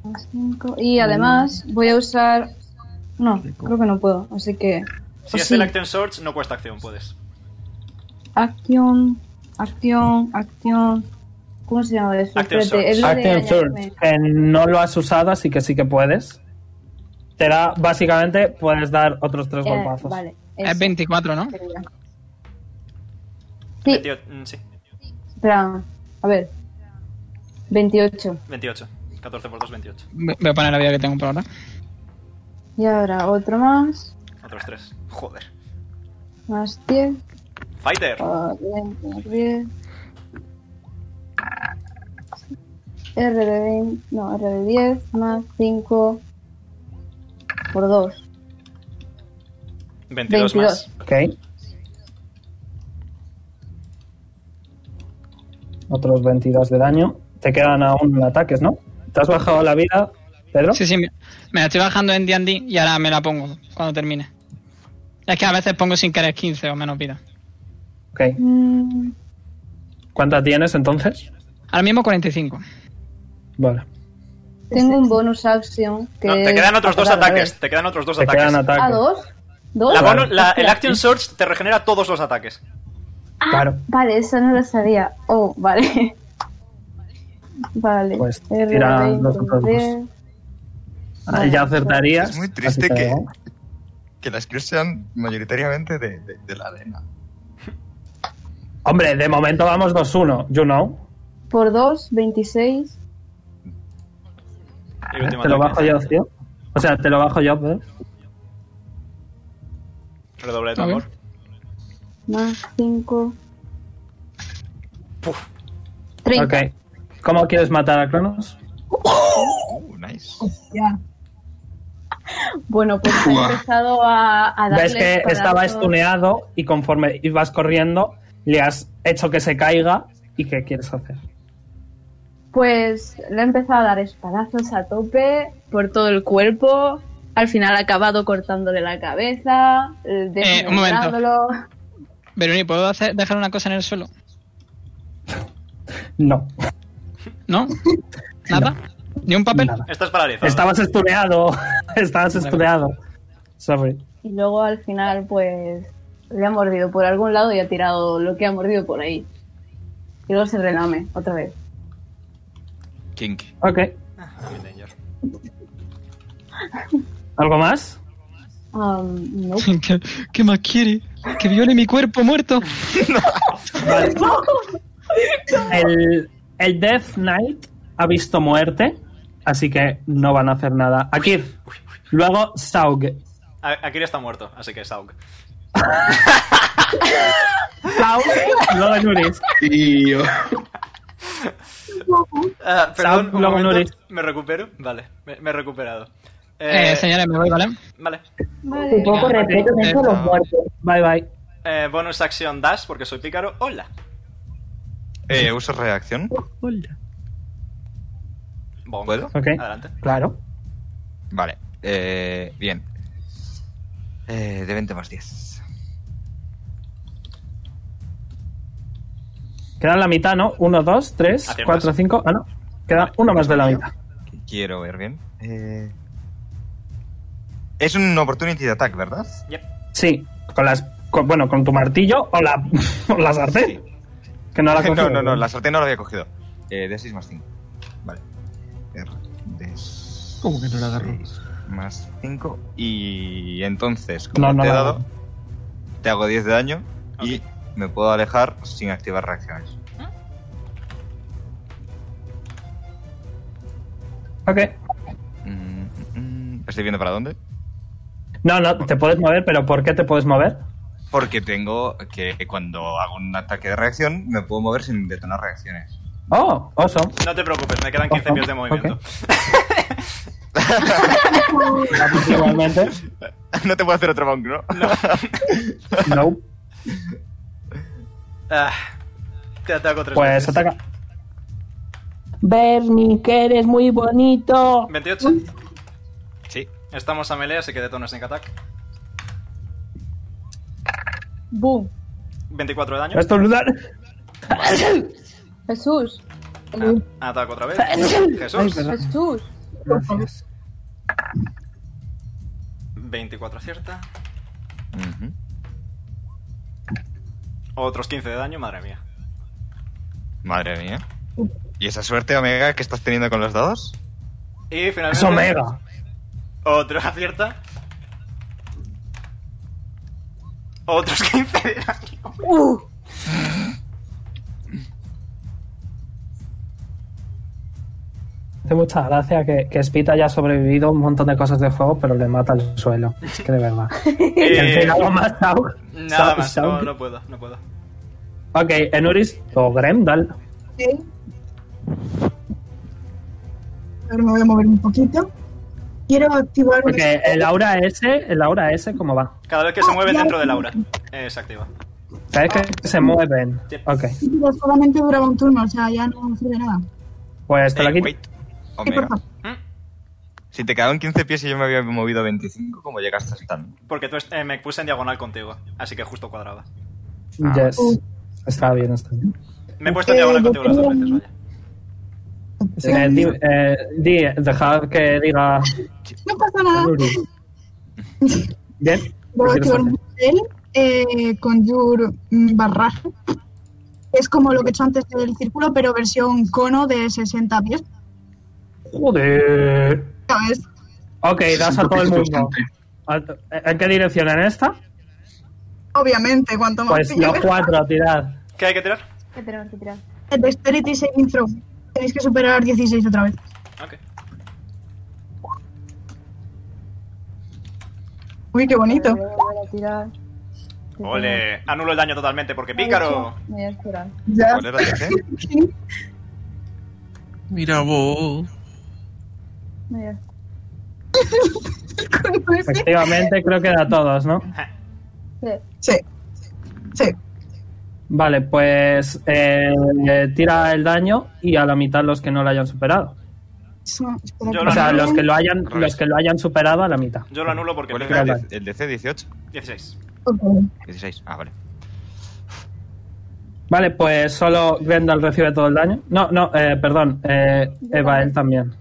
Speaker 12: más cinco. Y además voy a usar. No, creo que no puedo. Así que.
Speaker 2: Si
Speaker 12: o
Speaker 2: es
Speaker 12: Pues sí.
Speaker 2: el Action Swords, no cuesta acción, puedes.
Speaker 12: Acción, acción, acción. ¿Cómo se llama eso?
Speaker 2: Action
Speaker 12: Espérate, es lo de
Speaker 1: Action
Speaker 12: añadirme.
Speaker 1: Surge. eh, no lo has usado, así que sí que puedes. Te da, básicamente, puedes dar otros tres
Speaker 12: Eh,
Speaker 1: golpazos.
Speaker 12: vale.
Speaker 4: Ah, Es
Speaker 12: eso.
Speaker 4: 24, ¿no?
Speaker 12: Sí,
Speaker 2: 28, mm, sí,
Speaker 12: espera. A ver. 28.
Speaker 2: 28. 14 por 2, 28.
Speaker 4: Ve- Voy a poner la vida que tengo por ahora.
Speaker 12: Y ahora otro más.
Speaker 2: Otros 3. Joder.
Speaker 12: Más 10.
Speaker 2: Fighter.
Speaker 12: Ah, bien, bien. R de 20, no, R de 10 más 5 por 2.
Speaker 2: 22,
Speaker 12: 22.
Speaker 2: más.
Speaker 1: Ok. Otros 22 de daño. Te quedan aún ataques, ¿no? ¿Te has bajado la vida, Pedro?
Speaker 4: Sí, sí, me, me la estoy bajando en D&D y ahora me la pongo cuando termine. Es que a veces pongo sin querer 15 o menos vida.
Speaker 1: Ok.
Speaker 12: Mm.
Speaker 1: ¿Cuánta tienes entonces?
Speaker 4: Ahora mismo 45.
Speaker 1: Vale.
Speaker 4: Este
Speaker 12: tengo un bonus action que
Speaker 2: No, te
Speaker 12: es
Speaker 2: quedan otros dos
Speaker 12: atacar, eh, a ver.
Speaker 2: ataques. Te quedan otros dos
Speaker 1: Te
Speaker 2: ataques.
Speaker 1: quedan ataques.
Speaker 12: ¿Ah, dos? ¿Dos?
Speaker 2: La bonus- la- el
Speaker 12: Hostia.
Speaker 2: Action Surge te regenera todos los ataques.
Speaker 1: Claro.
Speaker 12: Ah, Vale, eso no lo sabía. Oh, vale. Vale.
Speaker 1: Pues
Speaker 12: R de
Speaker 1: tira
Speaker 12: 20,
Speaker 1: los otros dos.
Speaker 12: de-
Speaker 1: Ah, ya acertarías.
Speaker 7: Es muy
Speaker 1: así
Speaker 7: triste
Speaker 1: te
Speaker 7: que
Speaker 1: digo.
Speaker 7: que las crews sean mayoritariamente de, de- de la arena.
Speaker 1: Hombre, de momento vamos 2-1, you know.
Speaker 12: Por 2, 26.
Speaker 2: Y último
Speaker 1: Te lo
Speaker 2: ataque.
Speaker 1: bajo yo, tío. O sea, te lo bajo yo, pues. pero.
Speaker 2: Redoble de tu
Speaker 12: A ver.
Speaker 2: amor.
Speaker 12: Más 5.
Speaker 2: Puf.
Speaker 12: 30.
Speaker 1: Ok. ¿Cómo quieres matar a Cronos?
Speaker 4: Oh,
Speaker 7: Uh, nice.
Speaker 10: Ya.
Speaker 12: Bueno, pues ha
Speaker 1: Uah.
Speaker 12: empezado a, a darle
Speaker 1: Ves que
Speaker 12: espadazos.
Speaker 1: estaba estuneado y conforme ibas corriendo, le has hecho que se caiga. ¿Y qué quieres hacer?
Speaker 12: Pues le ha empezado a dar espadazos a tope por todo el cuerpo. Al final ha acabado cortándole la cabeza, eh,
Speaker 4: Eh, un momento.
Speaker 12: desmembrándolo.
Speaker 4: Veroni, ¿puedo hacer- dejar una cosa en el suelo?
Speaker 1: *laughs* No. *laughs*
Speaker 4: ¿No? ¿Nada? ¿Ni un papel?
Speaker 2: Estás paralizado.
Speaker 1: Estabas estuneado. *laughs* Estabas estuneado. Sorry.
Speaker 12: Y luego al final, pues le ha mordido por algún lado y ha tirado lo que ha mordido por ahí. Y luego se relame otra vez.
Speaker 7: Kink.
Speaker 1: Ok. ¿Algo más? *laughs*
Speaker 12: Um, no.
Speaker 4: *laughs* ¿Qué, qué más quiere? Que viole mi cuerpo muerto.
Speaker 1: Vale. El, el Death Knight ha visto muerte, así que no van a hacer nada. Aquí. Luego Saug.
Speaker 2: A- Akira está muerto, así que Sauk.
Speaker 1: Saug, luego Nuris.
Speaker 3: Tío.
Speaker 2: Ah, perdón,
Speaker 1: Sauk,
Speaker 2: un
Speaker 1: luego
Speaker 2: momento.
Speaker 1: Nuris.
Speaker 2: ¿Me recupero? Vale, me, me he recuperado.
Speaker 4: Eh, señores, me voy, ¿vale?
Speaker 2: Vale.
Speaker 5: Un poco respeto dentro de los muertos.
Speaker 1: Bye bye.
Speaker 2: Eh, bonus acción dash, porque soy pícaro. Hola.
Speaker 7: Eh, ¿Uso reacción?
Speaker 2: Bonk.
Speaker 7: ¿Puedo?
Speaker 1: Ok.
Speaker 2: Adelante.
Speaker 1: Claro.
Speaker 7: Vale. Eh, bien. Eh, de 20 más 10.
Speaker 1: Quedan la mitad, ¿no? 1, 2, 3,
Speaker 7: Aciertas.
Speaker 1: 4, 5. Ah, no. Queda uno más de la mitad.
Speaker 7: Quiero ver bien. Eh, Es un opportunity de attack, ¿verdad?
Speaker 1: Sí, con las. con- bueno, con tu martillo o la, *laughs* o la sartén.
Speaker 7: *laughs*
Speaker 1: Que no la
Speaker 7: no,
Speaker 1: cogió.
Speaker 7: no, no, la sartén no la había cogido. Eh, de 6 más 5. Vale. R de
Speaker 11: ¿Cómo que no la agarró?
Speaker 7: 6 más 5. Y entonces, como
Speaker 1: No, no
Speaker 7: te he
Speaker 1: la
Speaker 7: dado,
Speaker 1: agarró.
Speaker 7: te hago 10 de daño y me puedo alejar sin activar reacciones.
Speaker 1: Ok.
Speaker 7: Mm, mm, ¿Estoy viendo para dónde?
Speaker 1: No, no, te puedes mover, pero ¿por qué te puedes mover?
Speaker 7: Porque tengo que cuando hago un ataque de reacción me puedo mover sin detonar reacciones.
Speaker 1: Oh, oso.
Speaker 2: No te preocupes, me quedan 15 pies de movimiento.
Speaker 1: Igualmente.
Speaker 7: *laughs* no te puedo hacer otro bonk, ¿no? *laughs*
Speaker 1: No.
Speaker 2: Ah, te ataco tres
Speaker 1: Pues
Speaker 2: veces.
Speaker 1: ataca.
Speaker 14: Bernie, que eres muy bonito.
Speaker 2: 28.
Speaker 7: Sí.
Speaker 2: Estamos a melee, así que detono sneak attack.
Speaker 12: ¡Boom!
Speaker 2: 24 de daño.
Speaker 1: Esto es lunar.
Speaker 12: ¡Jesús!
Speaker 2: Ah, ataco otra vez.
Speaker 12: Ay,
Speaker 2: Jesús.
Speaker 12: perdón. ¡Jesús!
Speaker 2: 24 acierta. Otros 15 de daño, madre mía.
Speaker 7: Madre mía. ¿Y esa suerte omega que estás teniendo con los dados?
Speaker 2: Y finalmente.
Speaker 7: Es omega.
Speaker 2: Otro acierta. Otros *laughs* 15 de daño.
Speaker 7: Uh.
Speaker 1: Hace mucha gracia que, que Spita haya sobrevivido a un montón de cosas de fuego, pero le mata el suelo. Es que
Speaker 2: *laughs*
Speaker 1: de verdad. En fin, ¿algo más, Saug?
Speaker 2: Eh, Nada
Speaker 1: Saug,
Speaker 2: más,
Speaker 1: Saug.
Speaker 2: no, no puedo, no puedo.
Speaker 1: Ok, Enuris o Gremdal.
Speaker 10: Ok. Ahora me voy a mover un poquito. Quiero activar un-
Speaker 1: Porque el aura S, el aura S, ¿cómo va?
Speaker 2: Cada vez que se mueve dentro del aura, eh, se activa.
Speaker 1: Cada vez que se mueven.
Speaker 2: Yep.
Speaker 1: Ok,
Speaker 10: Pero solamente duraba un turno, o sea, ya no sirve nada.
Speaker 1: pues te la
Speaker 7: Eh,
Speaker 1: quito.
Speaker 7: wait. Omega. Si te quedaron 15 pies y yo me había movido 25, ¿cómo llegaste hasta tan?
Speaker 2: Porque tú est- eh, me puse en diagonal contigo, así que justo cuadraba.
Speaker 1: Yes. Está bien, está bien.
Speaker 2: Me he puesto en diagonal contigo las dos veces, vaya.
Speaker 1: Eh, di, eh, di- dejad que diga
Speaker 10: No pasa nada.
Speaker 1: Enuris. Bien. Pues
Speaker 10: Voy a
Speaker 1: ¿Qué quieres
Speaker 10: activar un spell eh, con Your mm, Barraje. Es como lo que he hecho antes del círculo, pero versión cono de 60 pies.
Speaker 1: Joder.
Speaker 10: ¿Sabes?
Speaker 1: Ok, das a todo el mundo. Eh, ¿En qué dirección? ¿En esta?
Speaker 10: Obviamente, cuanto más
Speaker 1: Pues
Speaker 10: pille,
Speaker 1: los
Speaker 10: mejor.
Speaker 1: cuatro, tirad.
Speaker 2: ¿Qué hay que tirar?
Speaker 15: ¿Qué tenemos que tirar?
Speaker 10: El Dexterity Saving Throw. Tenéis que superar 16 otra vez.
Speaker 2: Ok.
Speaker 10: Uy, qué bonito.
Speaker 12: Voy a volver a tirar.
Speaker 2: Ole, anulo el daño totalmente porque pícaro.
Speaker 12: Me voy a esperar.
Speaker 10: Ya.
Speaker 2: ¿Cuál era el
Speaker 7: *laughs*
Speaker 6: Mira vos.
Speaker 1: *laughs*
Speaker 12: Mira.
Speaker 1: Efectivamente, creo que da a todos, ¿no?
Speaker 2: Ah.
Speaker 10: Sí. Sí.
Speaker 1: Vale, pues eh, eh, tira el daño y a la mitad los que no lo hayan superado.
Speaker 10: Eso, espera
Speaker 2: Yo
Speaker 10: que-
Speaker 1: O sea, los que lo hayan,
Speaker 7: Revés.
Speaker 1: los que lo hayan superado a la mitad.
Speaker 2: Yo lo anulo porque
Speaker 7: ¿Cuál
Speaker 2: pícaro.
Speaker 7: era el, el DC 18?
Speaker 2: 16.
Speaker 10: Ok.
Speaker 7: 16, ah, vale.
Speaker 1: Vale, pues solo Grendel recibe todo el daño. No, no, eh, perdón. eh, Eva, él también.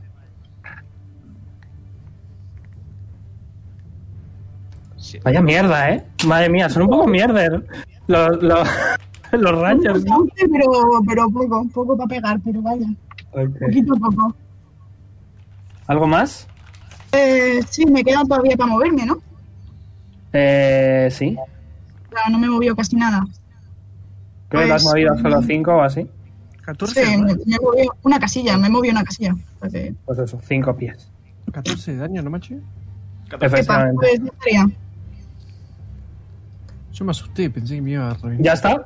Speaker 7: Sí.
Speaker 1: Vaya mierda, ¿eh? Madre mía, son un poco mierder los, los, *laughs* los Rangers. ¿no?
Speaker 10: Bastante, pero, pero poco, poco para pegar, pero vaya,
Speaker 1: Ok.
Speaker 10: poquito a poco.
Speaker 1: ¿Algo más?
Speaker 10: Eh, sí, me queda todavía para moverme, ¿no?
Speaker 1: Eh, sí.
Speaker 10: Claro, no me he movido casi nada.
Speaker 1: Creo que te has
Speaker 10: Pues,
Speaker 1: movido solo 5 o así.
Speaker 6: 14,
Speaker 10: Sí, me, me he movido una casilla, me he movido una casilla. Pues, eh,
Speaker 1: Pues eso, 5 pies.
Speaker 6: 14 de daño, ¿no, macho?
Speaker 10: epa,
Speaker 1: Efectivamente.
Speaker 10: pues ya estaría.
Speaker 6: Yo me asusté, pensé que me iba a reventar.
Speaker 1: ¿Ya está?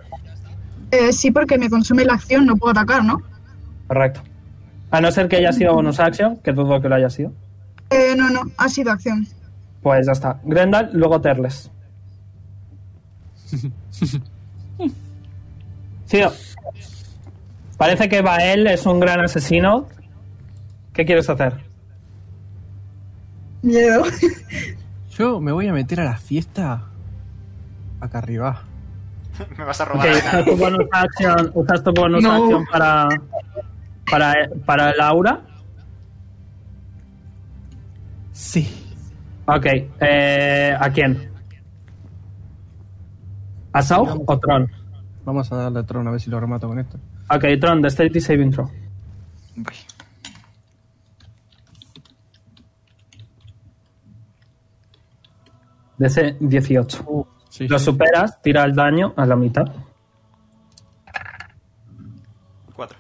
Speaker 10: Eh, sí, porque me consume la acción, no puedo atacar, ¿no?
Speaker 1: Correcto. A no ser que haya sido bonus action, que dudo que lo haya sido.
Speaker 10: Eh, no, no, ha sido acción.
Speaker 1: Pues ya está. Grendel, luego Terles. Tío, parece que Bael es un gran asesino. ¿Qué quieres hacer?
Speaker 11: *laughs*
Speaker 10: Miedo.
Speaker 6: Yo me voy a meter a la fiesta acá arriba.
Speaker 2: *laughs* Me vas a
Speaker 1: Ok,
Speaker 2: robar.
Speaker 1: usas tu bonus action, usas tu bonus
Speaker 10: No.
Speaker 1: action para, para, para el aura.
Speaker 6: Sí.
Speaker 1: Ok, eh, ¿a quién? ¿A Saug o Tron?
Speaker 6: Vamos a darle a Tron a ver si lo remato con esto.
Speaker 1: Ok, Tron, Dexterity Saving Throw.
Speaker 7: Voy.
Speaker 1: DC 18.
Speaker 6: Uh, Sí,
Speaker 1: Lo
Speaker 6: sí.
Speaker 1: superas, tira el daño a la mitad.
Speaker 2: 4.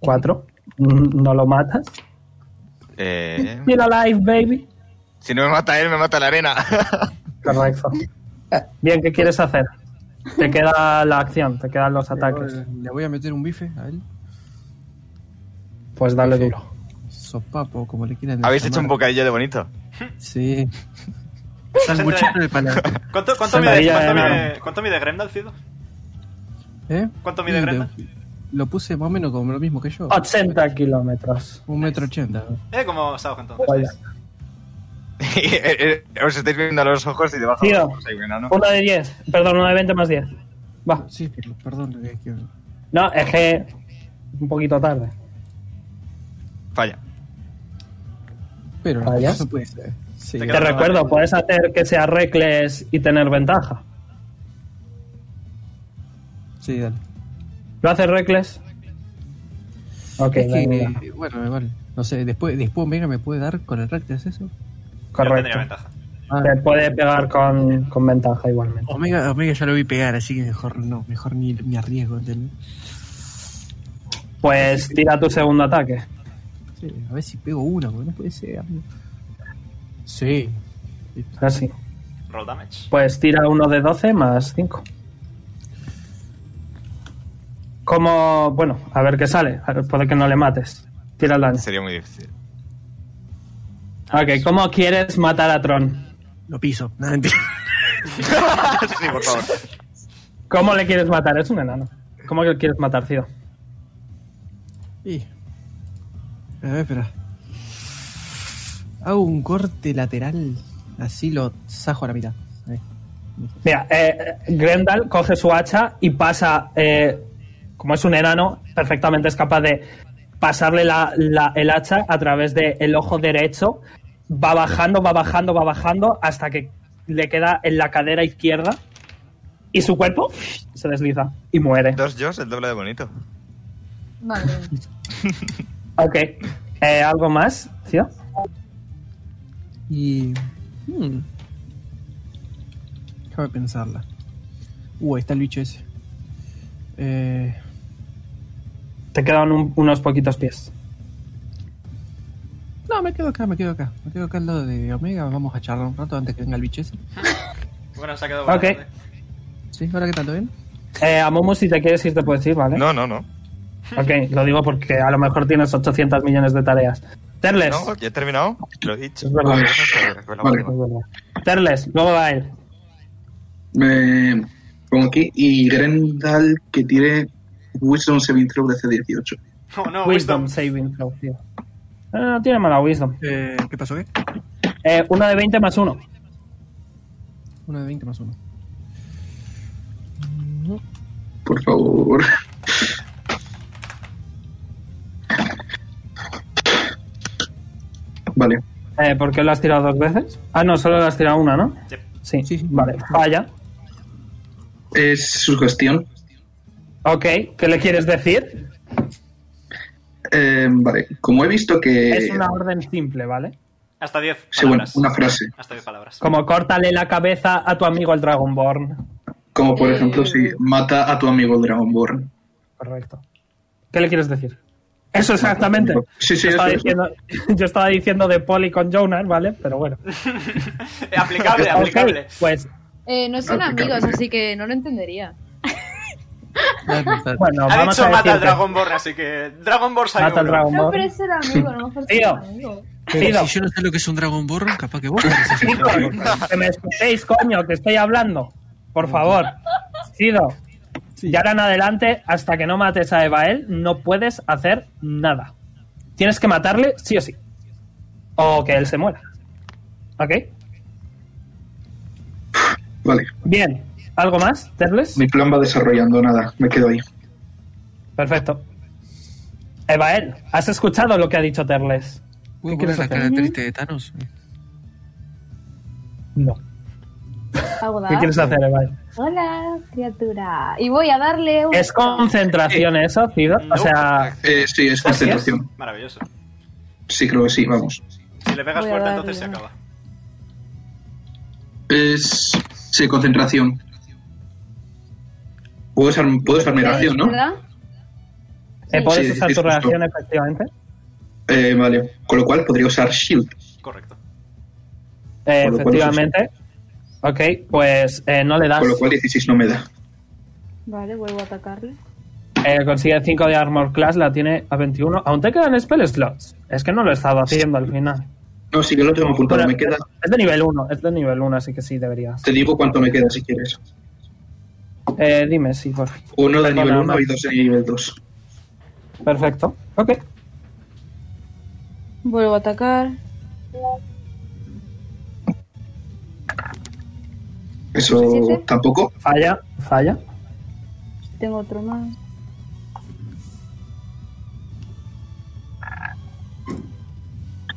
Speaker 1: 4. Mm, No lo matas.
Speaker 7: Eh,
Speaker 1: Still alive, baby.
Speaker 7: si no me mata él, me mata la arena.
Speaker 1: *laughs* Correcto. Bien, ¿qué quieres hacer? Te queda la acción, te quedan los ataques.
Speaker 6: Eh, Le- Le voy a meter un bife a él.
Speaker 1: Pues dale duro.
Speaker 6: Sopapo, como le quieran
Speaker 7: Habéis
Speaker 6: llamar.
Speaker 7: hecho un bocadillo
Speaker 2: *laughs*
Speaker 7: de bonito.
Speaker 6: Sí. Sanguchito
Speaker 2: *laughs*
Speaker 6: de palabra.
Speaker 2: ¿Cuánto, cuánto, mide,
Speaker 1: Sentadilla
Speaker 2: cuánto,
Speaker 1: de
Speaker 2: mide,
Speaker 1: nada.
Speaker 2: ¿Cuánto mide Grendel, Cido?
Speaker 6: ¿Eh?
Speaker 2: ¿Cuánto mide
Speaker 6: Y lo-
Speaker 2: Grendel?
Speaker 6: Lo puse más o menos como lo mismo que yo.
Speaker 1: 80 kilómetros.
Speaker 6: Un metro ochenta.
Speaker 2: Eh, como Saug entonces.
Speaker 1: Vaya.
Speaker 7: *laughs* Eh, eh, Os estáis viendo a los ojos y debajo de
Speaker 1: Tío.
Speaker 7: los ojos hay un enano.
Speaker 1: Una de 10, perdón, una de 20 más 10. Va.
Speaker 6: Sí, pero perdón, le dije que-
Speaker 1: No, es que un poquito tarde.
Speaker 7: Falla.
Speaker 6: Pero
Speaker 1: Vaya.
Speaker 6: eso puede ser. Sí.
Speaker 2: Te
Speaker 1: Te
Speaker 2: Queda nada.
Speaker 1: recuerdo, puedes hacer que sea reckless y tener ventaja.
Speaker 6: Sí, dale.
Speaker 1: ¿Lo haces reckless? Ok,
Speaker 6: Es que,
Speaker 1: venga,
Speaker 6: eh, bueno, igual. No sé, después, después Omega me puede dar con el Rectas eso.
Speaker 2: Yo tendría
Speaker 1: correcto.
Speaker 2: ventaja.
Speaker 6: Ah,
Speaker 1: Te puede pegar con, con ventaja igualmente.
Speaker 6: Omega, Omega ya lo vi pegar, así que mejor no, mejor ni me arriesgo, ¿entendés?
Speaker 1: Pues tira tu segundo ataque.
Speaker 6: Sí, a ver si pego una, porque no puede ser. amigo. Sí.
Speaker 1: Así.
Speaker 2: Roll damage.
Speaker 1: Ah, Pues tira uno de 12 más 5. Como, bueno, a ver qué sale. A ver, Puede que no le mates. Tira el daño.
Speaker 7: Sería muy difícil.
Speaker 1: Ok, ¿cómo quieres matar a Tron?
Speaker 6: Lo piso. *laughs* Nada, mentira.
Speaker 7: sí, por favor.
Speaker 1: ¿Cómo le quieres matar? Es un enano. ¿Cómo que quieres matar, Cido?
Speaker 6: Y... A ver, espera. Hago un corte lateral, así lo sajo a la mitad. Ahí.
Speaker 1: Mira, eh, Grendel coge su hacha y pasa, eh, como es un enano, perfectamente es capaz de pasarle la- la- el hacha a través del ojo derecho. Va bajando, va bajando, va bajando hasta que le queda en la cadera izquierda y su cuerpo se desliza y muere.
Speaker 7: Dos Josh, el doble de bonito.
Speaker 12: Madre mía.
Speaker 1: *laughs* Ok. Eh, ¿Algo más, tío?
Speaker 6: Y Hmm. Déjame pensarla. Uh, ahí está el bicho ese. Eh,
Speaker 1: Te quedan un- unos poquitos pies.
Speaker 6: no, me quedo acá, me quedo acá. Me quedo acá al lado de Omega. Vamos a charlar un rato antes que venga el
Speaker 2: *laughs*
Speaker 6: bicho ese.
Speaker 2: Bueno, se ha quedado
Speaker 1: Ok.
Speaker 2: buena tarde.
Speaker 6: ¿Sí? ¿Ahora qué tal? ¿Todo bien?
Speaker 1: Eh, a Momo, si te quieres ir, te puedes ir, ¿vale?
Speaker 7: No, no, no.
Speaker 1: Ok, lo digo porque a lo mejor tienes 800 millones de tareas. Terles.
Speaker 7: No, ya he terminado. Lo he dicho.
Speaker 1: verdad. pues
Speaker 3: Vale.
Speaker 1: Terles, luego va él.
Speaker 3: Me pongo aquí y Grendal que tire Wisdom Saving Throw de C18.
Speaker 2: No, no,
Speaker 1: wisdom, saving throw, tío. Eh, No tiene mala wisdom.
Speaker 6: ¿Qué pasó? ¿Qué?
Speaker 1: Eh, uno de 20 más uno.
Speaker 6: Uno de 20 más uno.
Speaker 3: Por favor. Vale.
Speaker 1: Eh, ¿Por qué lo has tirado dos veces? Ah, no, solo lo has tirado una, ¿no? Sí. Vale, falla.
Speaker 3: Es su gestión.
Speaker 1: Ok, ¿qué le quieres decir?
Speaker 3: Eh, vale. Como he visto que.
Speaker 1: es una orden simple, ¿vale?
Speaker 2: Hasta 10
Speaker 3: Sí, bueno,
Speaker 2: palabras.
Speaker 3: una frase.
Speaker 2: Hasta 10 palabras.
Speaker 1: Como córtale la cabeza a tu amigo el Dragonborn.
Speaker 3: Como por ejemplo, si mata a tu amigo el Dragonborn.
Speaker 1: Correcto. ¿Qué le quieres decir? Eso exactamente.
Speaker 3: Sí, sí,
Speaker 1: yo, estaba
Speaker 3: eso, eso.
Speaker 1: diciendo, *laughs* yo estaba diciendo de Polly con Jonas, ¿vale? Pero bueno.
Speaker 2: Eh, aplicable,
Speaker 1: Ok,
Speaker 2: aplicable.
Speaker 1: pues,
Speaker 12: Eh, no son
Speaker 1: Ah,
Speaker 12: amigos,
Speaker 1: cabrón.
Speaker 12: así que no lo entendería.
Speaker 1: bueno,
Speaker 2: ha
Speaker 1: vamos
Speaker 2: dicho
Speaker 1: a
Speaker 2: mata al
Speaker 1: decirte.
Speaker 2: Dragonborn, así que Dragonborn salió.
Speaker 1: Mata al
Speaker 2: uno.
Speaker 1: Dragonborn.
Speaker 12: No, pero es ser amigo, a lo mejor ser
Speaker 1: Tío.
Speaker 12: amigo.
Speaker 11: Pero
Speaker 1: Fido.
Speaker 11: si yo no sé lo que es un Dragon Born, capaz que vos. sabés un
Speaker 1: Chicos,
Speaker 11: Dragon Ball.
Speaker 1: que me escuchéis, coño, que estoy hablando. Por favor. Sido. Y ahora en adelante, hasta que no mates a Evael, no puedes hacer nada. Tienes que matarle sí o sí. O que él se muera. ¿Ok?
Speaker 3: Vale.
Speaker 1: Bien. ¿Algo más, Terles?
Speaker 3: Mi plan va desarrollando nada. Me quedo ahí.
Speaker 1: Perfecto. Evael, ¿has escuchado lo que ha dicho Terles?
Speaker 11: Voy a
Speaker 1: quieres
Speaker 11: poner la
Speaker 1: hacer?
Speaker 11: cara triste de Thanos.
Speaker 1: No.
Speaker 12: Hola.
Speaker 1: ¿Qué quieres hacer, Evael?
Speaker 12: Hola, criatura. Y voy a darle un.
Speaker 1: ¿Es concentración eso, Cido? O sea,
Speaker 3: Eh, sí, es concentración.
Speaker 2: Maravilloso.
Speaker 3: Sí, creo que sí, vamos.
Speaker 2: Si le pegas
Speaker 12: Voy a
Speaker 2: fuerte,
Speaker 12: darle.
Speaker 2: entonces se acaba.
Speaker 3: Es. Sí, concentración. Puedo usar, puedo usar mi reacción, ¿no?
Speaker 12: ¿Verdad?
Speaker 1: ¿eh, ¿puedes
Speaker 3: Sí,
Speaker 1: usar
Speaker 3: es
Speaker 1: tu
Speaker 3: justo.
Speaker 1: reacción efectivamente?
Speaker 3: Eh, vale. Con lo cual podría usar Shield.
Speaker 2: Correcto.
Speaker 1: Eh,
Speaker 3: Con lo cual,
Speaker 1: efectivamente. Ok, pues eh, no le das.
Speaker 3: Con lo cual 16 no me da.
Speaker 12: Vale, vuelvo a atacarle.
Speaker 1: Eh, consigue 5 de Armor Class, la tiene a 21. Aún te quedan spell slots. Es que no lo he estado haciendo al final.
Speaker 3: No, sí, yo lo tengo apuntado.
Speaker 1: Pero
Speaker 3: me queda.
Speaker 1: Es de nivel 1, es de nivel 1, así que sí, deberías.
Speaker 3: Te digo cuánto me queda si quieres.
Speaker 1: Eh, dime, sí, por
Speaker 3: Uno de nivel
Speaker 1: Perdona,
Speaker 3: 1
Speaker 1: Max.
Speaker 3: y dos de nivel 2.
Speaker 1: Pues Perfecto. Ok.
Speaker 12: Vuelvo a atacar.
Speaker 3: Eso tampoco.
Speaker 1: Falla, falla.
Speaker 12: Tengo otro más.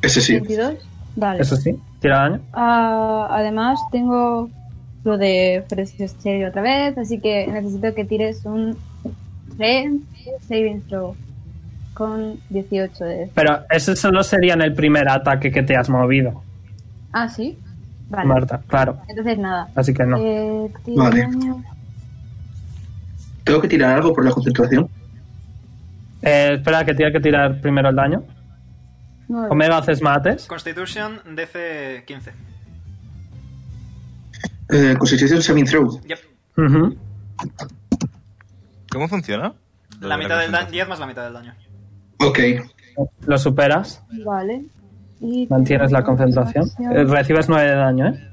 Speaker 3: Ese sí.
Speaker 12: 22. Vale.
Speaker 1: Eso sí, tira daño.
Speaker 12: Ah, además, tengo lo de Fresio otra vez, así que necesito que tires un 3 saving throw con 18 de.
Speaker 1: Pero ese solo sería en el primer ataque que te has movido,
Speaker 12: Ah, sí. Vale.
Speaker 1: Marta, claro.
Speaker 12: Entonces, nada.
Speaker 1: Así que no.
Speaker 12: Eh, tiro
Speaker 3: Vale.
Speaker 12: daño.
Speaker 3: ¿Tengo que tirar algo por la concentración?
Speaker 1: Eh, espera, que tiene que tirar primero el daño.
Speaker 12: Nueve.
Speaker 1: Omega haces mates.
Speaker 2: Constitution DC 15.
Speaker 3: Eh, Constitución Saving Throw.
Speaker 2: Yep.
Speaker 1: Ujú.
Speaker 7: ¿Cómo funciona?
Speaker 2: La mitad del daño. 10 más la mitad del daño.
Speaker 3: Ok.
Speaker 1: Lo superas.
Speaker 12: Vale. Y
Speaker 1: Mantienes la concentración. Eh, Recibes 9 de daño, ¿eh?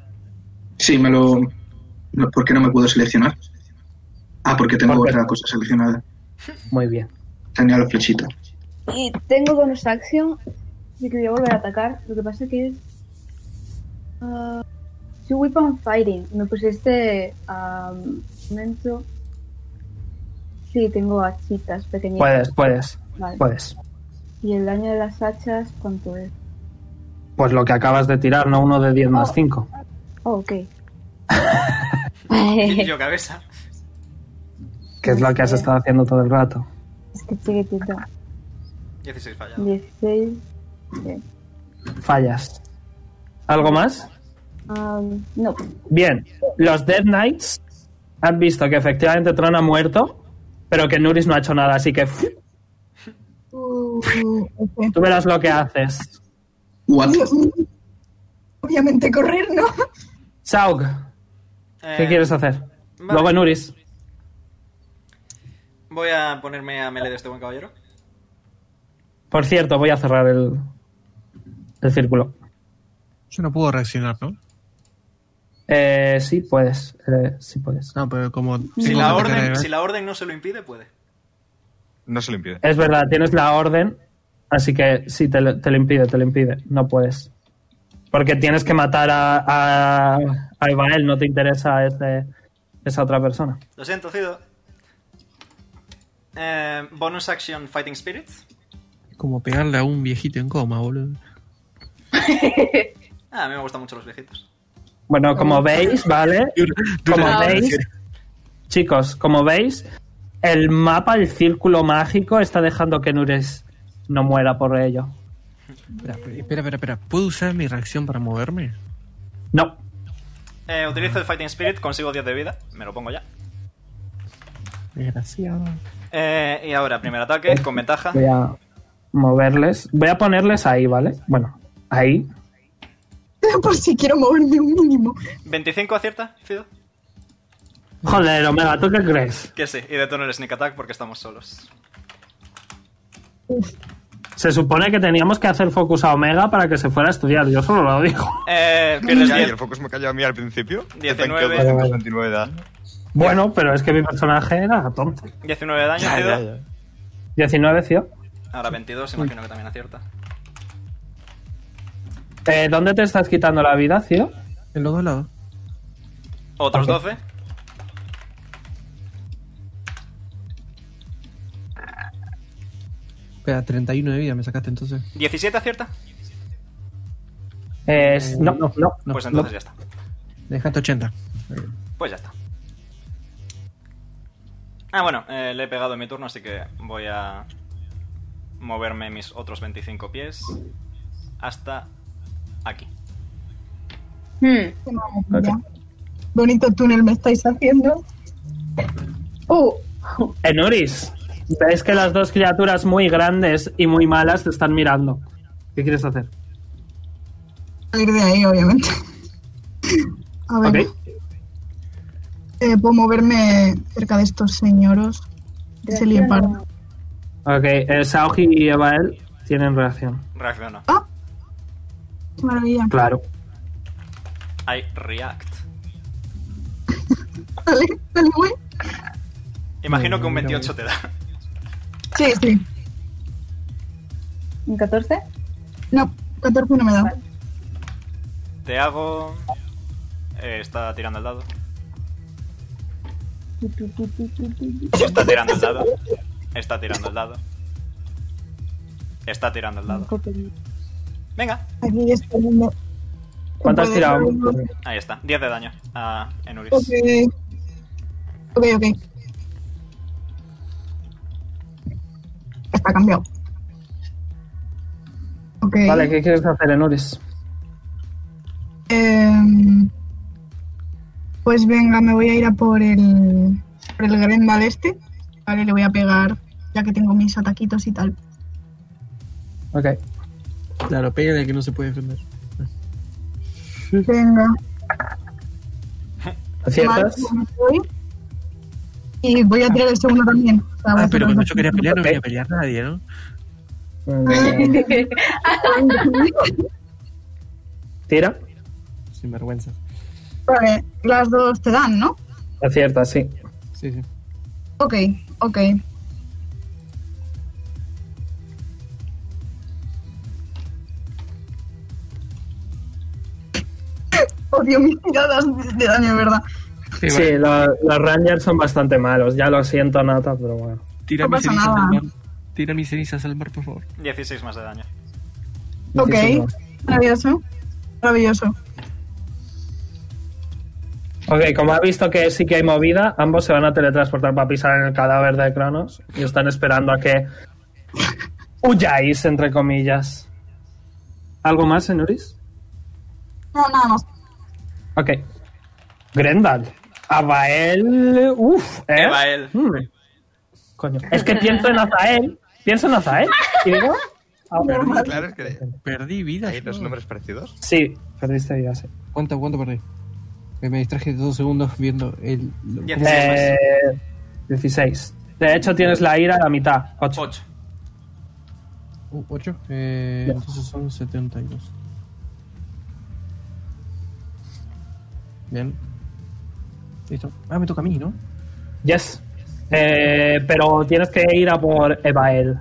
Speaker 3: Sí, me lo. no, ¿Por qué no me puedo seleccionar? Ah, porque tengo
Speaker 1: ¿Por qué?
Speaker 3: otra cosa seleccionada.
Speaker 1: Muy bien.
Speaker 3: Tenía la flechita.
Speaker 12: Y tengo bonus action, así que voy a volver a atacar. Lo que pasa que es. ah, two Weapon Fighting. Me pusiste. Um, momento. Sí, tengo hachitas pequeñitas.
Speaker 1: Puedes, puedes.
Speaker 12: Vale.
Speaker 1: Puedes.
Speaker 12: Y el daño de las hachas, ¿cuánto es?
Speaker 1: Pues lo que acabas de tirar, no uno de 10 más 5.
Speaker 12: Oh, ok. *laughs*
Speaker 2: Y
Speaker 12: es
Speaker 2: yo cabeza.
Speaker 1: Que es lo que has estado haciendo todo el rato.
Speaker 12: que chiquitito.
Speaker 2: 16 fallado.
Speaker 12: 16.
Speaker 1: Fallas. ¿Algo más?
Speaker 9: Am, no.
Speaker 1: Bien, los Dead Knights han visto que efectivamente Tron ha muerto, pero que Nuris no ha hecho nada, así que ¡fuf!
Speaker 10: Uh, ok.
Speaker 1: tú verás lo que haces.
Speaker 10: Obviamente correr, ¿no?
Speaker 1: Saug, ¿qué
Speaker 2: Eh,
Speaker 1: quieres hacer?
Speaker 2: vale.
Speaker 1: Luego Nuris.
Speaker 2: Voy a ponerme a melee de este buen caballero.
Speaker 1: Por cierto, voy a cerrar el, el círculo.
Speaker 11: Yo no puedo reaccionar, ¿no?
Speaker 1: Eh, sí, puedes. eh, sí, puedes.
Speaker 11: No, pero como.
Speaker 2: Si
Speaker 11: tengo
Speaker 2: la,
Speaker 11: que atacar
Speaker 12: ¿eh?
Speaker 2: orden,
Speaker 11: a-
Speaker 2: si la orden no se lo impide, puede.
Speaker 7: No se lo impide.
Speaker 1: Es verdad, tienes la orden, así que sí, te lo, te lo impide, te lo impide. No puedes. Porque tienes que matar a, a, a Ivael, no te interesa ese- esa otra persona.
Speaker 2: Lo siento, Cido. Eh, bonus action Fighting Spirit.
Speaker 11: Como pegarle a un viejito en coma, boludo.
Speaker 2: Ah, a mí me gustan mucho los viejitos.
Speaker 1: Bueno, como veis, ¿vale? Como
Speaker 2: la-
Speaker 1: veis, chicos, como veis, el mapa, el círculo mágico, está dejando que Nuris no muera por ello.
Speaker 11: Espera, espera, espera, espera. ¿Puedo usar mi reacción para moverme?
Speaker 1: No.
Speaker 2: Eh, utilizo el Fighting Spirit, consigo 10 de vida. Me lo pongo ya.
Speaker 11: Desgraciado.
Speaker 2: Eh, y ahora, primer ataque, con ventaja.
Speaker 1: Voy a moverles. Voy a ponerles ahí, ¿vale? Bueno, ahí.
Speaker 10: *laughs* Por si quiero moverme un mínimo.
Speaker 2: ¿25 acierta, Cido?
Speaker 1: Joder, Omega, ¿tú qué crees?
Speaker 2: Que sí, y detono el sneak attack porque estamos solos.
Speaker 1: Se supone que teníamos que hacer focus a Omega para que se fuera a estudiar. Yo solo lo digo.
Speaker 2: Eh, pierdes
Speaker 7: Ya, y
Speaker 2: 10.
Speaker 7: el focus me cayó a mí al principio.
Speaker 2: 19.
Speaker 7: Te tanqueo 229 de daño.
Speaker 1: Bueno, pero es que mi personaje era tonto.
Speaker 2: 19 de daño,
Speaker 7: Ya,
Speaker 2: Cido.
Speaker 7: ya, ya.
Speaker 1: 19, tío.
Speaker 2: Ahora 22, imagino que también acierta.
Speaker 1: Eh, ¿Dónde te estás quitando la vida, tío?
Speaker 11: En los dos lados.
Speaker 2: Otros 12.
Speaker 11: Espera, 31 de vida me sacaste entonces.
Speaker 2: ¿17 acierta?
Speaker 1: Eh, no, no, no.
Speaker 2: Pues entonces ya está.
Speaker 11: Me Uh, dejaste 80.
Speaker 2: Pues ya está. Ah, bueno, eh, le he pegado en mi turno, así que voy a moverme mis otros 25 pies hasta aquí.
Speaker 10: Qué maravilla. Hmm. Bonito túnel me estáis haciendo.
Speaker 9: Uh,
Speaker 1: En Uris, ves que las dos criaturas muy grandes y muy malas te están mirando. ¿Qué quieres hacer?
Speaker 10: salir de ahí, obviamente. A ver. Eh, puedo moverme cerca de estos señoros. Es el leopardo.
Speaker 1: Ok, eh, Saoji y Evael tienen reacción.
Speaker 2: Reacciono.
Speaker 1: Ah.
Speaker 10: Qué maravilla.
Speaker 1: Claro.
Speaker 2: I react.
Speaker 10: Dale, dale, güey.
Speaker 2: Imagino que un 28 te da.
Speaker 10: Sí, sí.
Speaker 12: ¿Un 14?
Speaker 10: No, 14 no me da.
Speaker 2: Te hago... eh, está tirando el dado. Está tirando el dado. Está tirando el dado. Está tirando el dado. Venga.
Speaker 10: Aquí está viendo.
Speaker 1: ¿Cuánto has tirado?
Speaker 2: Ahí está. 10 de daño a Enuris.
Speaker 10: Ok. Ok, ok. Está cambiado. Ok.
Speaker 1: Vale, ¿qué quieres hacer en Uris?
Speaker 10: Em, pues venga, me voy a ir a por el, por el Grendal este. Vale, le voy a pegar, ya que tengo mis ataquitos
Speaker 1: *laughs*
Speaker 10: y tal.
Speaker 1: Ok.
Speaker 11: Claro, pégale que no se puede defender.
Speaker 10: Venga.
Speaker 1: ¿Aciertas?
Speaker 10: Mal, me voy. Y voy a tirar el segundo también. O sea, voy a
Speaker 11: Ah, pero
Speaker 10: hacer
Speaker 11: cuando
Speaker 10: los
Speaker 11: yo quería pelear no quería pelear nadie, ¿no?
Speaker 1: Eh,
Speaker 10: dos.
Speaker 1: Tira.
Speaker 11: Sin vergüenza.
Speaker 10: *laughs* Vale, las dos te dan, ¿no?
Speaker 1: Aciertas, sí.
Speaker 11: Sí, sí.
Speaker 10: Ok, ok. *laughs* Odio mis tiradas de- de daño, ¿verdad?
Speaker 1: Sí, lo- los Rangers son bastante malos. Ya lo siento, Nata, pero bueno.
Speaker 11: Tira
Speaker 10: No
Speaker 11: mis
Speaker 10: pasa
Speaker 11: cenizas
Speaker 10: nada.
Speaker 11: al mar. Tira mis cenizas al mar, por favor.
Speaker 2: 16 más de daño.
Speaker 10: Ok,
Speaker 1: Muchísimo.
Speaker 10: maravilloso. Maravilloso.
Speaker 1: Ok, como ha visto que sí que hay movida, ambos se van a teletransportar para pisar en el cadáver de Cronos y están esperando a que huyáis, entre comillas. ¿Algo más, señoris?
Speaker 10: No, nada más.
Speaker 1: Ok. Grendal. Abael. Uf, ¿eh?
Speaker 2: Abael.
Speaker 1: Mm. Coño. Es que pienso en Azael. Pienso en Azael. Y digo.
Speaker 7: Perdí, claro, es que
Speaker 11: perdí vida.
Speaker 7: ¿Hay los números parecidos?
Speaker 1: Sí, perdiste vida, sí.
Speaker 6: ¿Cuánto, cuánto perdí? Que Me distraje dos segundos viendo el. lo-
Speaker 1: Eh, 16. De hecho, tienes la ira a la mitad. 8.
Speaker 6: Uh, ¿Ocho? Eh, entonces son 72. Bien. Listo. Ah, me toca a mí, ¿no?
Speaker 1: Yes. Eh, pero tienes que ir a por Evael.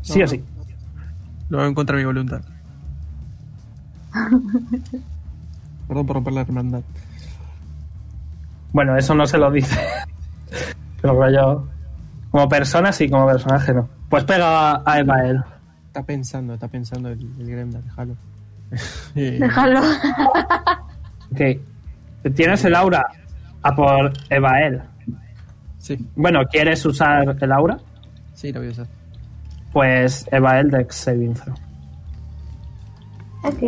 Speaker 1: Sí o sí.
Speaker 11: Lo hago en contra de mi voluntad.
Speaker 6: *laughs* Perdón por romper la hermandad.
Speaker 1: Bueno, eso no se lo dice. *laughs* Pero rollo. Como persona sí, como personaje no. Pues pega a- a Evael.
Speaker 6: Está pensando, está pensando el, el Gremlin,
Speaker 1: *laughs*
Speaker 6: déjalo. Eh,
Speaker 12: Déjalo.
Speaker 1: Ok. Tienes el aura a por Evael.
Speaker 6: Sí,
Speaker 1: Bueno, ¿quieres usar el aura?
Speaker 6: sí, lo voy a usar.
Speaker 1: Pues Evael Dex Saving throw.
Speaker 9: Ok.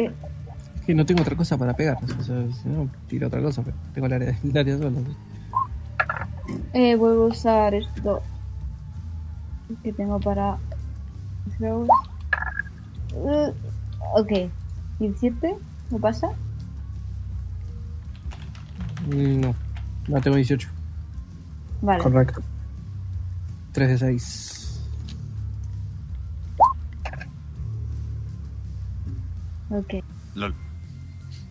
Speaker 6: Es que no tengo otra cosa para pegar. O sea, si no, tiro otra cosa, pero tengo el área, el área sola.
Speaker 12: Eh, vuelvo a usar esto que tengo para. throws. Eh, ok, 17, ¿me pasa?
Speaker 6: Mm, No, no tengo 18.
Speaker 12: Vale.
Speaker 1: Correcto.
Speaker 6: 3 de 6.
Speaker 12: Ok.
Speaker 7: Lol.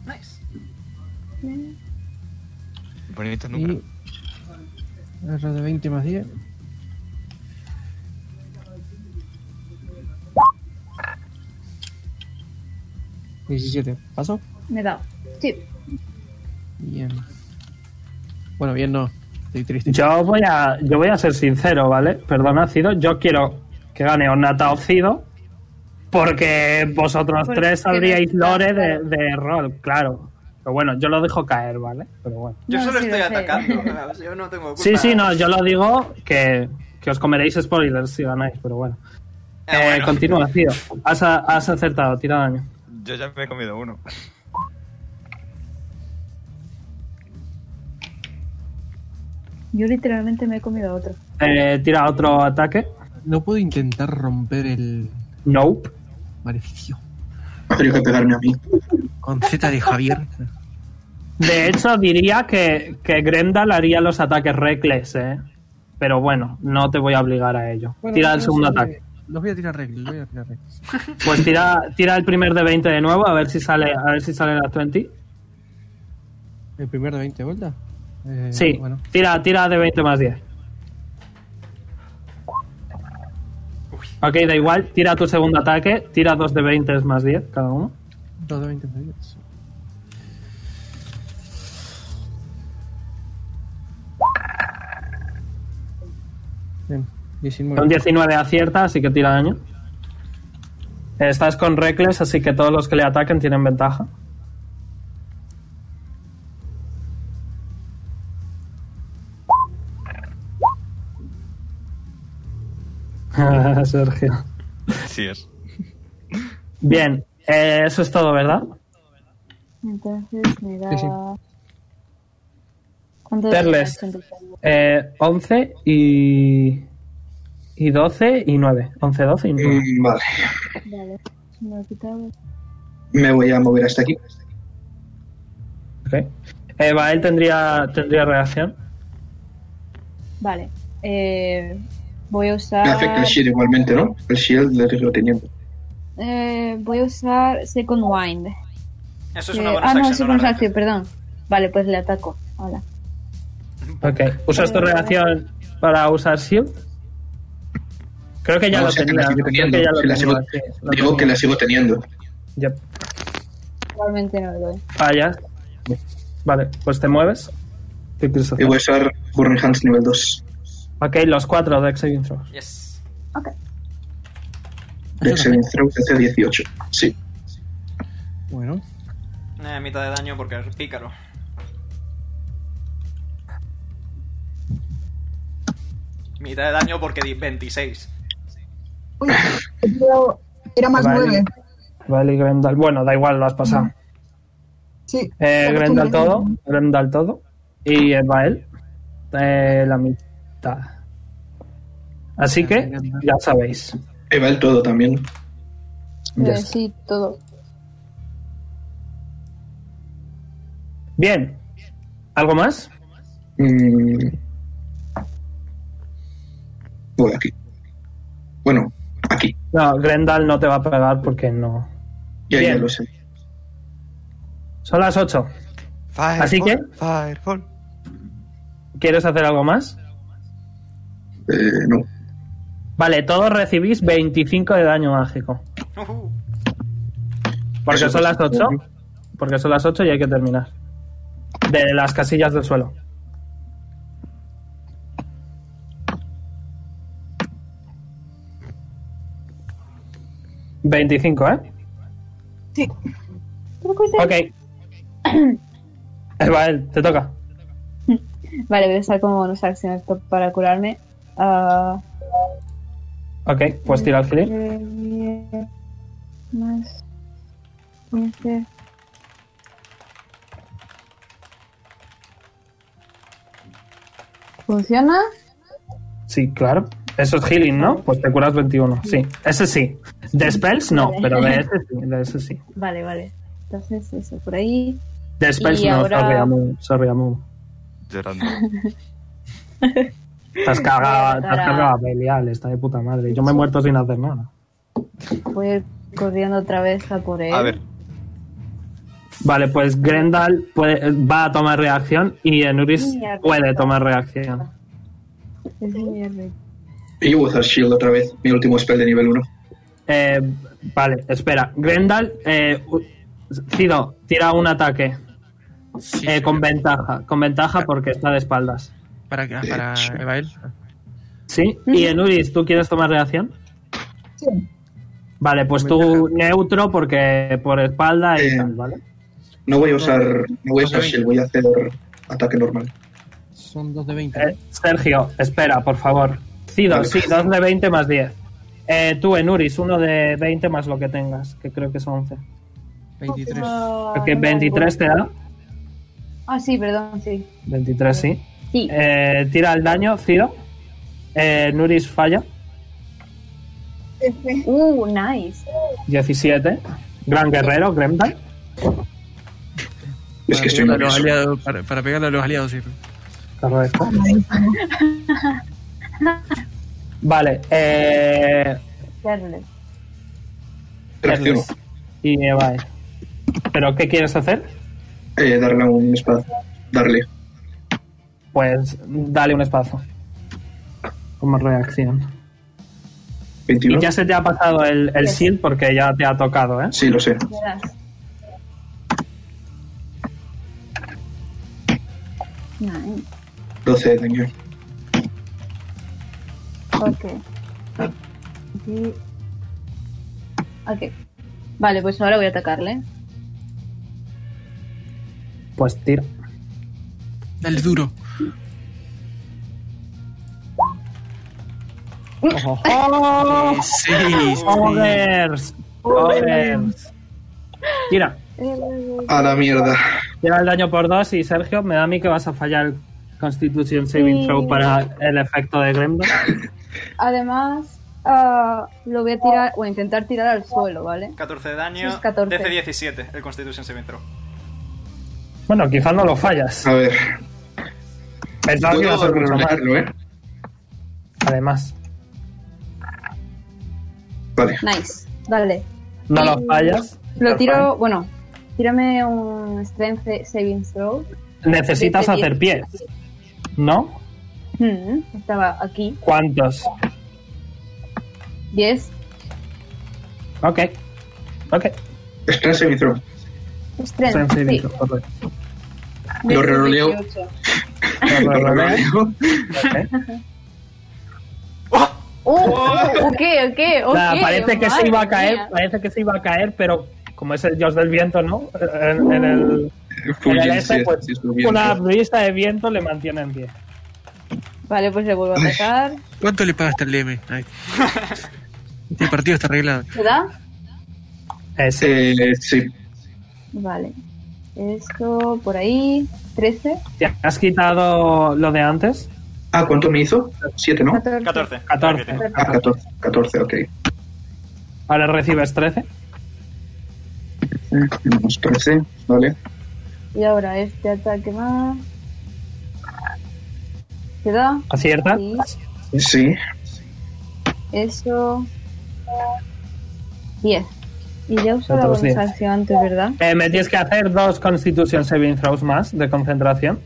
Speaker 2: Nice.
Speaker 7: Bonito número.
Speaker 6: Y. Agarra de 20 más 10. ¿17? ¿Pasó?
Speaker 12: Me da. Sí.
Speaker 6: Bien. Bueno, bien, no. Estoy triste.
Speaker 1: Yo voy a, yo voy a ser sincero, ¿vale? Perdona, Cido. Yo quiero que gane Onata o Cido. Porque vosotros
Speaker 12: Porque
Speaker 1: tres sabríais
Speaker 12: no-
Speaker 1: lore de, de rol, claro. Pero bueno, yo lo dejo caer, ¿vale? Pero bueno.
Speaker 2: Yo
Speaker 12: No,
Speaker 2: solo
Speaker 12: sí,
Speaker 2: estoy
Speaker 12: lo sé. *laughs*
Speaker 2: atacando. Yo no tengo culpa.
Speaker 1: Sí, sí, no, yo lo digo que, que os comeréis spoilers si ganáis, pero bueno.
Speaker 7: Ah,
Speaker 1: Eh,
Speaker 7: bueno.
Speaker 1: Continúa, Cido. Has, a- has acertado, tira daño.
Speaker 7: Yo ya me he comido uno.
Speaker 12: Yo literalmente me he comido otro.
Speaker 1: Eh, tira otro ataque.
Speaker 6: No puedo intentar romper el
Speaker 1: Nope.
Speaker 6: maleficio.
Speaker 3: Ha tenido que pegarme a mí.
Speaker 6: Con Z de Javier.
Speaker 1: De hecho, diría que, que Grendal haría los ataques reckless, ¿eh? Pero bueno, no te voy a obligar a ello.
Speaker 6: *laughs* Bueno,
Speaker 1: tira el
Speaker 6: no
Speaker 1: segundo
Speaker 6: sé,
Speaker 1: ataque.
Speaker 6: Los voy a tirar reglas, los voy a tirar reglas.
Speaker 1: Pues tira, tira el primer de 20 de nuevo, a ver si sale, a ver si sale la 20.
Speaker 6: ¿El primer de 20 vueltas? Eh,
Speaker 1: Sí,
Speaker 6: Bueno,
Speaker 1: tira, tira de 20 más 10. Ok, da igual, tira tu segundo ataque, tira dos de 20 más 10 cada uno.
Speaker 6: 2 de 20 más 10. Bien, 19.
Speaker 1: Un 19 acierta, así que tira daño. Estás con Reckless, así que todos los que le ataquen tienen ventaja. *laughs* Sergio.
Speaker 7: Sí es.
Speaker 1: Bien, eh, eso es todo, ¿verdad?
Speaker 12: Entonces me da.
Speaker 6: Sí, sí.
Speaker 12: ¿Cuánto
Speaker 1: Terles.
Speaker 12: es? 86.
Speaker 1: Eh, 11 y... Y 12 y 9. 11, 12 y 9.
Speaker 3: Mm, Vale,
Speaker 12: Vale. Me lo he quitado.
Speaker 3: me voy a mover hasta aquí.
Speaker 1: Ok. Eh, Bael tendría, tendría reacción.
Speaker 12: Vale. Eh, voy a
Speaker 3: Me
Speaker 12: usar.
Speaker 3: afecta el shield igualmente, ¿no? El shield lo sigo teniendo.
Speaker 12: Eh, voy a usar Second Wind.
Speaker 2: Eso es
Speaker 12: Que-
Speaker 2: una bonus
Speaker 12: ah, no,
Speaker 2: action,
Speaker 12: es
Speaker 2: no
Speaker 12: bonus
Speaker 2: la
Speaker 12: action, perdón. Vale, pues le ataco. Hola.
Speaker 1: Ok. ¿Usas tu
Speaker 12: Eh,
Speaker 1: reacción para usar shield? Creo que ya
Speaker 3: No,
Speaker 1: lo
Speaker 3: o sea, que
Speaker 1: tenía.
Speaker 3: la sigo
Speaker 1: creo
Speaker 3: teniendo,
Speaker 1: que ya lo
Speaker 3: que la
Speaker 1: tenía,
Speaker 3: sigo-
Speaker 1: sí, lo
Speaker 3: Digo que
Speaker 1: tenía.
Speaker 3: la sigo teniendo.
Speaker 1: Yep.
Speaker 12: Igualmente no lo doy.
Speaker 1: Fallas. Ah, Vale, pues te mueves. ¿Qué quieres
Speaker 3: Y pues-
Speaker 1: hacer?
Speaker 3: voy a usar Burning Hands nivel 2.
Speaker 1: Ok, los cuatro de Saving Throws.
Speaker 2: Yes.
Speaker 3: De Saving Throw DC 18. Sí.
Speaker 6: Bueno,
Speaker 2: Eh, mitad de daño porque es pícaro. Mitad de daño porque di 26.
Speaker 10: Pero era más
Speaker 1: Vale.
Speaker 10: nueve.
Speaker 1: Vale, Grendel. Bueno, da igual, lo has pasado.
Speaker 10: Sí.
Speaker 1: Eh, Grendel todo. Grendel todo. Y Edvael. eh, la mitad. Así que ya sabéis.
Speaker 3: Eval todo también.
Speaker 1: Ya
Speaker 12: Eh,
Speaker 1: está.
Speaker 12: sí, todo.
Speaker 1: Bien. ¿Algo más?
Speaker 3: Mm. Voy aquí. Bueno, aquí.
Speaker 1: No, Grendal no te va a pegar porque no.
Speaker 3: Ya,
Speaker 1: Bien.
Speaker 3: ya lo sé.
Speaker 1: Son las 8.
Speaker 7: Fireball,
Speaker 1: Así que-
Speaker 7: Fireball.
Speaker 1: ¿Quieres hacer algo más?
Speaker 3: Eh, no.
Speaker 1: Vale, todos recibís 25 de daño mágico. Porque
Speaker 3: Eso
Speaker 1: son
Speaker 3: es
Speaker 1: las 8. Porque son las 8 y hay que terminar. De las casillas del suelo. ¿25, eh? *laughs*
Speaker 10: Sí.
Speaker 1: Ok. Evael, te toca.
Speaker 12: Vale, voy a usar como bonus acción esto para curarme. Ah,
Speaker 1: Ok, pues tira alfiler.
Speaker 12: eh, diez más este. 15. ¿Funciona?
Speaker 1: Sí, claro. Eso es healing, ¿no? Pues te curas 21. Sí, ese sí. De spells no,
Speaker 12: Vale.
Speaker 1: pero de ese sí. De ese sí.
Speaker 12: Vale, vale. Entonces, eso por ahí.
Speaker 1: De spells
Speaker 12: Y
Speaker 1: no,
Speaker 12: ahora-
Speaker 1: sorry, Amu. Sorry, Amu.
Speaker 12: *laughs*
Speaker 7: Llorando.
Speaker 1: Te has cagado, te has
Speaker 12: Ahora-
Speaker 1: cagado a Belial, está de puta madre. Yo me he muerto sin hacer nada.
Speaker 12: Voy a ir corriendo otra vez a por él.
Speaker 7: A ver,
Speaker 1: Vale, pues Grendal puede- va a tomar reacción y Enuris
Speaker 12: Mierda.
Speaker 1: puede tomar reacción.
Speaker 12: Es mi R.
Speaker 3: Y yo voy a usar Shield otra vez, mi último spell de nivel 1.
Speaker 1: Eh, vale, espera. Grendal, eh, u- Cido, tira un ataque. Eh, con ventaja, con ventaja porque está de espaldas.
Speaker 11: Para, ah, para Evael.
Speaker 1: ¿Sí? Y Enuris, ¿tú quieres tomar reacción?
Speaker 10: Sí.
Speaker 1: Vale, pues tú neutro porque por espalda y
Speaker 3: Eh,
Speaker 1: tal, ¿vale?
Speaker 3: No voy a usar, no voy a usar Shield, voy a hacer ataque normal.
Speaker 11: Son dos de 20.
Speaker 1: Eh, Sergio, espera, por favor. Cido,
Speaker 3: Vale.
Speaker 1: sí, 2 de 20 más 10. Eh, tú, Enuris, 1 de 20 más lo que tengas, que creo que es 11.
Speaker 11: 23.
Speaker 12: Ah,
Speaker 1: Porque
Speaker 12: no me
Speaker 1: 23 te da.
Speaker 12: Ah, sí, perdón, sí.
Speaker 1: 23, sí.
Speaker 12: Sí.
Speaker 1: Eh, tira el daño, Cido. Eh, Nuris falla,
Speaker 10: F.
Speaker 12: Uh, nice. *laughs*
Speaker 1: 17. Gran guerrero, Gremdal.
Speaker 3: Es que estoy
Speaker 11: pegarle a los
Speaker 3: nervioso.
Speaker 11: aliados, para, para pegarle a los aliados sirve.
Speaker 1: Correcto.
Speaker 10: Malísimo.
Speaker 1: Vale, eh,
Speaker 12: Careless.
Speaker 3: Reacciono.
Speaker 1: Erlis y Evae. ¿Pero qué quieres hacer?
Speaker 3: Eh, darle un espada. Darle.
Speaker 1: Pues dale un espacio. Como reacción.
Speaker 3: 21.
Speaker 1: Y ya se te ha pasado el, el shield porque ya te ha tocado, ¿eh?
Speaker 3: Sí, lo sé.
Speaker 12: Verás. Nice.
Speaker 3: 12 de daño.
Speaker 12: Ok. Y- Ok. Vale, pues ahora voy a atacarle.
Speaker 1: Pues tira.
Speaker 11: Dale duro. *laughs*
Speaker 1: Oh,
Speaker 11: Sí, sí.
Speaker 1: Ogers. Ogers. Tira.
Speaker 3: A la mierda.
Speaker 1: Tira el daño por dos y Sergio, me da a mí que vas a fallar el Constitution Saving Throw para el efecto de Gremlin.
Speaker 12: Además, ah, lo voy a tirar o intentar tirar al suelo, ¿vale?
Speaker 2: 14 de daño.
Speaker 12: Es 14.
Speaker 2: DC 17, el Constitution Saving Throw.
Speaker 1: Bueno, quizás no lo fallas.
Speaker 3: A ver.
Speaker 1: Pensaba que iba a
Speaker 3: Puedo
Speaker 1: ser mucho más.
Speaker 3: reflejarlo, ¿eh?
Speaker 1: Además,
Speaker 3: Vale.
Speaker 12: Nice. Dale.
Speaker 1: no lo fallas.
Speaker 12: Lo tiro, bueno, tírame un Strength sa- Saving Throw.
Speaker 1: Necesitas
Speaker 12: Dice
Speaker 1: hacer pies, ¿no?
Speaker 12: Hmm, estaba aquí.
Speaker 1: ¿Cuántos?
Speaker 12: 10.
Speaker 1: Ok. Ok.
Speaker 3: Stress semi throw.
Speaker 12: Strength. Sí.
Speaker 1: Correcto.
Speaker 3: Lo reroleo.
Speaker 12: 18.
Speaker 3: Lo
Speaker 1: Correcto.
Speaker 3: revaleo.
Speaker 1: Ok.
Speaker 12: Oh, oh, ok, ok, ok.
Speaker 1: Nada, parece que se
Speaker 12: madre
Speaker 1: iba a caer,
Speaker 12: mía.
Speaker 1: parece que se iba a caer, pero como es el dios del viento, ¿no? En, en el, en el
Speaker 3: Fuyen,
Speaker 1: este,
Speaker 3: sí,
Speaker 1: pues
Speaker 3: sí, es lo bien.
Speaker 1: una brisa de viento le mantiene en pie.
Speaker 12: Vale, pues le vuelvo a atacar.
Speaker 11: ¿Cuánto le pagaste al DM?
Speaker 1: *laughs*
Speaker 11: Ay. Este partido está arreglado.
Speaker 12: ¿Se da?
Speaker 1: Eh, sí.
Speaker 3: Eh, sí.
Speaker 12: Vale. Esto por ahí. 13.
Speaker 1: ¿Te has quitado lo de antes?
Speaker 3: Ah, ¿cuánto me hizo? Siete, ¿no?
Speaker 2: 14.
Speaker 1: 14.
Speaker 3: Ah, 14, 14, ok.
Speaker 1: Ahora recibes 13.
Speaker 3: Menos 13, vale.
Speaker 12: Y ahora este ataque más. ¿Te da?
Speaker 1: ¿Acierta?
Speaker 12: Sí.
Speaker 3: Sí,
Speaker 12: Eso. 10. Y ya usó la
Speaker 1: Otros diez.
Speaker 12: bonus acción antes, ¿verdad?
Speaker 1: Eh, me tienes que hacer dos Constitution Saving Throws más de concentración.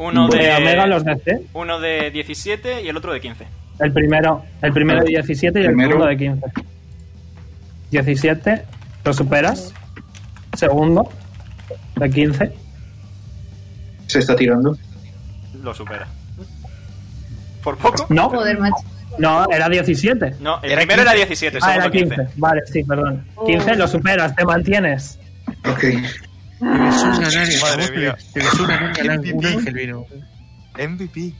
Speaker 2: Uno
Speaker 1: Voy a Omega
Speaker 2: de,
Speaker 1: los DC.
Speaker 2: uno de 17 y el otro de 15.
Speaker 1: El primero, el primero de 17 y el
Speaker 2: Primero.
Speaker 1: segundo de 15. 17, lo superas. Segundo, de 15.
Speaker 3: se está tirando.
Speaker 2: Lo supera. ¿Por poco?
Speaker 1: No. No, era 17.
Speaker 2: No, el primero era 17,
Speaker 1: Ah,
Speaker 2: segundo
Speaker 1: era 15.
Speaker 2: 15.
Speaker 1: Vale, sí, perdón. 15 lo superas, te mantienes.
Speaker 3: Ok.
Speaker 11: Eres una nana,
Speaker 7: Madre
Speaker 11: vos
Speaker 7: mía.
Speaker 11: le- eres una
Speaker 1: Ah,
Speaker 11: nana, la- un
Speaker 7: MVP.
Speaker 11: ángel vino.
Speaker 7: MVP.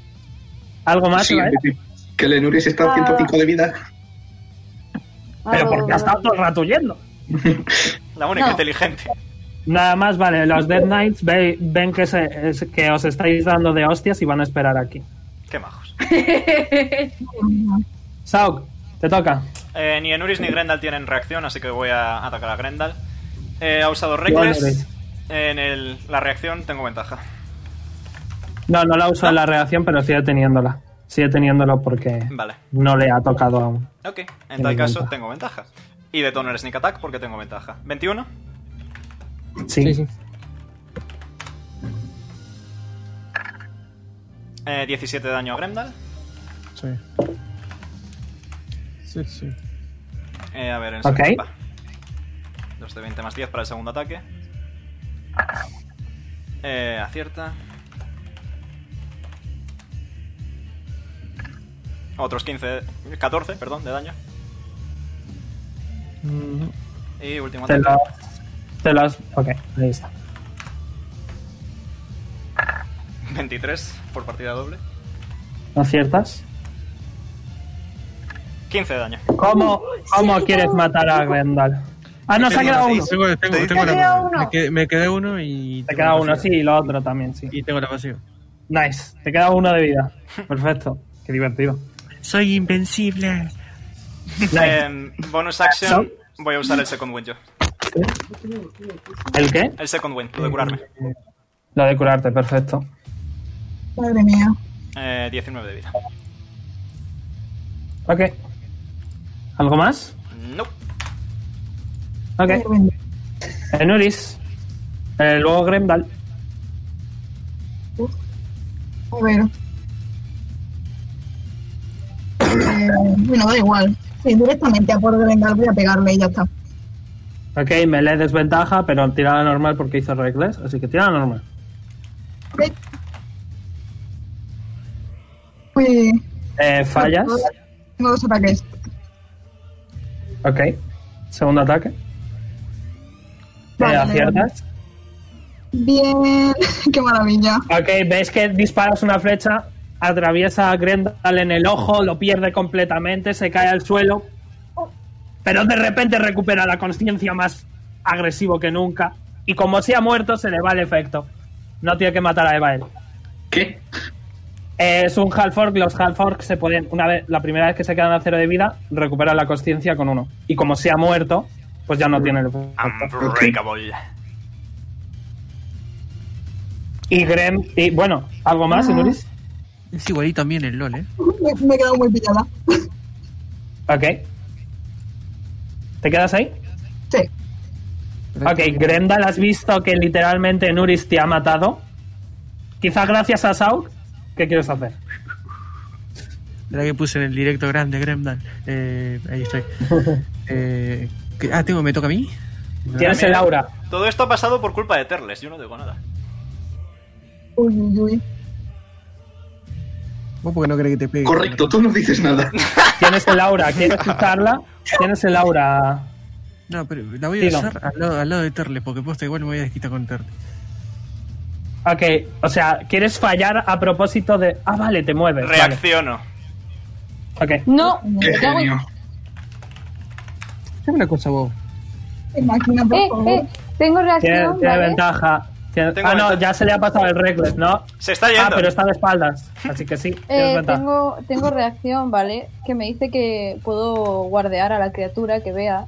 Speaker 1: ¿Algo más,
Speaker 3: Sí,
Speaker 1: Ibai?
Speaker 3: que Lenuris está a 105 de vida.
Speaker 1: Pero porque ha estado todo el rato huyendo.
Speaker 2: La única
Speaker 1: No.
Speaker 12: *laughs*
Speaker 2: inteligente.
Speaker 1: Nada más, vale, los Dead Knights ve- ven que, se- es- que os estáis dando de hostias y van a esperar aquí.
Speaker 2: Qué majos.
Speaker 1: Sauk, te toca.
Speaker 2: Eh, ni Enuris ni Grendal tienen reacción, así que voy a atacar a Grendal. Eh, ha usado Reckless.
Speaker 1: Enuris.
Speaker 2: En el- la reacción tengo ventaja. *laughs*
Speaker 1: No, no la uso en la reacción, pero sigue teniéndola. Sigue teniéndolo porque
Speaker 2: Vale.
Speaker 1: no le ha tocado aún.
Speaker 2: Ok, en
Speaker 1: Tienes
Speaker 2: tal caso
Speaker 1: ventaja.
Speaker 2: tengo ventaja. Y detono el sneak attack porque tengo ventaja. 21.
Speaker 1: Sí.
Speaker 2: Eh, 17 de daño a Grendal.
Speaker 11: Sí. Sí, sí.
Speaker 2: Eh, a ver, en
Speaker 11: Ok.
Speaker 2: segundo. va. 2 de 20 más 10 para el segundo ataque. Eh, acierta. Otros 15. 14, perdón, de daño. Y último
Speaker 1: Te
Speaker 2: ataque.
Speaker 1: lo, te lo has- Ok, ahí está.
Speaker 2: 23 por partida doble.
Speaker 1: ¿Aciertas?
Speaker 2: 15 de daño.
Speaker 1: ¿Cómo, cómo quieres matar a Grendal? Ah, no, se ha quedado uno.
Speaker 11: Tengo, tengo-
Speaker 1: Se
Speaker 11: tengo
Speaker 1: ha
Speaker 11: la-
Speaker 1: quedado uno.
Speaker 11: Me, quedé, me quedé uno y.
Speaker 1: Te queda uno, sí, y lo otro también, sí.
Speaker 11: Y tengo la pasiva.
Speaker 1: Nice, te queda uno de vida. Perfecto, qué divertido.
Speaker 11: Soy invencible.
Speaker 2: Eh, bonus action. Voy a usar el second wind yo.
Speaker 1: ¿El qué?
Speaker 2: El second wind, lo de curarme.
Speaker 1: Lo de curarte, perfecto.
Speaker 10: Madre mía.
Speaker 2: Eh, 19 de vida.
Speaker 1: Ok. ¿Algo más?
Speaker 2: No.
Speaker 1: Ok. Enuris. Eh, luego Grendal.
Speaker 10: A ver. Eh, bueno, da igual. Sí, directamente a por Grendal voy a pegarle y ya está.
Speaker 1: Ok, me le desventaja, pero tirada normal porque hizo reckless, así que tirada normal.
Speaker 10: Pues,
Speaker 1: Eh, fallas.
Speaker 10: Tengo dos ataques.
Speaker 1: Ok. Segundo ataque.
Speaker 10: Vale,
Speaker 1: Eh, aciertas.
Speaker 10: Bien, *laughs* qué maravilla.
Speaker 1: Ok, ves que disparas una flecha, atraviesa a Grendal en el ojo, lo pierde completamente, se cae al suelo, pero de repente recupera la conciencia más agresivo que nunca. Y como se ha muerto, se le va el efecto. No tiene que matar a Evael.
Speaker 3: ¿Qué?
Speaker 1: Es un half orc, los half orcs se pueden, una vez, la primera vez que se quedan a cero de vida, recuperan la conciencia con uno. Y como se ha muerto, pues ya no tiene el efecto.
Speaker 2: Unbreakable.
Speaker 1: Y Grem, y bueno, ¿algo más,
Speaker 10: Ah.
Speaker 1: Enuris?
Speaker 11: Es igualito a mí en el LOL, eh.
Speaker 10: Me, me he quedado muy pillada.
Speaker 1: Ok. ¿Te quedas ahí?
Speaker 10: Sí.
Speaker 1: Ok, Grendal, has visto que literalmente Nuris te ha matado. Quizás gracias a Sauk. ¿Qué quieres hacer?
Speaker 11: La que puse en el directo grande, Gremdal. Eh, ahí estoy. Eh, que- ah, tengo, me toca a mí.
Speaker 1: Tienes el aura.
Speaker 2: Todo esto ha pasado por culpa de Terles, yo no digo nada.
Speaker 10: Uy, uy, uy.
Speaker 11: Vos porque no querés que te pegue.
Speaker 3: Correcto, tú no dices
Speaker 1: *laughs*
Speaker 3: nada.
Speaker 1: Tienes el aura. ¿Quieres usarla? Tienes el aura.
Speaker 11: No, pero la voy a
Speaker 1: Dilo.
Speaker 11: usar al lado, al lado de Terle, porque posta igual me voy a desquitar con Terle.
Speaker 1: Ok, o sea, ¿quieres fallar a propósito de. Ah, vale, te mueves. vale.
Speaker 2: Reacciono.
Speaker 1: Ok.
Speaker 12: No, ya voy.
Speaker 11: Dame una cosa vos.
Speaker 10: Imagina,
Speaker 11: *laughs*
Speaker 12: Eh, eh, tengo
Speaker 1: Tiene,
Speaker 12: reacción,
Speaker 1: tiene
Speaker 12: ¿vale?
Speaker 1: ventaja. Tiene-
Speaker 2: Tengo
Speaker 1: Ah, no,
Speaker 2: ventaja.
Speaker 1: ya se le ha pasado el Reckless, ¿no?
Speaker 2: Se está yendo.
Speaker 1: Ah, pero está de espaldas. Así que sí, tienes
Speaker 12: Eh,
Speaker 1: ventaja.
Speaker 12: tengo, tengo reacción, ¿vale? Que me dice que puedo guardear a la criatura que vea.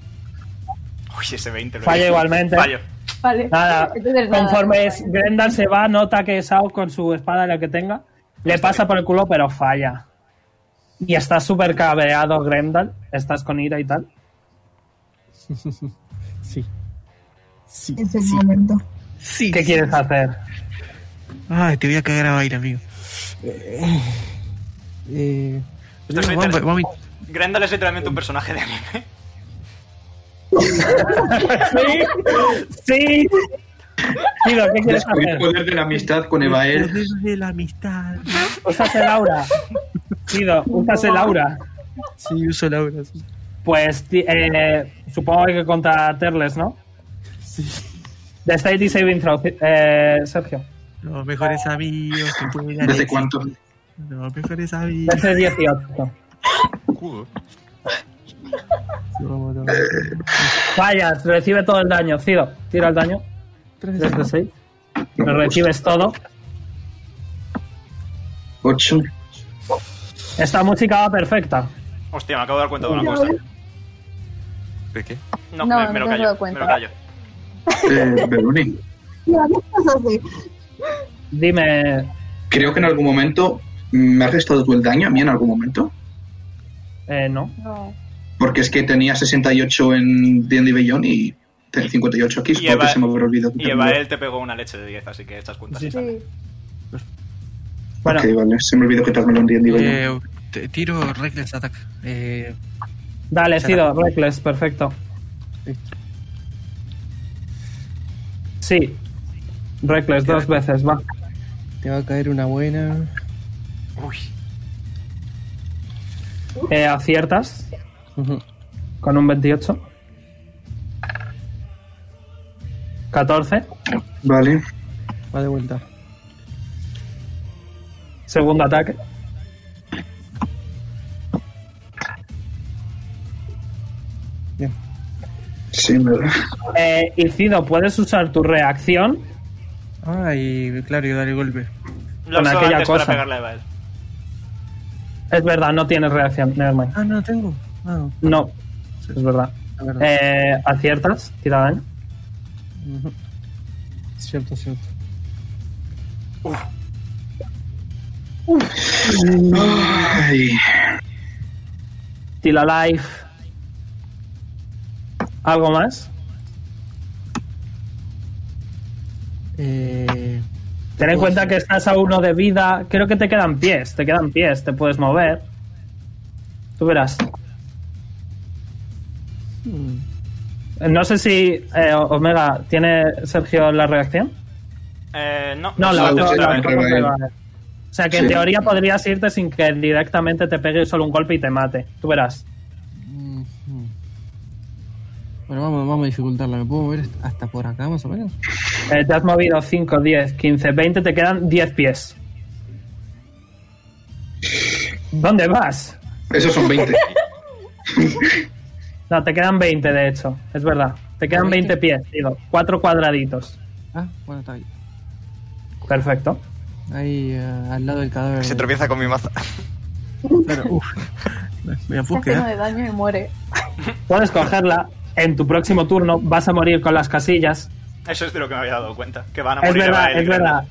Speaker 2: Uy, ese 20 lo he
Speaker 1: Falla
Speaker 2: visto.
Speaker 1: igualmente.
Speaker 2: Fallo.
Speaker 12: Vale.
Speaker 1: Nada,
Speaker 12: Entonces, nada.
Speaker 1: conforme es- Grendel se va, nota que Sao con su espada, la que tenga, le pasa por el culo, pero falla. Y está súper cabreado Grendel. Estás con ira y tal. *laughs*
Speaker 6: sí. Sí,
Speaker 10: Es el momento.
Speaker 1: ¿Qué quieres hacer?
Speaker 11: Ay, te voy a cagar a bailar,
Speaker 1: *laughs*
Speaker 11: amigo. *laughs*
Speaker 6: Eh,
Speaker 2: Esto es
Speaker 11: vamos,
Speaker 2: literal-
Speaker 11: vamos-
Speaker 2: Grendel es literalmente un personaje de anime.
Speaker 1: sí, sí. Digo, ¿qué quieres
Speaker 3: Descubrir
Speaker 1: hacer?
Speaker 3: poder de la amistad con Evael.
Speaker 1: *laughs*
Speaker 11: de la amistad.
Speaker 1: Usas el aura. Digo, usas el aura.
Speaker 11: Sí, uso la obra. sí.
Speaker 1: Pues ti- eh, supongo que contra Terles, ¿no?
Speaker 11: Sí.
Speaker 1: De State Saving Throw, eh, Sergio.
Speaker 11: Los mejores amigos que pueden dar
Speaker 3: ¿Desde
Speaker 11: éxito.
Speaker 3: cuánto?
Speaker 11: Los mejores amigos.
Speaker 1: Desde 18.
Speaker 11: Vamos, vamos.
Speaker 1: Fallas, recibe todo el daño. Cido, tira el daño. 3 de 6. Lo recibes todo.
Speaker 3: 8.
Speaker 1: Esta música va perfecta.
Speaker 2: Hostia, me acabo de dar cuenta de una cosa.
Speaker 7: ¿De qué?
Speaker 2: No,
Speaker 12: No,
Speaker 2: me, me lo
Speaker 12: no te has
Speaker 2: callo.
Speaker 12: dado
Speaker 2: Me
Speaker 12: cuenta.
Speaker 2: lo callo.
Speaker 3: Eh, Beruni,
Speaker 10: Mira, ¿qué estás haciendo?
Speaker 1: Dime,
Speaker 3: creo que en algún momento me has restado tú el daño a mí en algún momento.
Speaker 1: eh, no.
Speaker 12: No.
Speaker 3: Porque es que tenía 68 en D&D Beyond y tenía 58 aquí.
Speaker 2: Y
Speaker 3: Supongo que
Speaker 2: Eva-
Speaker 3: se me habrá olvidado.
Speaker 2: Y Evael te pegó una leche de 10, así que estas cuentas. están.
Speaker 12: Sí.
Speaker 1: Bueno,
Speaker 3: Ok, vale, se me olvidó quitármelo en D&D Beyond.
Speaker 11: Eh, t- tiro Reckless Attack. Eh,
Speaker 1: dale, Cido, Reckless, perfecto. Sí, Reckless dos veces, va.
Speaker 6: te va a caer una buena.
Speaker 2: Uy.
Speaker 1: Eh, aciertas
Speaker 6: Ujú.
Speaker 1: con un 28. 14.
Speaker 3: Vale.
Speaker 6: Va de vuelta.
Speaker 1: Segundo ataque.
Speaker 6: Bien.
Speaker 3: Sí, me da.
Speaker 1: Eh, y Cido, puedes usar tu reacción
Speaker 6: Ah, y claro, yo daré golpe.
Speaker 2: Lo
Speaker 1: Con
Speaker 2: usaba
Speaker 1: aquella
Speaker 2: antes
Speaker 1: cosa.
Speaker 2: para pegarle a Evael.
Speaker 1: Es verdad, no tienes reacción, nevermind.
Speaker 11: Ah, no, tengo. Ah,
Speaker 1: No, es verdad.
Speaker 6: La verdad.
Speaker 1: Eh, aciertas, tira daño.
Speaker 6: Ujú. Cierto, cierto.
Speaker 3: Ay,
Speaker 1: Tira life. ¿Algo más?
Speaker 6: Eh,
Speaker 1: Ten en cuenta que estás a uno de vida. Creo que te quedan pies, te quedan pies, te puedes mover. Tú verás.
Speaker 6: hmm,
Speaker 1: Eh, No sé si eh, Omega tiene Sergio la reacción.
Speaker 2: Eh, no,
Speaker 1: No,
Speaker 2: lo
Speaker 1: la
Speaker 3: No,
Speaker 2: haces
Speaker 1: otra.
Speaker 3: sí,
Speaker 1: la
Speaker 2: otra vez.
Speaker 1: otra no
Speaker 3: sí.
Speaker 1: te vale. O sea que en
Speaker 3: Sí.
Speaker 1: teoría podrías irte sin que directamente te pegue solo un golpe y te mate. Tú verás.
Speaker 6: hmm, hmm. Bueno, vamos, vamos a dificultarla. ¿Me puedo mover hasta por acá, más o menos?
Speaker 1: Eh, te has movido 5, 10, 15, 20, te quedan 10 pies. ¿Dónde vas?
Speaker 3: Esos son 20.
Speaker 1: No, te quedan 20 de hecho, es verdad. Te quedan 20 pies, digo, 4 cuadraditos.
Speaker 6: Ah, bueno, está ahí.
Speaker 1: Perfecto.
Speaker 6: Ahí, eh, al lado del cadáver.
Speaker 7: Se tropieza con mi maza.
Speaker 6: Claro, uf, *laughs* ¿eh?
Speaker 11: me
Speaker 12: Se hace uno
Speaker 11: enfusqué.
Speaker 12: de daño y muere.
Speaker 1: Puedes cogerla, en tu próximo turno vas a morir con las casillas.
Speaker 2: Eso es de lo que me había dado cuenta. Que van a
Speaker 1: Es
Speaker 2: morir
Speaker 1: verdad,
Speaker 2: Evael y
Speaker 1: es
Speaker 2: Grendel.
Speaker 1: verdad.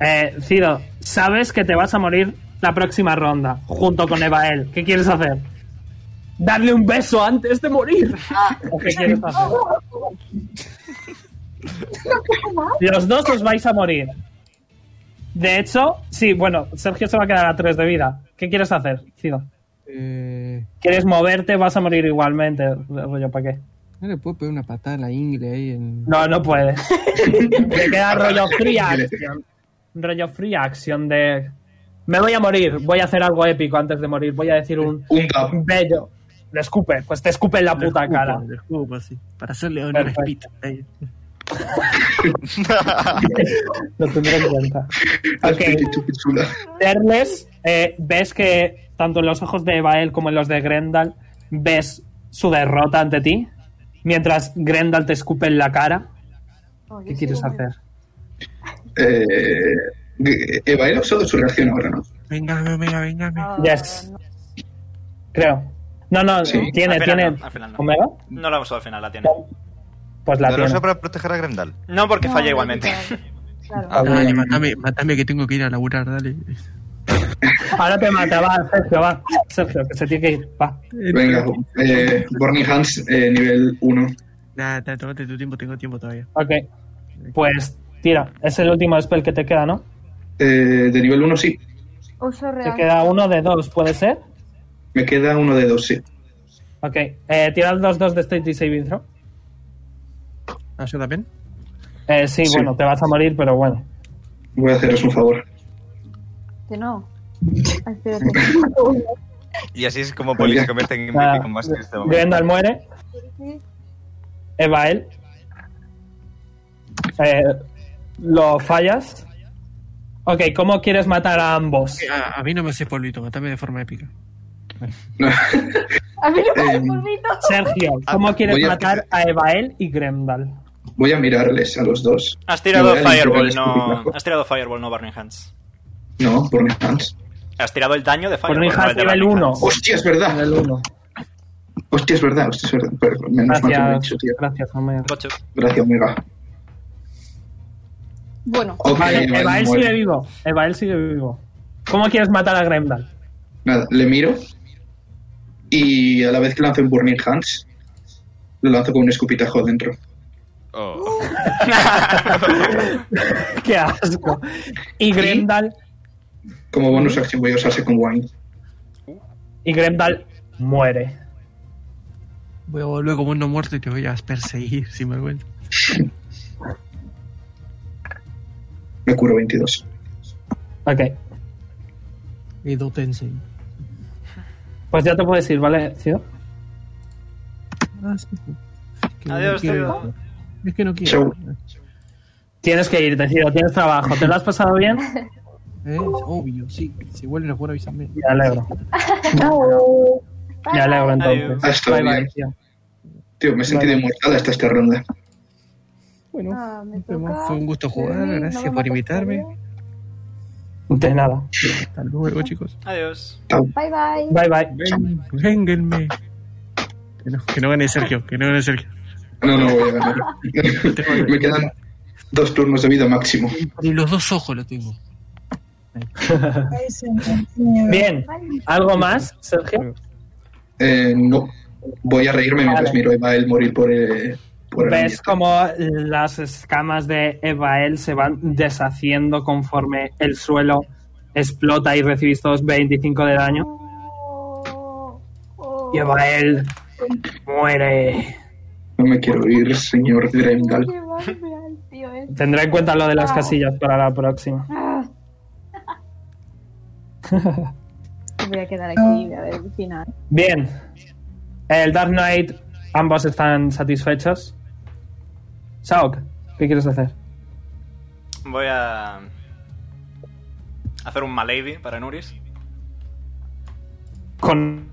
Speaker 1: Eh, Ciro, sabes que te vas a morir la próxima ronda, junto con Evael. ¿Qué quieres hacer? ¿Darle un beso antes de morir? ¿O qué quieres hacer? Los dos os vais a morir. De hecho, sí, bueno, Sergio se va a quedar a tres de vida. ¿Qué quieres hacer, Ciro?
Speaker 6: eh,
Speaker 1: ¿Quieres moverte? Vas a morir igualmente. Rollo, ¿para qué?
Speaker 6: ¿No le puedo pegar una patada a la ingle ahí en.?
Speaker 1: No, no puedes. Te queda rollo free action. Rollo free action de. Me voy a morir, voy a hacer algo épico antes de morir. Voy a decir un
Speaker 3: Un tap.
Speaker 1: bello. Le escupe, pues te escupe en la puta
Speaker 11: Escupo,
Speaker 1: cara.
Speaker 11: le escupo así, Para hacerle honor a
Speaker 1: Perfecto.
Speaker 11: Spit. Ahí.
Speaker 1: *laughs* Lo tendré en cuenta.
Speaker 3: La
Speaker 1: Ok.
Speaker 3: espíritu pichula.
Speaker 1: Derles, eh, ves que tanto en los ojos de Evael como en los de Grendal ves su derrota ante ti. Mientras Grendal te escupe en la cara.
Speaker 12: Oh, yo
Speaker 1: ¿Qué
Speaker 12: sí
Speaker 1: quieres
Speaker 12: lo veo.
Speaker 1: hacer?
Speaker 3: Eh, Eva era solo su reacción ahora, ¿no?
Speaker 11: Venga, venga, venga.
Speaker 1: Yes. Creo. No, no,
Speaker 2: Sí.
Speaker 1: tiene,
Speaker 2: Al final
Speaker 1: tiene.
Speaker 2: no, al final no.
Speaker 1: ¿Omega?
Speaker 2: No la usó al final, la tiene.
Speaker 1: Pues la
Speaker 7: ¿No lo
Speaker 1: tiene.
Speaker 7: usa para proteger a Grendal?
Speaker 2: No, porque
Speaker 9: No,
Speaker 2: falla
Speaker 9: no,
Speaker 2: igualmente.
Speaker 7: Ah,
Speaker 11: Dale,
Speaker 7: bueno.
Speaker 11: matame, matame que tengo que ir a laburar, dale.
Speaker 1: Ahora te mata, va, Sergio, va. Sergio, que se tiene que ir. Va.
Speaker 3: Venga, eh, Burning Hands, eh, nivel 1.
Speaker 11: Nada, nah, tómate tu tiempo, tengo tiempo todavía.
Speaker 1: Ok. Pues tira. Es el último spell que te queda, ¿no?
Speaker 3: Eh, de nivel 1 sí.
Speaker 9: Uso
Speaker 1: Te
Speaker 9: real.
Speaker 1: queda uno de dos, ¿puede ser?
Speaker 3: Me queda uno de dos, sí.
Speaker 1: Ok. Eh, tira el 2-2 de State Saving Throw.
Speaker 11: Ah, yo también.
Speaker 1: Eh, sí,
Speaker 3: Sí.
Speaker 1: bueno, te vas a morir, pero bueno.
Speaker 3: Voy a haceros un favor.
Speaker 9: Que no. Ay, espérate. *laughs*
Speaker 7: Y así es como Polis se convierte en
Speaker 1: Nada.
Speaker 7: MVP con más que en este momento.
Speaker 1: Grendel muere. Evael. Eh, lo fallas. Ok, ¿cómo quieres matar a ambos?
Speaker 11: Eh, A, a mí no me haces polvito, matame de forma épica.
Speaker 9: A mí no me
Speaker 3: Eh,
Speaker 9: hace polvito.
Speaker 1: Sergio, ¿cómo quieres
Speaker 3: voy a-
Speaker 1: matar a Evael y Grendal?
Speaker 3: Voy a mirarles a los dos.
Speaker 2: Has tirado
Speaker 3: Me voy a
Speaker 2: Fireball,
Speaker 3: limpiar el
Speaker 2: no.
Speaker 3: escupitajo.
Speaker 2: Has tirado Fireball, no Burning Hands.
Speaker 3: No, Burning Hands.
Speaker 2: Has tirado el daño de Fireball.
Speaker 1: Burning
Speaker 2: no
Speaker 1: Hands
Speaker 2: el de
Speaker 1: nivel
Speaker 2: Burning
Speaker 1: 1.
Speaker 2: Hands.
Speaker 3: Hostia, es verdad.
Speaker 1: Nivel 1.
Speaker 3: Hostia, es verdad. Hostia, es verdad. Pero menos mal que me he
Speaker 1: Gracias,
Speaker 3: dicho, tío.
Speaker 1: gracias, Homer.
Speaker 2: Ocho.
Speaker 3: Gracias, Omega.
Speaker 9: Bueno,
Speaker 3: Ok,
Speaker 1: Vale,
Speaker 3: vale,
Speaker 1: Evael
Speaker 3: muere.
Speaker 1: sigue vivo. Evael sigue vivo. ¿Cómo quieres matar a Grendal?
Speaker 3: *laughs* Nada, le miro. Y a la vez que lanzo un Burning Hands, lo lanzo con un escupitajo dentro.
Speaker 7: Oh.
Speaker 1: *laughs* Qué asco. Y Grendal,
Speaker 3: Como bonus action voy a usar Second Wine.
Speaker 1: y Grendal muere.
Speaker 11: Voy a volver como un no muerto y te voy a perseguir *laughs* si me vuelvo.
Speaker 3: Me curo 22.
Speaker 1: Ok.
Speaker 11: Y no te enseño.
Speaker 1: Pues ya te puedes ir, ¿vale, Cido?
Speaker 11: Ah, sí. Que
Speaker 2: Adiós,
Speaker 11: quiero
Speaker 2: tío.
Speaker 11: ir. Es que no quiero.
Speaker 3: Chau.
Speaker 1: Tienes que irte, Cido, tienes trabajo. ¿Te lo has pasado bien?
Speaker 11: Eh, obvio, sí. Si vuelven a jugar, avísame.
Speaker 1: Me
Speaker 9: *laughs*
Speaker 1: alegro. Me alegro entonces.
Speaker 2: Adiós.
Speaker 3: Ha estado
Speaker 1: Bye, bye,
Speaker 3: bien.
Speaker 1: Cido.
Speaker 3: Tío, me he sentido
Speaker 1: Vale.
Speaker 3: inmortal hasta esta ronda.
Speaker 11: Bueno,
Speaker 9: Ah, me
Speaker 11: fue-
Speaker 9: toca.
Speaker 11: fue un gusto jugar.
Speaker 9: Fermín,
Speaker 11: Gracias
Speaker 9: no me
Speaker 11: por
Speaker 9: matas
Speaker 11: invitarme.
Speaker 9: todavía.
Speaker 1: De nada.
Speaker 11: Hasta luego, chicos.
Speaker 2: Adiós.
Speaker 9: Bye bye.
Speaker 1: Bye, bye.
Speaker 11: Ven, vénganme. Que no, que no gane Sergio, que no gane Sergio.
Speaker 3: No, no voy
Speaker 11: *laughs*
Speaker 3: a ganar. me quedan dos turnos de vida máximo.
Speaker 11: Ni los dos ojos lo tengo.
Speaker 10: Ay, señor, señor.
Speaker 1: Bien. ¿Algo más, Sergio?
Speaker 3: Eh, no. Voy a reírme mientras
Speaker 1: Vale.
Speaker 3: miro a Evael morir por el. Por el
Speaker 1: Ves
Speaker 3: ambiente.
Speaker 1: como las escamas de Evael se van deshaciendo conforme el suelo explota y recibís todos 25 de daño.
Speaker 9: Oh, oh.
Speaker 1: Y Evael muere.
Speaker 3: No me quiero ir, señor Dremdal.
Speaker 9: Qué bárbaro el tío este.
Speaker 1: Tendré en cuenta lo de las casillas para la próxima. *laughs*
Speaker 9: Ah. Me Voy a quedar aquí a ver el final.
Speaker 1: Bien. El Dark Knight, ambos están satisfechos. Shaok, ¿qué quieres hacer?
Speaker 2: Voy a. Hacer un Malady para Nuris.
Speaker 1: Con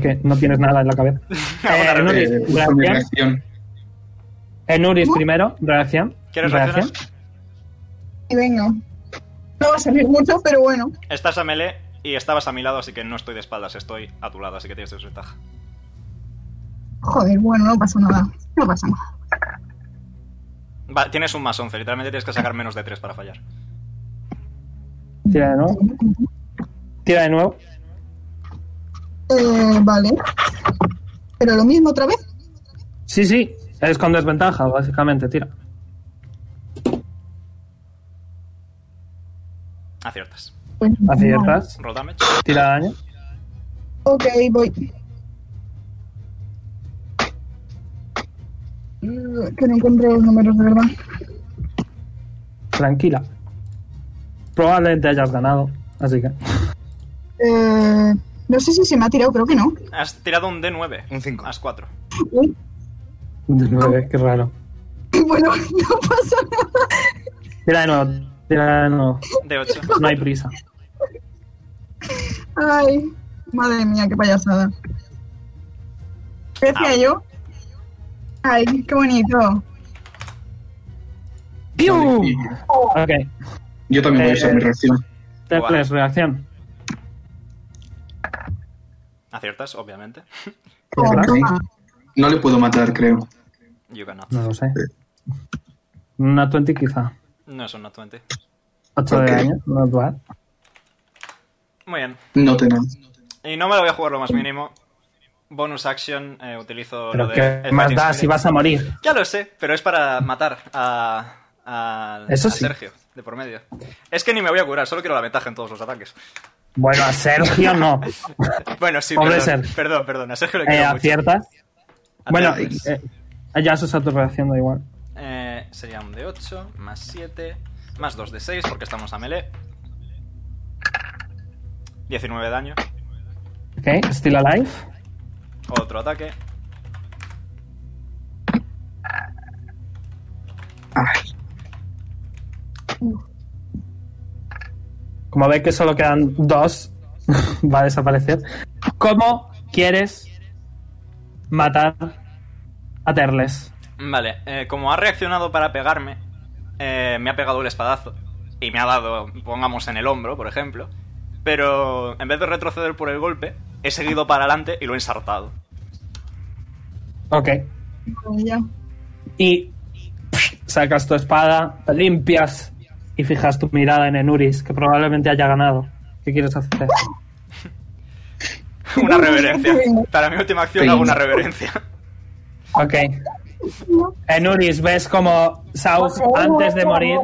Speaker 2: *laughs*
Speaker 1: que no tienes nada en la cabeza. Eh, Enuris,
Speaker 3: Eh, uso mi
Speaker 1: reacción.
Speaker 3: reacción.
Speaker 1: Enuris primero, reacción.
Speaker 2: ¿Quieres
Speaker 1: Reacción.
Speaker 2: reaccionar?
Speaker 10: Y venga. No va a salir mucho, pero bueno.
Speaker 2: Estás a melee y estabas a mi lado, así que no estoy de espaldas, estoy a tu lado, así que tienes desventaja.
Speaker 10: Joder, bueno, no pasa nada. No pasa nada.
Speaker 2: Va, tienes un más 11, literalmente tienes que sacar menos de 3 para fallar.
Speaker 1: Tira de nuevo. Tira de nuevo.
Speaker 10: Eh, vale. Pero lo mismo otra vez.
Speaker 1: Sí, sí. Es con desventaja, básicamente, tira.
Speaker 2: Aciertas.
Speaker 10: Pues, no.
Speaker 1: Aciertas.
Speaker 2: Roll damage.
Speaker 1: Tira daño.
Speaker 10: Ok, voy. Eh, Que no encuentro los números, de verdad.
Speaker 1: Tranquila. Probablemente hayas ganado. Así que.
Speaker 10: Eh, no sé si se me ha tirado, creo que no.
Speaker 2: Has tirado un D9.
Speaker 7: Un cinco.
Speaker 2: Más 4.
Speaker 10: Uy, *laughs*
Speaker 1: De nueve, qué raro.
Speaker 10: Bueno, no pasa nada.
Speaker 1: Tira de nuevo. Tira de nuevo.
Speaker 2: D8.
Speaker 1: No hay prisa.
Speaker 10: Ay, madre mía, qué payasada. ¿Qué decía
Speaker 2: Ah.
Speaker 10: yo? Ay, qué bonito.
Speaker 1: ¡Piu! Ok.
Speaker 3: Yo también voy a usar
Speaker 1: Eh,
Speaker 3: mi reacción.
Speaker 1: Teples, reacción.
Speaker 2: Aciertas, obviamente.
Speaker 3: No le puedo matar, creo.
Speaker 2: You cannot.
Speaker 1: No lo sé. Una 20 quizá.
Speaker 2: No es un not 20.
Speaker 1: 8 de daño, no es bad.
Speaker 2: Muy bien.
Speaker 3: No te nada.
Speaker 2: Y no me lo voy a jugar lo más mínimo. Bonus action, eh, utilizo
Speaker 1: Pero
Speaker 2: lo de.
Speaker 1: qué
Speaker 2: el
Speaker 1: más
Speaker 2: fighting
Speaker 1: da
Speaker 2: spirit.
Speaker 1: si vas a morir.
Speaker 2: Ya lo sé, pero es para matar a. a,
Speaker 1: Eso
Speaker 2: a
Speaker 1: sí.
Speaker 2: Sergio, de por medio. Es que ni me voy a curar, solo quiero la ventaja en todos los ataques.
Speaker 1: Bueno, a Sergio no.
Speaker 2: *laughs* Bueno, sí,
Speaker 1: Pobre
Speaker 2: perdón,
Speaker 1: Sergio.
Speaker 2: perdón, perdón, a Sergio le
Speaker 1: Eh,
Speaker 2: quiero mucho.
Speaker 1: aciertas. Bueno,
Speaker 2: Aciertas.
Speaker 1: eh, eh, ya has usado tu reacción, da igual.
Speaker 2: Eh, sería un de 8, más 7, más 2 de 6, porque estamos a melee. 19 de daño,
Speaker 1: Ok, still alive.
Speaker 2: otro ataque.
Speaker 1: Como ve que solo quedan dos, *laughs* va a desaparecer. ¿Cómo quieres matar a Terles?
Speaker 2: Vale, eh, como ha reaccionado para pegarme, eh, me ha pegado el espadazo y me ha dado, pongamos, en el hombro, por ejemplo. Pero en vez de retroceder por el golpe, he seguido para adelante y lo he ensartado. *laughs*
Speaker 1: Ok. Y psh, sacas tu espada, te limpias y fijas tu mirada en Enuris, que probablemente haya ganado. ¿Qué quieres hacer?
Speaker 2: Una reverencia. Para mi última acción hago una reverencia.
Speaker 1: Ok. Enuris, ves como Sauf, antes de morir,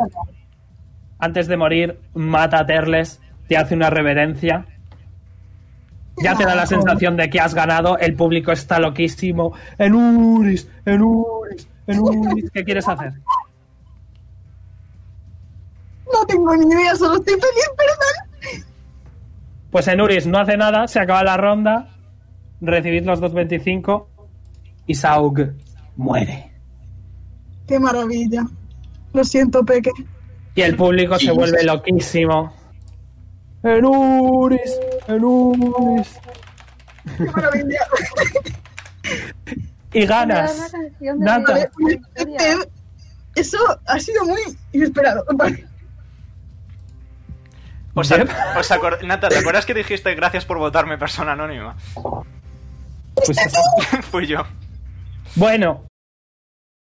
Speaker 1: antes de morir, mata a Terles, te hace una reverencia. Ya te da la sensación de que has ganado, el público está loquísimo. Enuris, Enuris, Enuris, ¿qué quieres hacer?
Speaker 10: No tengo ni idea, solo estoy feliz, perdón.
Speaker 1: Pues Enuris no hace nada, se acaba la ronda, recibid los 2.25 y Saug muere.
Speaker 10: Qué maravilla. Lo siento, Peque.
Speaker 1: Y el público se vuelve loquísimo. Enuris, Enuris.
Speaker 10: Qué maravilla.
Speaker 1: Y ganas.
Speaker 10: Una
Speaker 12: canción
Speaker 1: de Nata.
Speaker 10: Vale, este- Eso ha sido muy inesperado. *laughs* Vale.
Speaker 2: O sea, *laughs* os acor- Nata, ¿te acuerdas que dijiste gracias por votarme persona anónima?
Speaker 1: Pues
Speaker 2: *laughs* Fui yo.
Speaker 1: Bueno,